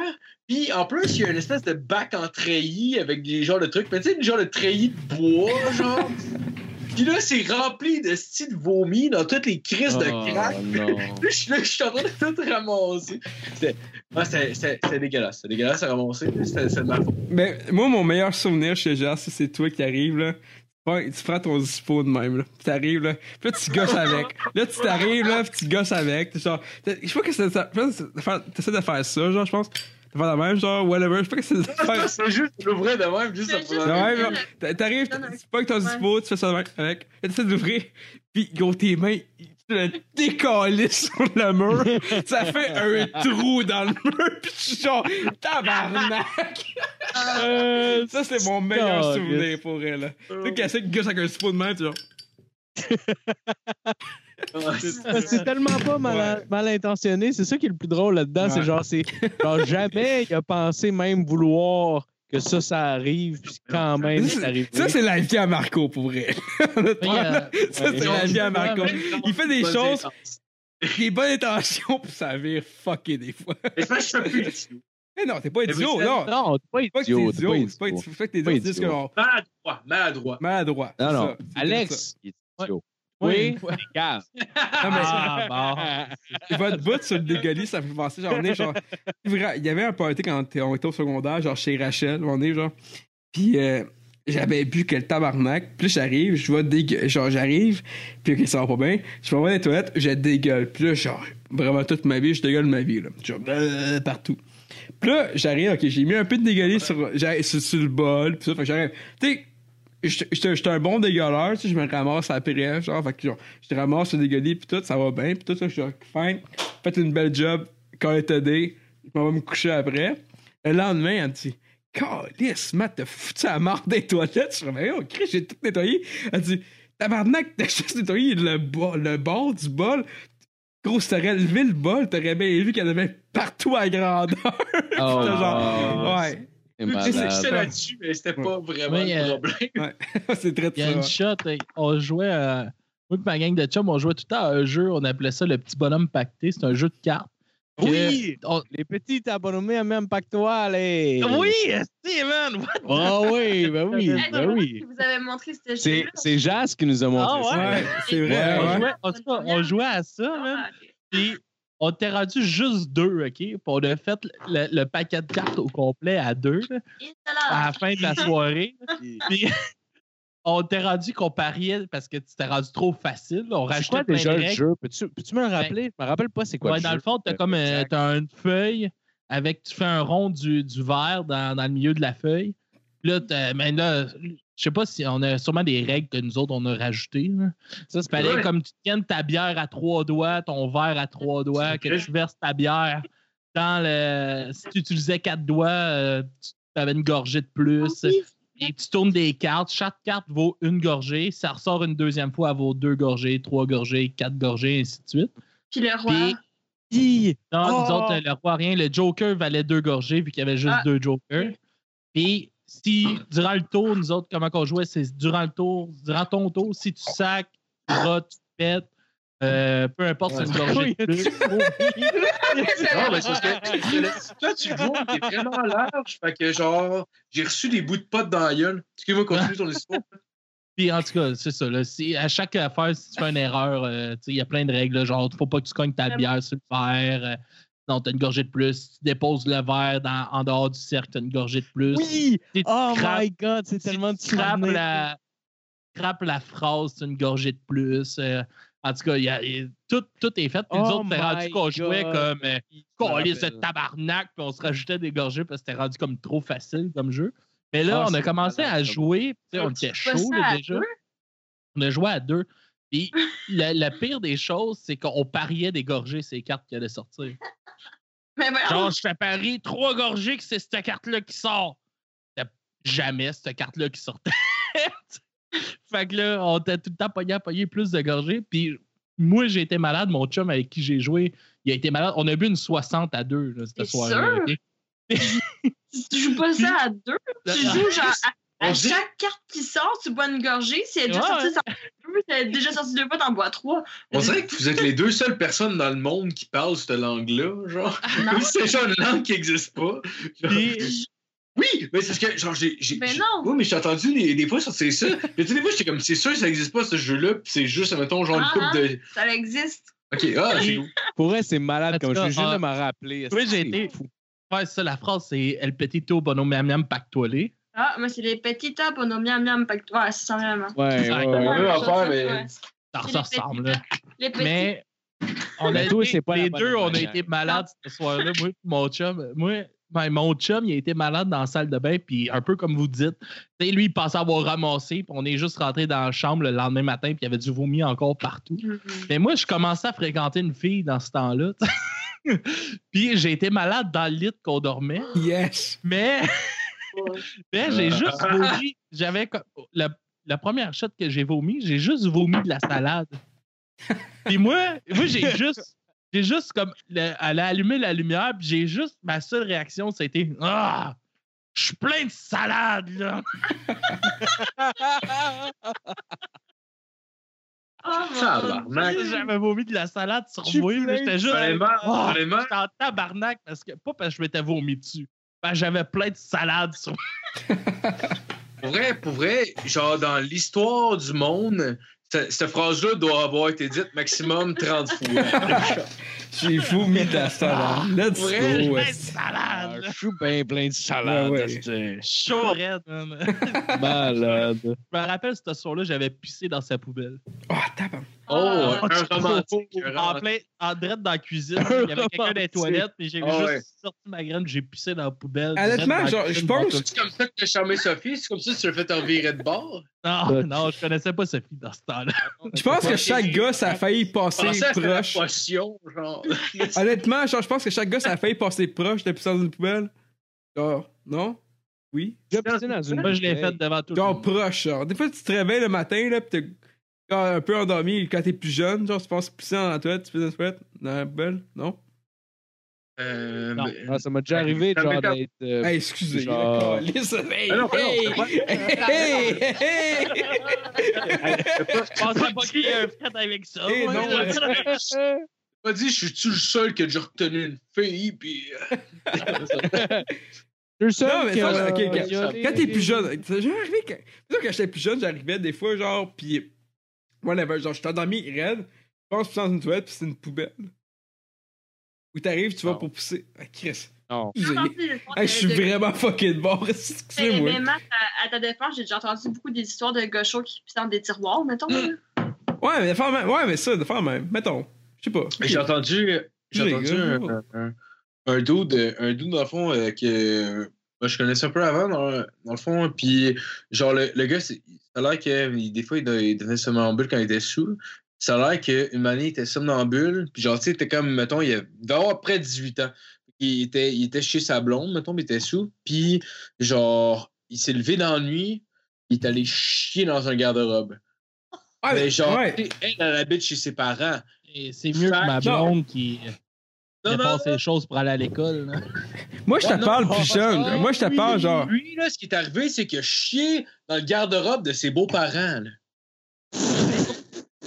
B: Puis, en plus, il y a une espèce de bac en treillis avec des genres de trucs. Mais tu sais, des genres de treillis de bois, genre. Puis là, c'est rempli de style de vomi dans toutes les crises de crack.
A: Oh, non.
B: Là, je suis là, je suis en train de tout ramasser. C'était ah, c'était- c'était- c'était dégueulasse. C'était dégueulasse à ramasser. C'était c'était de ma faute.
C: Ben, moi, mon meilleur souvenir chez Jas, c'est toi qui arrives, là. Tu prends- Tu prends ton zippo de même, là. Puis t'arrives, là. Puis là, tu gosses avec. Là, tu t'arrives, là, puis tu gosses avec. T'es Genre, t'as- je sais pas que c'est ça. je pense que c'est- faire- T'essaies de faire ça, genre, je pense. T'as pas la même, genre, whatever. Je sais pas que c'est.
B: C'est juste, je l'ouvrais de même, juste
F: Je
B: ça
F: fais
B: prend-
F: juste-
C: Ouais,
F: Ouais.
C: genre, t'a- t'arrives,
F: Non, non.
C: c'est pas que t'as un
F: Ouais.
C: dispo, tu fais ça de même avec, et t'essaies d'ouvrir, pis gros, tes mains, tu la décolles sur le mur, ça fait un trou dans le mur, pis je suis genre, tabarnak!
D: Euh,
C: Ça, c'est mon meilleur
D: Oh,
C: souvenir pour elle, là. Tu sais, casser une gosse avec un dispo de main, tu genre,
A: Parce que c'est tellement pas mal, mal intentionné. C'est ça qui est le plus drôle là-dedans. C'est
C: Ouais.
A: genre, c'est genre, jamais il a pensé même vouloir que ça, ça arrive, puis quand même, c'est arrivé.
C: ça, c'est la vie à Marco, pour vrai.
D: mais, euh,
C: ça, c'est la vie à Marco. Il fait des
B: Bonne
C: choses,
B: défense.
C: des bonnes intentions, pis ça vire fucké des fois.
B: Mais ça, je suis un peu idiot.
C: Mais non, t'es pas
B: Mais
C: idiot,
B: vous-
C: non!
A: Non, t'es pas
C: C'est pas que
A: idiot.
C: t'es
A: t'es pas
C: idiot, c'est pas
A: idiot.
C: idiot, c'est pas que t'es
A: Pas
C: idiot, c'est juste que
A: idiot.
C: genre,
B: Maladroit, maladroit.
C: maladroit.
A: Non,
C: c'est
A: non.
C: ça, c'est juste
A: Alex, il est idiot.
C: Ouais.
A: Oui, regarde.
C: ça. Non, mais-
D: Ah, bon.
C: Et votre bout sur le dégolis, ça me fait penser, genre, on est genre. Vra- Il y avait un party quand on était- on était au secondaire, genre chez Rachel, on est genre. Puis euh, j'avais bu que le tabarnak. Puis là, j'arrive, je vois dégue... Genre, j'arrive, puis ok, ça va pas bien. Je m'en vais dans les toilettes, je dégueule. Puis là, genre, vraiment toute ma vie, je dégueule ma vie, là. Genre, euh, partout. Puis là, j'arrive, ok, j'ai mis un peu de dégueulis sur, j'arrive- sur, sur le bol, puis ça, fait que j'arrive. Tu sais, j'étais- J'étais j'étais un bon dégueuleur, tu sais, je me ramasse après, genre, fait que genre, je te ramasse le dégueulis, puis tout, ça va bien, puis tout, ça, je suis genre, fine, faites une belle job, quand elle t'a dit, je m'en vais me coucher après. Le lendemain, elle me dit, Calice, Matt, t'as foutu la marde des toilettes, je suis comme, oh, Christ, j'ai tout nettoyé. Elle dit, tabarnak, t'as juste nettoyé le, bol, le bord du bol. Gros, si t'aurais levé le bol, t'aurais bien vu qu'elle avait partout à grandeur.
A: Oh,
C: genre, ouais,
A: c'est
B: Mais c'est-
A: malade.
B: J'étais là-dessus, mais c'était pas vraiment
D: Oui,
B: le
D: euh,
B: problème.
C: c'est très,
D: Il y a
C: très.
D: une shot, euh, on jouait, euh, moi et ma gang de chums, on jouait tout le temps à un jeu, on appelait ça le petit bonhomme pacté, c'est un jeu de cartes. que
A: Oui!
D: on-
A: Les petits abonnés à même pactois, allez!
D: Steven! what?
A: Ah oui, ben oui,
F: Hey,
A: ben oui.
F: Je vous avais montré ce
A: C'est
F: jeu-là.
A: c'est Jas qui nous a montré
D: Ah
A: ça.
C: Ouais, c'est vrai,
D: on,
C: ouais.
D: jouait, en tout cas, on jouait à ça, man,
F: Ah, ok.
D: puis on était rendu juste deux, OK? Puis on a fait le, le paquet de cartes au complet à deux, là, à
F: Insolent.
D: la fin de la soirée. Puis on était rendu qu'on pariait parce que c'était rendu trop facile. On
A: C'est
D: rajoutait
A: quoi
D: plein de
A: déjà le
D: règles.
A: jeu? Peux-tu peux-tu me le rappeler? Je me rappelle pas c'est quoi
D: Ouais,
A: Ben, le
D: dans
A: jeu.
D: le fond, t'as
A: Euh,
D: comme un-
A: exact.
D: t'as une feuille avec tu fais un rond du, du verre dans, dans le milieu de la feuille. Là, t'as- mais là, je sais pas si on a sûrement des règles que nous autres on a rajoutées. là.
A: Ça, c'est
D: Fallait
B: Ouais.
D: comme tu tiennes ta bière à trois doigts, ton verre à trois doigts, que
B: vrai.
D: tu verses ta bière dans le. Si tu utilisais quatre doigts, euh, tu avais une gorgée de plus. Et tu tournes des cartes. Chaque carte vaut une gorgée. Ça ressort une deuxième fois, elle vaut deux gorgées, trois gorgées, quatre gorgées, ainsi de suite.
F: Puis le roi.
A: Hi!
D: Non, nous
A: Oh!
D: autres, le roi rien. Le Joker valait deux gorgées vu qu'il y avait juste
F: Ah.
D: deux Jokers. Puis, si durant le tour, nous autres, comment qu'on jouait, c'est durant le tour, durant ton tour, si tu sacs, tu rates, tu pètes, euh, peu importe, c'est une gorgée. de plus.
B: Non, mais c'est parce
A: Ah,
B: que le- toi, tu joues, t'es vraiment large. Fait que genre, j'ai reçu des bouts de potes dans la gueule. Excuse-moi, continue ton histoire.
D: Puis, en tout cas, c'est ça. Là, si, à chaque affaire, si tu fais une erreur, euh, tu sais, il y a plein de règles. là, genre, il faut pas que tu cognes ta bière sur le verre. euh, sinon, tu as une gorgée de plus. Tu déposes le verre dans- en dehors du cercle, tu as une gorgée de plus.
A: Oui!
D: Si tu
A: Oh
D: craques,
A: my god, c'est
D: Si
A: tellement de
D: tu crappes
A: souvenirs.
D: la, crappes la phrase, c'est une gorgée de plus. euh, en tout cas, il y a- il- tout, tout est fait. Puis nous
A: Oh
D: autres, c'était rendu
A: my
D: qu'on jouait
A: God.
D: comme euh,
A: me
D: coller ce
A: rappelle.
D: tabarnak, puis on se rajoutait des gorgées parce que c'était rendu comme trop facile comme jeu. Mais là,
A: Ah,
D: on a
A: c'est
D: commencé
A: malade,
D: à
A: ça.
D: jouer, puis on
F: Tu
D: était
F: fais
D: chaud
F: ça
D: là,
F: à
D: déjà.
F: deux?
D: On a joué à deux. Puis le, le pire des choses, c'est qu'on pariait des gorgées, ces cartes qui allaient sortir.
F: Mais voyons,
D: Genre, je fais pari trois gorgées que c'est cette carte-là qui sort. C'était jamais cette carte-là qui sortait. fait que là, on était tout le temps pogné à pogner plus de gorgées. Puis moi, j'ai été malade. Mon chum avec qui j'ai joué, il a été malade. On a bu une 60 à 2 là, cette
F: T'es
D: soirée.
F: sûr? tu joues pas ça à deux. Tu
D: Ah,
F: joues genre à, à
B: On dit-
F: chaque carte qui sort, tu bois une gorgée. Si elle est déjà
D: Ouais,
F: sortie, ça en boit deux. Si elle est déjà sortie deux fois, t'en bois trois.
B: On dirait que vous êtes les deux seules personnes dans le monde qui parlent cette langue-là. Genre,
F: Ah, Non.
B: c'est genre une langue qui n'existe pas. Genre, Oui, mais c'est ce que, genre, j'ai. j'ai-
F: Ben
B: j'ai-
F: non.
B: Oui, mais j'ai entendu des, des fois sur c'est ça. Mais tu sais, des fois, j'étais comme, c'est sûr que ça n'existe pas, ce jeu-là, pis c'est juste, mettons, genre, une
F: Ah,
B: coupe de.
F: Ça existe.
B: Ok, ah, j'ai.
A: Pour vrai, c'est malade
D: En tout
A: comme je
D: cas,
A: viens juste
D: ah,
A: de m'en rappeler.
D: oui, j'ai
A: C'est
D: été-
A: fou.
D: Ouais, ça, la phrase, c'est El Petito Bonhomme Miam Miam Pactolé.
F: Ah, moi, c'est les petits tapes au nom miam miam. pack- Ouais, c'est ça, vraiment.
A: Ouais, ouais,
B: La
A: ouais.
B: même affaire, mais-
F: Ouais.
D: Ça
F: C'est les
D: ressemble,
F: petits
D: là.
F: Les petits.
D: Mais on a
A: Mais toi,
D: été-
A: c'est pas la
D: les
A: bonne
D: deux, on a
A: manière.
D: été malades ce soir-là. Moi, puis mon chum, moi, Ben, mon chum, il a été malade dans la salle de bain, puis un peu comme vous dites, tu sais, lui, il pensait avoir ramassé, puis on est juste rentré dans la chambre le lendemain matin, puis il y avait du vomi encore partout. Mais moi, je commençais à fréquenter une fille dans ce temps-là. t'sais. puis j'ai été malade dans le lit qu'on dormait,
C: Yes!
D: mais, mais j'ai juste vomi. J'avais co- la, la première shot que j'ai vomi, j'ai juste vomi de la salade. Puis moi, moi j'ai juste j'ai juste comme le- elle a allumé la lumière, puis j'ai juste ma seule réaction c'était ah, je suis plein de salade là.
F: Oh, mon
B: Tabarnak.
F: Dieu.
D: J'avais vomi de la salade sur
A: Tu
D: moi, là, j'étais juste
B: Vraiment,
D: Ah,
B: vraiment.
D: j'étais en tabarnak parce que pas parce que je m'étais vomi dessus. Ben, j'avais plein de salade sur moi.
B: Pour vrai, pour vrai, genre dans l'histoire du monde, ce- cette phrase-là doit avoir été dite maximum 30 fois.
C: J'ai vomi de la salade. Let's
B: Pour vrai,
C: go! Oh,
D: Plein de
C: ouais.
A: Ah,
D: salade.
A: Je suis bien plein de salade.
C: Ouais,
A: c'est
C: ouais.
D: Chaud raide, man.
A: Malade.
D: Je me rappelle ce soir-là, j'avais pissé dans sa poubelle.
C: Ah, tabarnak.
B: Oh,
F: Ah.
B: un euh, romantique. un
D: en
B: romantique.
D: plein, en direct dans la cuisine, il y avait quelqu'un dans les toilettes, puis j'ai
B: Ah
D: juste
B: ouais.
D: sorti ma graine, j'ai pissé dans la poubelle.
C: Honnêtement,
D: direct dans la
C: genre, je
D: cuisine,
C: pense-
D: dans tout-
B: C'est comme ça que tu as charmé Sophie? C'est comme ça que tu l'as fait revirer de bord?
D: Non, non, je connaissais pas Sophie dans ce temps-là.
C: Je pense que chaque gars, ça a failli passer
B: Pensez à faire la
C: proche.
B: potion, genre.
C: Honnêtement, genre, je pense que chaque gars, ça a failli passer proche de pisser dans une poubelle. Genre, non? Oui?
A: J'ai pissé dans une.
D: Moi, je l'ai
A: bouteille.
D: faite devant tout le
C: Genre
D: monde.
C: proche, genre. Des fois, tu te réveilles le matin, là, pis t'es genre, un peu endormi, quand t'es plus jeune, genre, tu penses pisser dans la toilette, tu pisses dans la toilette, dans la poubelle, non?
B: Euh,
D: Non.
B: mais-
A: Ah, ça m'a déjà arrivé,
B: Ça
A: genre,
B: m'étonne.
A: d'être. euh,
C: Hey, excusez,
A: genre-
C: là, calisse, hey,
B: Ah non, ah non,
C: hey,
B: c'est pas-
C: hey, hey, hey,
D: Je pensais pas qu'il y ait un fret avec ça.
C: Eh,
D: moi,
C: non,
D: je-
B: Pas dit, je suis-tu le seul que j'ai retenu une fille, puis... euh,
A: Je suis seul
C: Non, mais
A: qui
C: ça,
A: a-
C: ok, ok.
A: qui a-
C: Quand t'es plus jeune, c'est déjà arrivé quand, c'est sûr, quand j'étais plus jeune, j'arrivais des fois, genre, pis. Whatever, genre, je suis endormi raide, je pense que je suis dans une toilette, pis c'est une poubelle. Où t'arrives, tu vas
A: Non.
C: pour pousser. Ah, Chris.
A: Non.
C: Excusez.
F: Non, non, c'est- Ben,
C: Hey, je suis
F: de-
C: vraiment fucking bon.
F: Mais,
C: Excusez-moi.
F: mais Matt, à, à ta défense, j'ai déjà entendu beaucoup des histoires de gauchos qui pissent dans des tiroirs, mettons. là.
C: Ouais, mais de faire même. Ouais, mais ça, de faire même. Mettons. Je sais pas.
B: J'ai entendu, j'ai
C: Les
B: entendu
C: gars.
B: un, un, un dude, euh, un dude, dans le fond, euh, que euh, moi, je connaissais un peu avant, dans, dans le fond. Puis, genre, le, le gars, c'est- ça a l'air que il- des fois, il, do- il devenait somnambule quand il était sous. Ça a l'air qu'une année, il était somnambule. Puis, genre, tu sais, il était comme, mettons, il avait- il devait avoir près de 18 ans. Il était, il était chez sa blonde, mettons, mais il était sous. Puis, genre, il s'est levé dans la nuit. Il est allé chier dans un garde-robe.
C: Ah,
B: mais genre,
C: ouais.
B: tu sais, elle, elle habite chez ses parents.
D: Et C'est mieux que ma blonde qui
B: Non, non,
D: dépense les choses pour aller à l'école. là.
C: Moi, je
B: Ouais,
C: te
B: non,
C: parle
B: oh,
C: plus jeune.
B: oh,
C: Moi, je te
B: lui,
C: parle,
B: lui,
C: genre.
B: Lui, là, ce qui est arrivé, c'est qu'il a chié dans le garde-robe de ses beaux-parents. là.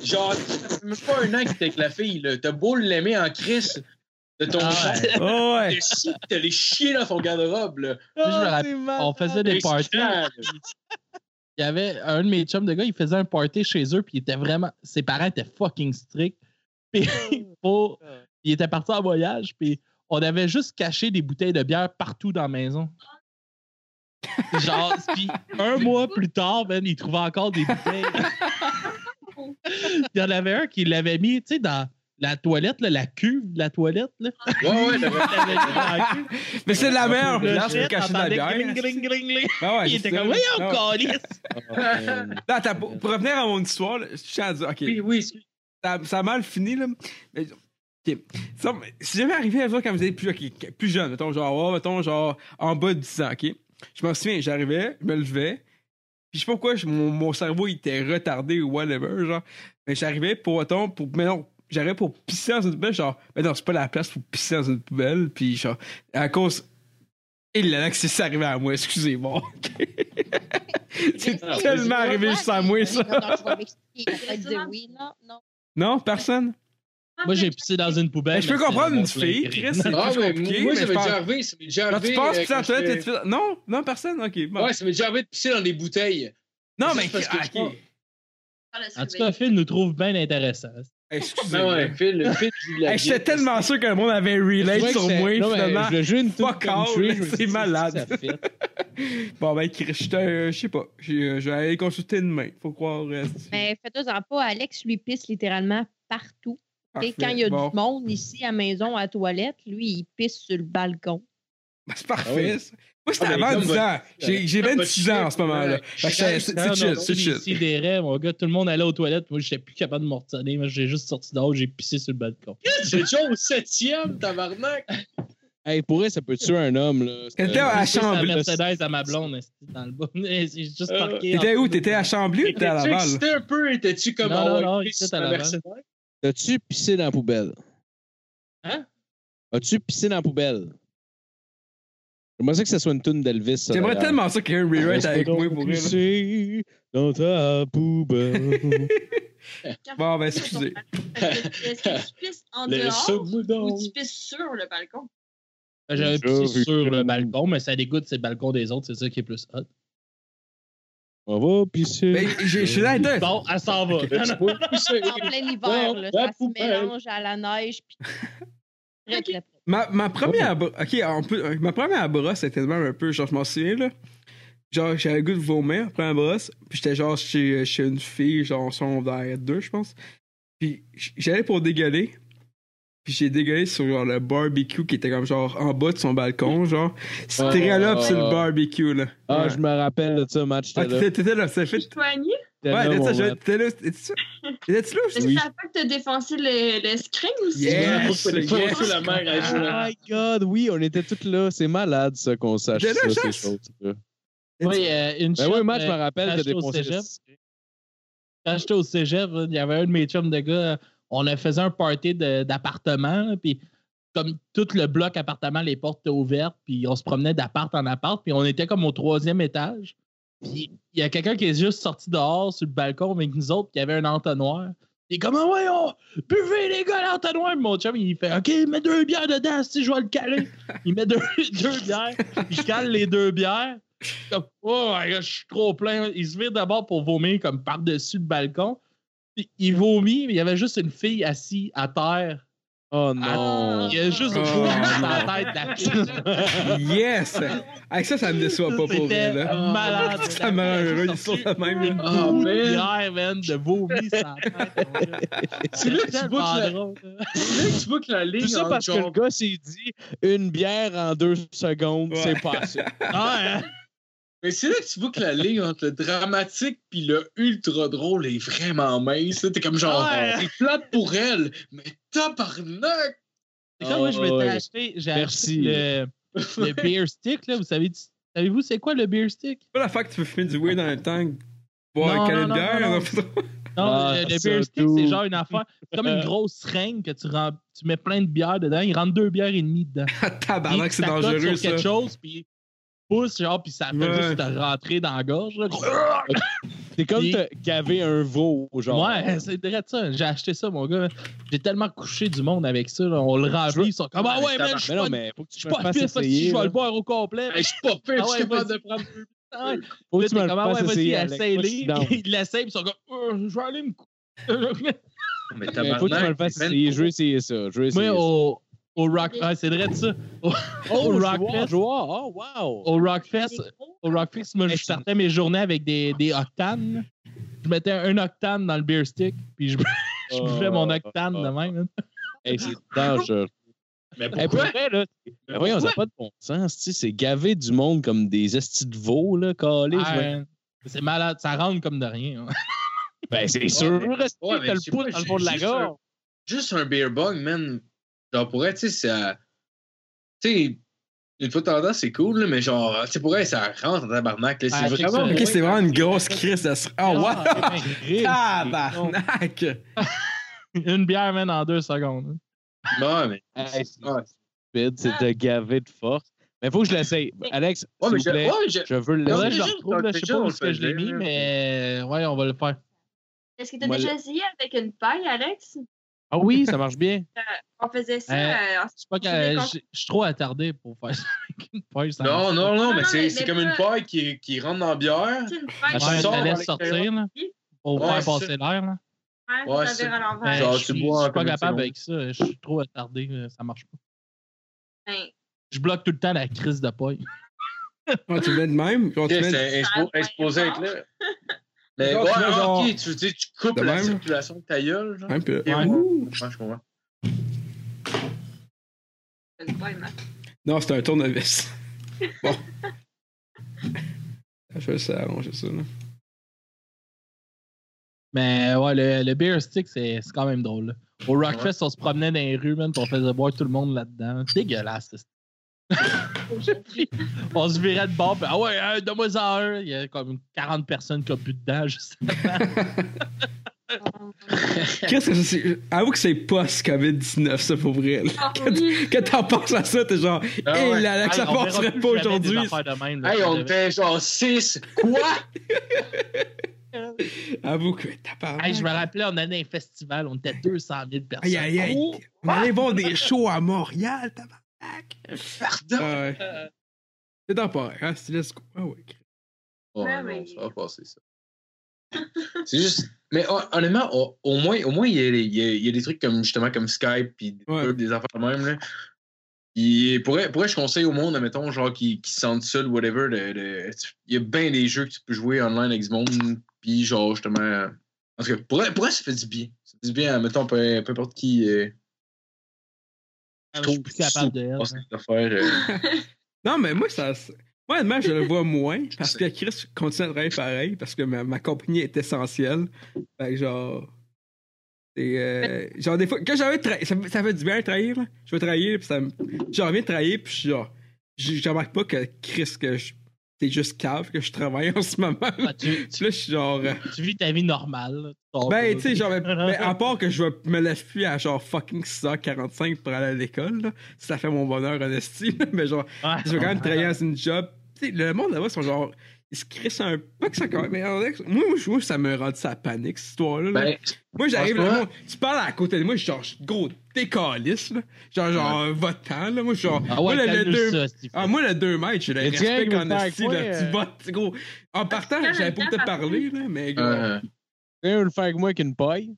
B: Genre, ça fait même pas un an qu'il était avec la fille. là. T'as beau l'aimer en crise de ton
D: Ah
B: chat.
D: ouais.
C: Oh, ouais.
B: T'as chié- T'as les chier dans son garde-robe. là.
D: Moi, je me
A: Ah,
D: rappelle,
A: c'est malade.
D: on faisait des
B: Les
D: parties.
B: chiens.
D: Il y avait un de mes chums de gars, il faisait un party chez eux, puis il était vraiment. Ses parents étaient fucking stricts. Puis pour- il était parti en voyage, puis on avait juste caché des bouteilles de bière partout dans la maison. Genre, puis un mois plus tard, ben, il trouvait encore des bouteilles. il y en avait un qui l'avait mis, tu sais, dans la toilette, là, la cuve de la toilette. Là.
B: Ouais, ouais, t'avais-
D: Il l'avait mis dans la cuve.
C: Mais c'est la meilleure
D: Le
C: place pour
D: shit,
C: cacher de la
D: entendait
C: bière.
D: gling, gling, gling, gling.
C: Ah, ouais,
D: Il
C: c'est
D: était
C: ça.
D: comme,
C: Non.
D: voyons, calice!
A: Euh,
C: Non, attends, pour, pour revenir à mon histoire, là, je suis à dire, ok,
B: oui, oui. excuse.
C: ça, ça a mal fini, là. Mais, ok. Ça, mais si jamais arrivé à jour quand vous étiez plus, ok, plus jeune, mettons, genre, ouais, mettons, genre, en bas de 10 ans, ok, je m'en souviens, j'arrivais, je me levais, puis je sais pas pourquoi, je- mon, mon cerveau, il était retardé ou whatever, genre, mais j'arrivais pour, mettons, pour, mais non, j'arrivais pour pisser dans une poubelle, genre, mais non, c'est pas la place pour pisser dans une poubelle, puis genre, à cause. Il là que c'est arrivé à moi, excusez-moi. ok? c'est
B: Ah,
C: tellement arrivé juste à moi, ça.
H: Non, non, je vais m'expliquer. Je vais te dire oui, non, non.
C: Non, personne?
D: Moi, j'ai pissé dans une poubelle.
C: Ben, je peux
D: mais c'est
C: comprendre
D: mon
C: une
D: plein
C: fille,
D: gré.
C: Chris, c'est
B: Ah,
C: plus
B: mais
C: compliqué.
B: moi,
C: mais
B: ça
C: je
B: m'est
C: pense-
B: déjà arrivé. Ça m'est déjà
C: Quand
B: arrivé.
C: Ah, tu passes
B: euh,
C: pis dans la
B: quand
C: toilette,
B: j'étais-
C: t'es- Non, non, personne, ok. bon.
B: Ouais, ça m'est déjà arrivé de pisser dans des bouteilles.
C: non,
B: ça,
C: mais
B: c'est parce que je
C: ok.
B: pense-
F: Ah, le
D: En tout
F: surveillant.
D: cas, Phil nous trouve bien intéressant.
B: Ah
C: Eh, Excusez-moi.
B: ouais, Phil, Phil, je
C: Hey, J'étais tellement sûr que le monde avait
A: vrai
C: relate
A: que
C: sur
A: c'est-
C: moi,
A: non, mais
C: finalement.
A: Je vais jouer une toute
C: Fuck all,
A: country, je vais
C: c'est
A: dire,
C: malade.
A: qu'est-ce que ça fait?
C: Bon, ben, Chris, j'étais, euh, je sais pas. J'ai, euh, Je vais aller consulter demain. Faut croire. euh, c'est-
H: Mais faites-en pas, Alex lui pisse littéralement partout. Tu sais,
C: Parfait.
H: Quand il y a
C: Bon.
H: du monde ici à la maison, à la toilette, lui, il pisse sur le balcon.
C: Ben, c'est parfait.
A: oui.
C: ça. Moi, c'était
B: Ah, mais
C: avant
B: comme
C: 10
B: votre-
C: ans. J'ai j'ai
B: comme votre euh,
C: 26 ans en ce
B: chiffre,
C: moment-là.
B: ouais.
C: Fait que c'est c'est- c'est chill, c'est chill.
D: Ici, des rêves, mon gars, tout le monde allait aux toilettes. Moi, j'étais plus capable de me retenir. Moi, J'ai juste sorti dehors, j'ai pissé sur le balcon.
A: C'est déjà au septième, tabarnak! Hey, pour elle, ça peut tuer un homme, là.
C: T'étais à
D: J'ai pissé sur la
C: Chambly.
D: Mercedes à ma blonde, esti, dans le bas. J'ai juste
A: Euh,
D: parqué. en-
C: T'étais où? T'étais à Chambly ou t'étais à
I: T'étais-tu
C: Laval?
I: excité un peu? Étais-tu comme
D: Non,
I: ah
D: non,
I: ouais,
D: non,
I: Chris,
D: j'étais à
I: un
D: Laval.
I: mercenaire?
A: As-tu pissé dans la poubelle?
D: Hein?
A: As-tu pissé dans la poubelle? J'aimerais ça que ça soit une tune d'Elvis. ça,
C: J'aimerais
A: d'ailleurs.
C: tellement ça qu'il y ait un rewrite
A: Reste
C: avec
A: donc
C: moi pour rire.
A: pisser dans ta poubelle.
C: Bon, ben, excusez.
F: Est-ce que- est-ce que tu pisses en
I: Le
F: dehors
I: sauboudon.
F: ou tu pisses sur le balcon?
D: J'avais
A: J'ai
D: pissé
A: vu
D: sur
A: que-
D: le balcon, mais ça dégoûte, c'est le balcon des autres, c'est ça qui est plus hot.
A: On va pisser.
C: Ben, j'ai- je suis là, attends.
D: Bon, elle s'en va. Non, non.
H: En plein hiver, là,
I: la
H: ça se
I: poubelle.
H: mélange à la neige. Puis... Très, très, très.
C: Ma, ma première bro- OK, on peut- euh, ma première brosse, c'était de même un peu, genre, je m'en souviens, là. Genre, j'avais le goût de vomir, première brosse. Puis j'étais genre chez, chez une fille, genre, en secondaire 2, je pense. Puis j- j'allais pour dégueuler. Puis j'ai dégueulé sur, genre, le barbecue qui était comme, genre, en bas de son balcon, genre.
A: Oh,
C: C'était là,
A: oh,
C: pis c'est le
A: oh.
C: barbecue, là.
A: Ah,
C: Ouais.
A: je me rappelle de ça, match.
C: Ah,
A: T'étais là.
C: t'étais t'étais là, ça fait.
F: Tu soigné?
A: T'étais
C: Ouais,
A: là,
C: t'étais
A: mon
C: ça,
A: rat.
C: je- t'étais là, t'étais ça. T'étais-tu là?
F: Est-ce que
A: Oui.
F: ça a pas que t'as défoncé le, le screen aussi?
C: Yes!
I: Pour
C: yes.
I: que la mère a joué.
A: Oh my god, oui, on était tous là. C'est malade, ça, qu'on sache
C: T'étais
A: ça,
C: là,
A: ces
C: Jess?
A: choses-là.
D: Oui, euh, une
A: Ben
D: shot,
A: oui, match,
D: euh,
A: je me rappelle, t'as
D: acheté au
A: défoncé.
D: cégep. quand j'étais au cégep, il y avait un de mes chums de gars, on a faisait un party de- d'appartement, là, puis comme tout le bloc appartement, les portes étaient ouvertes, puis on se promenait d'appart en appart, puis on était comme au troisième étage. Puis il y a quelqu'un qui est juste sorti dehors sur le balcon avec nous autres, qui avait un entonnoir. Il est comme, Ah, voyons, buvez les gars l'entonnoir. Puis Mon chum, il fait, OK, mets deux bières dedans, si je vais le caler. Il met deux, deux bières, je cale les deux bières comme Oh my God, je suis trop plein. Il se vire d'abord pour vomir comme par-dessus le balcon. Puis il vomit, mais il y avait juste une fille assise à terre.
A: Oh non.
D: Il y a juste
C: Oh,
D: vomi dans
C: non.
D: la tête de la fille.
C: Yes! Hey, ça, ça me déçoit pas pour vrai,
D: C'était
C: là.
D: malade.
C: Ça me rend heureux,
D: Sorti
C: l'histoire de même. là.
D: Une
I: Oh,
D: boule
I: man.
D: bière, man, de vomi sur la tête. mon gars.
I: C'est là que tu
D: Tellement
I: vois que la-
D: drôle.
I: c'est là que tu vois que la ligne.
A: Tout ça
I: entre
A: parce que
I: genre-
A: le gars s'est dit une bière en deux secondes,
C: Ouais.
A: c'est passé.
D: Ah, hein?
I: Mais c'est là que tu vois que la ligne entre le dramatique puis le ultra drôle est vraiment mince. là. T'es comme genre, euh,
D: Ouais.
I: c'est plate pour elle, mais tabarnak!
D: C'est comme moi, je m'étais
A: ouais.
D: acheté, j'ai
A: Merci.
D: acheté le, le beer stick, là. Vous savez, savez-vous c'est quoi le beer stick?
C: C'est pas la fois que tu peux fumer du weed en même temps que
D: Non,
C: boire un canet
D: non,
C: de
D: non,
C: bière.
D: non,
C: non,
D: non.
C: pas trop.
D: Non,
A: Ah,
D: le, le
A: ça,
D: beer stick,
A: tout.
D: c'est genre une affaire. C'est comme une grosse seringue que tu, rem- tu mets plein de bières dedans. Il rentre deux bières et demie dedans.
C: Ah, Tabarnak,
D: Puis
C: c'est
D: ça colle
C: dangereux,
D: sur
C: ça.
D: quelque chose, puis il pousse, genre, puis ça fait
C: Ouais.
D: juste te rentrer dans la gorge. là.
A: C'est comme
D: Il-
A: te gaver un veau, genre.
D: Ouais, c'est vrai ça. J'ai acheté ça, mon gars. J'ai tellement couché du monde avec ça. là. On le remplit. Ils sont comme, ah ouais, man, je suis
A: Mais
D: pas
A: non,
D: une-
A: mais faut que
D: je
A: tu
D: suis
A: me
D: pas
A: fasses
D: pisse, si
A: essayer.
D: je vais
A: là.
D: le boire au complet.
I: Hey, je suis pas pire, je
D: Ah
I: suis
D: ouais,
I: capable
D: vas-y.
I: de prendre deux
D: Ah,
A: Faut que
D: Là,
A: tu me
D: t'es
A: le
D: comme, Ah ouais,
A: fasses
D: vas-y,
A: essayer. Alex. Moi, je suis
D: essaye-les.
A: down.
D: Ils l'essayent, puis ils sont comme, Euh, je vais aller me coucher.
B: Mais
A: Mais faut que tu me le fasses essayer. Je vais essayer ça. Je vais essayer
D: Moi,
A: ça.
D: au, au Rock... Ah, c'est vrai de ça. Au,
I: Oh,
D: au Rockfest,
A: joueur. Oh, wow.
D: au Rockfest, au Rockfest, moi, je partais mes journées avec des, des octanes. Je mettais un octane dans le beer stick, puis je, je
I: Oh,
D: bouffais mon octane de même. hein.
A: Hey, c'est dangereux.
I: Mais
A: Hey, pour
I: pourquoi?
A: vrai, là, ben voyons, ça n'a pas de bon sens. tu sais, C'est gaver du monde comme des estis de veau, là, calés.
D: Ah, euh, c'est malade, ça rentre comme de rien. hein.
A: Ben, c'est sûr.
I: Ouais,
A: reste
I: ouais, mais
A: t'as
I: je
A: le
I: sais
A: pouce
I: pas,
A: dans le
I: j'ai
A: fond de la
I: juste
A: gorge.
I: Juste un beer bug, man. Genre, pour elle, tu sais, ça. Tu sais, une fois de temps en temps, c'est cool, là, mais genre, tu sais, pour elle, ça rentre en tabarnak. là. C'est
D: Ah, check ça.
I: vraiment.
D: Ok,
C: Ok,
I: moins-
C: c'est vraiment une grosse crise. De... se- Oh, wow!
D: Ah, c'est bien.
C: Tabarnak!
D: Une bière, man, en deux secondes. hein.
I: Ouais, mais.
A: Hey, c'est
I: Ouais.
A: stupide, c'est de gaver de force. Mais faut que je l'essaye. Alex,
I: Ouais, mais
A: s'il vous
I: je-
A: plaît,
I: ouais, je-
A: je veux
I: Non,
A: l'essayer.
D: Faudrait que je
I: déjà,
D: le retrouve, là, je sais
I: déjà,
D: pas
I: on
D: où
I: le
D: est-ce que je l'ai
I: faisait,
D: mis,
I: là.
D: mais ouais, on va le faire.
F: Est-ce que t'as
A: Moi,
F: déjà
A: le-
F: essayé avec une paille, Alex?
A: Ah oui, ça marche bien.
F: On faisait ça.
D: Euh,
F: euh,
D: Je
F: en-
D: sais pas que-
F: Je l'ai
D: je je suis trop attardé pour faire ça avec une paille, ça
I: Non, non, non,
F: Non,
I: mais
F: non,
I: c'est
F: mais-
I: c'est
F: mais
I: comme une
F: pas-
I: paille qui, qui rentre dans la bière.
F: c'est une
D: Ouais,
F: paille.
I: Ça
D: je
I: sort
D: la
I: à
D: laisse sortir,
I: l'extérieur.
D: là. Pour
I: Ouais,
D: faire
I: c'est
D: passer l'air, là.
F: Ouais,
I: Ouais,
F: ça
I: c'est-
F: vire à l'envers.
D: Ben,
I: Genre,
D: je
I: tu
D: suis
I: bois
D: je
I: en
D: suis pas
I: combien de
D: capable
I: secondes?
D: avec ça. Je suis trop attardé. euh, Ça marche pas.
F: Ben,
D: Je bloque tout le temps la crise de paille.
C: Quand tu venais de même, quand tu
I: Ok,
C: venais de...
I: c'est expo-
F: Ah,
I: exposé
F: ouais,
I: être là. Mais
C: Donc,
I: ouais,
C: là,
I: ah,
C: genre-
I: ok, tu, tu, tu coupes
C: De
I: la
C: même.
I: circulation de ta gueule, genre.
C: Hein, puis-
I: Ok, ouais. Ouais, je comprends.
F: c'est Ben, une paille, Matt.
C: Non, c'était un tournevis. bon. Ah, Je vais ça arranger ça. Là.
D: Mais ouais, le, le beer stick, c'est c'est quand même drôle. là. Au Rockfest, on se promenait dans les rues, man, puis on faisait boire tout le monde là-dedans. Dégueulasse, c'est- On se virait de bord, puis ah ouais, un, donne-moi ça un. Il y a comme 40 personnes qui ont bu dedans, juste
C: Qu'est-ce que ça, c'est. Avoue que c'est post-COVID-19, ça, pour vrai. là.
F: Ah
C: Quand,
F: oui.
C: quand t'en penses à ça, t'es genre, hé
I: Ah ouais.
C: là là, que ça
D: Hey, on verra
C: passerait
D: plus
C: pas
D: jamais des
C: aujourd'hui.
D: affaires de même, là.
I: Hey,
D: Ça
I: on
D: devait-
I: était genre 6. Quoi?
C: Avoue que t'as pas.
D: Hey, je me rappelais, on allait à un festival, on était 200 000 personnes.
C: Aïe, aïe, aïe.
D: Oh!
C: On allait voir des shows à Montréal, tabarnak.
I: Pardon?
C: Ah ouais. C'est temporaire, hein? C'est let's go. Ah ouais.
F: Ouais,
B: Ouais,
F: mais-
B: non, ça va passer, ça.
I: C'est juste. Mais hon- honnêtement, au, au moins, au moins il, y a, il y a- il y a des trucs comme justement comme Skype puis des,
C: Ouais.
I: trucs, des affaires de même. Là. Il pourrait, pourrait je conseille au monde, admettons, genre qui, qui se sentent seul, whatever, de- de- tu- il y a bien des jeux que tu peux jouer online avec du monde, puis genre justement. En tout cas, pour elle- pour elle, ça fait du bien. Ça fait du bien, admettons, peu, peu importe qui euh,
D: Ah, Je suis plus capable de elle. hein.
I: pense que ça va faire, euh,
C: Non, mais moi, ça. c'est- Moi, honnêtement, je le vois moins parce que Chris continue à travailler pareil parce que ma, ma compagnie est essentielle. Fait que genre. c'est, euh, genre, des fois, quand j'avais travaillé, ça, me- ça fait du bien de trahir, là. Je veux trahir, puis ça me. Je reviens trahir, puis je suis genre. Je je remarque pas que Chris, que je. C'est juste cave que je travaille en ce moment.
D: Ah, tu,
C: Puis là, je suis genre. euh,
D: tu vis ta vie normale. là. Tu sors
C: Ben,
D: pas.
C: tu sais, genre, ben, à part que je vais- me lève plus à genre fucking 6h45 pour aller à l'école, là, ça fait mon bonheur, honesty, là, mais genre,
D: Ah, Ouais.
C: je vais quand même travailler dans une job. Tu sais, le monde là-bas, ils sont genre, ils se crissent un peu que ça quand même. Mais en vrai, moi, moi, je- moi, ça me rend de sa panique, cette histoire-là. là.
I: ben,
C: moi, j'arrive, là,
I: franchement-
C: moi, tu parles à côté de moi, je suis genre, gros, décaliste, là. Genre, genre, va-t'en, là. Moi, je suis genre,
D: Ah
C: moi,
D: ouais,
C: le- le,
D: calme-nous
C: deux-
D: ça, Steve.
C: ah, moi, le 2 mètres, je le
A: Mais Diego,
C: respecte en
A: il veut faire
C: esti,
A: quoi,
C: là.
A: euh?
C: Tu vas, tu- gros. En partant,
F: que
C: j'avais pour te
F: quand même,
C: parler, là, mais gros.
I: euh,
A: Viens le faire avec moi avec une paille.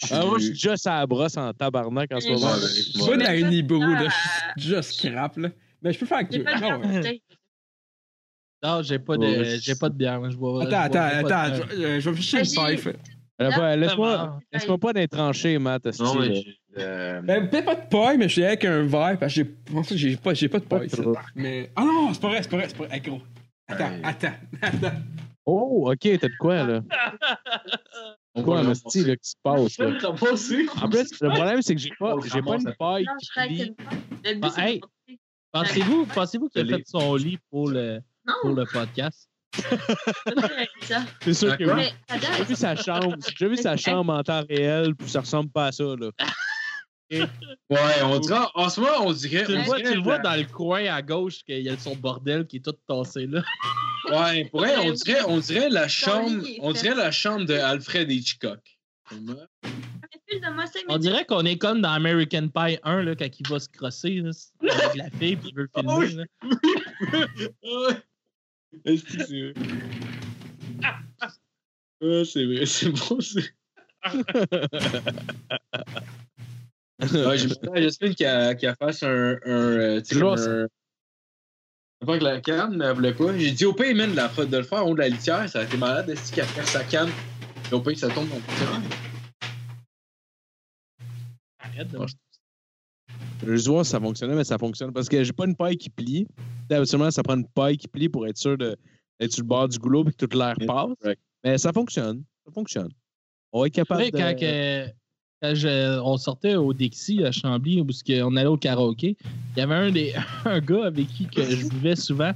I: je suis-
A: Ah, moi, je suis déjà sur la brosse en tabarnak en ce
I: Ouais,
A: moment.
I: ouais,
C: Je
I: ouais.
C: suis pas dans
F: Mais ça,
C: une hibou, là.
F: ça-
C: Je suis juste crap, là. Mais je peux faire que tu
F: J'ai
C: veux.
F: pas de
C: Ah ouais.
F: caractère.
D: Non, j'ai pas de,
I: Ouais.
D: j'ai pas de bière. moi, Je bois,
C: Attends,
D: je bois- j'ai
C: attends,
D: pas de-
C: attends. Je euh, je vais me chercher une
F: Vas-y.
C: pipe.
A: Elle a pas- Euh, Laisse-moi
D: Exactement.
A: laisse-moi pas dans les tranchées, Matt. esti.
B: Non, mais. euh,
C: Ben, peut-être pas de paille, mais je suis avec un verre parce que j'ai pensé que j'ai pas, j'ai pas de paille. ça. Mais. Ah non, c'est pas vrai, c'est pas vrai, c'est pas vrai. Hey, gros. Attends,
B: Ouais.
C: attends, attends.
A: Oh, ok, t'as de quoi, là?
B: on
A: Quoi,
B: va le
A: mais esti,
B: ramasser.
A: là, qui se passe, là?
B: T'as passé?
A: En plus, le problème, c'est que j'ai pas,
B: On le
A: j'ai pas
B: ramasse
A: une paille
F: Non, je
A: qui
F: travaille
A: lit.
F: avec une- Le
D: Ah,
F: but, c'est de
D: hey.
F: montrer-
D: Pensez-vous, pensez-vous qu'il a fait son lit pour le, pour
F: Non,
D: le podcast?
F: c'est pas vrai, ça.
A: C'est sûr que oui.
F: Mais ça
A: J'ai
F: date.
A: vu sa chambre. J'ai déjà vu sa chambre en temps réel, puis ça ressemble pas à ça, là.
I: Ouais, on dirait. En ce moment, on dirait.
D: Tu le
I: on
D: vois,
I: dirait
D: tu le vois
I: la-
D: dans le coin à gauche qu'il y a son bordel qui est tout tassé là.
I: Ouais, pour elle, on dirait, on dirait la chambre,
F: lit est
I: on
F: fait.
I: dirait la chambre de Alfred Hitchcock.
F: Donne-moi cinq
D: On
F: minutes.
D: dirait qu'on est comme dans American Pie 1 là, quand il va se crosser là, avec la fille puis il veut le filmer. là.
I: Est-ce que c'est vrai? Ah, Ouais, c'est vrai, c'est bon. c'est- ouais, j'ai demandé à Justine qu'elle qu'elle fasse un. un euh, tu sais,
A: Genre,
I: comme un. Pas que la canne, mais elle voulait pas. J'ai dit au pays, man, de, la, de le faire en haut de la litière, ça a été malade, est-ce qu'elle perd sa canne? Et au pays, ça tombe dans le litière.
D: Arrête de
A: Je veux voir si ça fonctionnait, mais ça fonctionne. Parce que j'ai pas une paille qui plie. Absolument, ça prend une paille qui plie pour être sûr de- d'être sur le bord du goulot et que toute l'air passe.
I: correct.
A: Mais ça fonctionne. Ça fonctionne. On va être capable
D: Oui, quand,
A: de...
D: que- quand je- on sortait au Dixie à Chambly, où on allait au karaoké, il y avait un, des, un gars avec qui que je buvais souvent.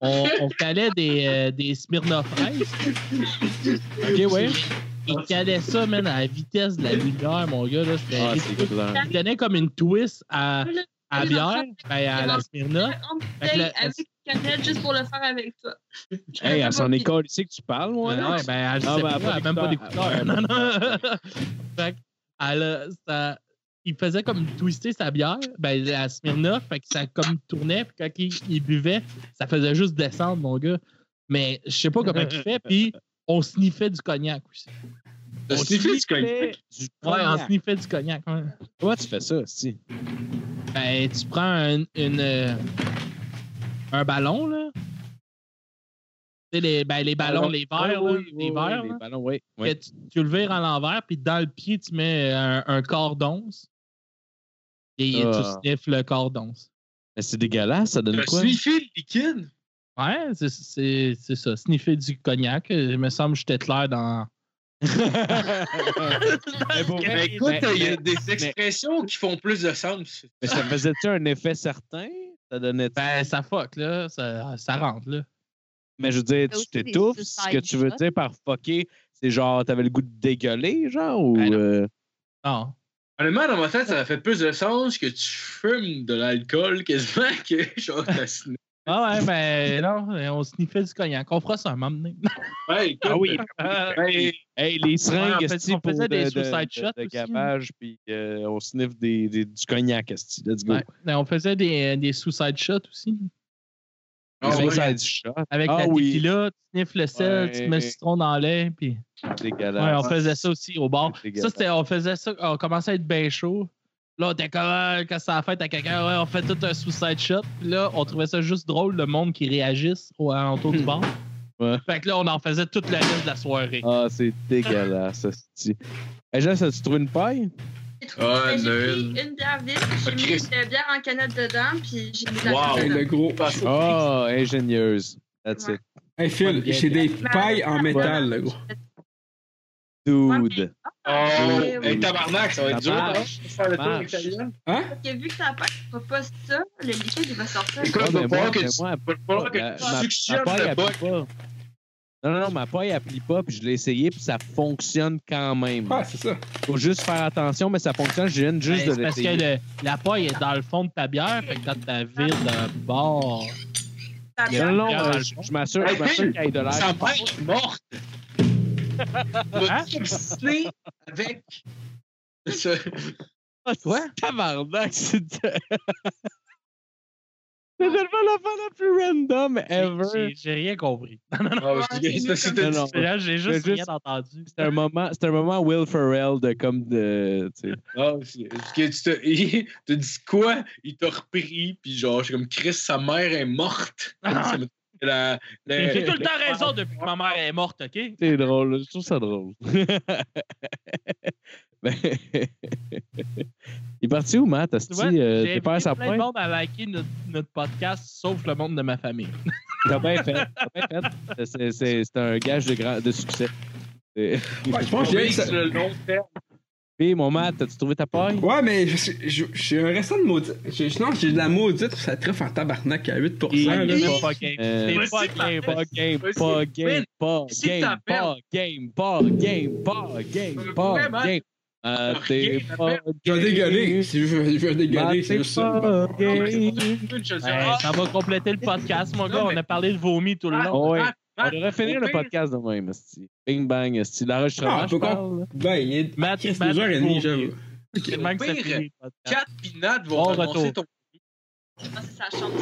D: On, on calait des, euh, des Smirnoff Ice.
A: OK, ouais.
D: Il calait ça, man, à la vitesse de la lumière, mon gars. Là, c'était
A: Ah, c'est
D: ridicule.
A: clair.
D: il donnait comme une twist à, à la bière, ben, à la Smirnoff.
F: En
D: Fait que
F: bouteille
D: le-
F: avec une canette juste pour le faire avec toi. Je
A: Hey,
F: peux
A: elle s'en
F: pas-
A: est collée ici que tu parles, moi.
D: Ouais,
A: Alex?
D: ben, elle
A: Ah,
D: sait
A: ben,
D: pas,
A: elle a
D: elle a
A: pas
D: même pas
A: d'écouteurs.
D: d'écouteurs. Non, non. fait que, elle a- ça- il faisait comme twister sa bière, ben, à Smirnoff, fait que ça comme tournait, puis quand il, il buvait, ça faisait juste descendre, mon gars. Mais je sais pas comment il fait, puis on sniffait du cognac aussi.
I: T'as sniffé du coin.
A: Du
D: Ouais, on
A: cognac.
D: sniffait du cognac, ouais.
A: Pourquoi tu fais ça, si?
D: Ben, tu prends un, une, euh, un ballon, là. Tu sais, les, ben, les ballons, les verres, là, les verres, là.
A: Les ballons, oui. oui.
D: que tu, tu le vires à l'envers, puis dans le pied, tu mets un, un quart d'once. Et
A: Ah.
D: tu sniffes le quart d'once.
A: Mais c'est dégueulasse, ça donne
B: T'as
A: quoi?
B: sniffé le liquide?
D: Ouais, c'est- c'est c'est ça. Sniffer du cognac. euh, Il me semble que j'étais clair dans.
A: mais pour vrai,
B: Ben, écoute,
A: mais-
B: il y a
A: mais-
B: des expressions qui font plus de sens.
A: mais ça faisait-tu un effet certain? Ça donnait
D: Ben, ça fuck, là. Ça, ça rentre, là.
A: Mais je veux dire, tu
H: aussi des
A: t'étouffes.
H: suicides
A: Ce que tu veux
H: shots.
A: dire par fucker, c'est genre, t'avais le goût de dégueuler, genre, ou.
D: Ben non.
A: euh,
D: Non.
B: Honnêtement, dans ma tête, ça fait plus de sens que tu fumes de l'alcool quasiment que genre t'as sniffé.
D: Ah ouais, ben non, on sniffait du cognac. On fera ça un moment donné.
B: Ouais, écoute,
A: Ah oui.
B: ben,
A: Hey, les seringues,
D: Ouais, on fait-
A: esti,
D: on
A: pour
D: faisait
A: de,
D: des
A: de,
D: suicide
A: de-
D: shots
A: de
D: aussi,
A: gavage, puis euh, on sniffe des, des- du cognac, esti. Let's go.
D: Ouais. Ben, on faisait des, des suicide shots aussi.
A: Des
B: ah ouais.
A: suicide shots,
D: Avec
A: Ah
D: la
A: oui.
D: tequila, tu sniffes le sel, tu mets le
A: Ouais.
D: citron dans l'air, puis. Ouais,
A: dégueulasse.
D: on faisait ça aussi au bar.
A: C'est
D: Ça,
A: dégueulasse.
D: c'était, on faisait ça, on commençait à être bien chaud. Là, on était comme, ah, quand ça a fait à quelqu'un, ouais, on fait tout un suicide shot. Puis là, on trouvait ça juste drôle, le monde qui réagisse au, alentour du bar.
A: Ouais.
D: Fait que là, on en faisait toute la reste de la soirée.
A: Ah, c'est dégueulasse, esti. Hey, Jess, as-tu trouvé une paille?
F: J'ai trouvé
B: Ah,
F: ça, j'ai
B: Noël.
F: pris une bière vide,
B: Ah,
F: j'ai mis
B: Christ.
F: de la bière en canette dedans, puis j'ai mis de la
B: Wow.
F: canette
B: Hey,
C: Hey,
F: dedans.
C: le gros.
A: Ah, ingénieuse. That's
F: Ouais.
A: it.
C: Hey, Phil, j'ai des
F: Bah,
C: pailles en métal, le gros.
A: Dude.
B: Oh,
F: Ouais,
B: hey,
F: oui.
B: tabarnak, ça va être dur.
A: Ça
B: hein,
A: marche,
B: faire le tour
A: marche.
B: italien.
C: Hein?
F: Parce que vu que ta pâte ne fera pas ça, le liquide il va sortir.
B: Écoute,
A: Ouais,
B: il va
A: mais
B: falloir
A: moi-
B: que
A: mais
B: tu-
A: moi,
B: va falloir que
A: Ma-
B: tu
A: ma-
B: suctionnes
A: ma paille,
B: le
A: elle
B: bug.
A: plie pas. Non, non, non, ma paille, elle plie pas, puis je l'ai essayé, puis ça fonctionne quand même.
C: Ah, c'est ça.
A: Faut juste faire attention, mais ça fonctionne, je viens juste
D: Ben,
A: de
D: c'est parce
A: l'essayer.
D: que le- la paille est dans le fond de ta bière, fait que quand t'as vide le bar.
F: Ta
D: le-
A: Non,
F: bière,
A: non,
D: Dans
A: euh,
D: le
A: je
D: fond.
A: je m'assure je
B: Hey,
A: m'assure
B: Phil,
A: qu'elle ait de l'air.
B: Sa mère est morte.
A: Hein?
B: Va t'obstiner avec. ce-
A: Ah,
D: Quoi?
A: Tabarnak, c'est... c'est tellement la fin la plus random ever.
D: J'ai, j'ai rien compris.
B: Ah, parce que-
F: c'est
B: c'était-
A: Non, non.
D: C'est là, j'ai juste,
A: Mais
D: rien
A: juste-
D: entendu.
A: C'est un moment, c'est un moment Will Ferrell de comme de, tu sais.
B: Ah, c'est- parce que tu te- il te dit quoi? Il t'a repris, puis genre, je suis comme Chris, sa mère est morte. Ça me- la- la-
D: J'ai tout le temps raison depuis que ma mère est morte, OK?
A: C'est drôle, là. je trouve ça drôle. Ben, Il est parti où, Matt? Asti,
D: Tu vois,
A: euh,
D: j'ai
A: t'es pas à
D: invité
A: sa
D: plein de
A: pointe?
D: monde à liker notre, notre podcast, sauf le monde de ma famille.
A: T'as bien fait. T'as bien fait. C'est- C'est c'est un gage de, grand, de succès. Et-
C: Ouais, je pense que j'ai- ça-
B: sur le long terme.
A: Puis, mon Matt, t'as-tu trouvé ta paille?
C: Ouais, mais je suis- je- je suis un restant de maudite. Je- Non, j'ai de la maudite, ça truffe en tabarnak à 8%. là.
D: Ah, là, c'est pas game.
A: Euh,
D: C'est pas game.
A: Pas game,
B: Vas-y,
A: pas game, pas
B: Vas-y,
A: game, pas
B: t'appelles.
A: game, pas game, pas
B: Euh,
A: game,
B: ouais,
A: pas
B: Matt.
A: game. Euh,
B: Rien,
A: T'es pas
C: Je vais dégueuler.
A: game.
C: Si Je veux, je veux
D: Bah,
C: dégueuler,
A: Matt,
C: c'est
A: t'es
C: juste ça.
A: pas
B: Non, mais c'est pour ça
A: game.
B: que je dis,
D: Hey,
B: ah,
D: ça va compléter le podcast,
B: Non,
D: mon gars.
B: mais-
D: On a parlé de vomi tout le
B: Ah,
D: long.
A: Oh, ouais.
B: Matt,
A: On
B: Matt,
A: devrait finir
B: au
A: le
B: pire-
A: podcast de même, esti. Bing bang, esti. L'enregistrement,
C: Ah,
A: je
C: pourquoi?
A: parle. là.
C: Ben, il est
D: Matt,
C: Chris,
D: Matt,
C: 2h30,
D: vomi.
C: j'avoue.
D: C'est le même que ça
B: Au pire,
D: finit, le podcast.
B: Quatre pinates vont
D: Bon
B: ramasser
D: retour.
B: ton.
F: sa chambre.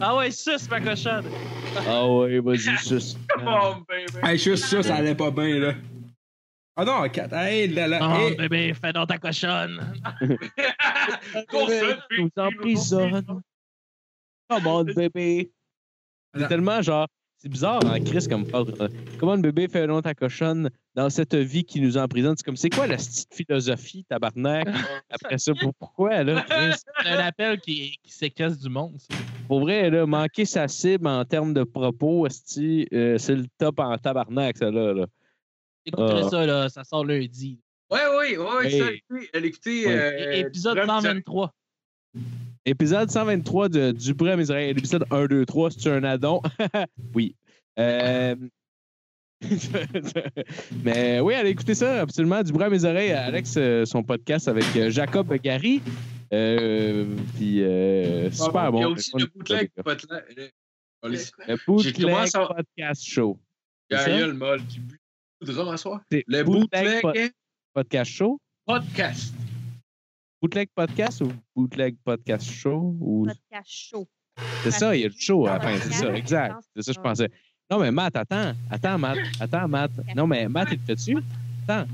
D: Ah ouais, suce, ma cochonne. Ah.
A: Ah ouais, vas-y, juste.
B: Oh, baby.
C: Hey, juste ça, ça allait pas bien, là. Ah non, 4. Hey, là, là.
D: Oh,
C: hey.
D: bébé, fais donc ta cochonne.
B: Confetti.
A: nous emprisonne. Come on, bébé. C'est tellement genre. C'est bizarre, hein, Chris, comme phrase. là. Come on, bébé, fais un ta cochonne dans cette vie qui nous emprisonne. C'est comme, c'est quoi la petite philosophie, tabarnak? Après ça, pour- pourquoi, là, Chris?
D: C'est un appel qui, qui séquestre du monde. ça.
A: Pour vrai, là, manquer sa cible en termes de propos, esti, euh, c'est le top en tabarnak, ça, là. là.
D: Écouterais
A: Ah.
D: ça, là. Ça sort lundi.
B: Ouais, ouais, ouais, ouais,
A: Hey.
B: ça, écoutez, elle écoutait.
A: Ouais.
B: euh,
D: Épisode
B: Drum Design.
D: 123.
A: Épisode 123 de Du Bré à mes oreilles. Épisode 1, 2, 3, c'est un addon. oui. Euh, Mais oui, allez écouter ça, absolument. Du Bré à mes oreilles, Alex, euh, son podcast avec euh, Jacob Gary. Euh, Puis euh, super bon.
B: Il y a aussi le bootleg potla- le- Oh, les-
A: Le
B: J'ai
A: bootleg
B: commencé à-
A: podcast show.
B: Ah,
A: ça?
B: gueule, molle, j'ai bu beaucoup de rhum à soir.
A: C'est
B: Le
A: bootleg
B: bootleg
A: po- podcast show.
B: podcast.
A: Bootleg podcast ou bootleg podcast show? Ou...
H: Podcast chaud.
A: C'est ça, il y a du show à la fin, c'est ça,
H: Podcast.
A: exact. C'est ça, que je pensais. Non, mais Matt, attends. Attends, Matt. Attends, Matt. Non, mais Matt, il te fait-tu? Attends.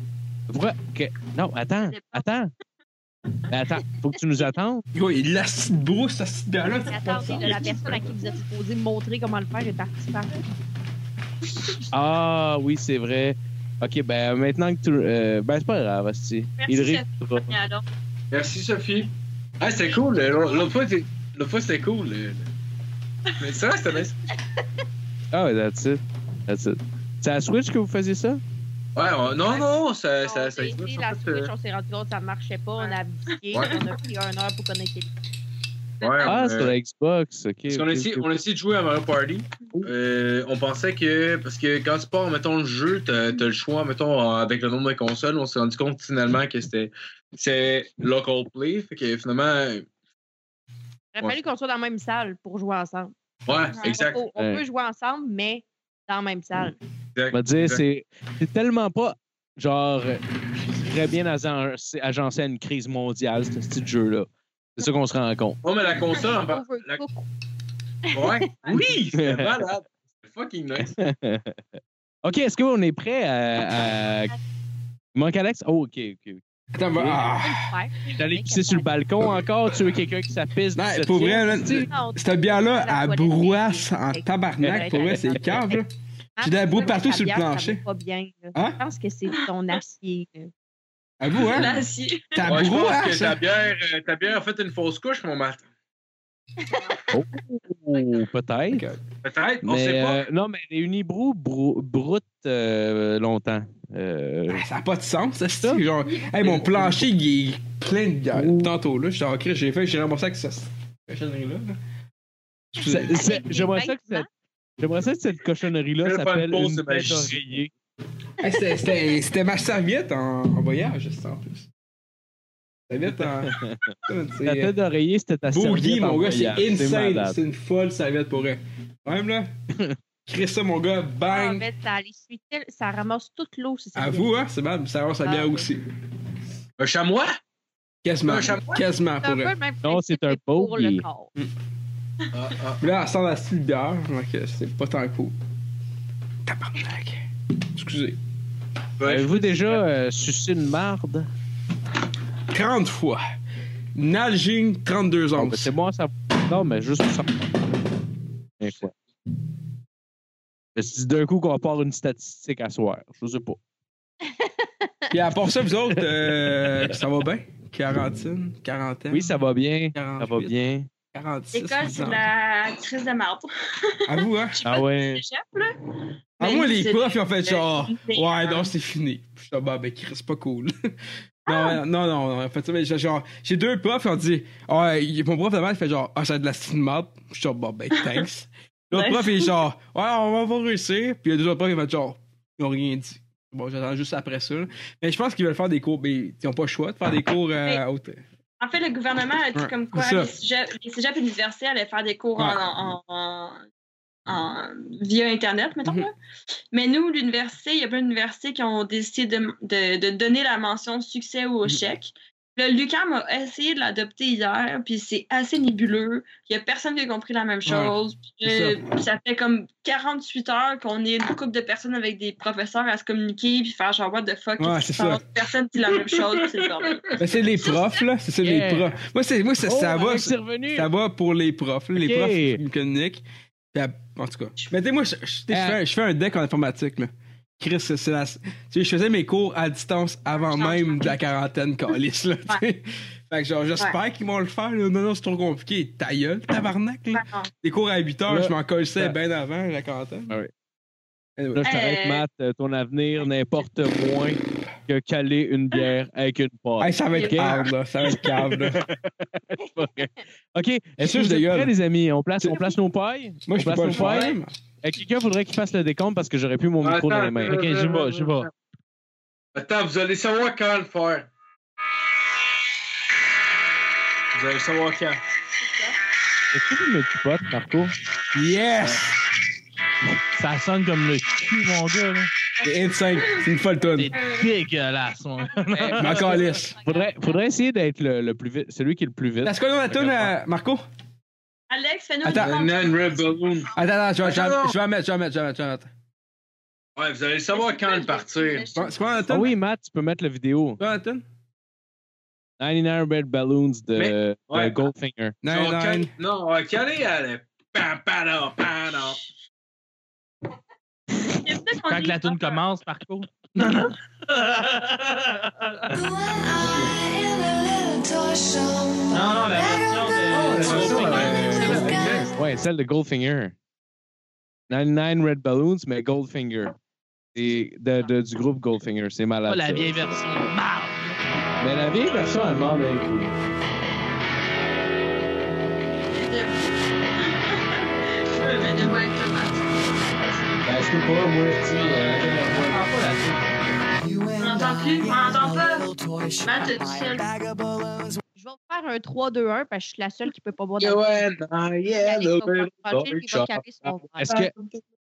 A: Pourquoi? que- Non, attends. Attends. Mais attends, faut que tu nous attendes.
C: Yo, il est la de brousse, ce petite gars-là.
H: La tartine de la personne à qui vous êtes supposé montrer comment le faire est partie par
A: Ah, oui, c'est vrai. OK, ben maintenant que tu... euh, ben, c'est pas grave, Asti. Il
F: Merci,
A: réécoutera.
F: Mais alors,
B: Merci, Sophie. Ah, c'était cool. L'autre fois, t'es- l'autre fois, c'était cool. le- le- Mais ça, c'était nice.
A: Ah, ouais, that's it. That's it. C'est à Switch que vous faisiez ça?
B: Ouais, on- non, non, ça. ça,
H: On
B: ça
H: a essayé la
B: euh,
H: Switch, on s'est rendu compte que ça marchait pas, on a abdiqué,
B: Ouais.
H: on a pris une heure pour connecter.
A: Ah, c'est la Xbox, ok.
B: Euh, Parce qu'on
A: ok,
B: a essayé,
A: ok.
B: on a essayé de jouer à Mario Party. Euh, on pensait que. Parce que quand tu pars, mettons, le jeu, t'as as le choix, mettons, en- avec le nombre de consoles. On s'est rendu compte finalement que c'était. C'est local play. Fait que finalement.
H: Il aurait
B: Ouais.
H: fallu qu'on soit dans la même salle pour jouer ensemble.
B: Ouais, exact.
H: On, on peut jouer ensemble, mais dans la même salle.
B: exact,
A: Je vais te dire,
B: exact.
A: c'est c'est tellement pas genre euh, très bien agen- agencé à une crise mondiale, ce petit jeu-là. C'est ça qu'on se rend compte.
B: Oh, mais la console, en par- la-
H: Overcooked.
B: Ouais. Oui, c'était malade. C'était fucking nice.
A: OK, est-ce qu'on est prêt à. à- Il manque Alex? Oh, OK, OK.
C: Attends, bah, ah.
H: Ouais.
A: J'allais pisser sur le balcon encore, tu veux quelqu'un qui s'apisse.
B: Ben,
C: Non,
A: du
C: Ben, pour
A: septième?
C: vrai, là,
A: Esti.
H: Non,
C: cette bière-là,
H: La
C: elle
H: toilette,
C: broisse
H: c'est-
C: en
H: c'est-
C: tabarnak. Pour vrai, c'est cave, là. j'ai de la boue partout sur le
H: Ta bière, ça
C: plancher.
H: va Pas bien, là.
C: Hein?
H: Je pense que c'est ton acier. là.
C: À vous, hein?
F: L'acier.
C: Ta
B: Ouais, je pense que
C: broisse,
B: ta
C: hein?
B: bière, euh, ta bière a fait une fausse couche, mon matin.
A: Oh, peut-être.
B: Peut-être, on
A: Mais,
B: sait pas.
A: euh, non, mais les Unibrou brou- broutent euh, longtemps. Euh,
C: Ah, Ça n'a pas de sens, ça, c'est
A: Ça?
C: genre. Hey, mon plancher, il est plein de bière. Tantôt, là, j'étais en crise, j'ai fait, j'ai remboursé avec ça. cette cochonnerie-là, là.
A: c'est-
C: Excusez.
A: c'est-
H: Avec des
A: J'aimerais ça que
H: vêtements?
A: cette, j'aimerais ça que cette
B: Je
A: cochonnerie-là
B: vais faire une
A: s'appelle
B: pause,
A: une
B: c'est
A: tête
B: magique.
A: oreiller.
C: Hey, c'était- C'était c'était ma serviette en, en voyage, ça, en plus. Serviette en. c'est,
A: La
C: euh,
A: tête d'oreiller, c'était ta
C: Boogie,
A: serviette en
C: mon gars, c'est
A: voyage.
C: insane.
A: malade.
C: C'est une folle serviette pour elle. Même là, crée ça, mon gars,
H: En
C: bang.
H: fait, ça, les suit tel- ça ramasse toute l'eau. c'est ça.
C: Ben, À vous, hein, c'est mal, ça ramasse sa bière
H: ben, Ah, oui.
C: aussi.
B: Un chamois?
C: Quasiment.
B: Un chamois?
C: Quasiment
H: C'est un
C: pour
H: peu
C: elle.
H: le même
A: Non,
H: principe
A: c'est un
H: que pour le
A: bogey.
H: corps.
B: Ah, ah.
C: Puis là, elle sent la style bière, donc euh, c'est pas tant cool. Tabarnak. Excusez.
B: Ouais,
A: Avez-vous déjà euh, sucé une marde?
C: 30 fois. Nalging 32
A: Non,
C: onces.
A: mais ben, c'est moi, ça. Non, mais juste pour ça. Mais quoi? Mais si d'un coup qu'on part une statistique à soir, je sais pas.
C: Puis à part ça, vous autres, euh, ça va bien? Quarantine, quarantaine.
A: Oui, ça va bien. Ça
C: 48,
A: va bien.
C: 46.
F: L'école, c'est de
C: 10.
F: la crise de marbre.
C: À vous, hein?
F: Je sais
A: Ah
F: pas
A: ouais.
F: si c'est chef, là.
C: À
F: Mais
C: Ah, moi,
F: nous,
C: les
F: c'est
C: profs, ils ont fait
F: le-
C: genre.
F: Mais,
C: Ouais,
F: euh,
C: non, c'est fini. Puis J'étais bah, ben, Chris, c'est pas cool. non, non, non, non, en fait, ça, mais j'ai- genre, j'ai deux profs, ils ont dit, ah, il- mon prof de maths, il fait genre, ah, ça va être de la cinéma. Je suis genre, bah, ben, thanks. L'autre
F: Nice.
C: prof, il est genre, ouais, on va, va réussir. Puis il y a deux autres profs, ils fait genre, ils ont rien dit. Bon, j'attends juste après ça. là. Mais je pense qu'ils veulent faire des cours, mais ils ont pas le choix de faire des cours euh,
F: Mais-
C: à haute.
F: En fait, le gouvernement a dit
C: Ouais,
F: comme quoi
C: c'est ça.
F: les cégeps, les cégeps universitaires allaient faire des cours en-
C: Ouais.
F: en, en- en- via Internet,
C: Mm-hmm.
F: mettons. là. Mais nous, l'université, il y a plein d'universités qui ont décidé de, de- de donner la mention succès ou
C: Mhm.
F: échec. Le Lucam a essayé de l'adopter hier, puis c'est assez nébuleux. Il n'y a personne qui a compris la même chose. Puis,
C: c'est
F: euh, ça. fait comme 48 heures qu'on est une couple de personnes avec des professeurs à se communiquer, puis faire genre, what the fuck,
C: Ouais,
F: qu'est-ce qui
C: c'est
F: se
C: ça.
F: passe? personne qui dit la même chose, puis c'est le bordel.
C: Mais c'est les profs, là. C'est ça,
A: Yeah.
C: les profs. Moi, c'est, moi, ça,
A: Oh,
C: ça va.
A: Alex est revenu.
C: Ça va pour les profs. là.
A: Ok.
C: Les profs qui me communiquent. Puis, En tout cas. Mais tu sais, moi, je, je- tu sais,
A: Euh.
C: je fais, un- je fais un deck en informatique. Là. Chris, c'est la. Tu sais, je faisais mes cours à distance avant même de la quarantaine, Calis. Là, tu sais. Fait que genre, j'espère qu'ils vont le faire. là. Non, non, c'est trop compliqué. Ta gueule, tabarnak. Là.
F: Non.
C: Les cours à 8 heures,
A: Là.
C: je m'en collissais
A: Ouais.
C: bien avant la quarantaine.
A: Ah oui.
C: Anyway.
A: Là, je t'arrête,
F: Euh,
A: Matt. Euh, Ton avenir n'importe moins que caler une bière avec une pâte.
C: Hey, ça va être
A: Ok.
C: hard, là. Ça va être cave, là.
A: OK. Est-ce que
C: sûr,
A: vous
C: je
A: êtes
C: dégueule.
A: prêts, les amis? On place, on place nos pailles?
C: Moi, je
A: On
C: peux pas le
A: place nos pailles?
C: faire.
A: Euh, Quelqu'un faudrait qu'il fasse le décompte parce que j'aurais plus mon micro dans les
C: euh,
A: mains.
D: Ok, j'y vais, j'y vais.
B: Attends, vous allez savoir quand le faire. Vous allez savoir quand.
A: Est-ce que tu me cupotes, Marco?
C: Yes!
D: Ça sonne comme le cul, mon gars. là.
C: C'est insane. C'est une folle tonne.
D: C'est dégueulasse, mon gars.
C: M'en calisse.
A: Faudrait, faudrait essayer d'être le, le plus vite, celui qui est le plus vite.
C: Est-ce qu'on a la tonne à Marco?
F: Alex, fais-nous
C: Attends,
F: une
B: Un
F: demande.
B: Nan Red Balloon.
C: Attends, attends, je vais, je vais-
B: Attends, non.
C: je vais la mettre, je vais la mettre, je vais la mettre, je vais la mettre.
B: Ouais, vous allez savoir quand le partir.
C: Bon, C'est quoi la
A: Ah
C: tonne?
A: oui, Matt, tu peux mettre la vidéo.
C: Quoi la tonne?
A: 99 Red Balloons de,
B: Mais-
A: de
B: ouais.
A: Goldfinger.
C: Nine,
B: Genre,
C: nine.
B: quand- Non, on va caler à la. Pam, pam, pam, pam, pam.
D: Quand que la tune commence, Ah, par contre.
J: Do I ever love Non, non, la version de.
C: la version, euh,
A: Ouais, celle de Goldfinger. 99 Red Balloons, mais Goldfinger. C'est de- de- du groupe Goldfinger, c'est malade.
D: Pas la
A: ça.
D: vieille version. Marde!
A: Mais la vieille version allemande est cool.
F: Je vais être tomate.
A: Ben, je peux pas, moi, tu sais, euh,
D: Ah,
F: On n'entend plus, on n'entend pas. Matt, t'es tout seul.
H: Je vais vous faire un 3-2-1 parce que je suis la seule qui peut pas boire
B: You
H: d'alcool.
B: and I, yeah,
H: Allez,
B: the
H: on va
B: very
H: caler, il va
B: shot.
H: caler son verre.
A: Est-ce que,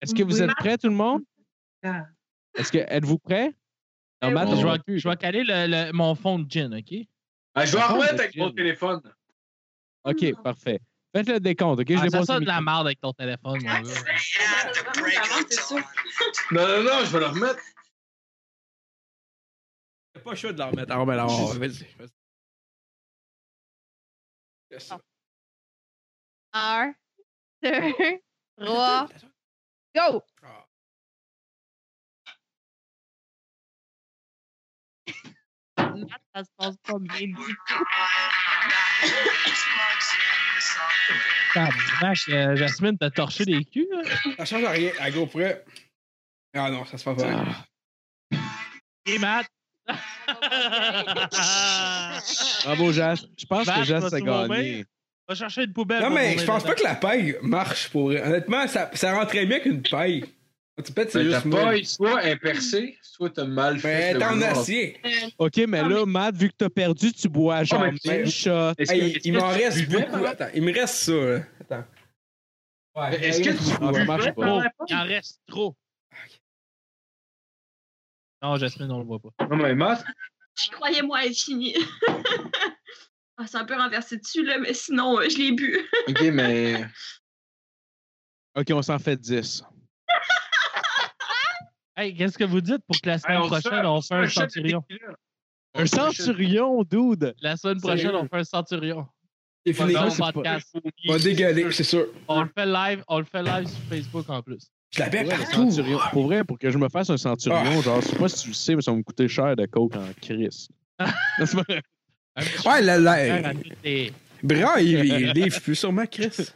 A: est que vous êtes prêts, tout le monde? Est-ce que êtes-vous prêts? Non, Matt,
B: oui.
A: on
D: Je
A: va
D: vais,
A: plus.
D: je vais caler le- le- mon fond de gin, OK?
B: Ah, je vais
A: Par
B: en
A: contre,
B: remettre avec
A: Étienne.
B: mon téléphone.
A: OK, parfait. Faites le décompte, OK? Je
D: Ah,
A: l'ai
D: ça
A: pas
D: sonne
A: sur
D: de la
A: le
D: merde avec ton téléphone, mon gars.
B: Non, non, non, je vais le remettre.
C: C'est pas chaud de la remettre. Ah, mais là, on- vas-y. vas-y. Yes.
H: Ah. Un, deux, trois, go! Matt, ça se passe pas bien du tout.
D: Tabarnak, euh, Jasmine, t'as torché les culs, là?
C: Ça change rien. À go près. Ah non, ça se passe pas.
D: Et Matt!
A: Bravo, Jas. Je pense
D: Matt,
A: que Jas
D: vas-tu
A: a gagné.
D: vomir? Va chercher une poubelle.
C: Non,
D: va
C: mais
D: vomir
C: je pense pas
D: dedans.
C: que la paille marche pour. vrai. Honnêtement, ça, ça rentrait mieux qu'une paille. Tu pètes, c'est
B: Mais Ben, ta
C: juste moi. Ben,
B: paille, soit est percée, soit t'as mal
C: Mais
B: fait.
C: elle est
B: le
C: en
B: boulot.
C: acier.
A: OK,
D: Ah,
A: mais là, Matt, vu que t'as perdu, tu bois genre
B: mais tu
A: mille
B: sais-
A: shots.
B: Est-ce
C: Hey,
B: que-
C: il m'en
B: est-ce que
C: reste
B: tu buvais
C: beaucoup. Attends, il me reste ça. là. Attends. Ouais,
B: Est-ce
C: il
B: que
C: reste
B: tu
C: beaucoup,
A: Ah, ça
C: hein.
A: marche
D: Trop.
A: pas.
D: Il en reste trop. Non, Jasmine, on le voit pas.
B: Non, mais Matt,
F: Croyez-moi, elle est finie. Ah, c'est un peu renversé dessus, là, mais sinon, euh, je l'ai bu.
B: ok, mais.
A: OK, on s'en fait 10.
D: Hey, qu'est-ce que vous dites pour que la semaine
B: Hey, on se fait-
D: prochaine, on fait un
B: shot de
D: centurion?
B: tequila.
A: Un centurion, dude!
D: La semaine
C: Sérieux?
D: prochaine, on fait un centurion.
C: C'est
D: Dans
C: fini.
D: le
C: C'est pas-
D: podcast.
C: Va dégueuler, c'est sûr.
D: On le fait live, on le fait live sur Facebook en plus.
C: Je la
D: Ah.
A: Pour
C: pète
A: vrai, le
C: partout.
A: centurion- Pour vrai, pour que je me fasse un centurion,
C: Ah.
A: genre, je sais pas si tu le sais, mais ça va me coûter cher de coke en crise.
D: Un petit
C: Ouais, là,
D: cœur
C: là.
D: à toutes les-
C: Bran, il il livre plus sûrement Chris.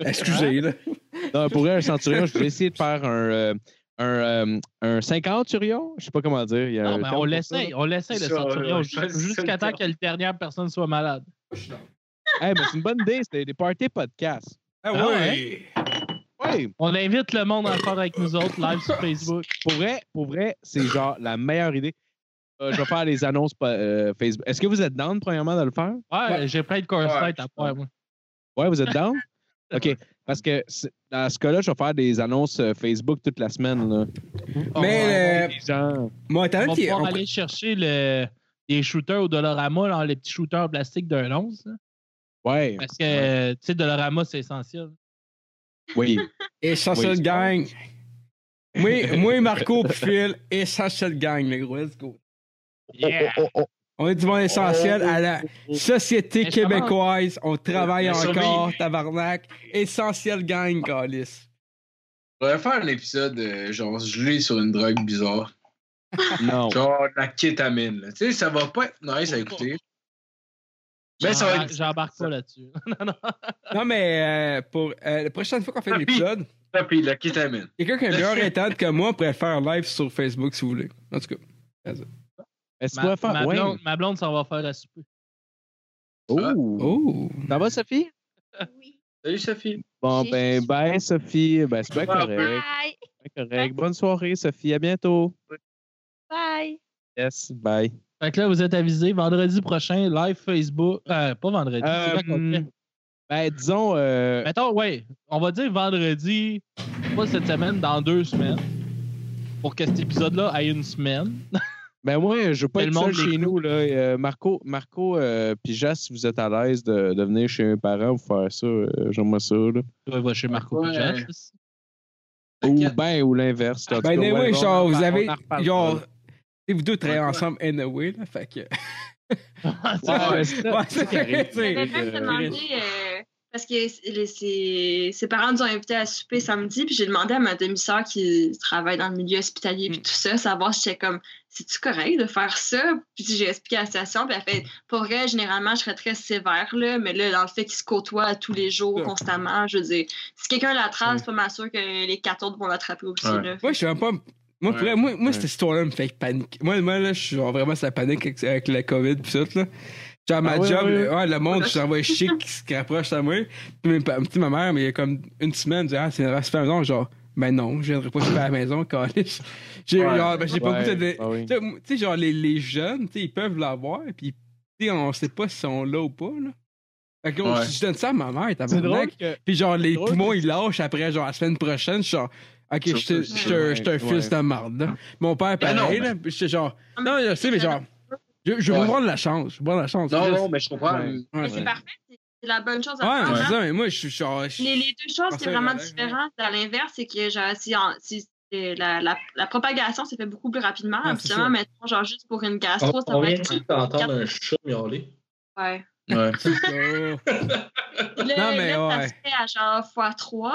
C: Excusez, là.
A: Non, pour vrai, un centurion, je vais essayer de faire un, euh, un, euh, un 50 turion. Je sais pas comment dire. il y a
D: Non,
A: un
D: mais
A: terme
D: on
A: pour ça,
D: l'essaye,
A: là.
D: on l'essaye le
B: Ça,
D: centurion,
B: ouais,
D: ju-
B: ouais, c'est
D: jusqu'à
B: le
D: temps
B: terme.
D: que la dernière personne soit malade.
A: Hey, mais c'est une bonne idée, c'était des parties podcast.
C: Ah
D: Ah
C: ouais.
A: Ouais,
D: On invite le monde à le faire avec nous autres, live sur Facebook.
A: pour vrai, pour vrai, c'est genre la meilleure idée. Euh, je vais faire les annonces pa- euh, Facebook. Est-ce que vous êtes down, premièrement, de le faire?
D: Ouais, j'ai plein de corsettes à faire, moi.
A: Ouais, vous êtes down? OK. Parce que c'est- dans ce cas-là, je vais faire des annonces euh, Facebook toute la semaine. Là.
C: Mais, euh,
A: Les gens.
C: Mon
D: On va
C: internet, il est.
D: pouvoir aller chercher le, les shooters au Dolorama, là, les petits shooters en plastique d'un once. là.
A: Ouais.
D: Parce que, euh, tu sais, Dolorama, c'est essentiel.
A: Oui.
C: Essential
A: Oui.
C: Gang. Moi, moi Marco, puis Phil, Essential Gang, les gros, let's go.
D: Yeah!
C: On est du monde essentiel à la société
D: Mais je
C: québécoise. On travaille
B: Mais
C: encore,
B: surveille.
C: tabarnak. Essentiel Gang, Calis.
B: On va faire un épisode, euh, genre, gelé sur une drogue bizarre.
A: Non.
B: Genre, de la kétamine, là. Tu sais, ça va pas être nice à écouter. Mais Ben, ça va
D: J'embarque
B: être.
D: j'embarque pas là-dessus.
C: Non, mais euh, pour euh, la prochaine fois qu'on fait
B: Ah,
C: l'épisode,
B: ça, puis de la kétamine.
C: quelqu'un qui a un meilleur état que moi pourrait le faire live sur Facebook si vous voulez. En tout cas,
A: Est-ce qu'on
D: Ma,
A: va faire.
D: ma
A: ouais.
D: blonde, ma blonde s'en va faire à souper.
A: Oh.
C: oh!
A: Ça va, Sophie?
B: Salut, Sophie.
A: Bon,
H: J'ai-
A: ben, bye, Sophie. Ben, c'est bien
D: Ah,
B: Bye.
A: correct.
H: Bye!
A: bien correct. Bonne soirée, Sophie. À bientôt.
H: Bye!
A: Yes, bye.
D: Fait que là, vous êtes avisés, vendredi prochain, live Facebook. Euh, pas vendredi. c'est
A: Euh,
D: quand qu'on le fait.
A: ben, disons. euh,
D: Mettons, ouais, on va dire vendredi, pas cette semaine, dans deux semaines. Pour que cet épisode-là ait une semaine.
A: ben, moi, je veux pas
D: Mais
A: être
D: le monde
A: seul chez nous. Là. Euh, Marco, Marco euh, puis Jas, si vous êtes à l'aise de, de venir chez mes parents pour faire ça, euh, j'aimerais ça. Là.
D: Toi, va chez Marco
B: Ouais.
D: Pujas.
A: Ou ben, ou l'inverse. En tout
C: Ben,
A: cas,
C: anyway,
A: ouais,
C: genre,
A: on en
C: vous
A: reparle-
C: avez.
A: on en reparle.
C: Genre, vous deux travaillez ensemble, anyway, là. Fait que.
A: Ouais, mais c'est ça,
C: Ouais,
A: c'est ça qui arrive.
C: c'est-
F: J'avais même
A: Euh,
F: demandé euh, Parce que les- ses, ses parents nous ont invités à souper samedi, puis j'ai demandé à ma demi-sœur qui travaille dans le milieu hospitalier,
C: Mm.
F: puis tout ça, savoir si j'étais comme, c'est-tu correct de faire ça? Puis j'ai expliqué la situation, puis elle fait, pour vrai, généralement, je serais très sévère, là, mais là, dans le fait qu'ils se côtoient tous les jours,
C: Ouais.
F: constamment, je veux dire, si quelqu'un l'attrape, c'est pas mal sûr que les quatre autres vont l'attraper aussi,
B: Ouais.
F: là.
C: Moi, je suis vraiment pas. Moi, pour
B: Ouais.
C: vrai, moi, moi cette histoire-là me fait paniquer. Moi, moi là, je suis genre vraiment ça panique avec, avec la COVID pis tout, là. Genre, ma
D: Ah ouais,
C: job,
D: ouais,
C: le, ouais, le monde, je t'envoie chic qui se qui rapproche à moi. Puis mes pa- puis ma mère, mais il y a comme une semaine, elle dit, ah, c'est une super maison. Genre, ben non, je viendrai pas super à la maison, calice. J'ai
A: Ouais.
C: genre, ben, j'ai pas goûté de.
A: Ah oui.
C: Tu sais, moi, tu sais, genre, les, les jeunes, tu sais, ils peuvent l'avoir, puis tu sais, on sait pas s'ils sont là ou pas, là. Fait que là,
B: Ouais.
C: je donne ça à ma mère, t'as
A: C'est drôle que.
C: Pis genre, les
A: Drôle.
C: poumons, ils lâchent après, genre, la semaine prochaine. Je suis genre, OK, je suis- je suis un- je suis un
A: Ouais,
C: fils de marde. là. Mon père,
B: Ben
C: pareil, là. Pis j'étais genre, non, je sais, mais genre, je, je vais
B: Ouais.
C: prendre la chance. Je vais prendre la chance.
B: Non,
C: Juste-
B: non, mais je comprends.
C: Ouais.
F: Mais
C: Ouais,
F: c'est parfait, c'est c'est la bonne chose à
C: Ouais,
F: faire.
C: mais
F: hein.
C: c'est ça, mais moi, je suis genre. je-
F: Les, les deux choses,
C: Pensez
F: c'est
C: à
F: vraiment
C: Alex,
F: différent. À l'inverse, c'est que genre, si, en- si- c'est la, la, la propagation se fait beaucoup plus rapidement.
C: Ah, c'est
F: Habituellement,
C: ça.
F: mettons, genre juste pour une gastro,
B: Ah,
F: ça
K: On
F: va
K: vient
F: être.
K: de d'entendre un chat miauler.
F: Ouais.
B: Ouais.
C: Oh.
F: Puis là,
C: Non, mais
F: là,
C: ouais.
F: ça se fait à genre x3.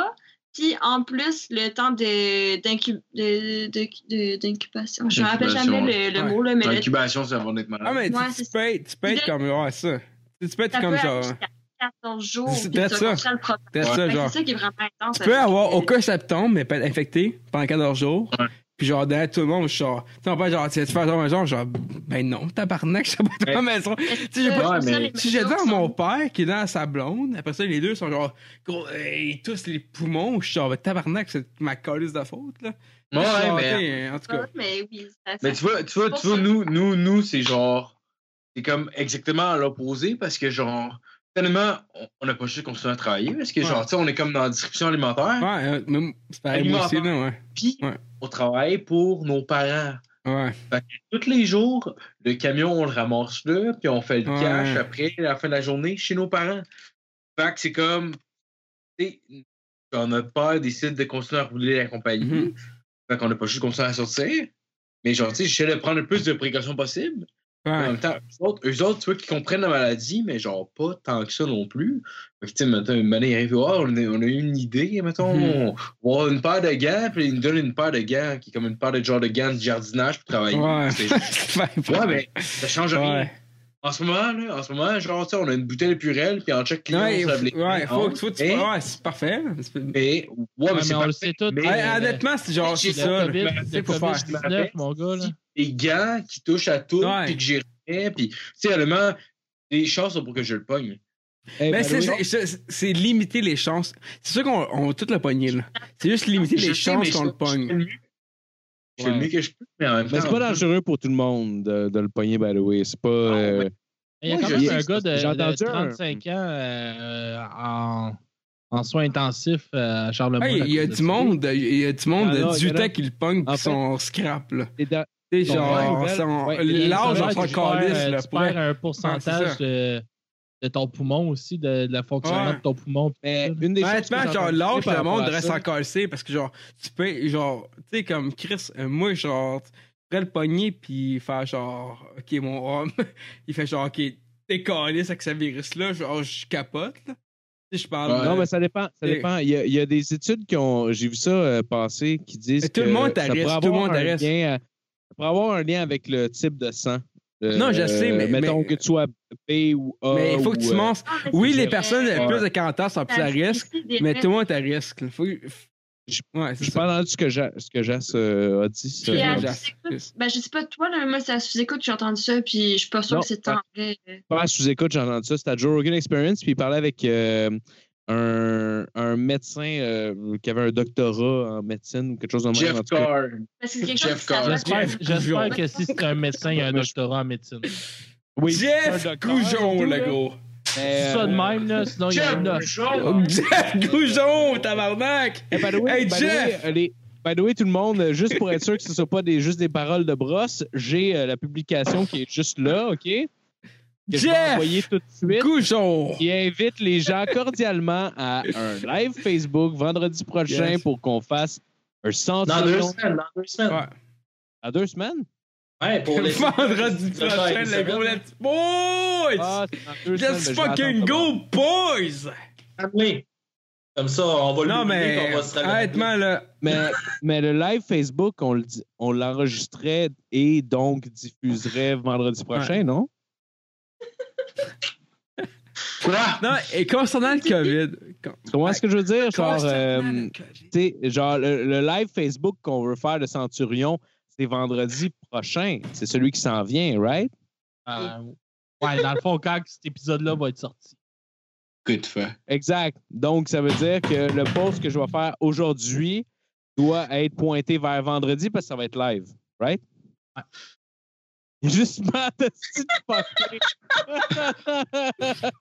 F: Puis en plus, le temps de- d'incu- de- de- de- d'incubation. Je me rappelle
B: D'incubation,
F: jamais le, le
C: ouais.
F: mot, là, mais le-
B: L'incubation, c'est avant d'être
C: Ah,
B: malade.
C: mais tu-
F: Ouais,
C: tu,
F: c'est
C: peux être, tu peux être
F: Puis là-
C: comme. Ouais, ça. Tu peux être
F: ça peut
C: comme
F: aller
C: genre.
F: jusqu'à 14 jours.
C: C'est-
F: puis tu
C: c'est ça.
F: as ça le problème.
C: T'as ça,
F: Fait que
C: genre.
F: Ben, C'est ça qui est vraiment intense.
C: Tu peux
F: avec-
C: avoir au cas septembre, mais pas être infecté pendant 14 jours.
B: Ouais.
C: Puis genre, derrière tout le monde, je suis genre, tu sais, on peut genre, tu vas faire genre un genre, genre, ben non, tabarnak, je sais pas dans la maison.
F: Est-ce
C: Tu sais, j'ai
F: que
C: pas-
B: Ouais,
F: ça,
B: mais-
F: les
C: Si j'ai
F: mesures
C: devant
F: sont-
C: mon père qui est dans sa blonde, après ça, les deux sont genre, gros, hey, tous les poumons, je suis genre, ben, tabarnak, c'est ma colise de faute, là.
B: Ouais,
C: Je suis genre,
B: mais.
C: t'sais, En tout cas.
F: Ah, Mais oui, ça-
B: Mais tu vois, tu vois, tu vois nous, nous, nous c'est genre. C'est comme exactement à l'opposé parce que, genre, tellement, on- on n'a pas juste continué à travailler parce que,
C: Ouais.
B: genre, tu sais, on est comme dans la distribution alimentaire,
C: Ouais, euh, même- c'est pareil, moi aussi, là, ouais.
B: puis
C: Ouais.
B: on travaille pour nos parents.
C: Ouais.
B: Tous les jours, le camion, on le ramasse là, puis on fait le
C: Ouais.
B: cash après, à la fin de la journée, chez nos parents. Fait que c'est comme. tu sais, Quand notre père décide de continuer à rouler la compagnie,
C: Mhm.
B: fait qu'on n'a pas juste continué à sortir. Mais genre, tu sais, j'essaie de prendre le plus de précautions possible. En
C: Ouais.
B: même temps, eux autres, eux autres, tu vois, qui comprennent la maladie, mais genre pas tant que ça non plus. Fait que, tu sais, mettons, une manière, ils arrivent, Ah, on, a, on a eu une idée, mettons,
C: Mhm.
B: on va avoir une paire de gants, puis ils nous donnent une paire de gants, qui est comme une paire de genre de gants de jardinage pour travailler.
C: Ouais.
B: C'est-
C: C'est
B: Ouais,
C: pas-
B: mais ça change rien.
C: Ouais.
B: En ce moment, là, en ce moment, genre, tu sais, on a une bouteille de purel, puis en check client,
C: Ouais,
B: on se lave les
C: ouais,
B: mains,
C: faut
B: on-
C: que tu faut que tu-
B: mais-
C: Ouais, c'est parfait. là. C'est-
B: mais- ouais, mais
D: Ouais,
B: c'est
D: mais on le
B: parfait.
D: sait tous.
B: Mais-
C: Ouais, honnêtement, c'est genre,
B: J'ai
C: c'est
D: Le
C: ça. là.
D: COVID,
B: là,
D: le
C: c'est pour faire.
D: COVID-19, mon gars, là.
B: Les gants qui touchent à tout,
C: Ouais.
B: puis que j'ai rien, puis, tu sais, réellement, les chances sont pour que je le pogne.
A: Eh,
C: Mais
A: by the
C: Ben, c'est-
A: way,
C: c'est c'est- c'est limiter les chances. C'est sûr qu'on on va tout le pogner, là. C'est juste limiter
B: Je
C: les
B: sais,
C: chances
B: mais
C: qu'on
B: je-
C: le
B: Je fais
C: pogne.
B: le mieux- je fais le
A: Ouais.
B: mieux que je peux, mais en même
A: Mais
B: temps,
A: c'est pas dangereux pour tout le monde de, de le pogner, by the way. C'est pas. euh,
D: Il y a
B: Moi,
D: quand
B: je
D: même
B: sais
D: un
B: que
D: gars de,
A: j'ai
D: de
A: entendu un-
D: 35 ans euh, en, en soins intensifs euh, à Charlemont.
C: Hey,
D: à
C: il y a
D: cause de
C: du
D: ça.
C: monde, il y a du monde
A: Ah, non,
C: de 18
A: regarde.
C: ans qui le pogne
A: En
C: pis
A: fait-
C: sont scrap, là.
A: et dans-
C: Tu sais,
A: Ton
C: genre,
A: père,
C: son-
A: ouais,
D: Et
C: l'âge,
D: dans
C: on
D: ce
C: s'en
D: cas-là, tu
C: calisse,
D: perds,
C: là,
D: Tu
C: pour vrai.
D: perds euh, un
C: Ouais,
D: pourcentage
C: c'est
D: de, de ton poumon aussi, de, de la fonctionnement
C: Ouais.
D: de ton poumon.
A: Mais une des choses.
C: Honnêtement,
A: que j'ai
C: genre,
A: entendues
C: l'âge,
A: par
C: le
A: rapport
C: monde
A: à
C: reste
A: ça-
C: en calcé parce que, genre, tu peux, genre, tu sais, comme Chris, euh, moi, genre, tu pourrais le pogner puis faire, genre, OK, mon homme, il fait, genre, OK, t'es calisse avec ce virus-là, genre, je capote, là. Tu sais, je parle.
B: Ouais.
C: de-
A: Non, mais ça dépend. Ça
C: Et-
A: dépend. Il y, a, il y a des études qui ont. J'ai vu ça euh, passer qui disent.
C: Mais tout le
A: que
C: monde
A: ça
C: t'arrête,
A: pourrait
C: tout le
A: avoir
C: monde
A: un
C: t'arrête.
A: lien à- Ça pourrait avoir un lien avec le type de sang. Euh,
C: Non, je sais, mais-
A: Mettons
C: mais-
A: que tu sois B ou A.
C: Mais il faut que tu
A: ou, euh,
C: montes.
F: Ah, mais
C: Oui,
F: c'est
C: les
F: vrai.
C: personnes de
B: Ouais.
C: plus de 40 ans sont plus à risque, mais tout le monde est à risque. là. Faut...
A: Je-
C: Ouais, c'est
A: J'ai
C: ça.
A: pas entendu ce que Jas, ce que Jas euh, a dit. ça.
F: Puis à-
C: Jas.
F: Ben, je sais pas, toi, là, moi, ça sous-écoute, j'ai entendu ça, puis je suis pas sûre
A: Non,
F: que c'est en vrai.
A: Pas sous-écoute, j'ai entendu ça. C'était à Joe Rogan Experience, puis il parlait avec euh, un, un médecin euh, qui avait un doctorat en médecine ou quelque chose de même.
B: Jeff
A: en tout cas.
B: Carr.
F: Parce que c'est quelque
B: Jeff
F: chose qui s'appelle-
B: Carr.
D: J'espère j'espère que si c'est un médecin, il y a un
A: Ouais, je-
D: doctorat en médecine.
A: Oui,
C: Jeff
A: un docteur,
C: Goujon,
D: tout,
C: le
D: là.
C: gros.
A: mais,
D: ça de
A: euh,
D: même, là, sinon il y a
B: Jeff
D: un os.
B: Bouchard.
C: Jeff Goujon, tabarnak!
A: Eh, by the way,
C: Hey,
A: by the
C: Jeff!
A: way, euh, les- by the way, tout le monde, euh, juste pour être sûr que ce ne soit pas des, juste des paroles de brosse, j'ai euh, la publication qui est juste là, OK? Que je vais
C: Jeff!
A: envoyer tout de suite.
C: Goujon!
A: qui invite les gens cordialement à un live Facebook vendredi prochain
C: Yes.
A: pour qu'on fasse un
K: Dans deux
A: centimètre.
K: semaines, dans deux semaines.
C: Ouais.
K: Ouais,
A: À deux semaines?
K: pour les.
C: Vendredi
K: Ça, ça,
C: prochain,
K: ça,
C: le gros
K: ça.
C: Let's Boys!
A: Ah, c'est dans deux semaines,
C: Let's
A: mais je vais
C: fucking
A: attendre.
C: go, boys!
J: Amenez. Comme ça, on va
E: Non,
J: l'oublier,
E: mais
J: qu'on va se ramener.
E: honnêtement, là,
A: Mais, mais le live Facebook, on le di- on l'enregistrait et donc diffuserait vendredi prochain, non?
E: non, et concernant le COVID, con-
A: Tu comprends ce que je veux dire? Genre,
E: concernant
A: euh,
E: le COVID,
A: tu sais, genre le, le live Facebook qu'on veut faire de Centurion, c'est vendredi prochain. C'est celui qui s'en vient, right?
D: Euh, ouais, dans le fond, quand cet épisode-là va être sorti.
B: Good fait.
A: Exact. Donc, ça veut dire que le post que je vais faire aujourd'hui doit être pointé vers vendredi parce que ça va être live, right? Justement, t'as dit de poster.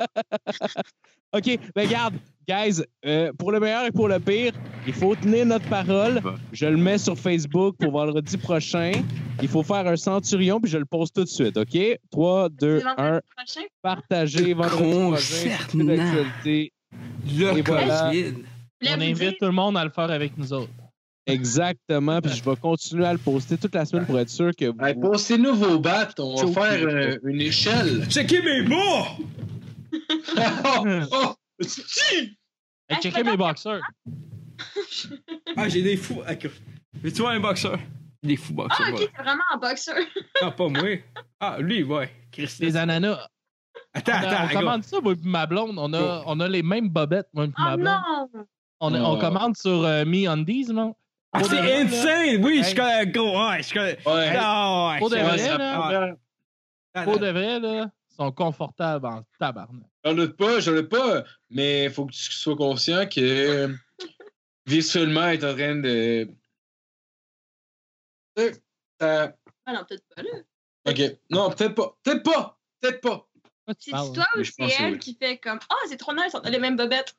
A: OK, ben regarde, guys, euh, pour le meilleur et pour le pire, il faut tenir notre parole. Je le mets sur Facebook pour vendredi prochain. Il faut faire un centurion, puis je le poste tout de suite, OK? 3, 2,
F: C'est vendredi
A: 1,
F: prochain.
A: partagez vendredi prochain. c'est
E: Concernant
A: d'actualité.
E: le
A: Et voilà.
E: COVID.
F: Je voulais
D: On
F: vous dire-
D: invite tout le monde à le faire avec nous autres.
A: Exactement. Puis je vais continuer à le poster toute la semaine pour être sûr que vous.
B: Hey, Pensez-nous vos battes, on va
A: Choke.
B: faire euh, une échelle.
E: Checkez mes mots!
B: oh,
D: Hey,
F: Ah,
D: checker
F: je
D: mes boxeurs.
E: Ah, j'ai des fous. ok. Veux-tu voir un boxeur? Des fous boxeurs.
F: Ah, ok,
E: voilà.
F: c'est vraiment un boxeur.
E: Ah, pas moi. Ah, lui, ouais. Christy.
D: Les ananas.
E: Attends,
D: on a- on
E: attends, attends.
D: commande ça, moi et ma blonde. On a, on a les mêmes bobettes, moi et
F: Oh
D: ma blonde.
F: non!
D: On, a- on commande sur euh, Me Undies, non?
E: Ah,
D: Pour de
E: c'est
D: vrai, là,
E: insane! Oui, je
D: Hey.
E: connais. Go, ouais, je connais.
B: ouais.
E: Ah, ouais.
D: Pour de
E: c'est
D: vrai,
E: vrai.
D: là.
E: Ah, attends,
D: Pour de vrai, là, ils sont confortables en tabarnak.
B: J'en doute pas, j'en doute pas. Mais il faut que tu sois conscient que visuellement, est en train de. Euh, euh,
F: Ah non, peut-être pas là.
B: ok. Non, peut-être pas. Peut-être pas. Peut-être pas.
D: Quoi tu
F: C'est
D: parles?
F: toi ou
B: mais je
F: c'est
B: pense que
F: elle
B: oui.
F: qui fait comme Ah, c'est trop nice, on a les mêmes bobettes.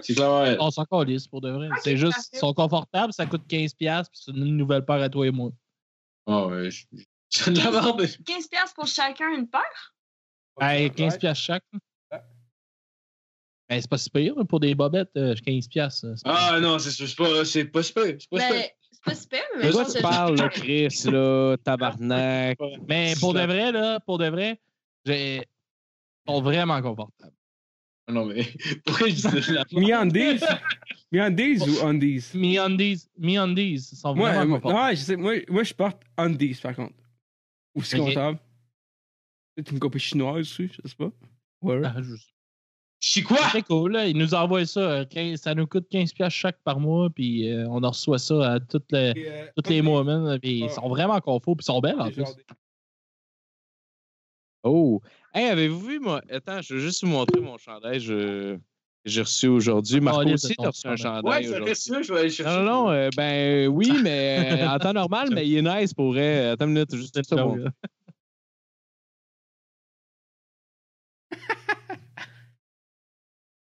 B: C'est clair. ouais.
D: Ah, On s'en calisse, pour de vrai.
F: Ok,
D: c'est juste,
F: parfait.
D: ils sont confortables, ça coûte 15$, puis c'est une nouvelle paire à toi et moi.
B: Ah ouais, je- je- j'ai de la merde.
F: 15$ pour chacun une paire?
D: Hey, 15$ chaque. Ben, c'est pas si pire hein, pour des bobettes, euh, 15$. euh, c'est pas-
B: Ah non, c'est c'est pas, c'est pas super. C'est pas super.
F: Ben, c'est pas super, mais.
A: De
F: je
A: quoi
F: pense
A: tu
F: que-
A: parles, là, Chris, là, tabarnak?
D: Mais pour de vrai, là, pour de vrai, j'ai- ils sont vraiment confortables.
B: Ah Non, mais pourquoi je dis de la
E: Me undies? Me undies ou undies?
D: Me Undies, Me Undies, ils sont
E: Moi,
D: vraiment
E: moi,
D: confortables.
E: ouais, je sais, moi, moi, je porte undies, par contre. Ou si
D: Ok.
E: comptable. Peut-être une copie chinoise aussi, je sais pas. Ouais.
D: Ah, je-
B: Chi quoi?
D: C'est cool, là. Ils nous envoient ça. euh, 15 ça nous coûte 15$ piastres chaque par mois, puis euh, on en reçoit ça à toutes les, toutes les mois, man. Puis ils sont vraiment confos, puis ils sont belles, en plus.
A: Oh! Hey, avez-vous vu, moi? Attends, je veux juste vous montrer mon chandail je... que j'ai reçu aujourd'hui. Marco
D: Oh, liste
A: aussi,
D: de ton
A: t'as reçu un
B: Ouais,
A: chandail
B: ça
A: aujourd'hui.
B: reste ça, je vais aller chercher.
A: Non, non, non, euh, ben euh, oui, mais euh, en temps normal, mais il est nice pour. euh, attends une minute, juste ça.
D: Donc,
A: bon.
D: euh,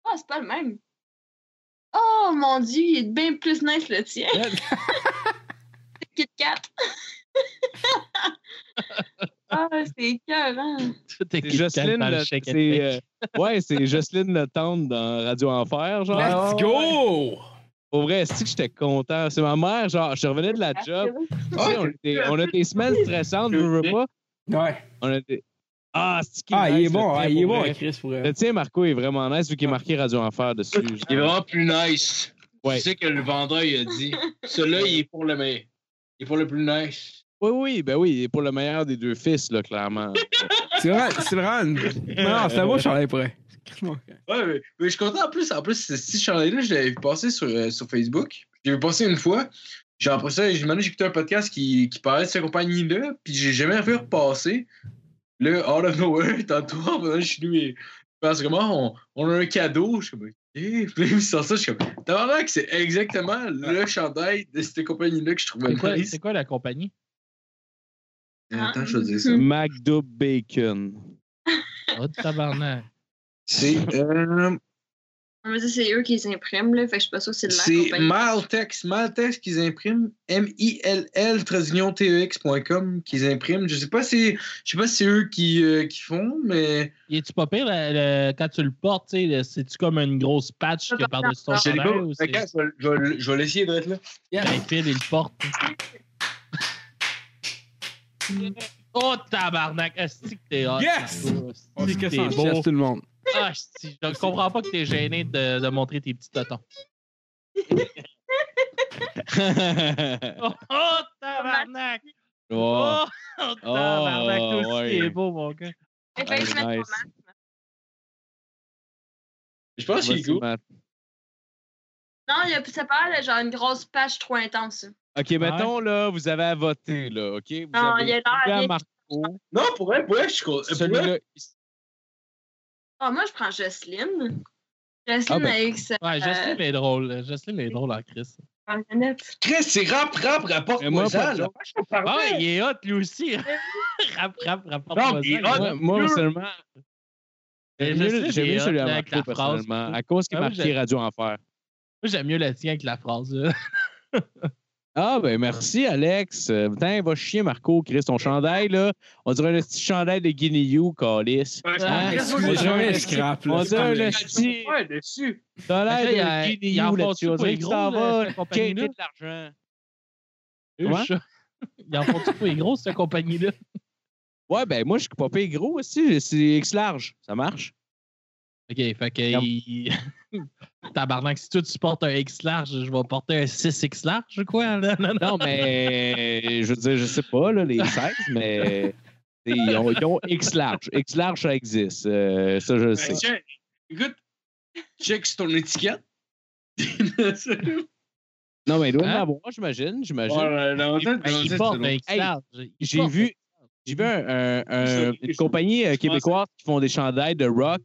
F: Ah, c'est pas le même. Oh mon dieu, il est bien plus nice le tien.
A: Ben,
F: C'est Kit Kat. Ah, c'est écœurant.
D: tout est
A: C'est
D: Kit Kat
A: Jocelyne,
D: dans le
A: le-
D: Shake and
A: c'est,
D: Bake.
A: euh, ouais, c'est Jocelyne Le Tendre dans Radio Enfer, genre.
E: Let's go!
A: Pour vrai, c'est que j'étais content. C'est ma mère, genre, je revenais de la job. Tu
B: Ah,
A: sais, on, a des, on a des semaines stressantes, je veux pas.
E: Ouais.
A: On a des... Ah, c'est qui
E: Ah,
A: nice,
E: il est
A: le
E: bon,
A: tien,
B: hein,
E: ah, il est
A: pour
E: bon,
A: vrai.
E: Chris, pour
A: Le
E: elle.
A: tien, Marco, est vraiment nice vu qu'il est marqué Radio Enfer dessus.
B: Il est vraiment plus nice.
A: Ouais.
B: Tu sais que le vendeur, il a dit celui-là, il est pour le meilleur. Il est pour le plus nice.
A: Oui, oui, ben oui, il est pour le meilleur des deux fils, là, clairement.
E: C'est vraiment, c'est vraiment une... Non, c'est un beau chandail pour elle. Crissement.
B: Ouais, mais, mais je suis content en plus. En plus, ce petit chandail-là, je l'avais vu passer sur, euh, sur Facebook. Je l'ai vu passer une fois. J'ai après ça, j'ai demandé, j'ai écouté un podcast qui, qui parlait de cette compagnie-là, puis j'ai jamais vu repasser. Là, out of nowhere, tantôt, en venant chez lui, et parce que moi, on, on a un cadeau. Je suis comme, OK. Puis là, il me sort ça, je suis comme, tabarnak, c'est exactement le chandail de cette compagnie-là que je trouvais
D: C'est quoi,
B: nice.
D: c'est quoi la compagnie?
B: Euh, Attends, je vais te dire ça.
A: McDo Bacon.
D: Oh, tabarnak.
B: C'est euh,
F: On me dit c'est eux qui les impriment, là, fait que je suis pas sûre que c'est de la
B: c'est
F: compagnie.
B: Maltex, Maltex qu'ils impriment, M I L L E tex.com qu'ils impriment. Je sais pas si je sais pas si c'est eux qui euh, qui font mais
D: Et tu pas pire la- la- quand tu le portes, tu sais, le- c'est-tu comme une grosse patch que par-dessus ton
B: je l'ai
D: chandail
B: pas.
D: ou c'est
B: Regarde, je vais- je vais- je vais l'essayer d'être là.
D: Ben, Phil, il le porte? Oh, tabarnak! Asti que t'es hot!
C: Yes!
D: Marco. Asti
C: On se
D: que
C: crisse
D: t'es
C: en chest,
D: beau!
C: tout le monde.
D: Asti, je comprends pas que t'es gêné de, de montrer tes petits totons. Oh, oh, tabarnak!
A: Ouais.
D: Oh, oh, tabarnak!
A: Oh,
D: Toi aussi,
A: ouais.
D: t'es beau, mon gars.
F: Fait que je
A: Ah,
F: mets
A: nice.
F: ton masque.
B: Je pense qu'il est
A: Vas-y,
B: Oh, cool.
A: Matt.
F: Non, il y a plus ça parle, genre une grosse patch trop intense.
A: OK, mettons, là, vous avez à voter, là, OK? Vous
F: Non,
A: avez
F: il a l'air
A: celui à
F: bien.
A: Marco,
B: Non, pour vrai, pour vrai, je suis cool. Pour vrai,
A: celui-là...
F: Ah, moi, je prends Jocelyne. Jocelyne
A: Ah, ben.
F: avec sa
D: Ouais, Jocelyne est drôle. euh, Jocelyne est drôle en Chris.
F: marionnette.
B: Chris, c'est rap, rap, rapporte
A: Mais moi,
B: moi
A: pas
B: ça,
A: de
B: là.
D: Ah ouais, il est hot, lui aussi! rap, rap, rap,
B: Non, mais il est hot.
A: Moi, moi, personnellement,
D: Euh,
A: j'aime
D: Ben, Je sais,
A: mieux j'aime
D: j'ai
A: mieux celui à
D: hâte, là, avec
A: Marco,
D: la phrase,
A: personnellement,
D: tout.
A: à cause qu'il est
D: Ah oui,
A: marqué
D: j'ai-
A: Radio Enfer.
D: Moi, j'aime mieux le tien que la phrase. là.
A: Ah, ben merci, Alex. Euh, Putain, va chier, Marco, Chris, ton chandail, là. On dirait un petit chandail de Guinea-You, Calis.
D: Ah,
C: J'ai jamais un
A: Ouais.
C: scrap, là.
A: On
C: C'est
A: dirait
C: pas
A: un
C: vrai.
A: petit
B: Ouais, dessus.
A: chandail
D: Après, il
A: de
D: y a- il y a
A: Guinea-You
D: un
A: là-dessus. On dirait
D: fossé pas
A: qu'il
D: gros,
A: s'en
D: là,
A: va
D: cette compagnie-là.
A: gagner de l'argent. Comment?
D: Ils en font tout pour les grosses, cette compagnie-là.
A: Ouais, ben moi, je suis pas payé gros aussi. C'est X-large. Ça marche?
D: OK, fait que... il- Tabarnak, si toi, tu portes un X large, je vais porter un 6X large, quoi. Non, non, non.
A: Non, mais je veux dire, je sais pas, là, les 16, mais t'sais, ils ont, ils ont X large. X large, ça existe. Euh, ça, je le sais.
B: Ben, check. Écoute, check sur ton étiquette.
A: Non, mais il doit y en
D: Hein?
A: avoir, j'imagine. J'imagine.
B: Voilà, dans
D: Il, il porte un X
A: Hey,
D: large. Il
A: J'ai
D: porte
B: ben,
A: vu, j'ai vu un- un- un-
B: Je-
A: une
B: je-
A: compagnie euh,
B: je
A: québécoise qui font des chandails de rock.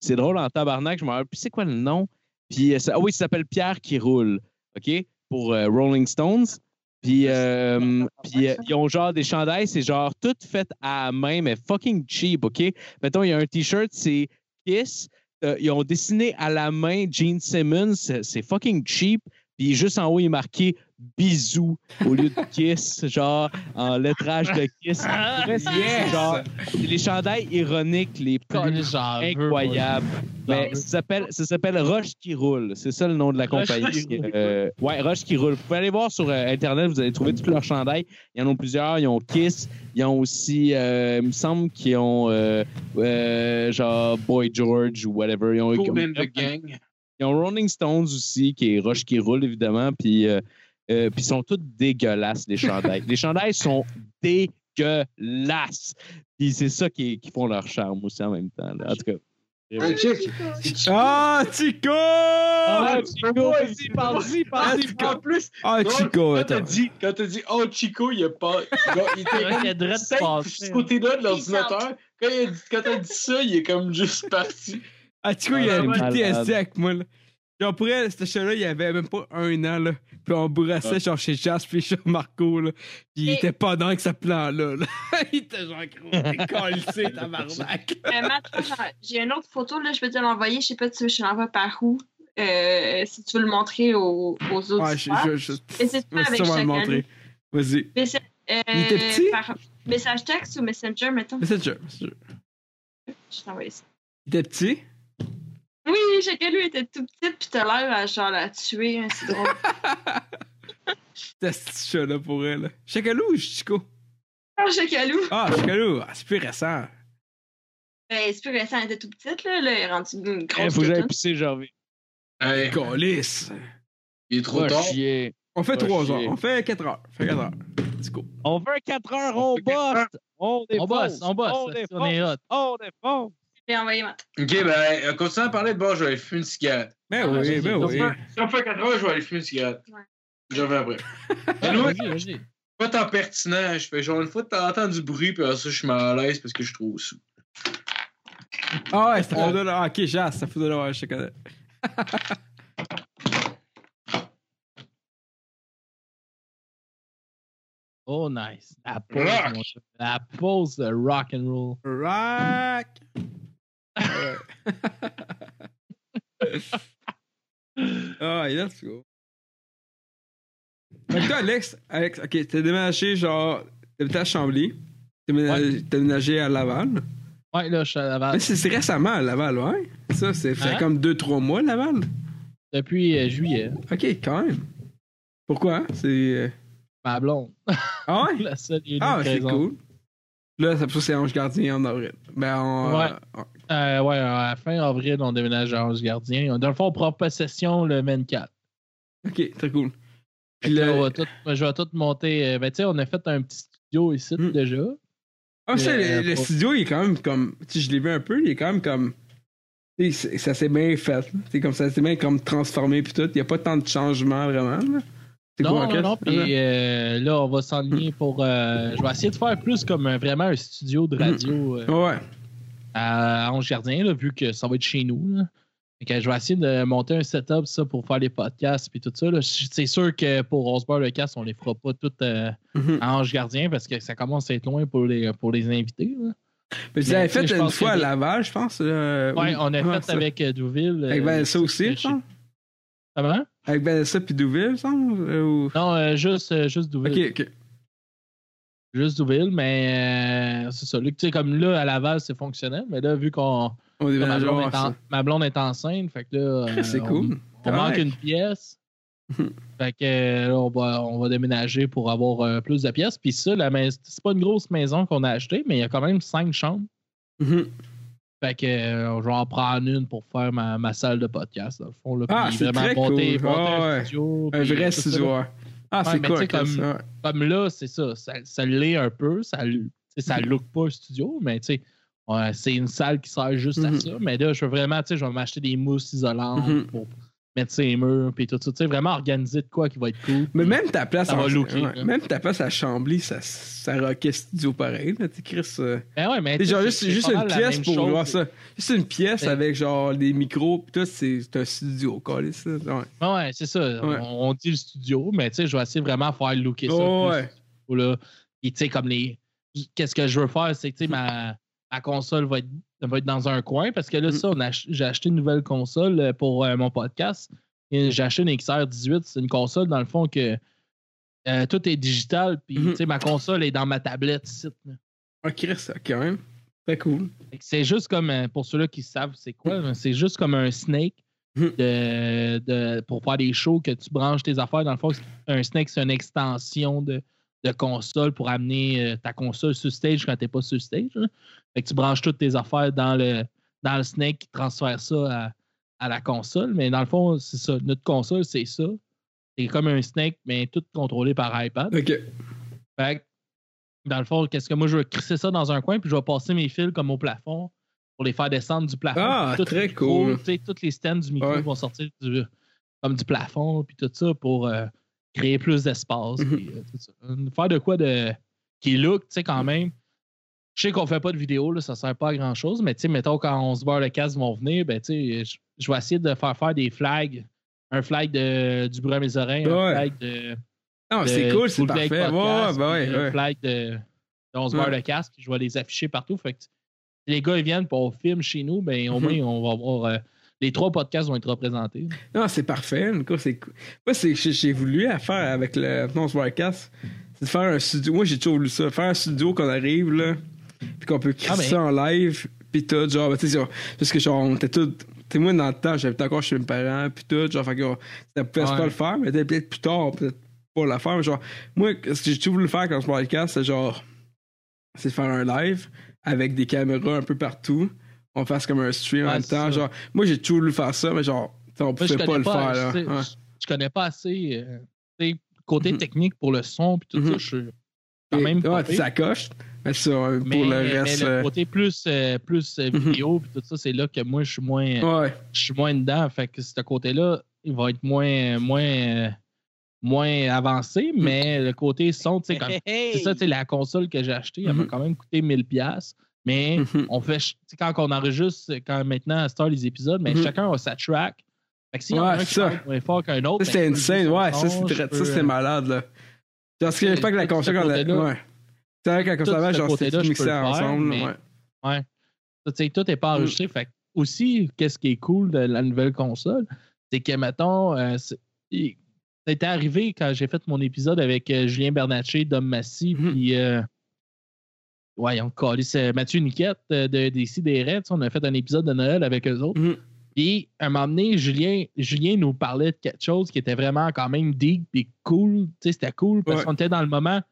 A: C'est drôle en tabarnak, je me rappelle plus c'est quoi le nom. Puis euh, ça- ah oui, ça s'appelle Pierre qui roule, OK? Pour euh, Rolling Stones.
B: Ah,
A: Puis, euh, puis euh, ils ont genre des chandails, c'est genre tout fait à la main, mais fucking cheap, OK? Mettons, il y a un t-shirt, c'est Kiss. Euh, ils ont dessiné à la main Gene Simmons, c'est c'est fucking cheap. Puis juste en haut, il est marqué bisous au lieu de kiss, genre en lettrage de kiss.
D: Ah,
A: Après, c'est
C: yes!
A: genre c'est les chandails ironiques les plus
D: J'en veux, moi.
A: incroyables.
D: J'en
A: Mais
D: veux.
A: ça s'appelle ça s'appelle Roche qui roule. C'est ça le nom de la
D: Roche
A: compagnie.
D: qui roule.
A: Euh, ouais, Roche qui roule. Vous pouvez aller voir sur euh, internet, vous allez trouver tous leurs chandails. Ils en ont plusieurs. Ils ont Kiss. Ils ont aussi, euh, il me semble qu'ils ont euh, euh, genre Boy George ou whatever. Ils ont,
B: the gang.
A: ils ont Rolling Stones aussi, qui est Roche qui roule, évidemment. Puis, euh, euh, puis ils sont tous dégueulasses, les chandails. les chandails sont dégueulasses. Puis c'est ça qui, qui font leur charme aussi en même temps. là. En tout cas.
B: Un check.
C: Ah, Chico! Ah,
A: Chico, vas-y, parle-y, parle-y.
B: En Ah, plus,
E: Ah,
C: Chico,
B: quand t'as
C: attends.
B: dit, quand t'as dit, oh Chico, il a pas. genre, Il
D: Il y a
B: était comme
D: de droit de
B: cinq
D: passer.
B: côté là de l'ordinateur. Quand il a dit- quand t'as dit ça, il est comme juste parti.
C: Ah, Chico, il y a
A: Ah,
C: un
A: malade.
C: PTSD avec moi, là. Genre, pour elle, ce chat-là, il avait même pas un an, là. Puis on bourrassait, genre, chez Jasper, puis chez Marco, là. Puis il
F: Et-
C: était pas dans avec ce plan-là, là. il était genre, gros, t'es collé, tabarnak.
F: Euh, Matt, j'en- j'ai une autre photo, là, je peux te l'envoyer. Je sais pas si je te l'envoie par où. Euh, si tu veux le montrer aux, aux autres.
C: Ouais, je, je, je,
F: Et c'est
C: je vais
F: pas avec
C: sûrement le
F: chacun.
C: montrer. Vas-y.
F: il
C: était petit?
F: Par message texte ou Messenger, mettons.
C: Mais c'est sûr, c'est sûr.
F: Je t'envoie ça.
C: Il était petit.
F: Oui, chacun lui était tout petit, puis t'as l'air à genre la tuer. hein, c'est drôle.
C: C'était ce chat-là pour elle, là. Chacalou ou Chico?
F: Ah, Chacalou.
C: Ah, Chacalou, ah, c'est plus récent.
F: Ben, c'est plus récent, elle était tout petite, là. là elle est rendue une
D: Eh,
A: Il
F: grosse hein.
A: faut que j'aille
F: cotonne.
A: pisser, j'ai envie.
B: Hey,
C: Colisse.
B: il est trop
A: Va
B: tard.
A: chier.
C: On fait
A: Va
C: 3
A: chier.
C: heures. On fait 4 heures. Fait 4 heures. Let's go.
A: On veut 4 heures, on bosse. On
D: On bosse,
A: défonce.
D: on
A: On
D: bosse. On
A: défonce.
D: est hot.
A: On défonce.
F: Je l'ai envoyé maintenant.
B: Ok, ben, euh, continuons à parler de bord, je vais aller fumer une cigarette.
C: Ben
D: Ah,
C: oui,
D: j'ai-
C: ben oui.
B: Si on fait 4 heures, je vais aller fumer une cigarette.
F: Ouais.
B: Je reviens après. Anyway,
D: Vas-y, vas-y.
B: pas tant pertinent. Je fais genre une fois de temps en temps du bruit, puis après ça, je suis mal à l'aise parce que je suis trop sous.
C: Ah ouais, c'était de l'heure. Ok, Jas, ça fout de l'heure, je te connais.
D: Oh, nice. La pause, mon chum. La pause de rock and roll.
C: Rock! Ah, ouais, let's go. Fait que toi, Alex, Alex, ok, t'es déménagé genre. T'habitais à Chambly. T'es déménagé- t'es déménagé à Laval.
D: Ouais, là, je suis à Laval.
C: Mais c'est c'est récemment à Laval, ouais. Ça, c'est fait
D: Ah. Hein?
C: comme 2-3 mois, Laval.
D: Depuis euh, juillet.
C: Ok, quand même. Pourquoi? C'est. euh,
D: Ma blonde.
C: Ah ouais?
D: La seule et unique
C: Ah, c'est
D: raison.
C: cool. Là, ça, c'est Ange Gardien en avril. Ben, on,
D: Ouais. Euh, ouais, à la fin avril, on déménage à 11 gardiens. Dans le fond, on prend possession le 24.
C: ok, très cool.
D: Fait
C: Puis
D: que là,
C: le-
D: on va tout- je vais tout monter. euh, Ben, tu sais, on a fait un petit studio ici
C: Hmm.
D: déjà.
C: Ah, ça,
D: Euh,
C: le, le
D: pas-
C: studio, il est quand même comme. Tu sais, je l'ai vu un peu, il est quand même comme. tu sais, c'est- Ça s'est bien fait. là. C'est comme ça, s'est bien comme transformé puis tout. Il n'y a pas tant de changements vraiment. là. C'est
D: Non,
C: quoi,
D: non,
C: Rocket?
D: non, puis euh, là, on va s'enligner pour. euh, je vais essayer de faire plus comme un- vraiment un studio de radio euh,
C: Ouais.
D: à Ange Gardien, là, vu que ça va être chez nous. là. Fait que je vais essayer de monter un setup ça, pour faire les podcasts puis tout ça. là. Je- C'est sûr que pour Rosebar le Cast, on les fera pas toutes euh,
C: Mhm.
D: à Ange Gardien parce que ça commence à être loin pour les, pour les invités. là.
C: Euh, Mais tu
D: Mais,
C: l'avais
D: tu sais,
C: fait
D: je
C: une
D: pense
C: fois
D: que
C: à
D: des-
C: Laval, je pense. euh,
D: Ouais,
C: où-
D: on a
C: ah,
D: fait
C: ça.
D: avec euh, Douville.
C: Avec
D: euh,
C: Vanessa aussi,
D: chez-
C: je pense.
D: Comment?
C: Avec Vanessa puis Douville, il semble. euh, ou-
D: Non, euh, juste, euh, juste Douville.
C: Ok, ok.
D: Juste Douville, mais euh, c'est ça. Là, tu sais, comme là, à Laval, c'est fonctionnel, mais là, vu qu'on
C: On
D: Là, ma,
C: déménage
D: blonde
C: voir
D: est en-
C: ça.
D: ma blonde est enceinte, fait que là, euh,
C: C'est
D: on-
C: cool.
D: on, manque
C: Ouais.
D: une pièce.
C: Mhm.
D: fait que euh, là, on va, on va déménager pour avoir euh, plus de pièces. Puis ça, la mais- c'est pas une grosse maison qu'on a achetée, mais il y a quand même cinq chambres.
C: Mhm.
D: Fait que euh, je vais en prendre une pour faire ma, ma salle de podcast, dans le fond. Là,
C: Ah,
D: Puis
C: c'est très
D: monter,
C: cool.
D: monter un
C: Ah ouais.
D: studio,
C: Un
D: puis
C: vrai
D: tout ça,
C: studio.
D: là.
C: ouais. Ah,
D: Ouais,
C: c'est
D: mais
C: cool.
D: tu sais,
C: Chris,
D: comme-
C: ouais.
D: Comme là, c'est ça. Ça, ça l'est un peu. Ça, l- tu sais, ça
C: Mhm.
D: look pas un studio, mais tu sais, euh, c'est une salle qui sert juste
C: Mhm.
D: à ça. Mais là, je veux vraiment, tu sais, je vais m'acheter des mousses isolantes
C: Mhm.
D: pour mettre ses murs puis tout ça. Tu sais, vraiment organiser de quoi qui va être cool.
C: Mais même ta place
D: Ça
C: en-
D: va looker,
C: ouais,
D: là.
C: Même ta place à Chambly, ça, ça rockait studio pareil. là, tu sais, Chris. euh,
D: Ben ouais, mais
C: C'est
D: tu sais,
C: genre
D: c'est-
C: juste,
D: c'est
C: juste
D: pas
C: une
D: mal la
C: pièce
D: même
C: pour
D: chose.
C: voir ça. Juste une pièce
D: Ouais.
C: avec genre des micros pis tout, c'est c'est un studio, calé ça. Ouais.
D: Ouais, c'est ça.
C: Ouais.
D: On, on dit le studio, mais tu sais, je vais essayer vraiment de faire looker ça.
C: Oh,
D: plus
C: ouais.
D: ou là. Puis, tu sais, comme les. Qu'est-ce que je veux faire, c'est que, tu sais, ma, ma console va être, va être dans un coin parce que là,
C: Mm.
D: ça, on a ach- j'ai acheté une nouvelle console euh, pour euh, mon podcast. Et J'ai acheté une XR18. C'est une console, dans le fond, que euh, tout est digital. Puis,
C: Mhm.
D: tu sais, ma console est dans ma tablette ici. là.
C: Ah, Chris, ça, quand même. Très cool.
D: Fait que C'est juste comme, euh, pour ceux-là qui savent c'est quoi, là, c'est juste comme un snake
C: Mm.
D: de, de- pour faire des shows que tu branches tes affaires. Dans le fond, c'est- un snake, c'est une extension de, de console pour amener euh, ta console sur stage quand t'es pas sur stage. là. Fait que tu branches toutes tes affaires dans le, dans le snake qui transfère ça à, à la console. Mais dans le fond, c'est ça. Notre console, c'est ça. C'est comme un snake, mais tout contrôlé par iPad.
C: Ok.
D: Fait que, dans le fond, qu'est-ce que moi, je vais crisser ça dans un coin, puis je vais passer mes fils comme au plafond pour les faire descendre du plafond.
C: Ah,
D: Puis tous
C: très
D: les micros,
C: cool.
D: tu sais, Toutes les stands du micro
C: Ouais.
D: vont sortir du, comme du plafond, puis tout ça pour euh, créer plus d'espace.
C: Mhm.
D: puis, euh, tout ça. Faire de quoi de qui look, tu sais, quand
C: Mhm.
D: même. Je sais qu'on fait pas de vidéo, là, ça sert pas à grand chose, mais tu sais, mettons, quand on se beurre le casque, ils vont venir, ben, tu sais, je- je vais essayer de faire faire des flags. Un flag de, du bruit à mes oreilles, un
C: Ouais.
D: flag de,
C: Non,
D: de
C: Ah, c'est cool, c'est
D: Full Black
C: parfait.
D: Euh, Podcast,
C: ouais, ouais,
D: puis
C: ben
D: euh, le
C: ouais, ouais.
D: flag de, de 11 heures
C: Ouais.
D: de casque, puis je vais les afficher partout. Fait que les gars, ils viennent pour film chez nous, ben, au
C: Mhm.
D: moins, on va avoir. euh, les trois podcasts vont être représentés.
C: Non, c'est parfait. le coup, c'est cool. Moi, c'est que j'ai- j'ai voulu à faire avec le non Warcast, c'est de faire un studio. Moi, j'ai toujours voulu ça. Faire un studio qu'on arrive, là, puis qu'on peut créer
D: Ah, mais-
C: ça en live, puis tout, genre, ben, tu sais, genre, parce que genre, on était tous. Tu sais, moi, dans le temps, j'habitais encore chez mes parents, puis tout, genre, fait que genre, ça pouvait
D: Ouais.
C: pas le faire, mais peut-être plus tard, peut-être pas la faire, mais genre, moi, ce que j'ai toujours voulu faire quand ce podcast, c'est genre, c'est de faire un live avec des caméras un peu partout, on fasse comme un stream
D: Ouais,
C: en même
D: c'est
C: temps,
D: ça.
C: genre, moi, j'ai toujours voulu faire ça, mais genre, tu sais, on
D: Moi, je
C: pouvait pas
D: connais pas,
C: le faire, là.
D: je, sais-
C: Ouais.
D: je- je connais pas assez. euh, tu sais, côté
C: Mhm.
D: technique pour le son, puis tout
C: Mhm.
D: ça, je suis quand
C: Et-
D: même. pas
C: ouais,
D: pire.
C: ça coche. Mais ça, euh,
D: mais,
C: pour le reste.
D: mais
C: euh,
D: le côté plus, euh, plus euh,
C: Mhm.
D: vidéo, puis tout ça, c'est là que moi, je suis moins. euh,
C: ouais.
D: je suis moins dedans. Fait que ce côté-là, il va être moins, moins, euh, moins avancé,
C: Mm.
D: mais le côté son, tu sais, comme. C'est ça, tu sais, la console que j'ai achetée, elle m'a
C: Mhm.
D: quand même coûté 1000$. Mais
C: Mhm.
D: on fait, ch- tu sais, quand on enregistre, quand maintenant, à Star, les épisodes, mais
C: Mhm.
D: chacun a sa track. Fait que s'il y en a
C: Ouais,
D: un qui
C: ça.
D: parle moins fort qu'un autre.
C: Ça, c'était
D: ben, je peux
C: insane.
D: le
C: Ouais,
D: son,
C: ça, c'est
D: je
C: très-
D: peux,
C: ça, c'était
D: euh,
C: malade, là. Parce que j'ai pas que la
D: tout ce
C: console qu'on a.
D: côté-là-
C: Ouais. C'est vrai que quand
D: tout
C: ça va,
D: ce
C: genre,
D: côté-là,
C: c'était
D: je peux
C: mixé
D: le faire,
C: ensemble.
D: mais-
C: ouais.
D: tu sais, tout n'est pas enregistré. Fait que aussi, qu'est-ce qui est cool de la nouvelle console, c'est que, mettons, euh, c'est- il- ça a été arrivé quand j'ai fait mon épisode avec euh, Julien Bernatchez, Dom Massy,
C: Mhm.
D: puis. euh, ouais, on collé. C'est Mathieu Niquette euh, de DC des Reds. On a fait un épisode de Noël avec eux autres.
C: Mhm.
D: Puis, à un moment donné, Julien, Julien nous parlait de quelque chose qui était vraiment quand même deep et cool. Tu sais, c'était cool parce
C: Ouais.
D: qu'on était dans le moment.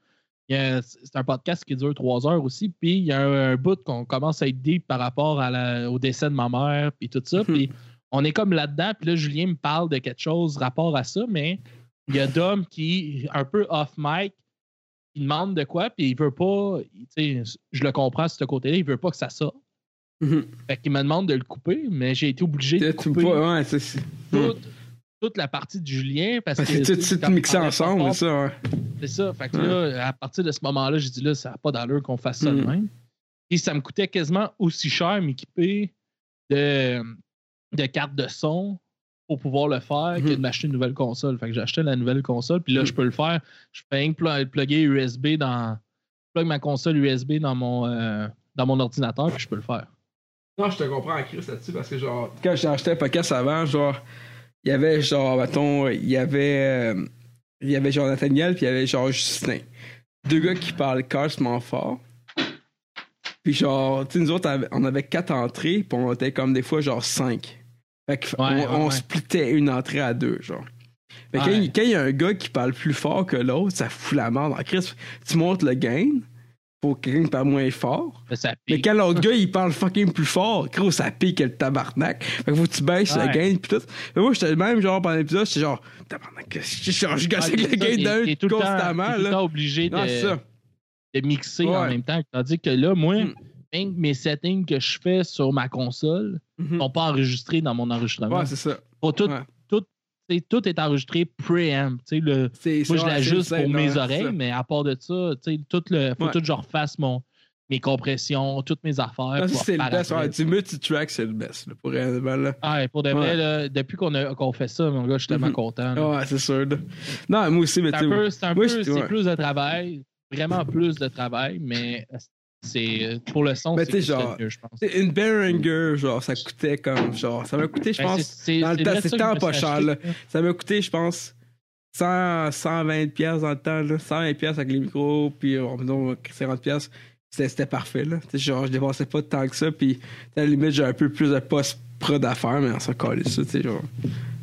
D: il y a- C'est un podcast qui dure trois heures aussi. Puis il y a un, un bout qu'on commence à être deep par rapport à la- au décès de ma mère, puis tout ça. Puis on est comme là-dedans. Puis là, Julien me parle de quelque chose rapport à ça, mais il y a Dom qui, un peu off-mic, il demande de quoi, puis il veut pas. tu sais, Je le comprends, ce côté-là, il veut pas que ça sorte.
C: Mhm.
D: Fait qu'il me demande de le couper, mais j'ai été obligé de
C: Peut-être ou
D: couper
C: pas, ouais, c'est- c'est-
D: toute, toute la partie de Julien parce que.
C: Hmm. Ben, c'est tout-
D: tu sais,
C: c'est tout
D: comme ah,
C: mixé
D: parlait pas fort,
C: ensemble, ça, ouais.
D: c'est ça. Fait que là, à partir de ce moment-là, j'ai dit là, ça n'a pas d'allure qu'on fasse ça de
C: Mm.
D: même. Et ça me coûtait quasiment aussi cher m'équiper de, de cartes de son pour pouvoir le faire
C: Hmm.
D: que de m'acheter une nouvelle console. Fait que j'ai acheté la nouvelle console, puis là, je peux le faire. Je fais rien que pl- plugger USB dans. Je plug ma console USB dans mon, euh, dans mon ordinateur, puis je peux le faire.
C: Non, je te comprends en crise là-dessus parce que genre. Quand j'ai acheté un podcast avant, genre, il y avait genre, mettons, il y avait. euh, il y avait genre Nathaniel puis il y avait genre Justin. Deux gars qui parlent carrément fort. Puis genre, tu sais, nous autres, on avait- on avait quatre entrées, puis on était comme des fois genre cinq. Fait que on,
D: ouais,
C: on
D: ouais.
C: splittait une entrée à deux, genre. Fait que quand
D: Ouais.
C: il- quand il y a un gars qui parle plus fort que l'autre, ça fout la merde en crise. Tu montes le gain pour quelqu'un qui parle moins fort.
D: Mais ça
C: Mais
D: pique.
C: quand l'autre gars, il parle fucking plus fort, gros, ça pique le tabarnak. Fait que faut que tu baisses
D: Ouais.
C: la gain pis tout. Mais moi, j'étais le même, genre, pendant l'épisode, j'étais genre, tabarnak, qu'est-ce que je genre, je
D: Ah,
C: gossais
D: t'es
C: avec la
D: ça, t'es-
C: gain
D: t'es
C: d'un
D: tout le temps-
C: constamment,
D: t'es tout le
C: là.
D: temps obligé de.
C: Non, c'est ça.
D: de mixer en
C: Ouais.
D: même temps. Tandis que là, moi,
C: Mm.
D: même mes settings que je fais sur ma console
C: Mhm.
D: sont pas enregistrés dans mon enregistrement.
C: Ouais, c'est ça.
D: Pour tout,
C: ouais.
D: tout, tu sais, tout est enregistré préamp. tu sais, Le,
C: C'est-
D: moi,
C: c'est-
D: je
C: ouais,
D: l'ajuste
C: c'est
D: pour
C: insane,
D: mes
C: ouais, c'est
D: oreilles,
C: ça.
D: mais à part de ça, tu sais, tout le, faut
C: Ouais.
D: tout que je refasse mon, mes compressions, toutes mes affaires.
C: Non,
D: pour
C: Ah, ça, c'est le
D: refaire
C: best.
D: après.
C: Ouais, du multitrack, c'est le best, là, pour réellement, là.
D: Ah, et pour de vrai,
C: Ouais.
D: là, depuis qu'on a- qu'on fait ça, mon gars, je suis tellement
C: Mhm.
D: content. là.
C: Ouais, c'est sûr, là. Non, moi aussi, mais tu
D: C'est un
C: sais,
D: peu, c'est un
C: Moi,
D: peu-
C: je-
D: c'est
C: ouais.
D: plus de travail, vraiment plus de travail, mais c'est pour le son,
C: Mais
D: c'est
C: Ben, tu sais,
D: plus ça de
C: genre,
D: mieux, je pense.
C: c'est une Behringer, genre, ça coûtait comme, genre, ça m'a coûté, je
D: Ben,
C: pense,
D: c'est- c'est-
C: dans le
D: c'est
C: temps, hein.
D: vrai,
C: c'est
D: ça que
C: tant
D: je me
C: pas
D: suis
C: cher,
D: acheté,
C: là. Ça m'a coûté, je pense, 100, 120 pièces dans le temps, là. 120 pièces avec les micros, puis euh, disons, 40 pièces. C'était c'était parfait, là. Tu sais, genre, je dépensais pas tant que ça, puis à la limite, j'ai un peu plus de post-prod à faire, mais on s'en calait ça, tu sais, genre.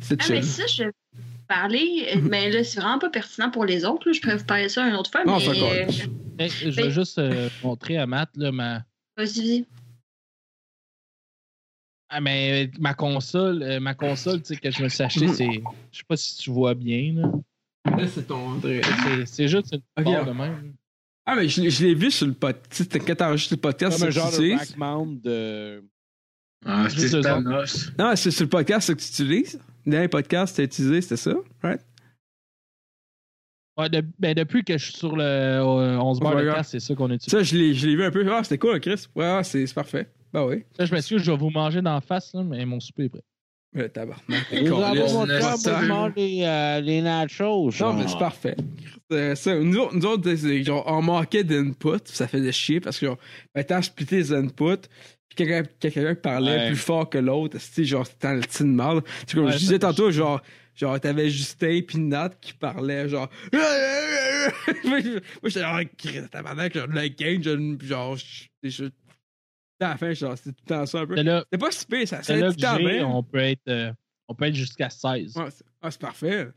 C: C'est
F: Ah,
C: chill.
F: mais ça, je vais vous parler, euh, mais là, c'est vraiment pas pertinent pour les autres. là. Je pourrais vous parler de ça une autre fois,
C: Non,
F: mais.
C: c'est
F: euh,
C: correct.
D: Hey, je vais
F: Mais-
D: juste euh, montrer à Matt là, ma,
F: euh, Vas-y.
D: ah, mais, ma console, euh, ma console tu sais, que je me suis achetée, c'est. Je sais pas si tu vois bien. là.
C: Mhm. Là, c'est ton André.
D: C'est- C'est juste une
C: Ok,
D: barre
C: alors.
D: de même.
C: Ah, mais je, l'ai- je l'ai vu sur le podcast. Quand t'enregistres le podcast,
A: Comme un
C: c'est
A: genre
C: que tu
A: de
C: utilises.
A: rack mount de.
B: Ah,
D: Juste
B: c'est
D: deux autres.
B: Thanos.
C: Non, c'est sur le podcast, c'est que tu utilises. Le dernier podcast que t'as utilisé, c'était ça, right?
D: Ouais, de- ben, depuis que je suis sur le euh, 11 bar de
C: Regarde.
D: casse, c'est ça qu'on utilise.
C: Ça, je l'ai je l'ai vu un peu. Ah, c'était cool, hein, Chris. Ouais, ah, c'est c'est parfait. Bah oui.
D: Là, je m'excuse, je vais vous manger dans la face, là, mais mon souper est prêt.
C: Le tabarnak.
A: Nous avons
C: Câlisse.
A: mon
B: laisse
A: chum
B: ça.
A: vous demande les, euh, les nachos.
C: Non, mais c'est parfait. Euh, ça, nous, autres- nous autres, c'est- genre, on manquait d'input, ça faisait chier parce que, genre, maintenant, splitter les inputs, puis quelqu'un quelqu'un qui parlait
A: Ouais.
C: plus fort que l'autre, c'était genre, c'était un petit de mal. Tu sais, comme
D: Ouais,
C: je
D: ça
C: disais
D: fait
C: tantôt, genre, genre, t'avais Justin puis Nat qui parlaient, genre, moi, j'étais genre, Christ, tabarnak, genre, le game, je- genre, je- je- à la fin, genre, c'était tout le temps ça un peu.
D: C'est là,
C: C'était pas si pire, ça,
D: c'est
C: c'est
D: là
C: tout
D: que
C: le temps
D: j'ai,
C: bien.
D: on peut être, euh, on peut être jusqu'à 16.
C: Ouais, c'est- Ah, c'est parfait.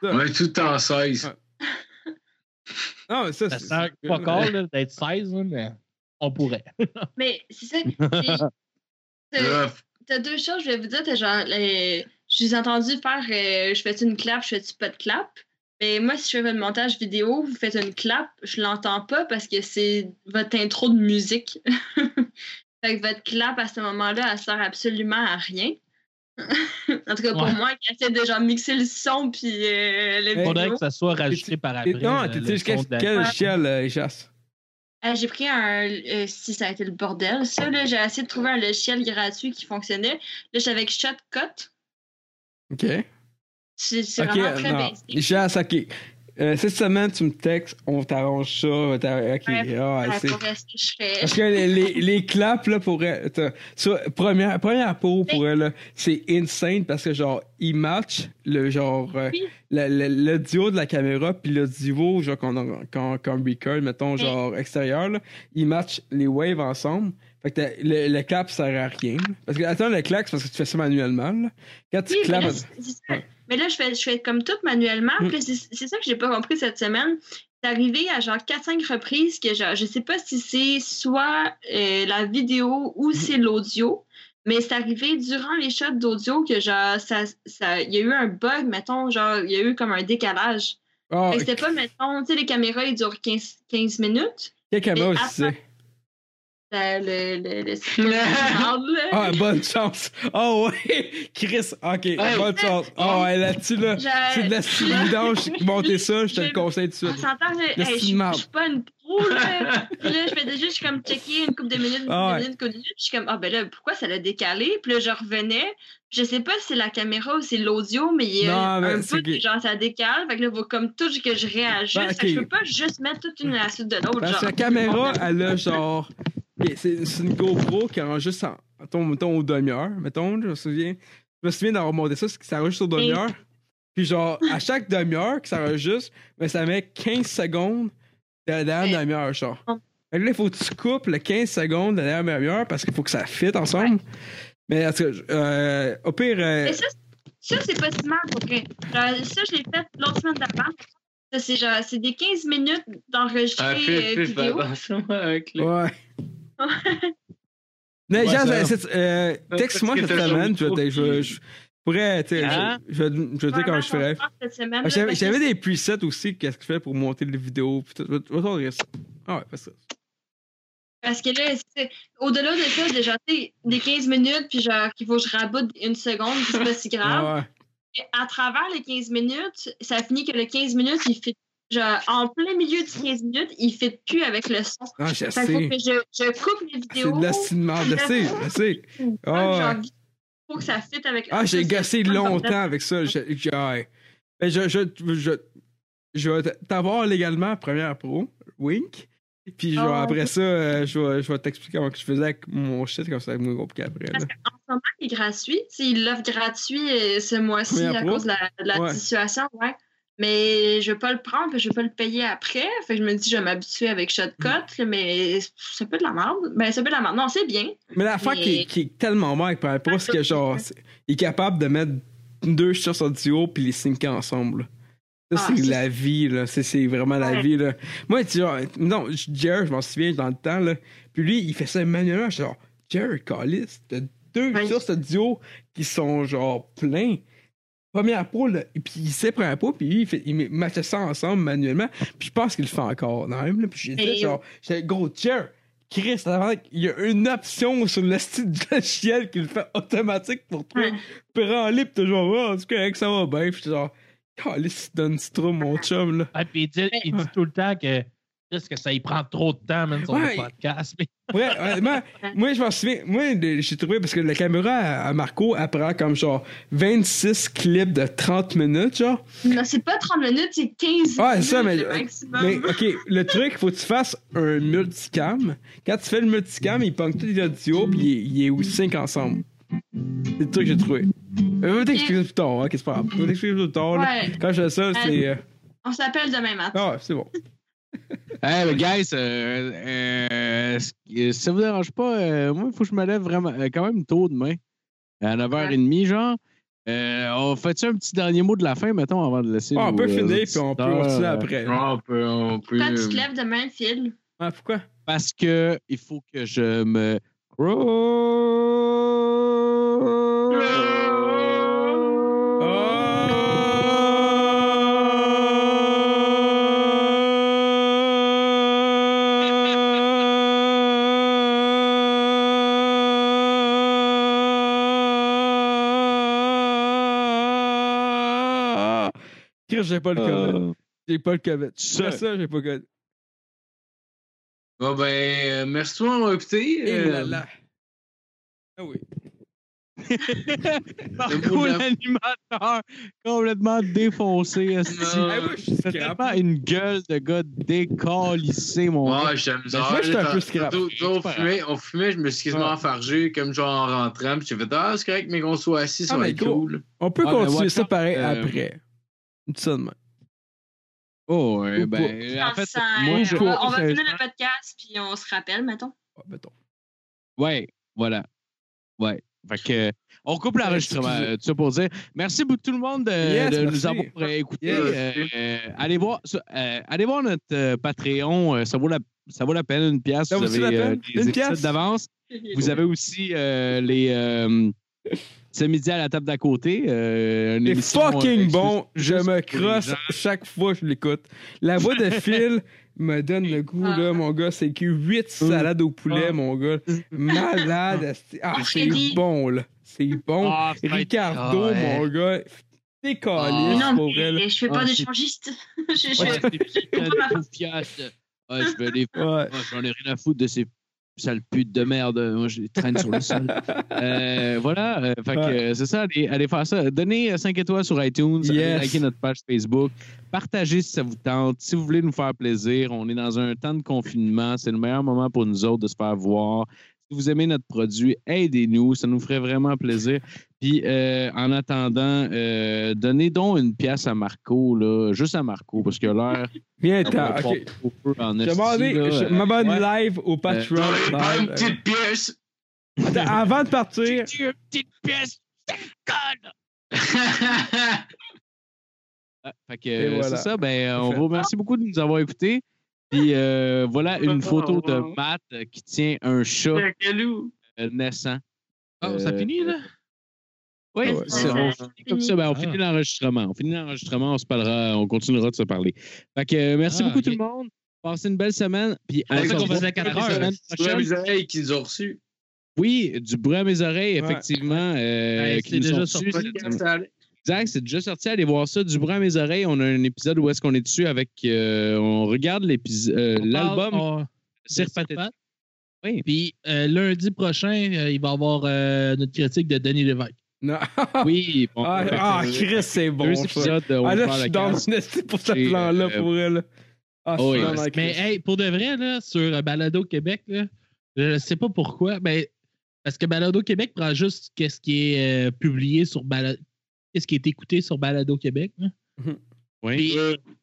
B: On est tout le temps 16.
C: Non, mais ça,
D: Ça
C: c'est-
D: sert
C: c'est-
D: pas cool là, d'être 16, là, mais on pourrait.
F: Mais c'est ça. c'est- t'as-
B: Là,
F: T'as deux choses, je vais vous dire. T'as genre. les- Je les ai entendus faire euh, je fais une clap, je fais-tu pas de clap. Mais moi, si je fais un montage vidéo, vous faites une clap, je l'entends pas parce que c'est votre intro de musique. fait que votre clap à ce moment-là, elle sert absolument à rien. en tout cas, pour
D: Ouais.
F: moi, qui essaie de genre mixer le son puis euh, le
C: Hey,
D: Faudrait
F: vidéo.
D: que ça soit rajouté
C: t'es-
D: par après.
C: t'es- Non,
D: euh,
C: t'es
D: le
C: t'es-
D: son
C: quel
D: de la-
C: quel échelle, euh, Jas?
F: Ah, j'ai pris un. euh, si ça a été le bordel, ça, là, j'ai essayé de trouver un logiciel gratuit qui fonctionnait. Là, j'étais avec Shotcut.
C: OK.
F: C'est c'est
C: OK,
F: vraiment très
C: non.
F: basique.
C: Jas, OK. Euh, cette semaine, tu me textes, on t'arrange ça. on t'arrange- OK.
F: Ouais,
C: Ah,
F: Ouais,
C: c'est-
F: pour rester, je fais.
C: Parce que les, les, les claps, là, pour. euh, attends. Sur- première, première peau pour elle, là, c'est insane parce que, genre, ils matchent le genre. euh,
F: Oui.
C: la- la- l'audio de la caméra puis l'audio, genre, qu'on a- qu'on qu'on record, mettons,
F: Oui.
C: genre, extérieur, là, ils matchent les waves ensemble. Fait que t'as- le, le clap sert à rien. Parce que, attends, le clap, c'est parce que tu fais ça manuellement, là. Quand tu
F: Oui, mais
C: claps. Mm.
F: là, c'est- c'est ça. Mais là, je fais, je fais comme tout manuellement. Puis là, c'est c'est ça que j'ai pas compris cette semaine. c'est arrivé à genre 4-5 reprises que genre, je sais pas si c'est soit euh, la vidéo
C: Mm.
F: ou c'est l'audio, mais c'est arrivé durant les shots d'audio que genre ça, ça, il y a eu un bug, mettons, genre il y a eu comme un décalage.
C: Ah,
F: Fait que c'était pas, mettons, tu sais, les caméras, ils durent 15, 15 minutes.
C: quelle caméra
F: mais
C: aussi c'est?
F: Ça, le, le, le système de sound, là.
C: Ah, bonne chance! Oh, ouais! Chris, ok, bonne chance! Oh, ouais, là-dessus, là,
F: Je-
C: c'est de la stupidance. Monter ça, je te le conseille tout de
F: On
C: suite.
F: s'entend, là,
C: Le
F: hey, je
C: cinéma.
F: je suis pas une pro, là. Puis là, je faisais juste comme checker une coupe de minutes, une couple
C: Ah ouais.
F: de minutes, une couple de minutes. Puis Je suis comme, ah ben là, pourquoi ça l'a décalé? Puis là, je revenais. Puis Je sais pas si c'est la caméra ou c'est l'audio, mais il y
C: Non,
F: a
C: mais
F: un
C: c'est
F: bout,
C: que-
F: genre, ça décale. Fait que là, faut comme tout que je réagisse.
C: Ben,
F: Fait que je
C: ok. Ben,
F: peux pas juste mettre toute une à la suite de l'autre,
C: Parce
F: genre.
C: que la caméra, elle a genre. ok, C'est c'est une GoPro qui enregistre en, mettons, mettons, aux demi-heures. Mettons, je me souviens. Je me souviens d'avoir monté ça, c'est que ça enregistre aux demi-heures. Puis genre, à chaque demi-heure que ça enregistre, mais ça met 15 secondes de la dernière demi-heure, genre. Fait que là, il faut que tu coupes le 15 secondes de la dernière demi-heure parce qu'il faut que ça fit ensemble. Mais en tout cas, euh, au pire. euh,
F: Mais ça, c'est- ça c'est pas si mal pour vrai. Genre, ça, je l'ai fait l'autre semaine d'avant. Ça, c'est genre, c'est des 15 minutes
A: Ah,
F: d'enregistrer
A: fais,
F: euh,
A: fais, fais
B: bah,
F: vidéo.
A: attention avec le.
C: ouais. Mais
B: Ouais,
C: genre,
B: ça.
C: c'est- euh, texte-moi
A: Parce que
C: cette
A: t'as
C: semaine, je,
A: genre
C: vais- je, vais- je pourrais, tu sais,
B: Hein?
C: je, je, vais- je vais te dire comment je ferais.
F: Cette semaine,
C: Ah,
F: là,
C: J'avais
F: parce que
C: j'avais des presets aussi, qu'est-ce que je fais pour monter les vidéos, pis tout, je vais- je vais t'en dire ça. Ah ouais, pas ça.
F: Parce que là, c'est- au-delà de ça, déjà, tu sais, des 15 minutes, puis genre, qu'il faut que je raboute une seconde, puis c'est pas si grave.
C: Ah ouais.
F: Et À travers les 15 minutes, ça finit que le 15 minutes, il fit. Genre, en plein milieu du 15 minutes, il fit plus avec le son.
C: Ah, je
F: Fait qu'il faut
C: sais. Ah,
F: que je, je coupe les
C: C'est
F: vidéos.
C: de la style de merde, je sais, je sais. Ah, ouais.
F: pour que ça fit avec.
C: Ah, j'ai gossé
F: Ça, ça me
C: longtemps avec ça. Je, je, ouais. Mais je, je, je, je vais t'avoir légalement première pro, wink. Puis je vais-
F: Ah.
C: après ça, euh, je vais, je vais t'expliquer comment que je faisais avec mon shit, comme ça, avec mon groupe après. là.
F: Parce qu'en ce moment, il est gratuit. Tu sais, il l'offre gratuit euh, ce mois-ci
C: Première
F: à
C: pro.
F: cause de la, de la
C: Ouais.
F: situation, ouais. Mais je ne vais pas le prendre, puis je ne vais pas le payer après. Fait que je me dis, je vais m'habituer avec
C: Mm.
F: Shotcut, mais c'est un peu de la merde. Ben, c'est un peu de la merde. Non, c'est bien.
C: Mais l'affaire
F: Mais-
C: qui, est- qui est tellement mal avec Première Pro, c'est que
F: Ah,
C: genre, c'est- il est capable de mettre deux sur audio puis les syncer ensemble. Ça,
F: Ah,
C: c'est
F: c'est-
C: la vie, là. C'est- C'est vraiment la
F: Ouais.
C: vie, là. Moi, tu genre, non, j- Jerry, je m'en souviens dans le temps, là. Puis lui, il fait ça manuellement. Je suis genre, Jerry Callis, t'as deux
F: Ouais.
C: sources audio qui sont genre pleins. Première pro, là. Et puis il sait Première pro, puis lui, il, fait, il matche ça ensemble manuellement. Puis je pense qu'il le fait encore, quand même, là. Puis j'ai
F: Mais-
C: dit, genre, j'étais gros, Jerry. Chris, avant, il y a une option sur le style de la chienne qui le fait automatique pour toi.
F: Ouais.
C: Puis en libre, t'es genre, oh, en tout cas, ça va bien. Puis t'es genre, calisse, donne tu trop, mon chum, là.
D: Ouais, Ah, puis il dit, il dit tout le temps que, Qu'est-ce que ça y prend trop de temps, même, son
C: Ouais.
D: podcast. Mais
C: Ouais, honnêtement, moi, je m'en souviens, moi, le- j'ai trouvé, parce que la caméra à, à Marco, elle prend comme genre 26 clips de 30 minutes, genre.
F: Non, c'est pas 30 minutes, c'est 15
C: Ouais,
F: minutes
C: ça, mais- euh,
F: le maximum.
C: Mais ok, le truc, faut que tu fasses un multicam. Quand tu fais le multicam, il punk tous les audios puis il, il est 5 ensemble. C'est le truc que j'ai trouvé. Euh, Je vais t'expliquer plus tard, ok, c'est pas grave. Je vais t'expliquer plus tard. là.
F: Ouais,
C: Quand je fais ça, c'est. euh,
F: on s'appelle demain matin.
C: Ah ouais, c'est bon.
B: Hey, mais guys, euh, euh, est-ce que- si ça vous dérange pas, euh, moi, il faut que je me lève vraiment, euh, quand même tôt demain, à 9h30, genre. Euh, on fait-tu un petit dernier mot de la fin, mettons, avant de laisser.
C: Ah, on
B: nos,
C: peut
B: euh,
C: finir, puis on peut
B: auditeurs,
C: continuer
B: euh,
C: après.
A: Ah, on peut. On peut
F: Quand tu te lèves demain, Phil,
C: Ah, pourquoi?
B: Parce que il faut que je me.
C: Oh!
B: Cross-
C: Chris, j'ai pas le
B: Euh,
C: COVID. J'ai pas le COVID.
B: Ça.
C: Ça, ça j'ai pas le COVID.
A: Bon, ben, euh, merci de m'avoir écouté.
C: Et
A: euh,
C: Eh là, là. Ah oui.
B: Marco, l'animateur, complètement défoncé. esti.
A: Non.
C: Ah, moi, je suis
B: C'est
C: scrap.
B: tellement une gueule de gars décalissé, mon gars.
A: Ouais, j'aime ça.
C: moi, j'étais un peu scrap.
A: On fumait, on fumait, je me suis quasiment
C: Ouais.
A: enfargé, comme genre en rentrant, puis j'ai fait Ah, c'est correct, mais qu'on soit assis, ça
C: Ah,
A: va
C: mais
A: être
C: gros.
A: cool.
C: On peut
B: Ah, ben,
C: continuer
B: watch
C: ça
B: out,
C: pareil
B: euh,
C: après. Tout ça de même.
B: Oh,
C: Ou
B: ouais, ben,
F: on
B: en fait,
F: s'en-
B: moi, je
F: euh, on va, on va
B: je-
F: finir le podcast, puis on se rappelle, mettons.
C: Ah, mettons.
B: Ouais, voilà. Ouais.
A: Fait que, on coupe l'enregistrement, euh, tout ça pour dire. Merci beaucoup tout le monde de,
C: Yes,
A: de nous
C: merci.
A: avoir euh, écoutés.
C: Yes.
A: Euh, euh, allez, voir, ça- euh, allez voir notre euh, Patreon. euh, ça, vaut la, ça vaut la peine, une pièce.
C: Ça
A: vous
C: vaut-tu
A: avez
C: la
A: euh,
C: peine?
A: des
C: Une
A: épisodes
C: pièce?
A: d'avance. Vous avez aussi euh, les. euh, ce midi à la table d'à côté. euh, une
C: C'est
A: émission, euh,
C: fucking
A: exclusive.
C: bon. Je me
A: pour les
C: crosse
A: gens.
C: chaque fois que je l'écoute. La voix de Phil me donne le goût, là, mon gars. C'est que 8
B: Hum.
C: salades au
B: Ah.
C: poulet, mon gars. Malade. asti. Ah, c'est
F: Chérie.
C: bon, là. C'est bon.
B: Ah, c'est-
C: Ricardo,
B: ah, ouais.
C: mon gars. T'es
B: Ah.
C: calé,
F: non,
C: pour vrai, là.
F: mais je fais pas
B: Ah,
F: d'échangiste. Je- je-
B: Ouais, c'est des petites têtes bouffiasses. Ah, je vais les
C: Ouais.
B: Ah, J'en ai rien à foutre de ces sales putes de merde. Moi, je les traîne sur le sol. Euh, voilà. euh, fait que,
C: Ouais.
B: euh, c'est ça. Allez, allez faire ça. Donnez 5 étoiles sur iTunes. Allez
C: Yes.
B: liker notre page Facebook. Partagez si ça vous tente. Si vous voulez nous faire plaisir, on est dans un temps de confinement. C'est le meilleur moment pour nous autres de se faire voir. Si vous aimez notre produit, aidez-nous. Ça nous ferait vraiment plaisir. Puis, euh, en attendant, euh, donnez donc une pièce à Marco, là, juste à Marco, parce que l'heure,
C: Viens,
B: on va
C: attends.
B: pas
C: Ok.
B: trop peu en
C: Je
B: Ah, esti,
C: m'abonne
B: là.
C: je m'abonne live au Patreon.
L: Une
C: Live.
L: petite pièce.
C: Attends, avant de partir,
B: Ah, Fait que
C: Et
B: euh,
C: voilà.
B: c'est ça, ben, euh, on
C: Parfait.
B: vous remercie beaucoup de nous avoir écoutés. Puis euh, voilà une photo de Matt euh, qui tient un chat
F: Un galou.
B: euh, naissant. Euh,
A: Ah, ça finit, là?
B: Oui,
C: Ah ouais.
B: c'est- on finit comme ça, ben, on finit
A: Ah.
B: l'enregistrement. On finit l'enregistrement, on se parlera, on continuera de se parler. Fait que euh, merci
A: Ah,
B: beaucoup
A: ok.
B: tout le monde. Passez une belle semaine. Puis on
A: C'est
B: se
A: ça qu'on
B: revoit
A: faisait à
B: la
A: 4 heures.
B: semaine
L: Sur
B: prochaine.
L: les oreilles qu'ils ont reçues.
B: Oui, du bruit à mes oreilles,
C: Ouais.
B: effectivement. euh,
A: Ouais,
B: qui
A: c'est
B: nous
A: déjà
B: sont
A: sorti.
B: reçus. Exact, c'est déjà sorti. Allez voir ça. Du bruit à mes oreilles. On a un épisode où est-ce qu'on est dessus avec. euh, on regarde l'épis- euh,
D: On
B: l'album
D: parle, on-
B: Cirque
D: de Cirque
B: Pathétique.
D: Pat.
B: Oui.
D: Puis euh, lundi prochain, euh, il va y avoir euh, notre critique de Denis Lévesque.
C: Non.
B: Oui, bon,
C: Ah,
B: fait que,
C: ah,
B: euh,
C: Chris, c'est bon.
B: deux
C: ça.
B: épisodes. euh, on
C: Ah là,
B: parle
C: je suis
B: à
C: dans
B: quatre.
C: une esti pour ce
B: Et,
C: plan-là,
B: euh,
C: pour elle. Ah,
B: oh,
C: je suis
B: oui.
C: dans la
D: Mais
C: crise.
D: hey, pour de vrai, là, sur euh, Balado Québec, là, je ne sais pas pourquoi, mais parce que Balado Québec prend juste qu'est-ce qui est euh, publié sur Balado, qu'est-ce qui est écouté sur Balado Québec. là.
C: Mhm.
B: Oui.
D: Puis, puis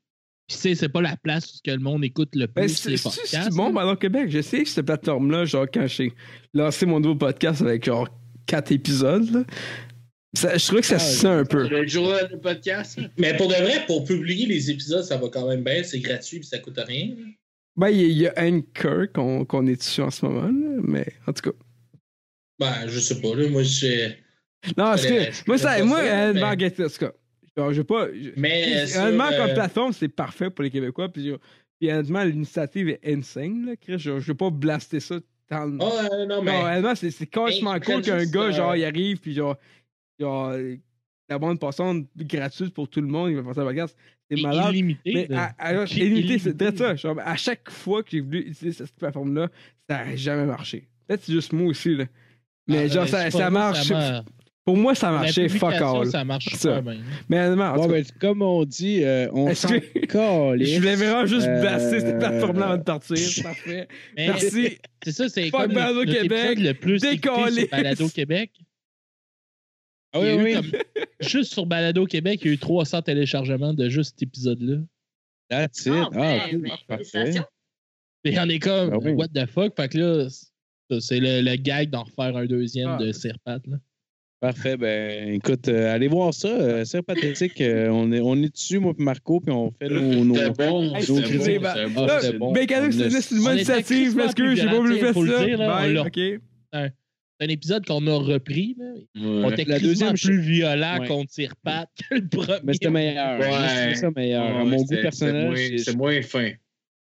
D: c'est- c'est pas la place où ce que le monde écoute le
C: Ben,
D: plus
C: c'est
D: les
C: c'est-
D: podcasts.
C: c'est
M: hein?
C: bon, ben, dans Québec, j'ai essayé cette plateforme-là, genre, quand j'ai lancé mon nouveau podcast avec, genre, quatre épisodes, là. Ça- je trouvais
M: Ah,
C: que ça se sent un peu.
N: Le journal de podcast.
M: Mais pour de vrai, pour publier les épisodes, ça va quand même bien. C'est gratuit puis ça coûte rien.
C: Ben, il y, a- il y a Anchor qu'on qu'on est dessus en ce moment, là, mais en tout cas.
M: Ben, je sais pas. Là, moi, je.
C: Non, parce
M: Mais,
C: que, moi,
M: je connais
C: ça,
M: pas
C: moi,
M: ça,
C: elle
M: mais-
C: m'a en tout cas. Genre, j'ai pas. je-
M: Mais.
C: Puis,
M: sur,
C: Honnêtement, comme
M: euh,
C: plateforme, c'est parfait pour les Québécois. Puis, euh, puis honnêtement, l'initiative est insane. Là, Chris. Je, je veux pas blaster ça tant.
M: Ah, euh, non, mais.
C: non, honnêtement, c'est, c'est complètement
M: Mais,
C: cool qu'un
M: juste,
C: gars,
M: euh,
C: genre, il arrive, puis genre, genre euh, la bande passante gratuite pour tout le monde, il va passer un podcast. C'est
D: Et
C: malade.
D: illimité.
C: Mais
D: de-
C: à, à-
D: Puis
C: illimité, c'est
D: illimité.
C: très ça. Genre, à chaque fois que j'ai voulu utiliser cette plateforme-là, ça n'a jamais marché. Peut-être c'est juste moi aussi, là. Mais
D: Ah,
C: genre,
D: ben, je
C: ça,
D: sais
C: ça
D: pas,
C: marche.
D: mar-
C: Pour moi, ça
D: la
C: marchait fuck
D: publication,
C: all.
D: Ça marche
C: Ça.
D: super bien.
C: Mais honnêtement, en
A: Bon,
C: tout cas,
A: ben, comme on dit, euh, on s'en
C: Est-ce que-
A: calisse.
C: Je voulais vraiment juste
A: Euh,
C: blaster cette plateforme-là avant de partir. Parfait.
D: Mais
C: Merci.
D: c'est ça, c'est
C: Fuck
D: comme le-
C: Balado
D: notre
C: Québec,
D: épisode le plus écouté
C: décollé.
D: sur Balado Québec.
A: Ah
D: Il y a
A: oui,
D: eu
A: oui.
D: comme- juste sur Balado Québec, il y a eu 300 téléchargements de juste cet épisode-là.
A: That's it.
F: Non,
A: Ah,
F: ben,
A: ok,
F: ben,
A: parfait.
F: félicitations.
D: Et on est comme,
A: Ah oui.
D: what the fuck? Fait que là, c'est- c'est le, le gag d'en refaire un deuxième
C: Ah.
D: de Serpat. là.
A: Parfait. Ben, écoute, euh, allez voir ça. euh, c'est pathétique. euh, on, est, on est dessus, moi et Marco, puis on fait nos. nos...
N: C'était bon.
C: Hey,
N: c'était
C: excusez,
N: bon,
C: ben,
N: c'était bon,
C: là,
N: c'était bon.
C: Mécano,
A: on
C: c'est
A: a-
C: c'est une bonne
D: on était
C: initiative. Je
D: crissement
C: m'excuse, j'ai pas voulu
D: plus
C: faire
D: garantis, faut
C: ça.
D: le dire, là, on
C: Bye.
D: l'a.
C: OK.
D: C'est un épisode qu'on a repris. là.
N: Ouais.
D: On était
A: La
D: la
A: deuxième,
D: deuxième plus violent
A: Ouais.
D: contre Serpat que le premier.
A: Mais c'était meilleur.
N: Ouais.
A: Moi, je trouvais ça meilleur. à
N: Ouais,
A: mon goût
N: c'était-
A: personnel,
N: c'était
A: j'ai-
N: moins- C'est moins fin.
A: ouais,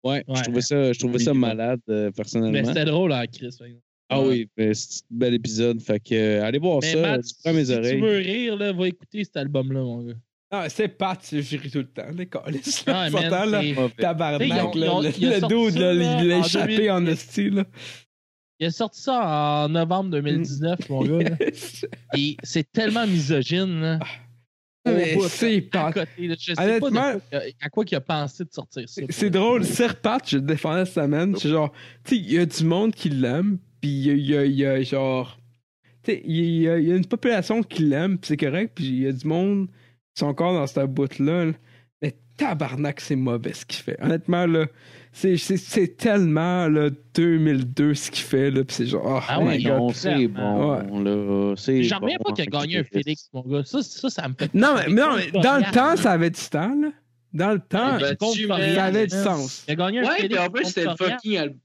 A: je
D: Ouais.
A: trouvais ça, je trouvais ça
D: Oui.
A: malade, euh,
D: Mais
A: personnellement.
D: c'était drôle en Chris. par exemple.
A: ah oui, mais c'est un bel épisode. Fait que, euh, allez voir
D: Mais
A: ça.
D: Matt,
A: tu prends mes
D: si
A: oreilles.
D: tu veux rire, là, va écouter cet album-là, mon gars.
C: Non, Ah, c'est Pat, je ris tout le temps. Les câlisses, là,
D: Ah,
C: tu
D: man,
C: entends, là?
D: c'est- Ils ont-
C: Tabarnak,
D: ils
C: là.
D: ont-
C: Le
D: ils ont
C: le
D: sorti
C: dude,
D: ça,
C: là, il l'a
D: en
C: échappé
D: 2000.
C: en hostie, là.
D: Il a sorti ça en novembre 2019, mon gars. là. Ah, Et c'est tellement misogyne. Là.
C: Mais
D: Au bout,
C: Oh, c'est
D: à
C: Pat.
D: côté, là. Je sais pas de
C: Honnêtement,
D: quoi qu'il a- à quoi qu'il a pensé de sortir ça.
C: C'est drôle, Serpat, je le défendais cette semaine. C'est genre, tu sais, il y a du monde qui l'aime, puis il y a- il y a, il y a genre. Tu sais, il y, a il y a une population qui l'aime, puis c'est correct, puis il y a du monde qui sont encore dans cette bout-là. là. Mais tabarnak, c'est mauvais ce qu'il fait. Honnêtement, là, c'est, c'est, c'est tellement là, 2002 ce qu'il fait, là, pis c'est genre, oh,
A: Ah ouais,
C: my
A: non,
C: God.
A: c'est bon, là. C'est
D: J'en reviens
A: bon,
D: pas qu'il a gagné un Félix, mon gars. Ça, ça, ça me fait.
C: Non, mais, mais non, mais dans le temps, ça avait du temps, là. Dans le temps,
B: Ben, tu mets-
C: Ah, ça avait du sens.
D: Il a gagné un
B: Ouais,
D: Félix.
B: puis en plus,
D: contre
B: c'était le
D: Florian.
B: fucking, al-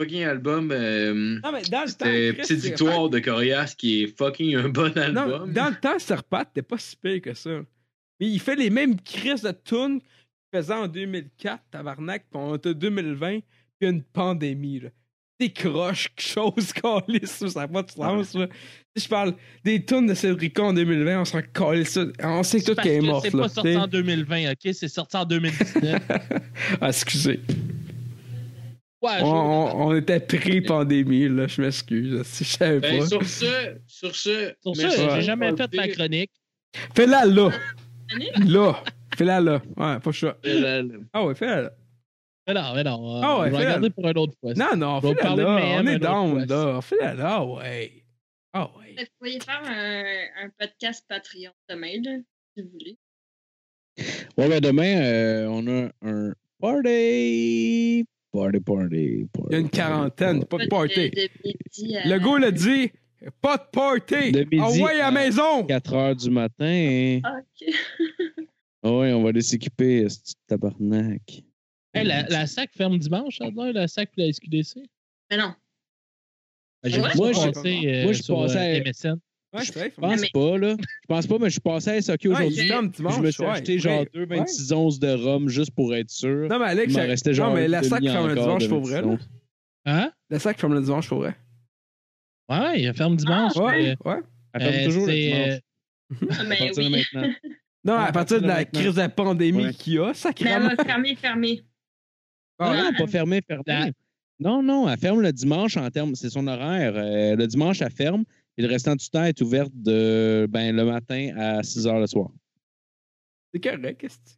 B: fucking album. euh,
C: Non, mais dans
N: Ah,
C: le
B: c'était Petite Victoire de Corias qui est fucking un bon
C: Non,
B: album.
C: dans le temps, Serpat, t'es pas si pire que ça. Mais il fait les mêmes crises de tunes qu'il faisait en 2004, tabarnak, puis on est en 2020, puis il y a une pandémie, là. Décroche quelque chose, calisse, ça n'a pas de sens, là. Si je parle des tunes de Cédrico en 2020, on s'en calisse, ça. on sait tout
D: Parce
C: qu'elle est
D: que
C: morte,
D: C'est
C: là.
D: pas sorti
C: t'sais.
D: en 2020, ok? C'est sorti en 2019.
C: Ah, excusez.
D: Ouais,
C: On, on- on était pris pandémie, là, je m'excuse, là, si je savais
B: Ben,
C: pas.
B: sur ce, sur ce,
D: Pour ça,
B: merci
C: Ouais.
D: j'ai jamais
B: de
D: fait ma chronique.
C: Fais-la là! Là! Fais-la là! Ouais, pas ça.
B: parler.
C: Ah ouais, fais-la là!
D: Mais non, mais non. euh,
C: Ah ouais,
D: je
C: fais
D: vais garder pour une autre fois.
C: Non, non,
D: On va
C: fais-la
D: parler de
C: là.
D: M
C: On
D: un
C: est
D: autre
C: down,
D: fois.
C: là. Fais-la là, ouais. Ah, ouais.
F: Vous pourriez faire un, un podcast Patreon demain, là, si vous voulez.
A: Ouais, ben demain, euh, on a un party. Party, party, party.
C: Il y a une quarantaine, pas de
F: Party.
C: party. Le gars l'a dit, pas de
A: De
C: party.
A: midi hein.
C: Envoyez à
A: à-
C: la maison.
A: 4 heures du matin. hein.
F: Ok.
A: Ah ouais, on va aller s'équiper, ce petit tabarnak.
D: Hey, Eh, la, la SAC ferme dimanche, ça doit, la SAC puis la SQDC.
F: Mais non.
A: Ah, j'ai-
F: Ouais,
A: moi,
C: je-
A: je
D: passé,
A: moi, je pensais à-
D: MSN.
C: Ouais, c'est vrai. faut-
A: pense
F: mais-
A: pas, là. Je pense pas, mais je suis passé à SAQ
C: Ouais,
A: aujourd'hui.
C: il ferme dimanche,
A: je me suis
C: ouais.
A: acheté
C: Ouais.
A: genre 2 26 onces de rhum juste pour être sûr.
C: Non, mais Alex,
A: Il m'en
C: ça-
A: restait
C: non,
A: genre
C: mais
A: une
C: la sac
A: demi
C: ferme le
A: encore
C: dimanche
A: de
C: pour vrai. là.
A: 26 onces.
D: Hein?
C: La sac ferme le dimanche pour vrai.
D: Ouais, il ferme dimanche.
C: Ah, Ouais,
D: mais,
C: ouais.
A: Elle ferme
D: euh,
A: toujours le
D: c'est, Ben
A: dimanche.
D: euh,
A: À
F: Mais
A: partir de
F: Ah, ben oui.
A: maintenant.
C: Non,
A: Ouais,
C: à partir de la
A: maintenant.
C: crise de la pandémie
A: Ouais.
C: qu'il y a,
F: Mais elle
C: sacrément.
F: m'a fermé, fermé.
A: Ah
C: Ah,
A: non, pas fermé, fermé.
D: La-
A: Non, non, elle ferme le dimanche en termes. C'est son horaire. Euh, le dimanche, elle ferme. Et le restant du temps est ouverte de ben, le matin à 6 h le soir.
C: C'est correct, qu'est-ce que tu-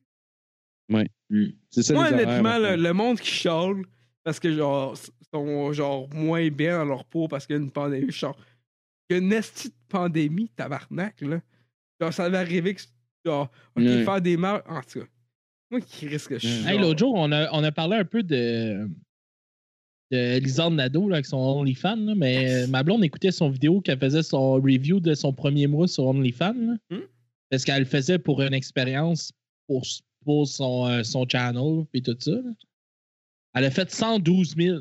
A: C'est ça les
C: Moi,
A: horaires,
C: honnêtement,
A: maintenant.
C: le, le monde qui chiale parce que, genre, s- sont, genre, moins bien dans leur peau parce qu'il y a une pandémie, je suis genre, il y a une esti de pandémie, tabarnak, là. Genre, ça va arriver que, genre, ok,
A: Ouais.
C: faire des mal, en tout cas. Moi, qui risque que je suis.
D: Hey,
C: genre-
D: l'autre jour, on a, on a parlé un peu de, de Lisande Nadeau là, avec son OnlyFans, là, mais euh, ma blonde écoutait son vidéo qu'elle faisait son review de son premier mois sur OnlyFans. là.
C: Hmm.
D: Parce qu'elle le faisait pour une expérience pour, pour son, euh, son channel et tout ça. là. Elle a fait 112 000.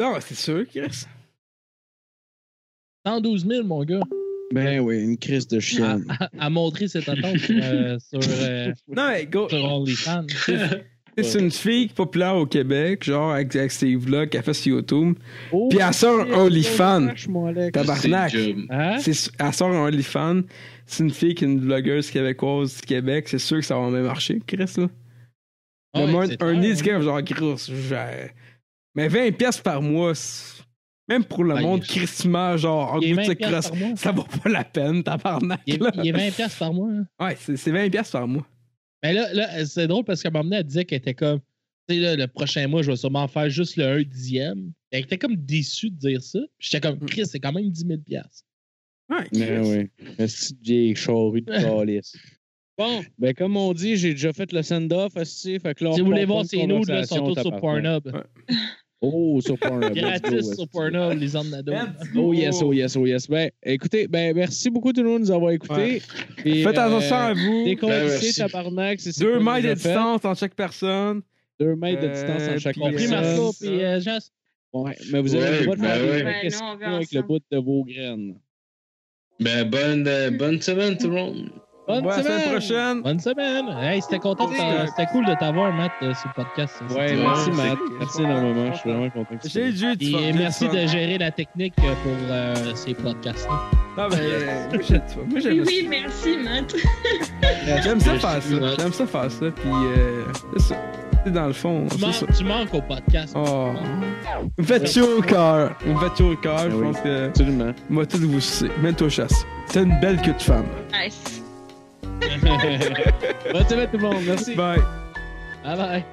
C: Non, c'est sûr, Chris.
D: 112 000, mon gars,
A: Ben oui, une crise de
D: à,
A: chienne.
D: à- à montrer cette attente sur, euh, sur, euh,
C: Non, mais go,
D: sur OnlyFans.
C: c'est une fille populaire au Québec, genre, avec, avec ses vlogs qu'elle fait sur YouTube.
A: Oh,
C: Puis elle sort un OnlyFans.
A: mon Alex.
C: Tabarnak.
B: C'est le job.
D: Hein?
C: C'est- Elle sort un OnlyFans. C'est une fille qui est une blogueuse québécoise du Québec. C'est sûr que ça va même marcher, Chris, là.
D: Ah Ouais,
C: Le monde-
D: c'est
C: un
D: clair, hein.
C: nid genre gros. j'ai- Mais 20 pièces par mois, c'est- même pour le
D: Ah,
C: monde
D: il-
C: crissement, genre en
D: Il est
C: goût de
D: 20
C: crosse,
D: piastres par mois.
C: ça vaut pas la peine, tabarnak.
D: Il
C: là.
D: est, il est 20 piastres par mois. hein.
C: Ouais, c'est c'est 20 pièces par mois.
D: Mais là, là c'est drôle parce qu'à un moment donné, elle disait qu'elle était comme. Tu sais, là, le prochain mois, je vais sûrement faire juste le 1 dixième. Elle était comme déçue de dire ça. Puis j'étais
C: Mm.
D: comme, Chris, c'est quand même 10 000
C: Ouais,
A: Ben
C: Chris.
A: oui. Une petite vieille charrue de calice.
D: Bon,
A: Ben comme on dit, j'ai déjà fait le send-off, esti, fait que là, on
D: si vous voulez
A: repart
D: voir
A: pas
D: ces
A: une
D: nudes, là,
A: conversation,
D: sont tous sur
A: tabarnak.
D: Pornhub.
A: Oh, sur Pornhub. Let's go,
D: Gratis
A: esti.
D: sur Pornhub, les Nado.
A: Oh yes, oh yes, oh yes. Ben, écoutez, ben merci beaucoup tout le monde de nous avoir écoutés. Puis,
C: Faites attention
A: euh,
C: à vous.
B: Ben,
A: Décollissez, tabarnak. c'est- c'est
C: Deux
A: pas
C: mètres de
A: déjà fait.
C: distance en chaque personne.
A: Deux mètres de distance
C: Euh,
A: en chaque
C: puis,
D: Compris
A: personne.
D: Marco,
C: ça.
D: puis euh, Jas.
A: Ouais, mais vous avez
B: Ouais,
A: le droit de
B: ben
A: faire des
B: ouais.
A: vrais
F: Ouais,
A: questions
F: non, on veut
A: avec le
F: ensemble.
A: bout de vos graines.
B: Ben, bonne, euh, bonne semaine, tout le monde.
C: On
D: Bonne
C: voit la semaine
D: semaine!
C: prochaine.
D: Bonne semaine! Hey, c'était content de t'avoir- C'était cool de t'avoir, Matt, euh, sur le podcast. ça,
A: Ouais,
D: c'était-
A: merci,
B: c'est-
A: Matt. Merci énormément. Je suis vraiment content que tu sois
C: J'ai
A: là.
C: dû
D: Et euh, merci de gérer la technique euh, pour euh, ces podcasts.
C: Non, ben, euh, moi, j'ai- tu vois, moi,
F: Oui,
C: j'aime
F: oui, merci, Matt.
C: ça. J'aime ça faire ça. J'aime ça faire ça. Puis, euh, c'est ça. C'est dans le fond,
D: Tu,
C: c'est ça.
D: manques- tu manques au podcast.
C: Oh. Vous me faites chaud au cœur. Vous me faites chaud au cœur. Je
A: oui.
C: pense que.
A: Absolument.
C: Moi, tout vous sucer. Même toi, chasse. T'as une belle queue de femme.
F: Nice.
A: Bonne semaine, tout le monde. Merci.
C: Bye.
D: Bye bye!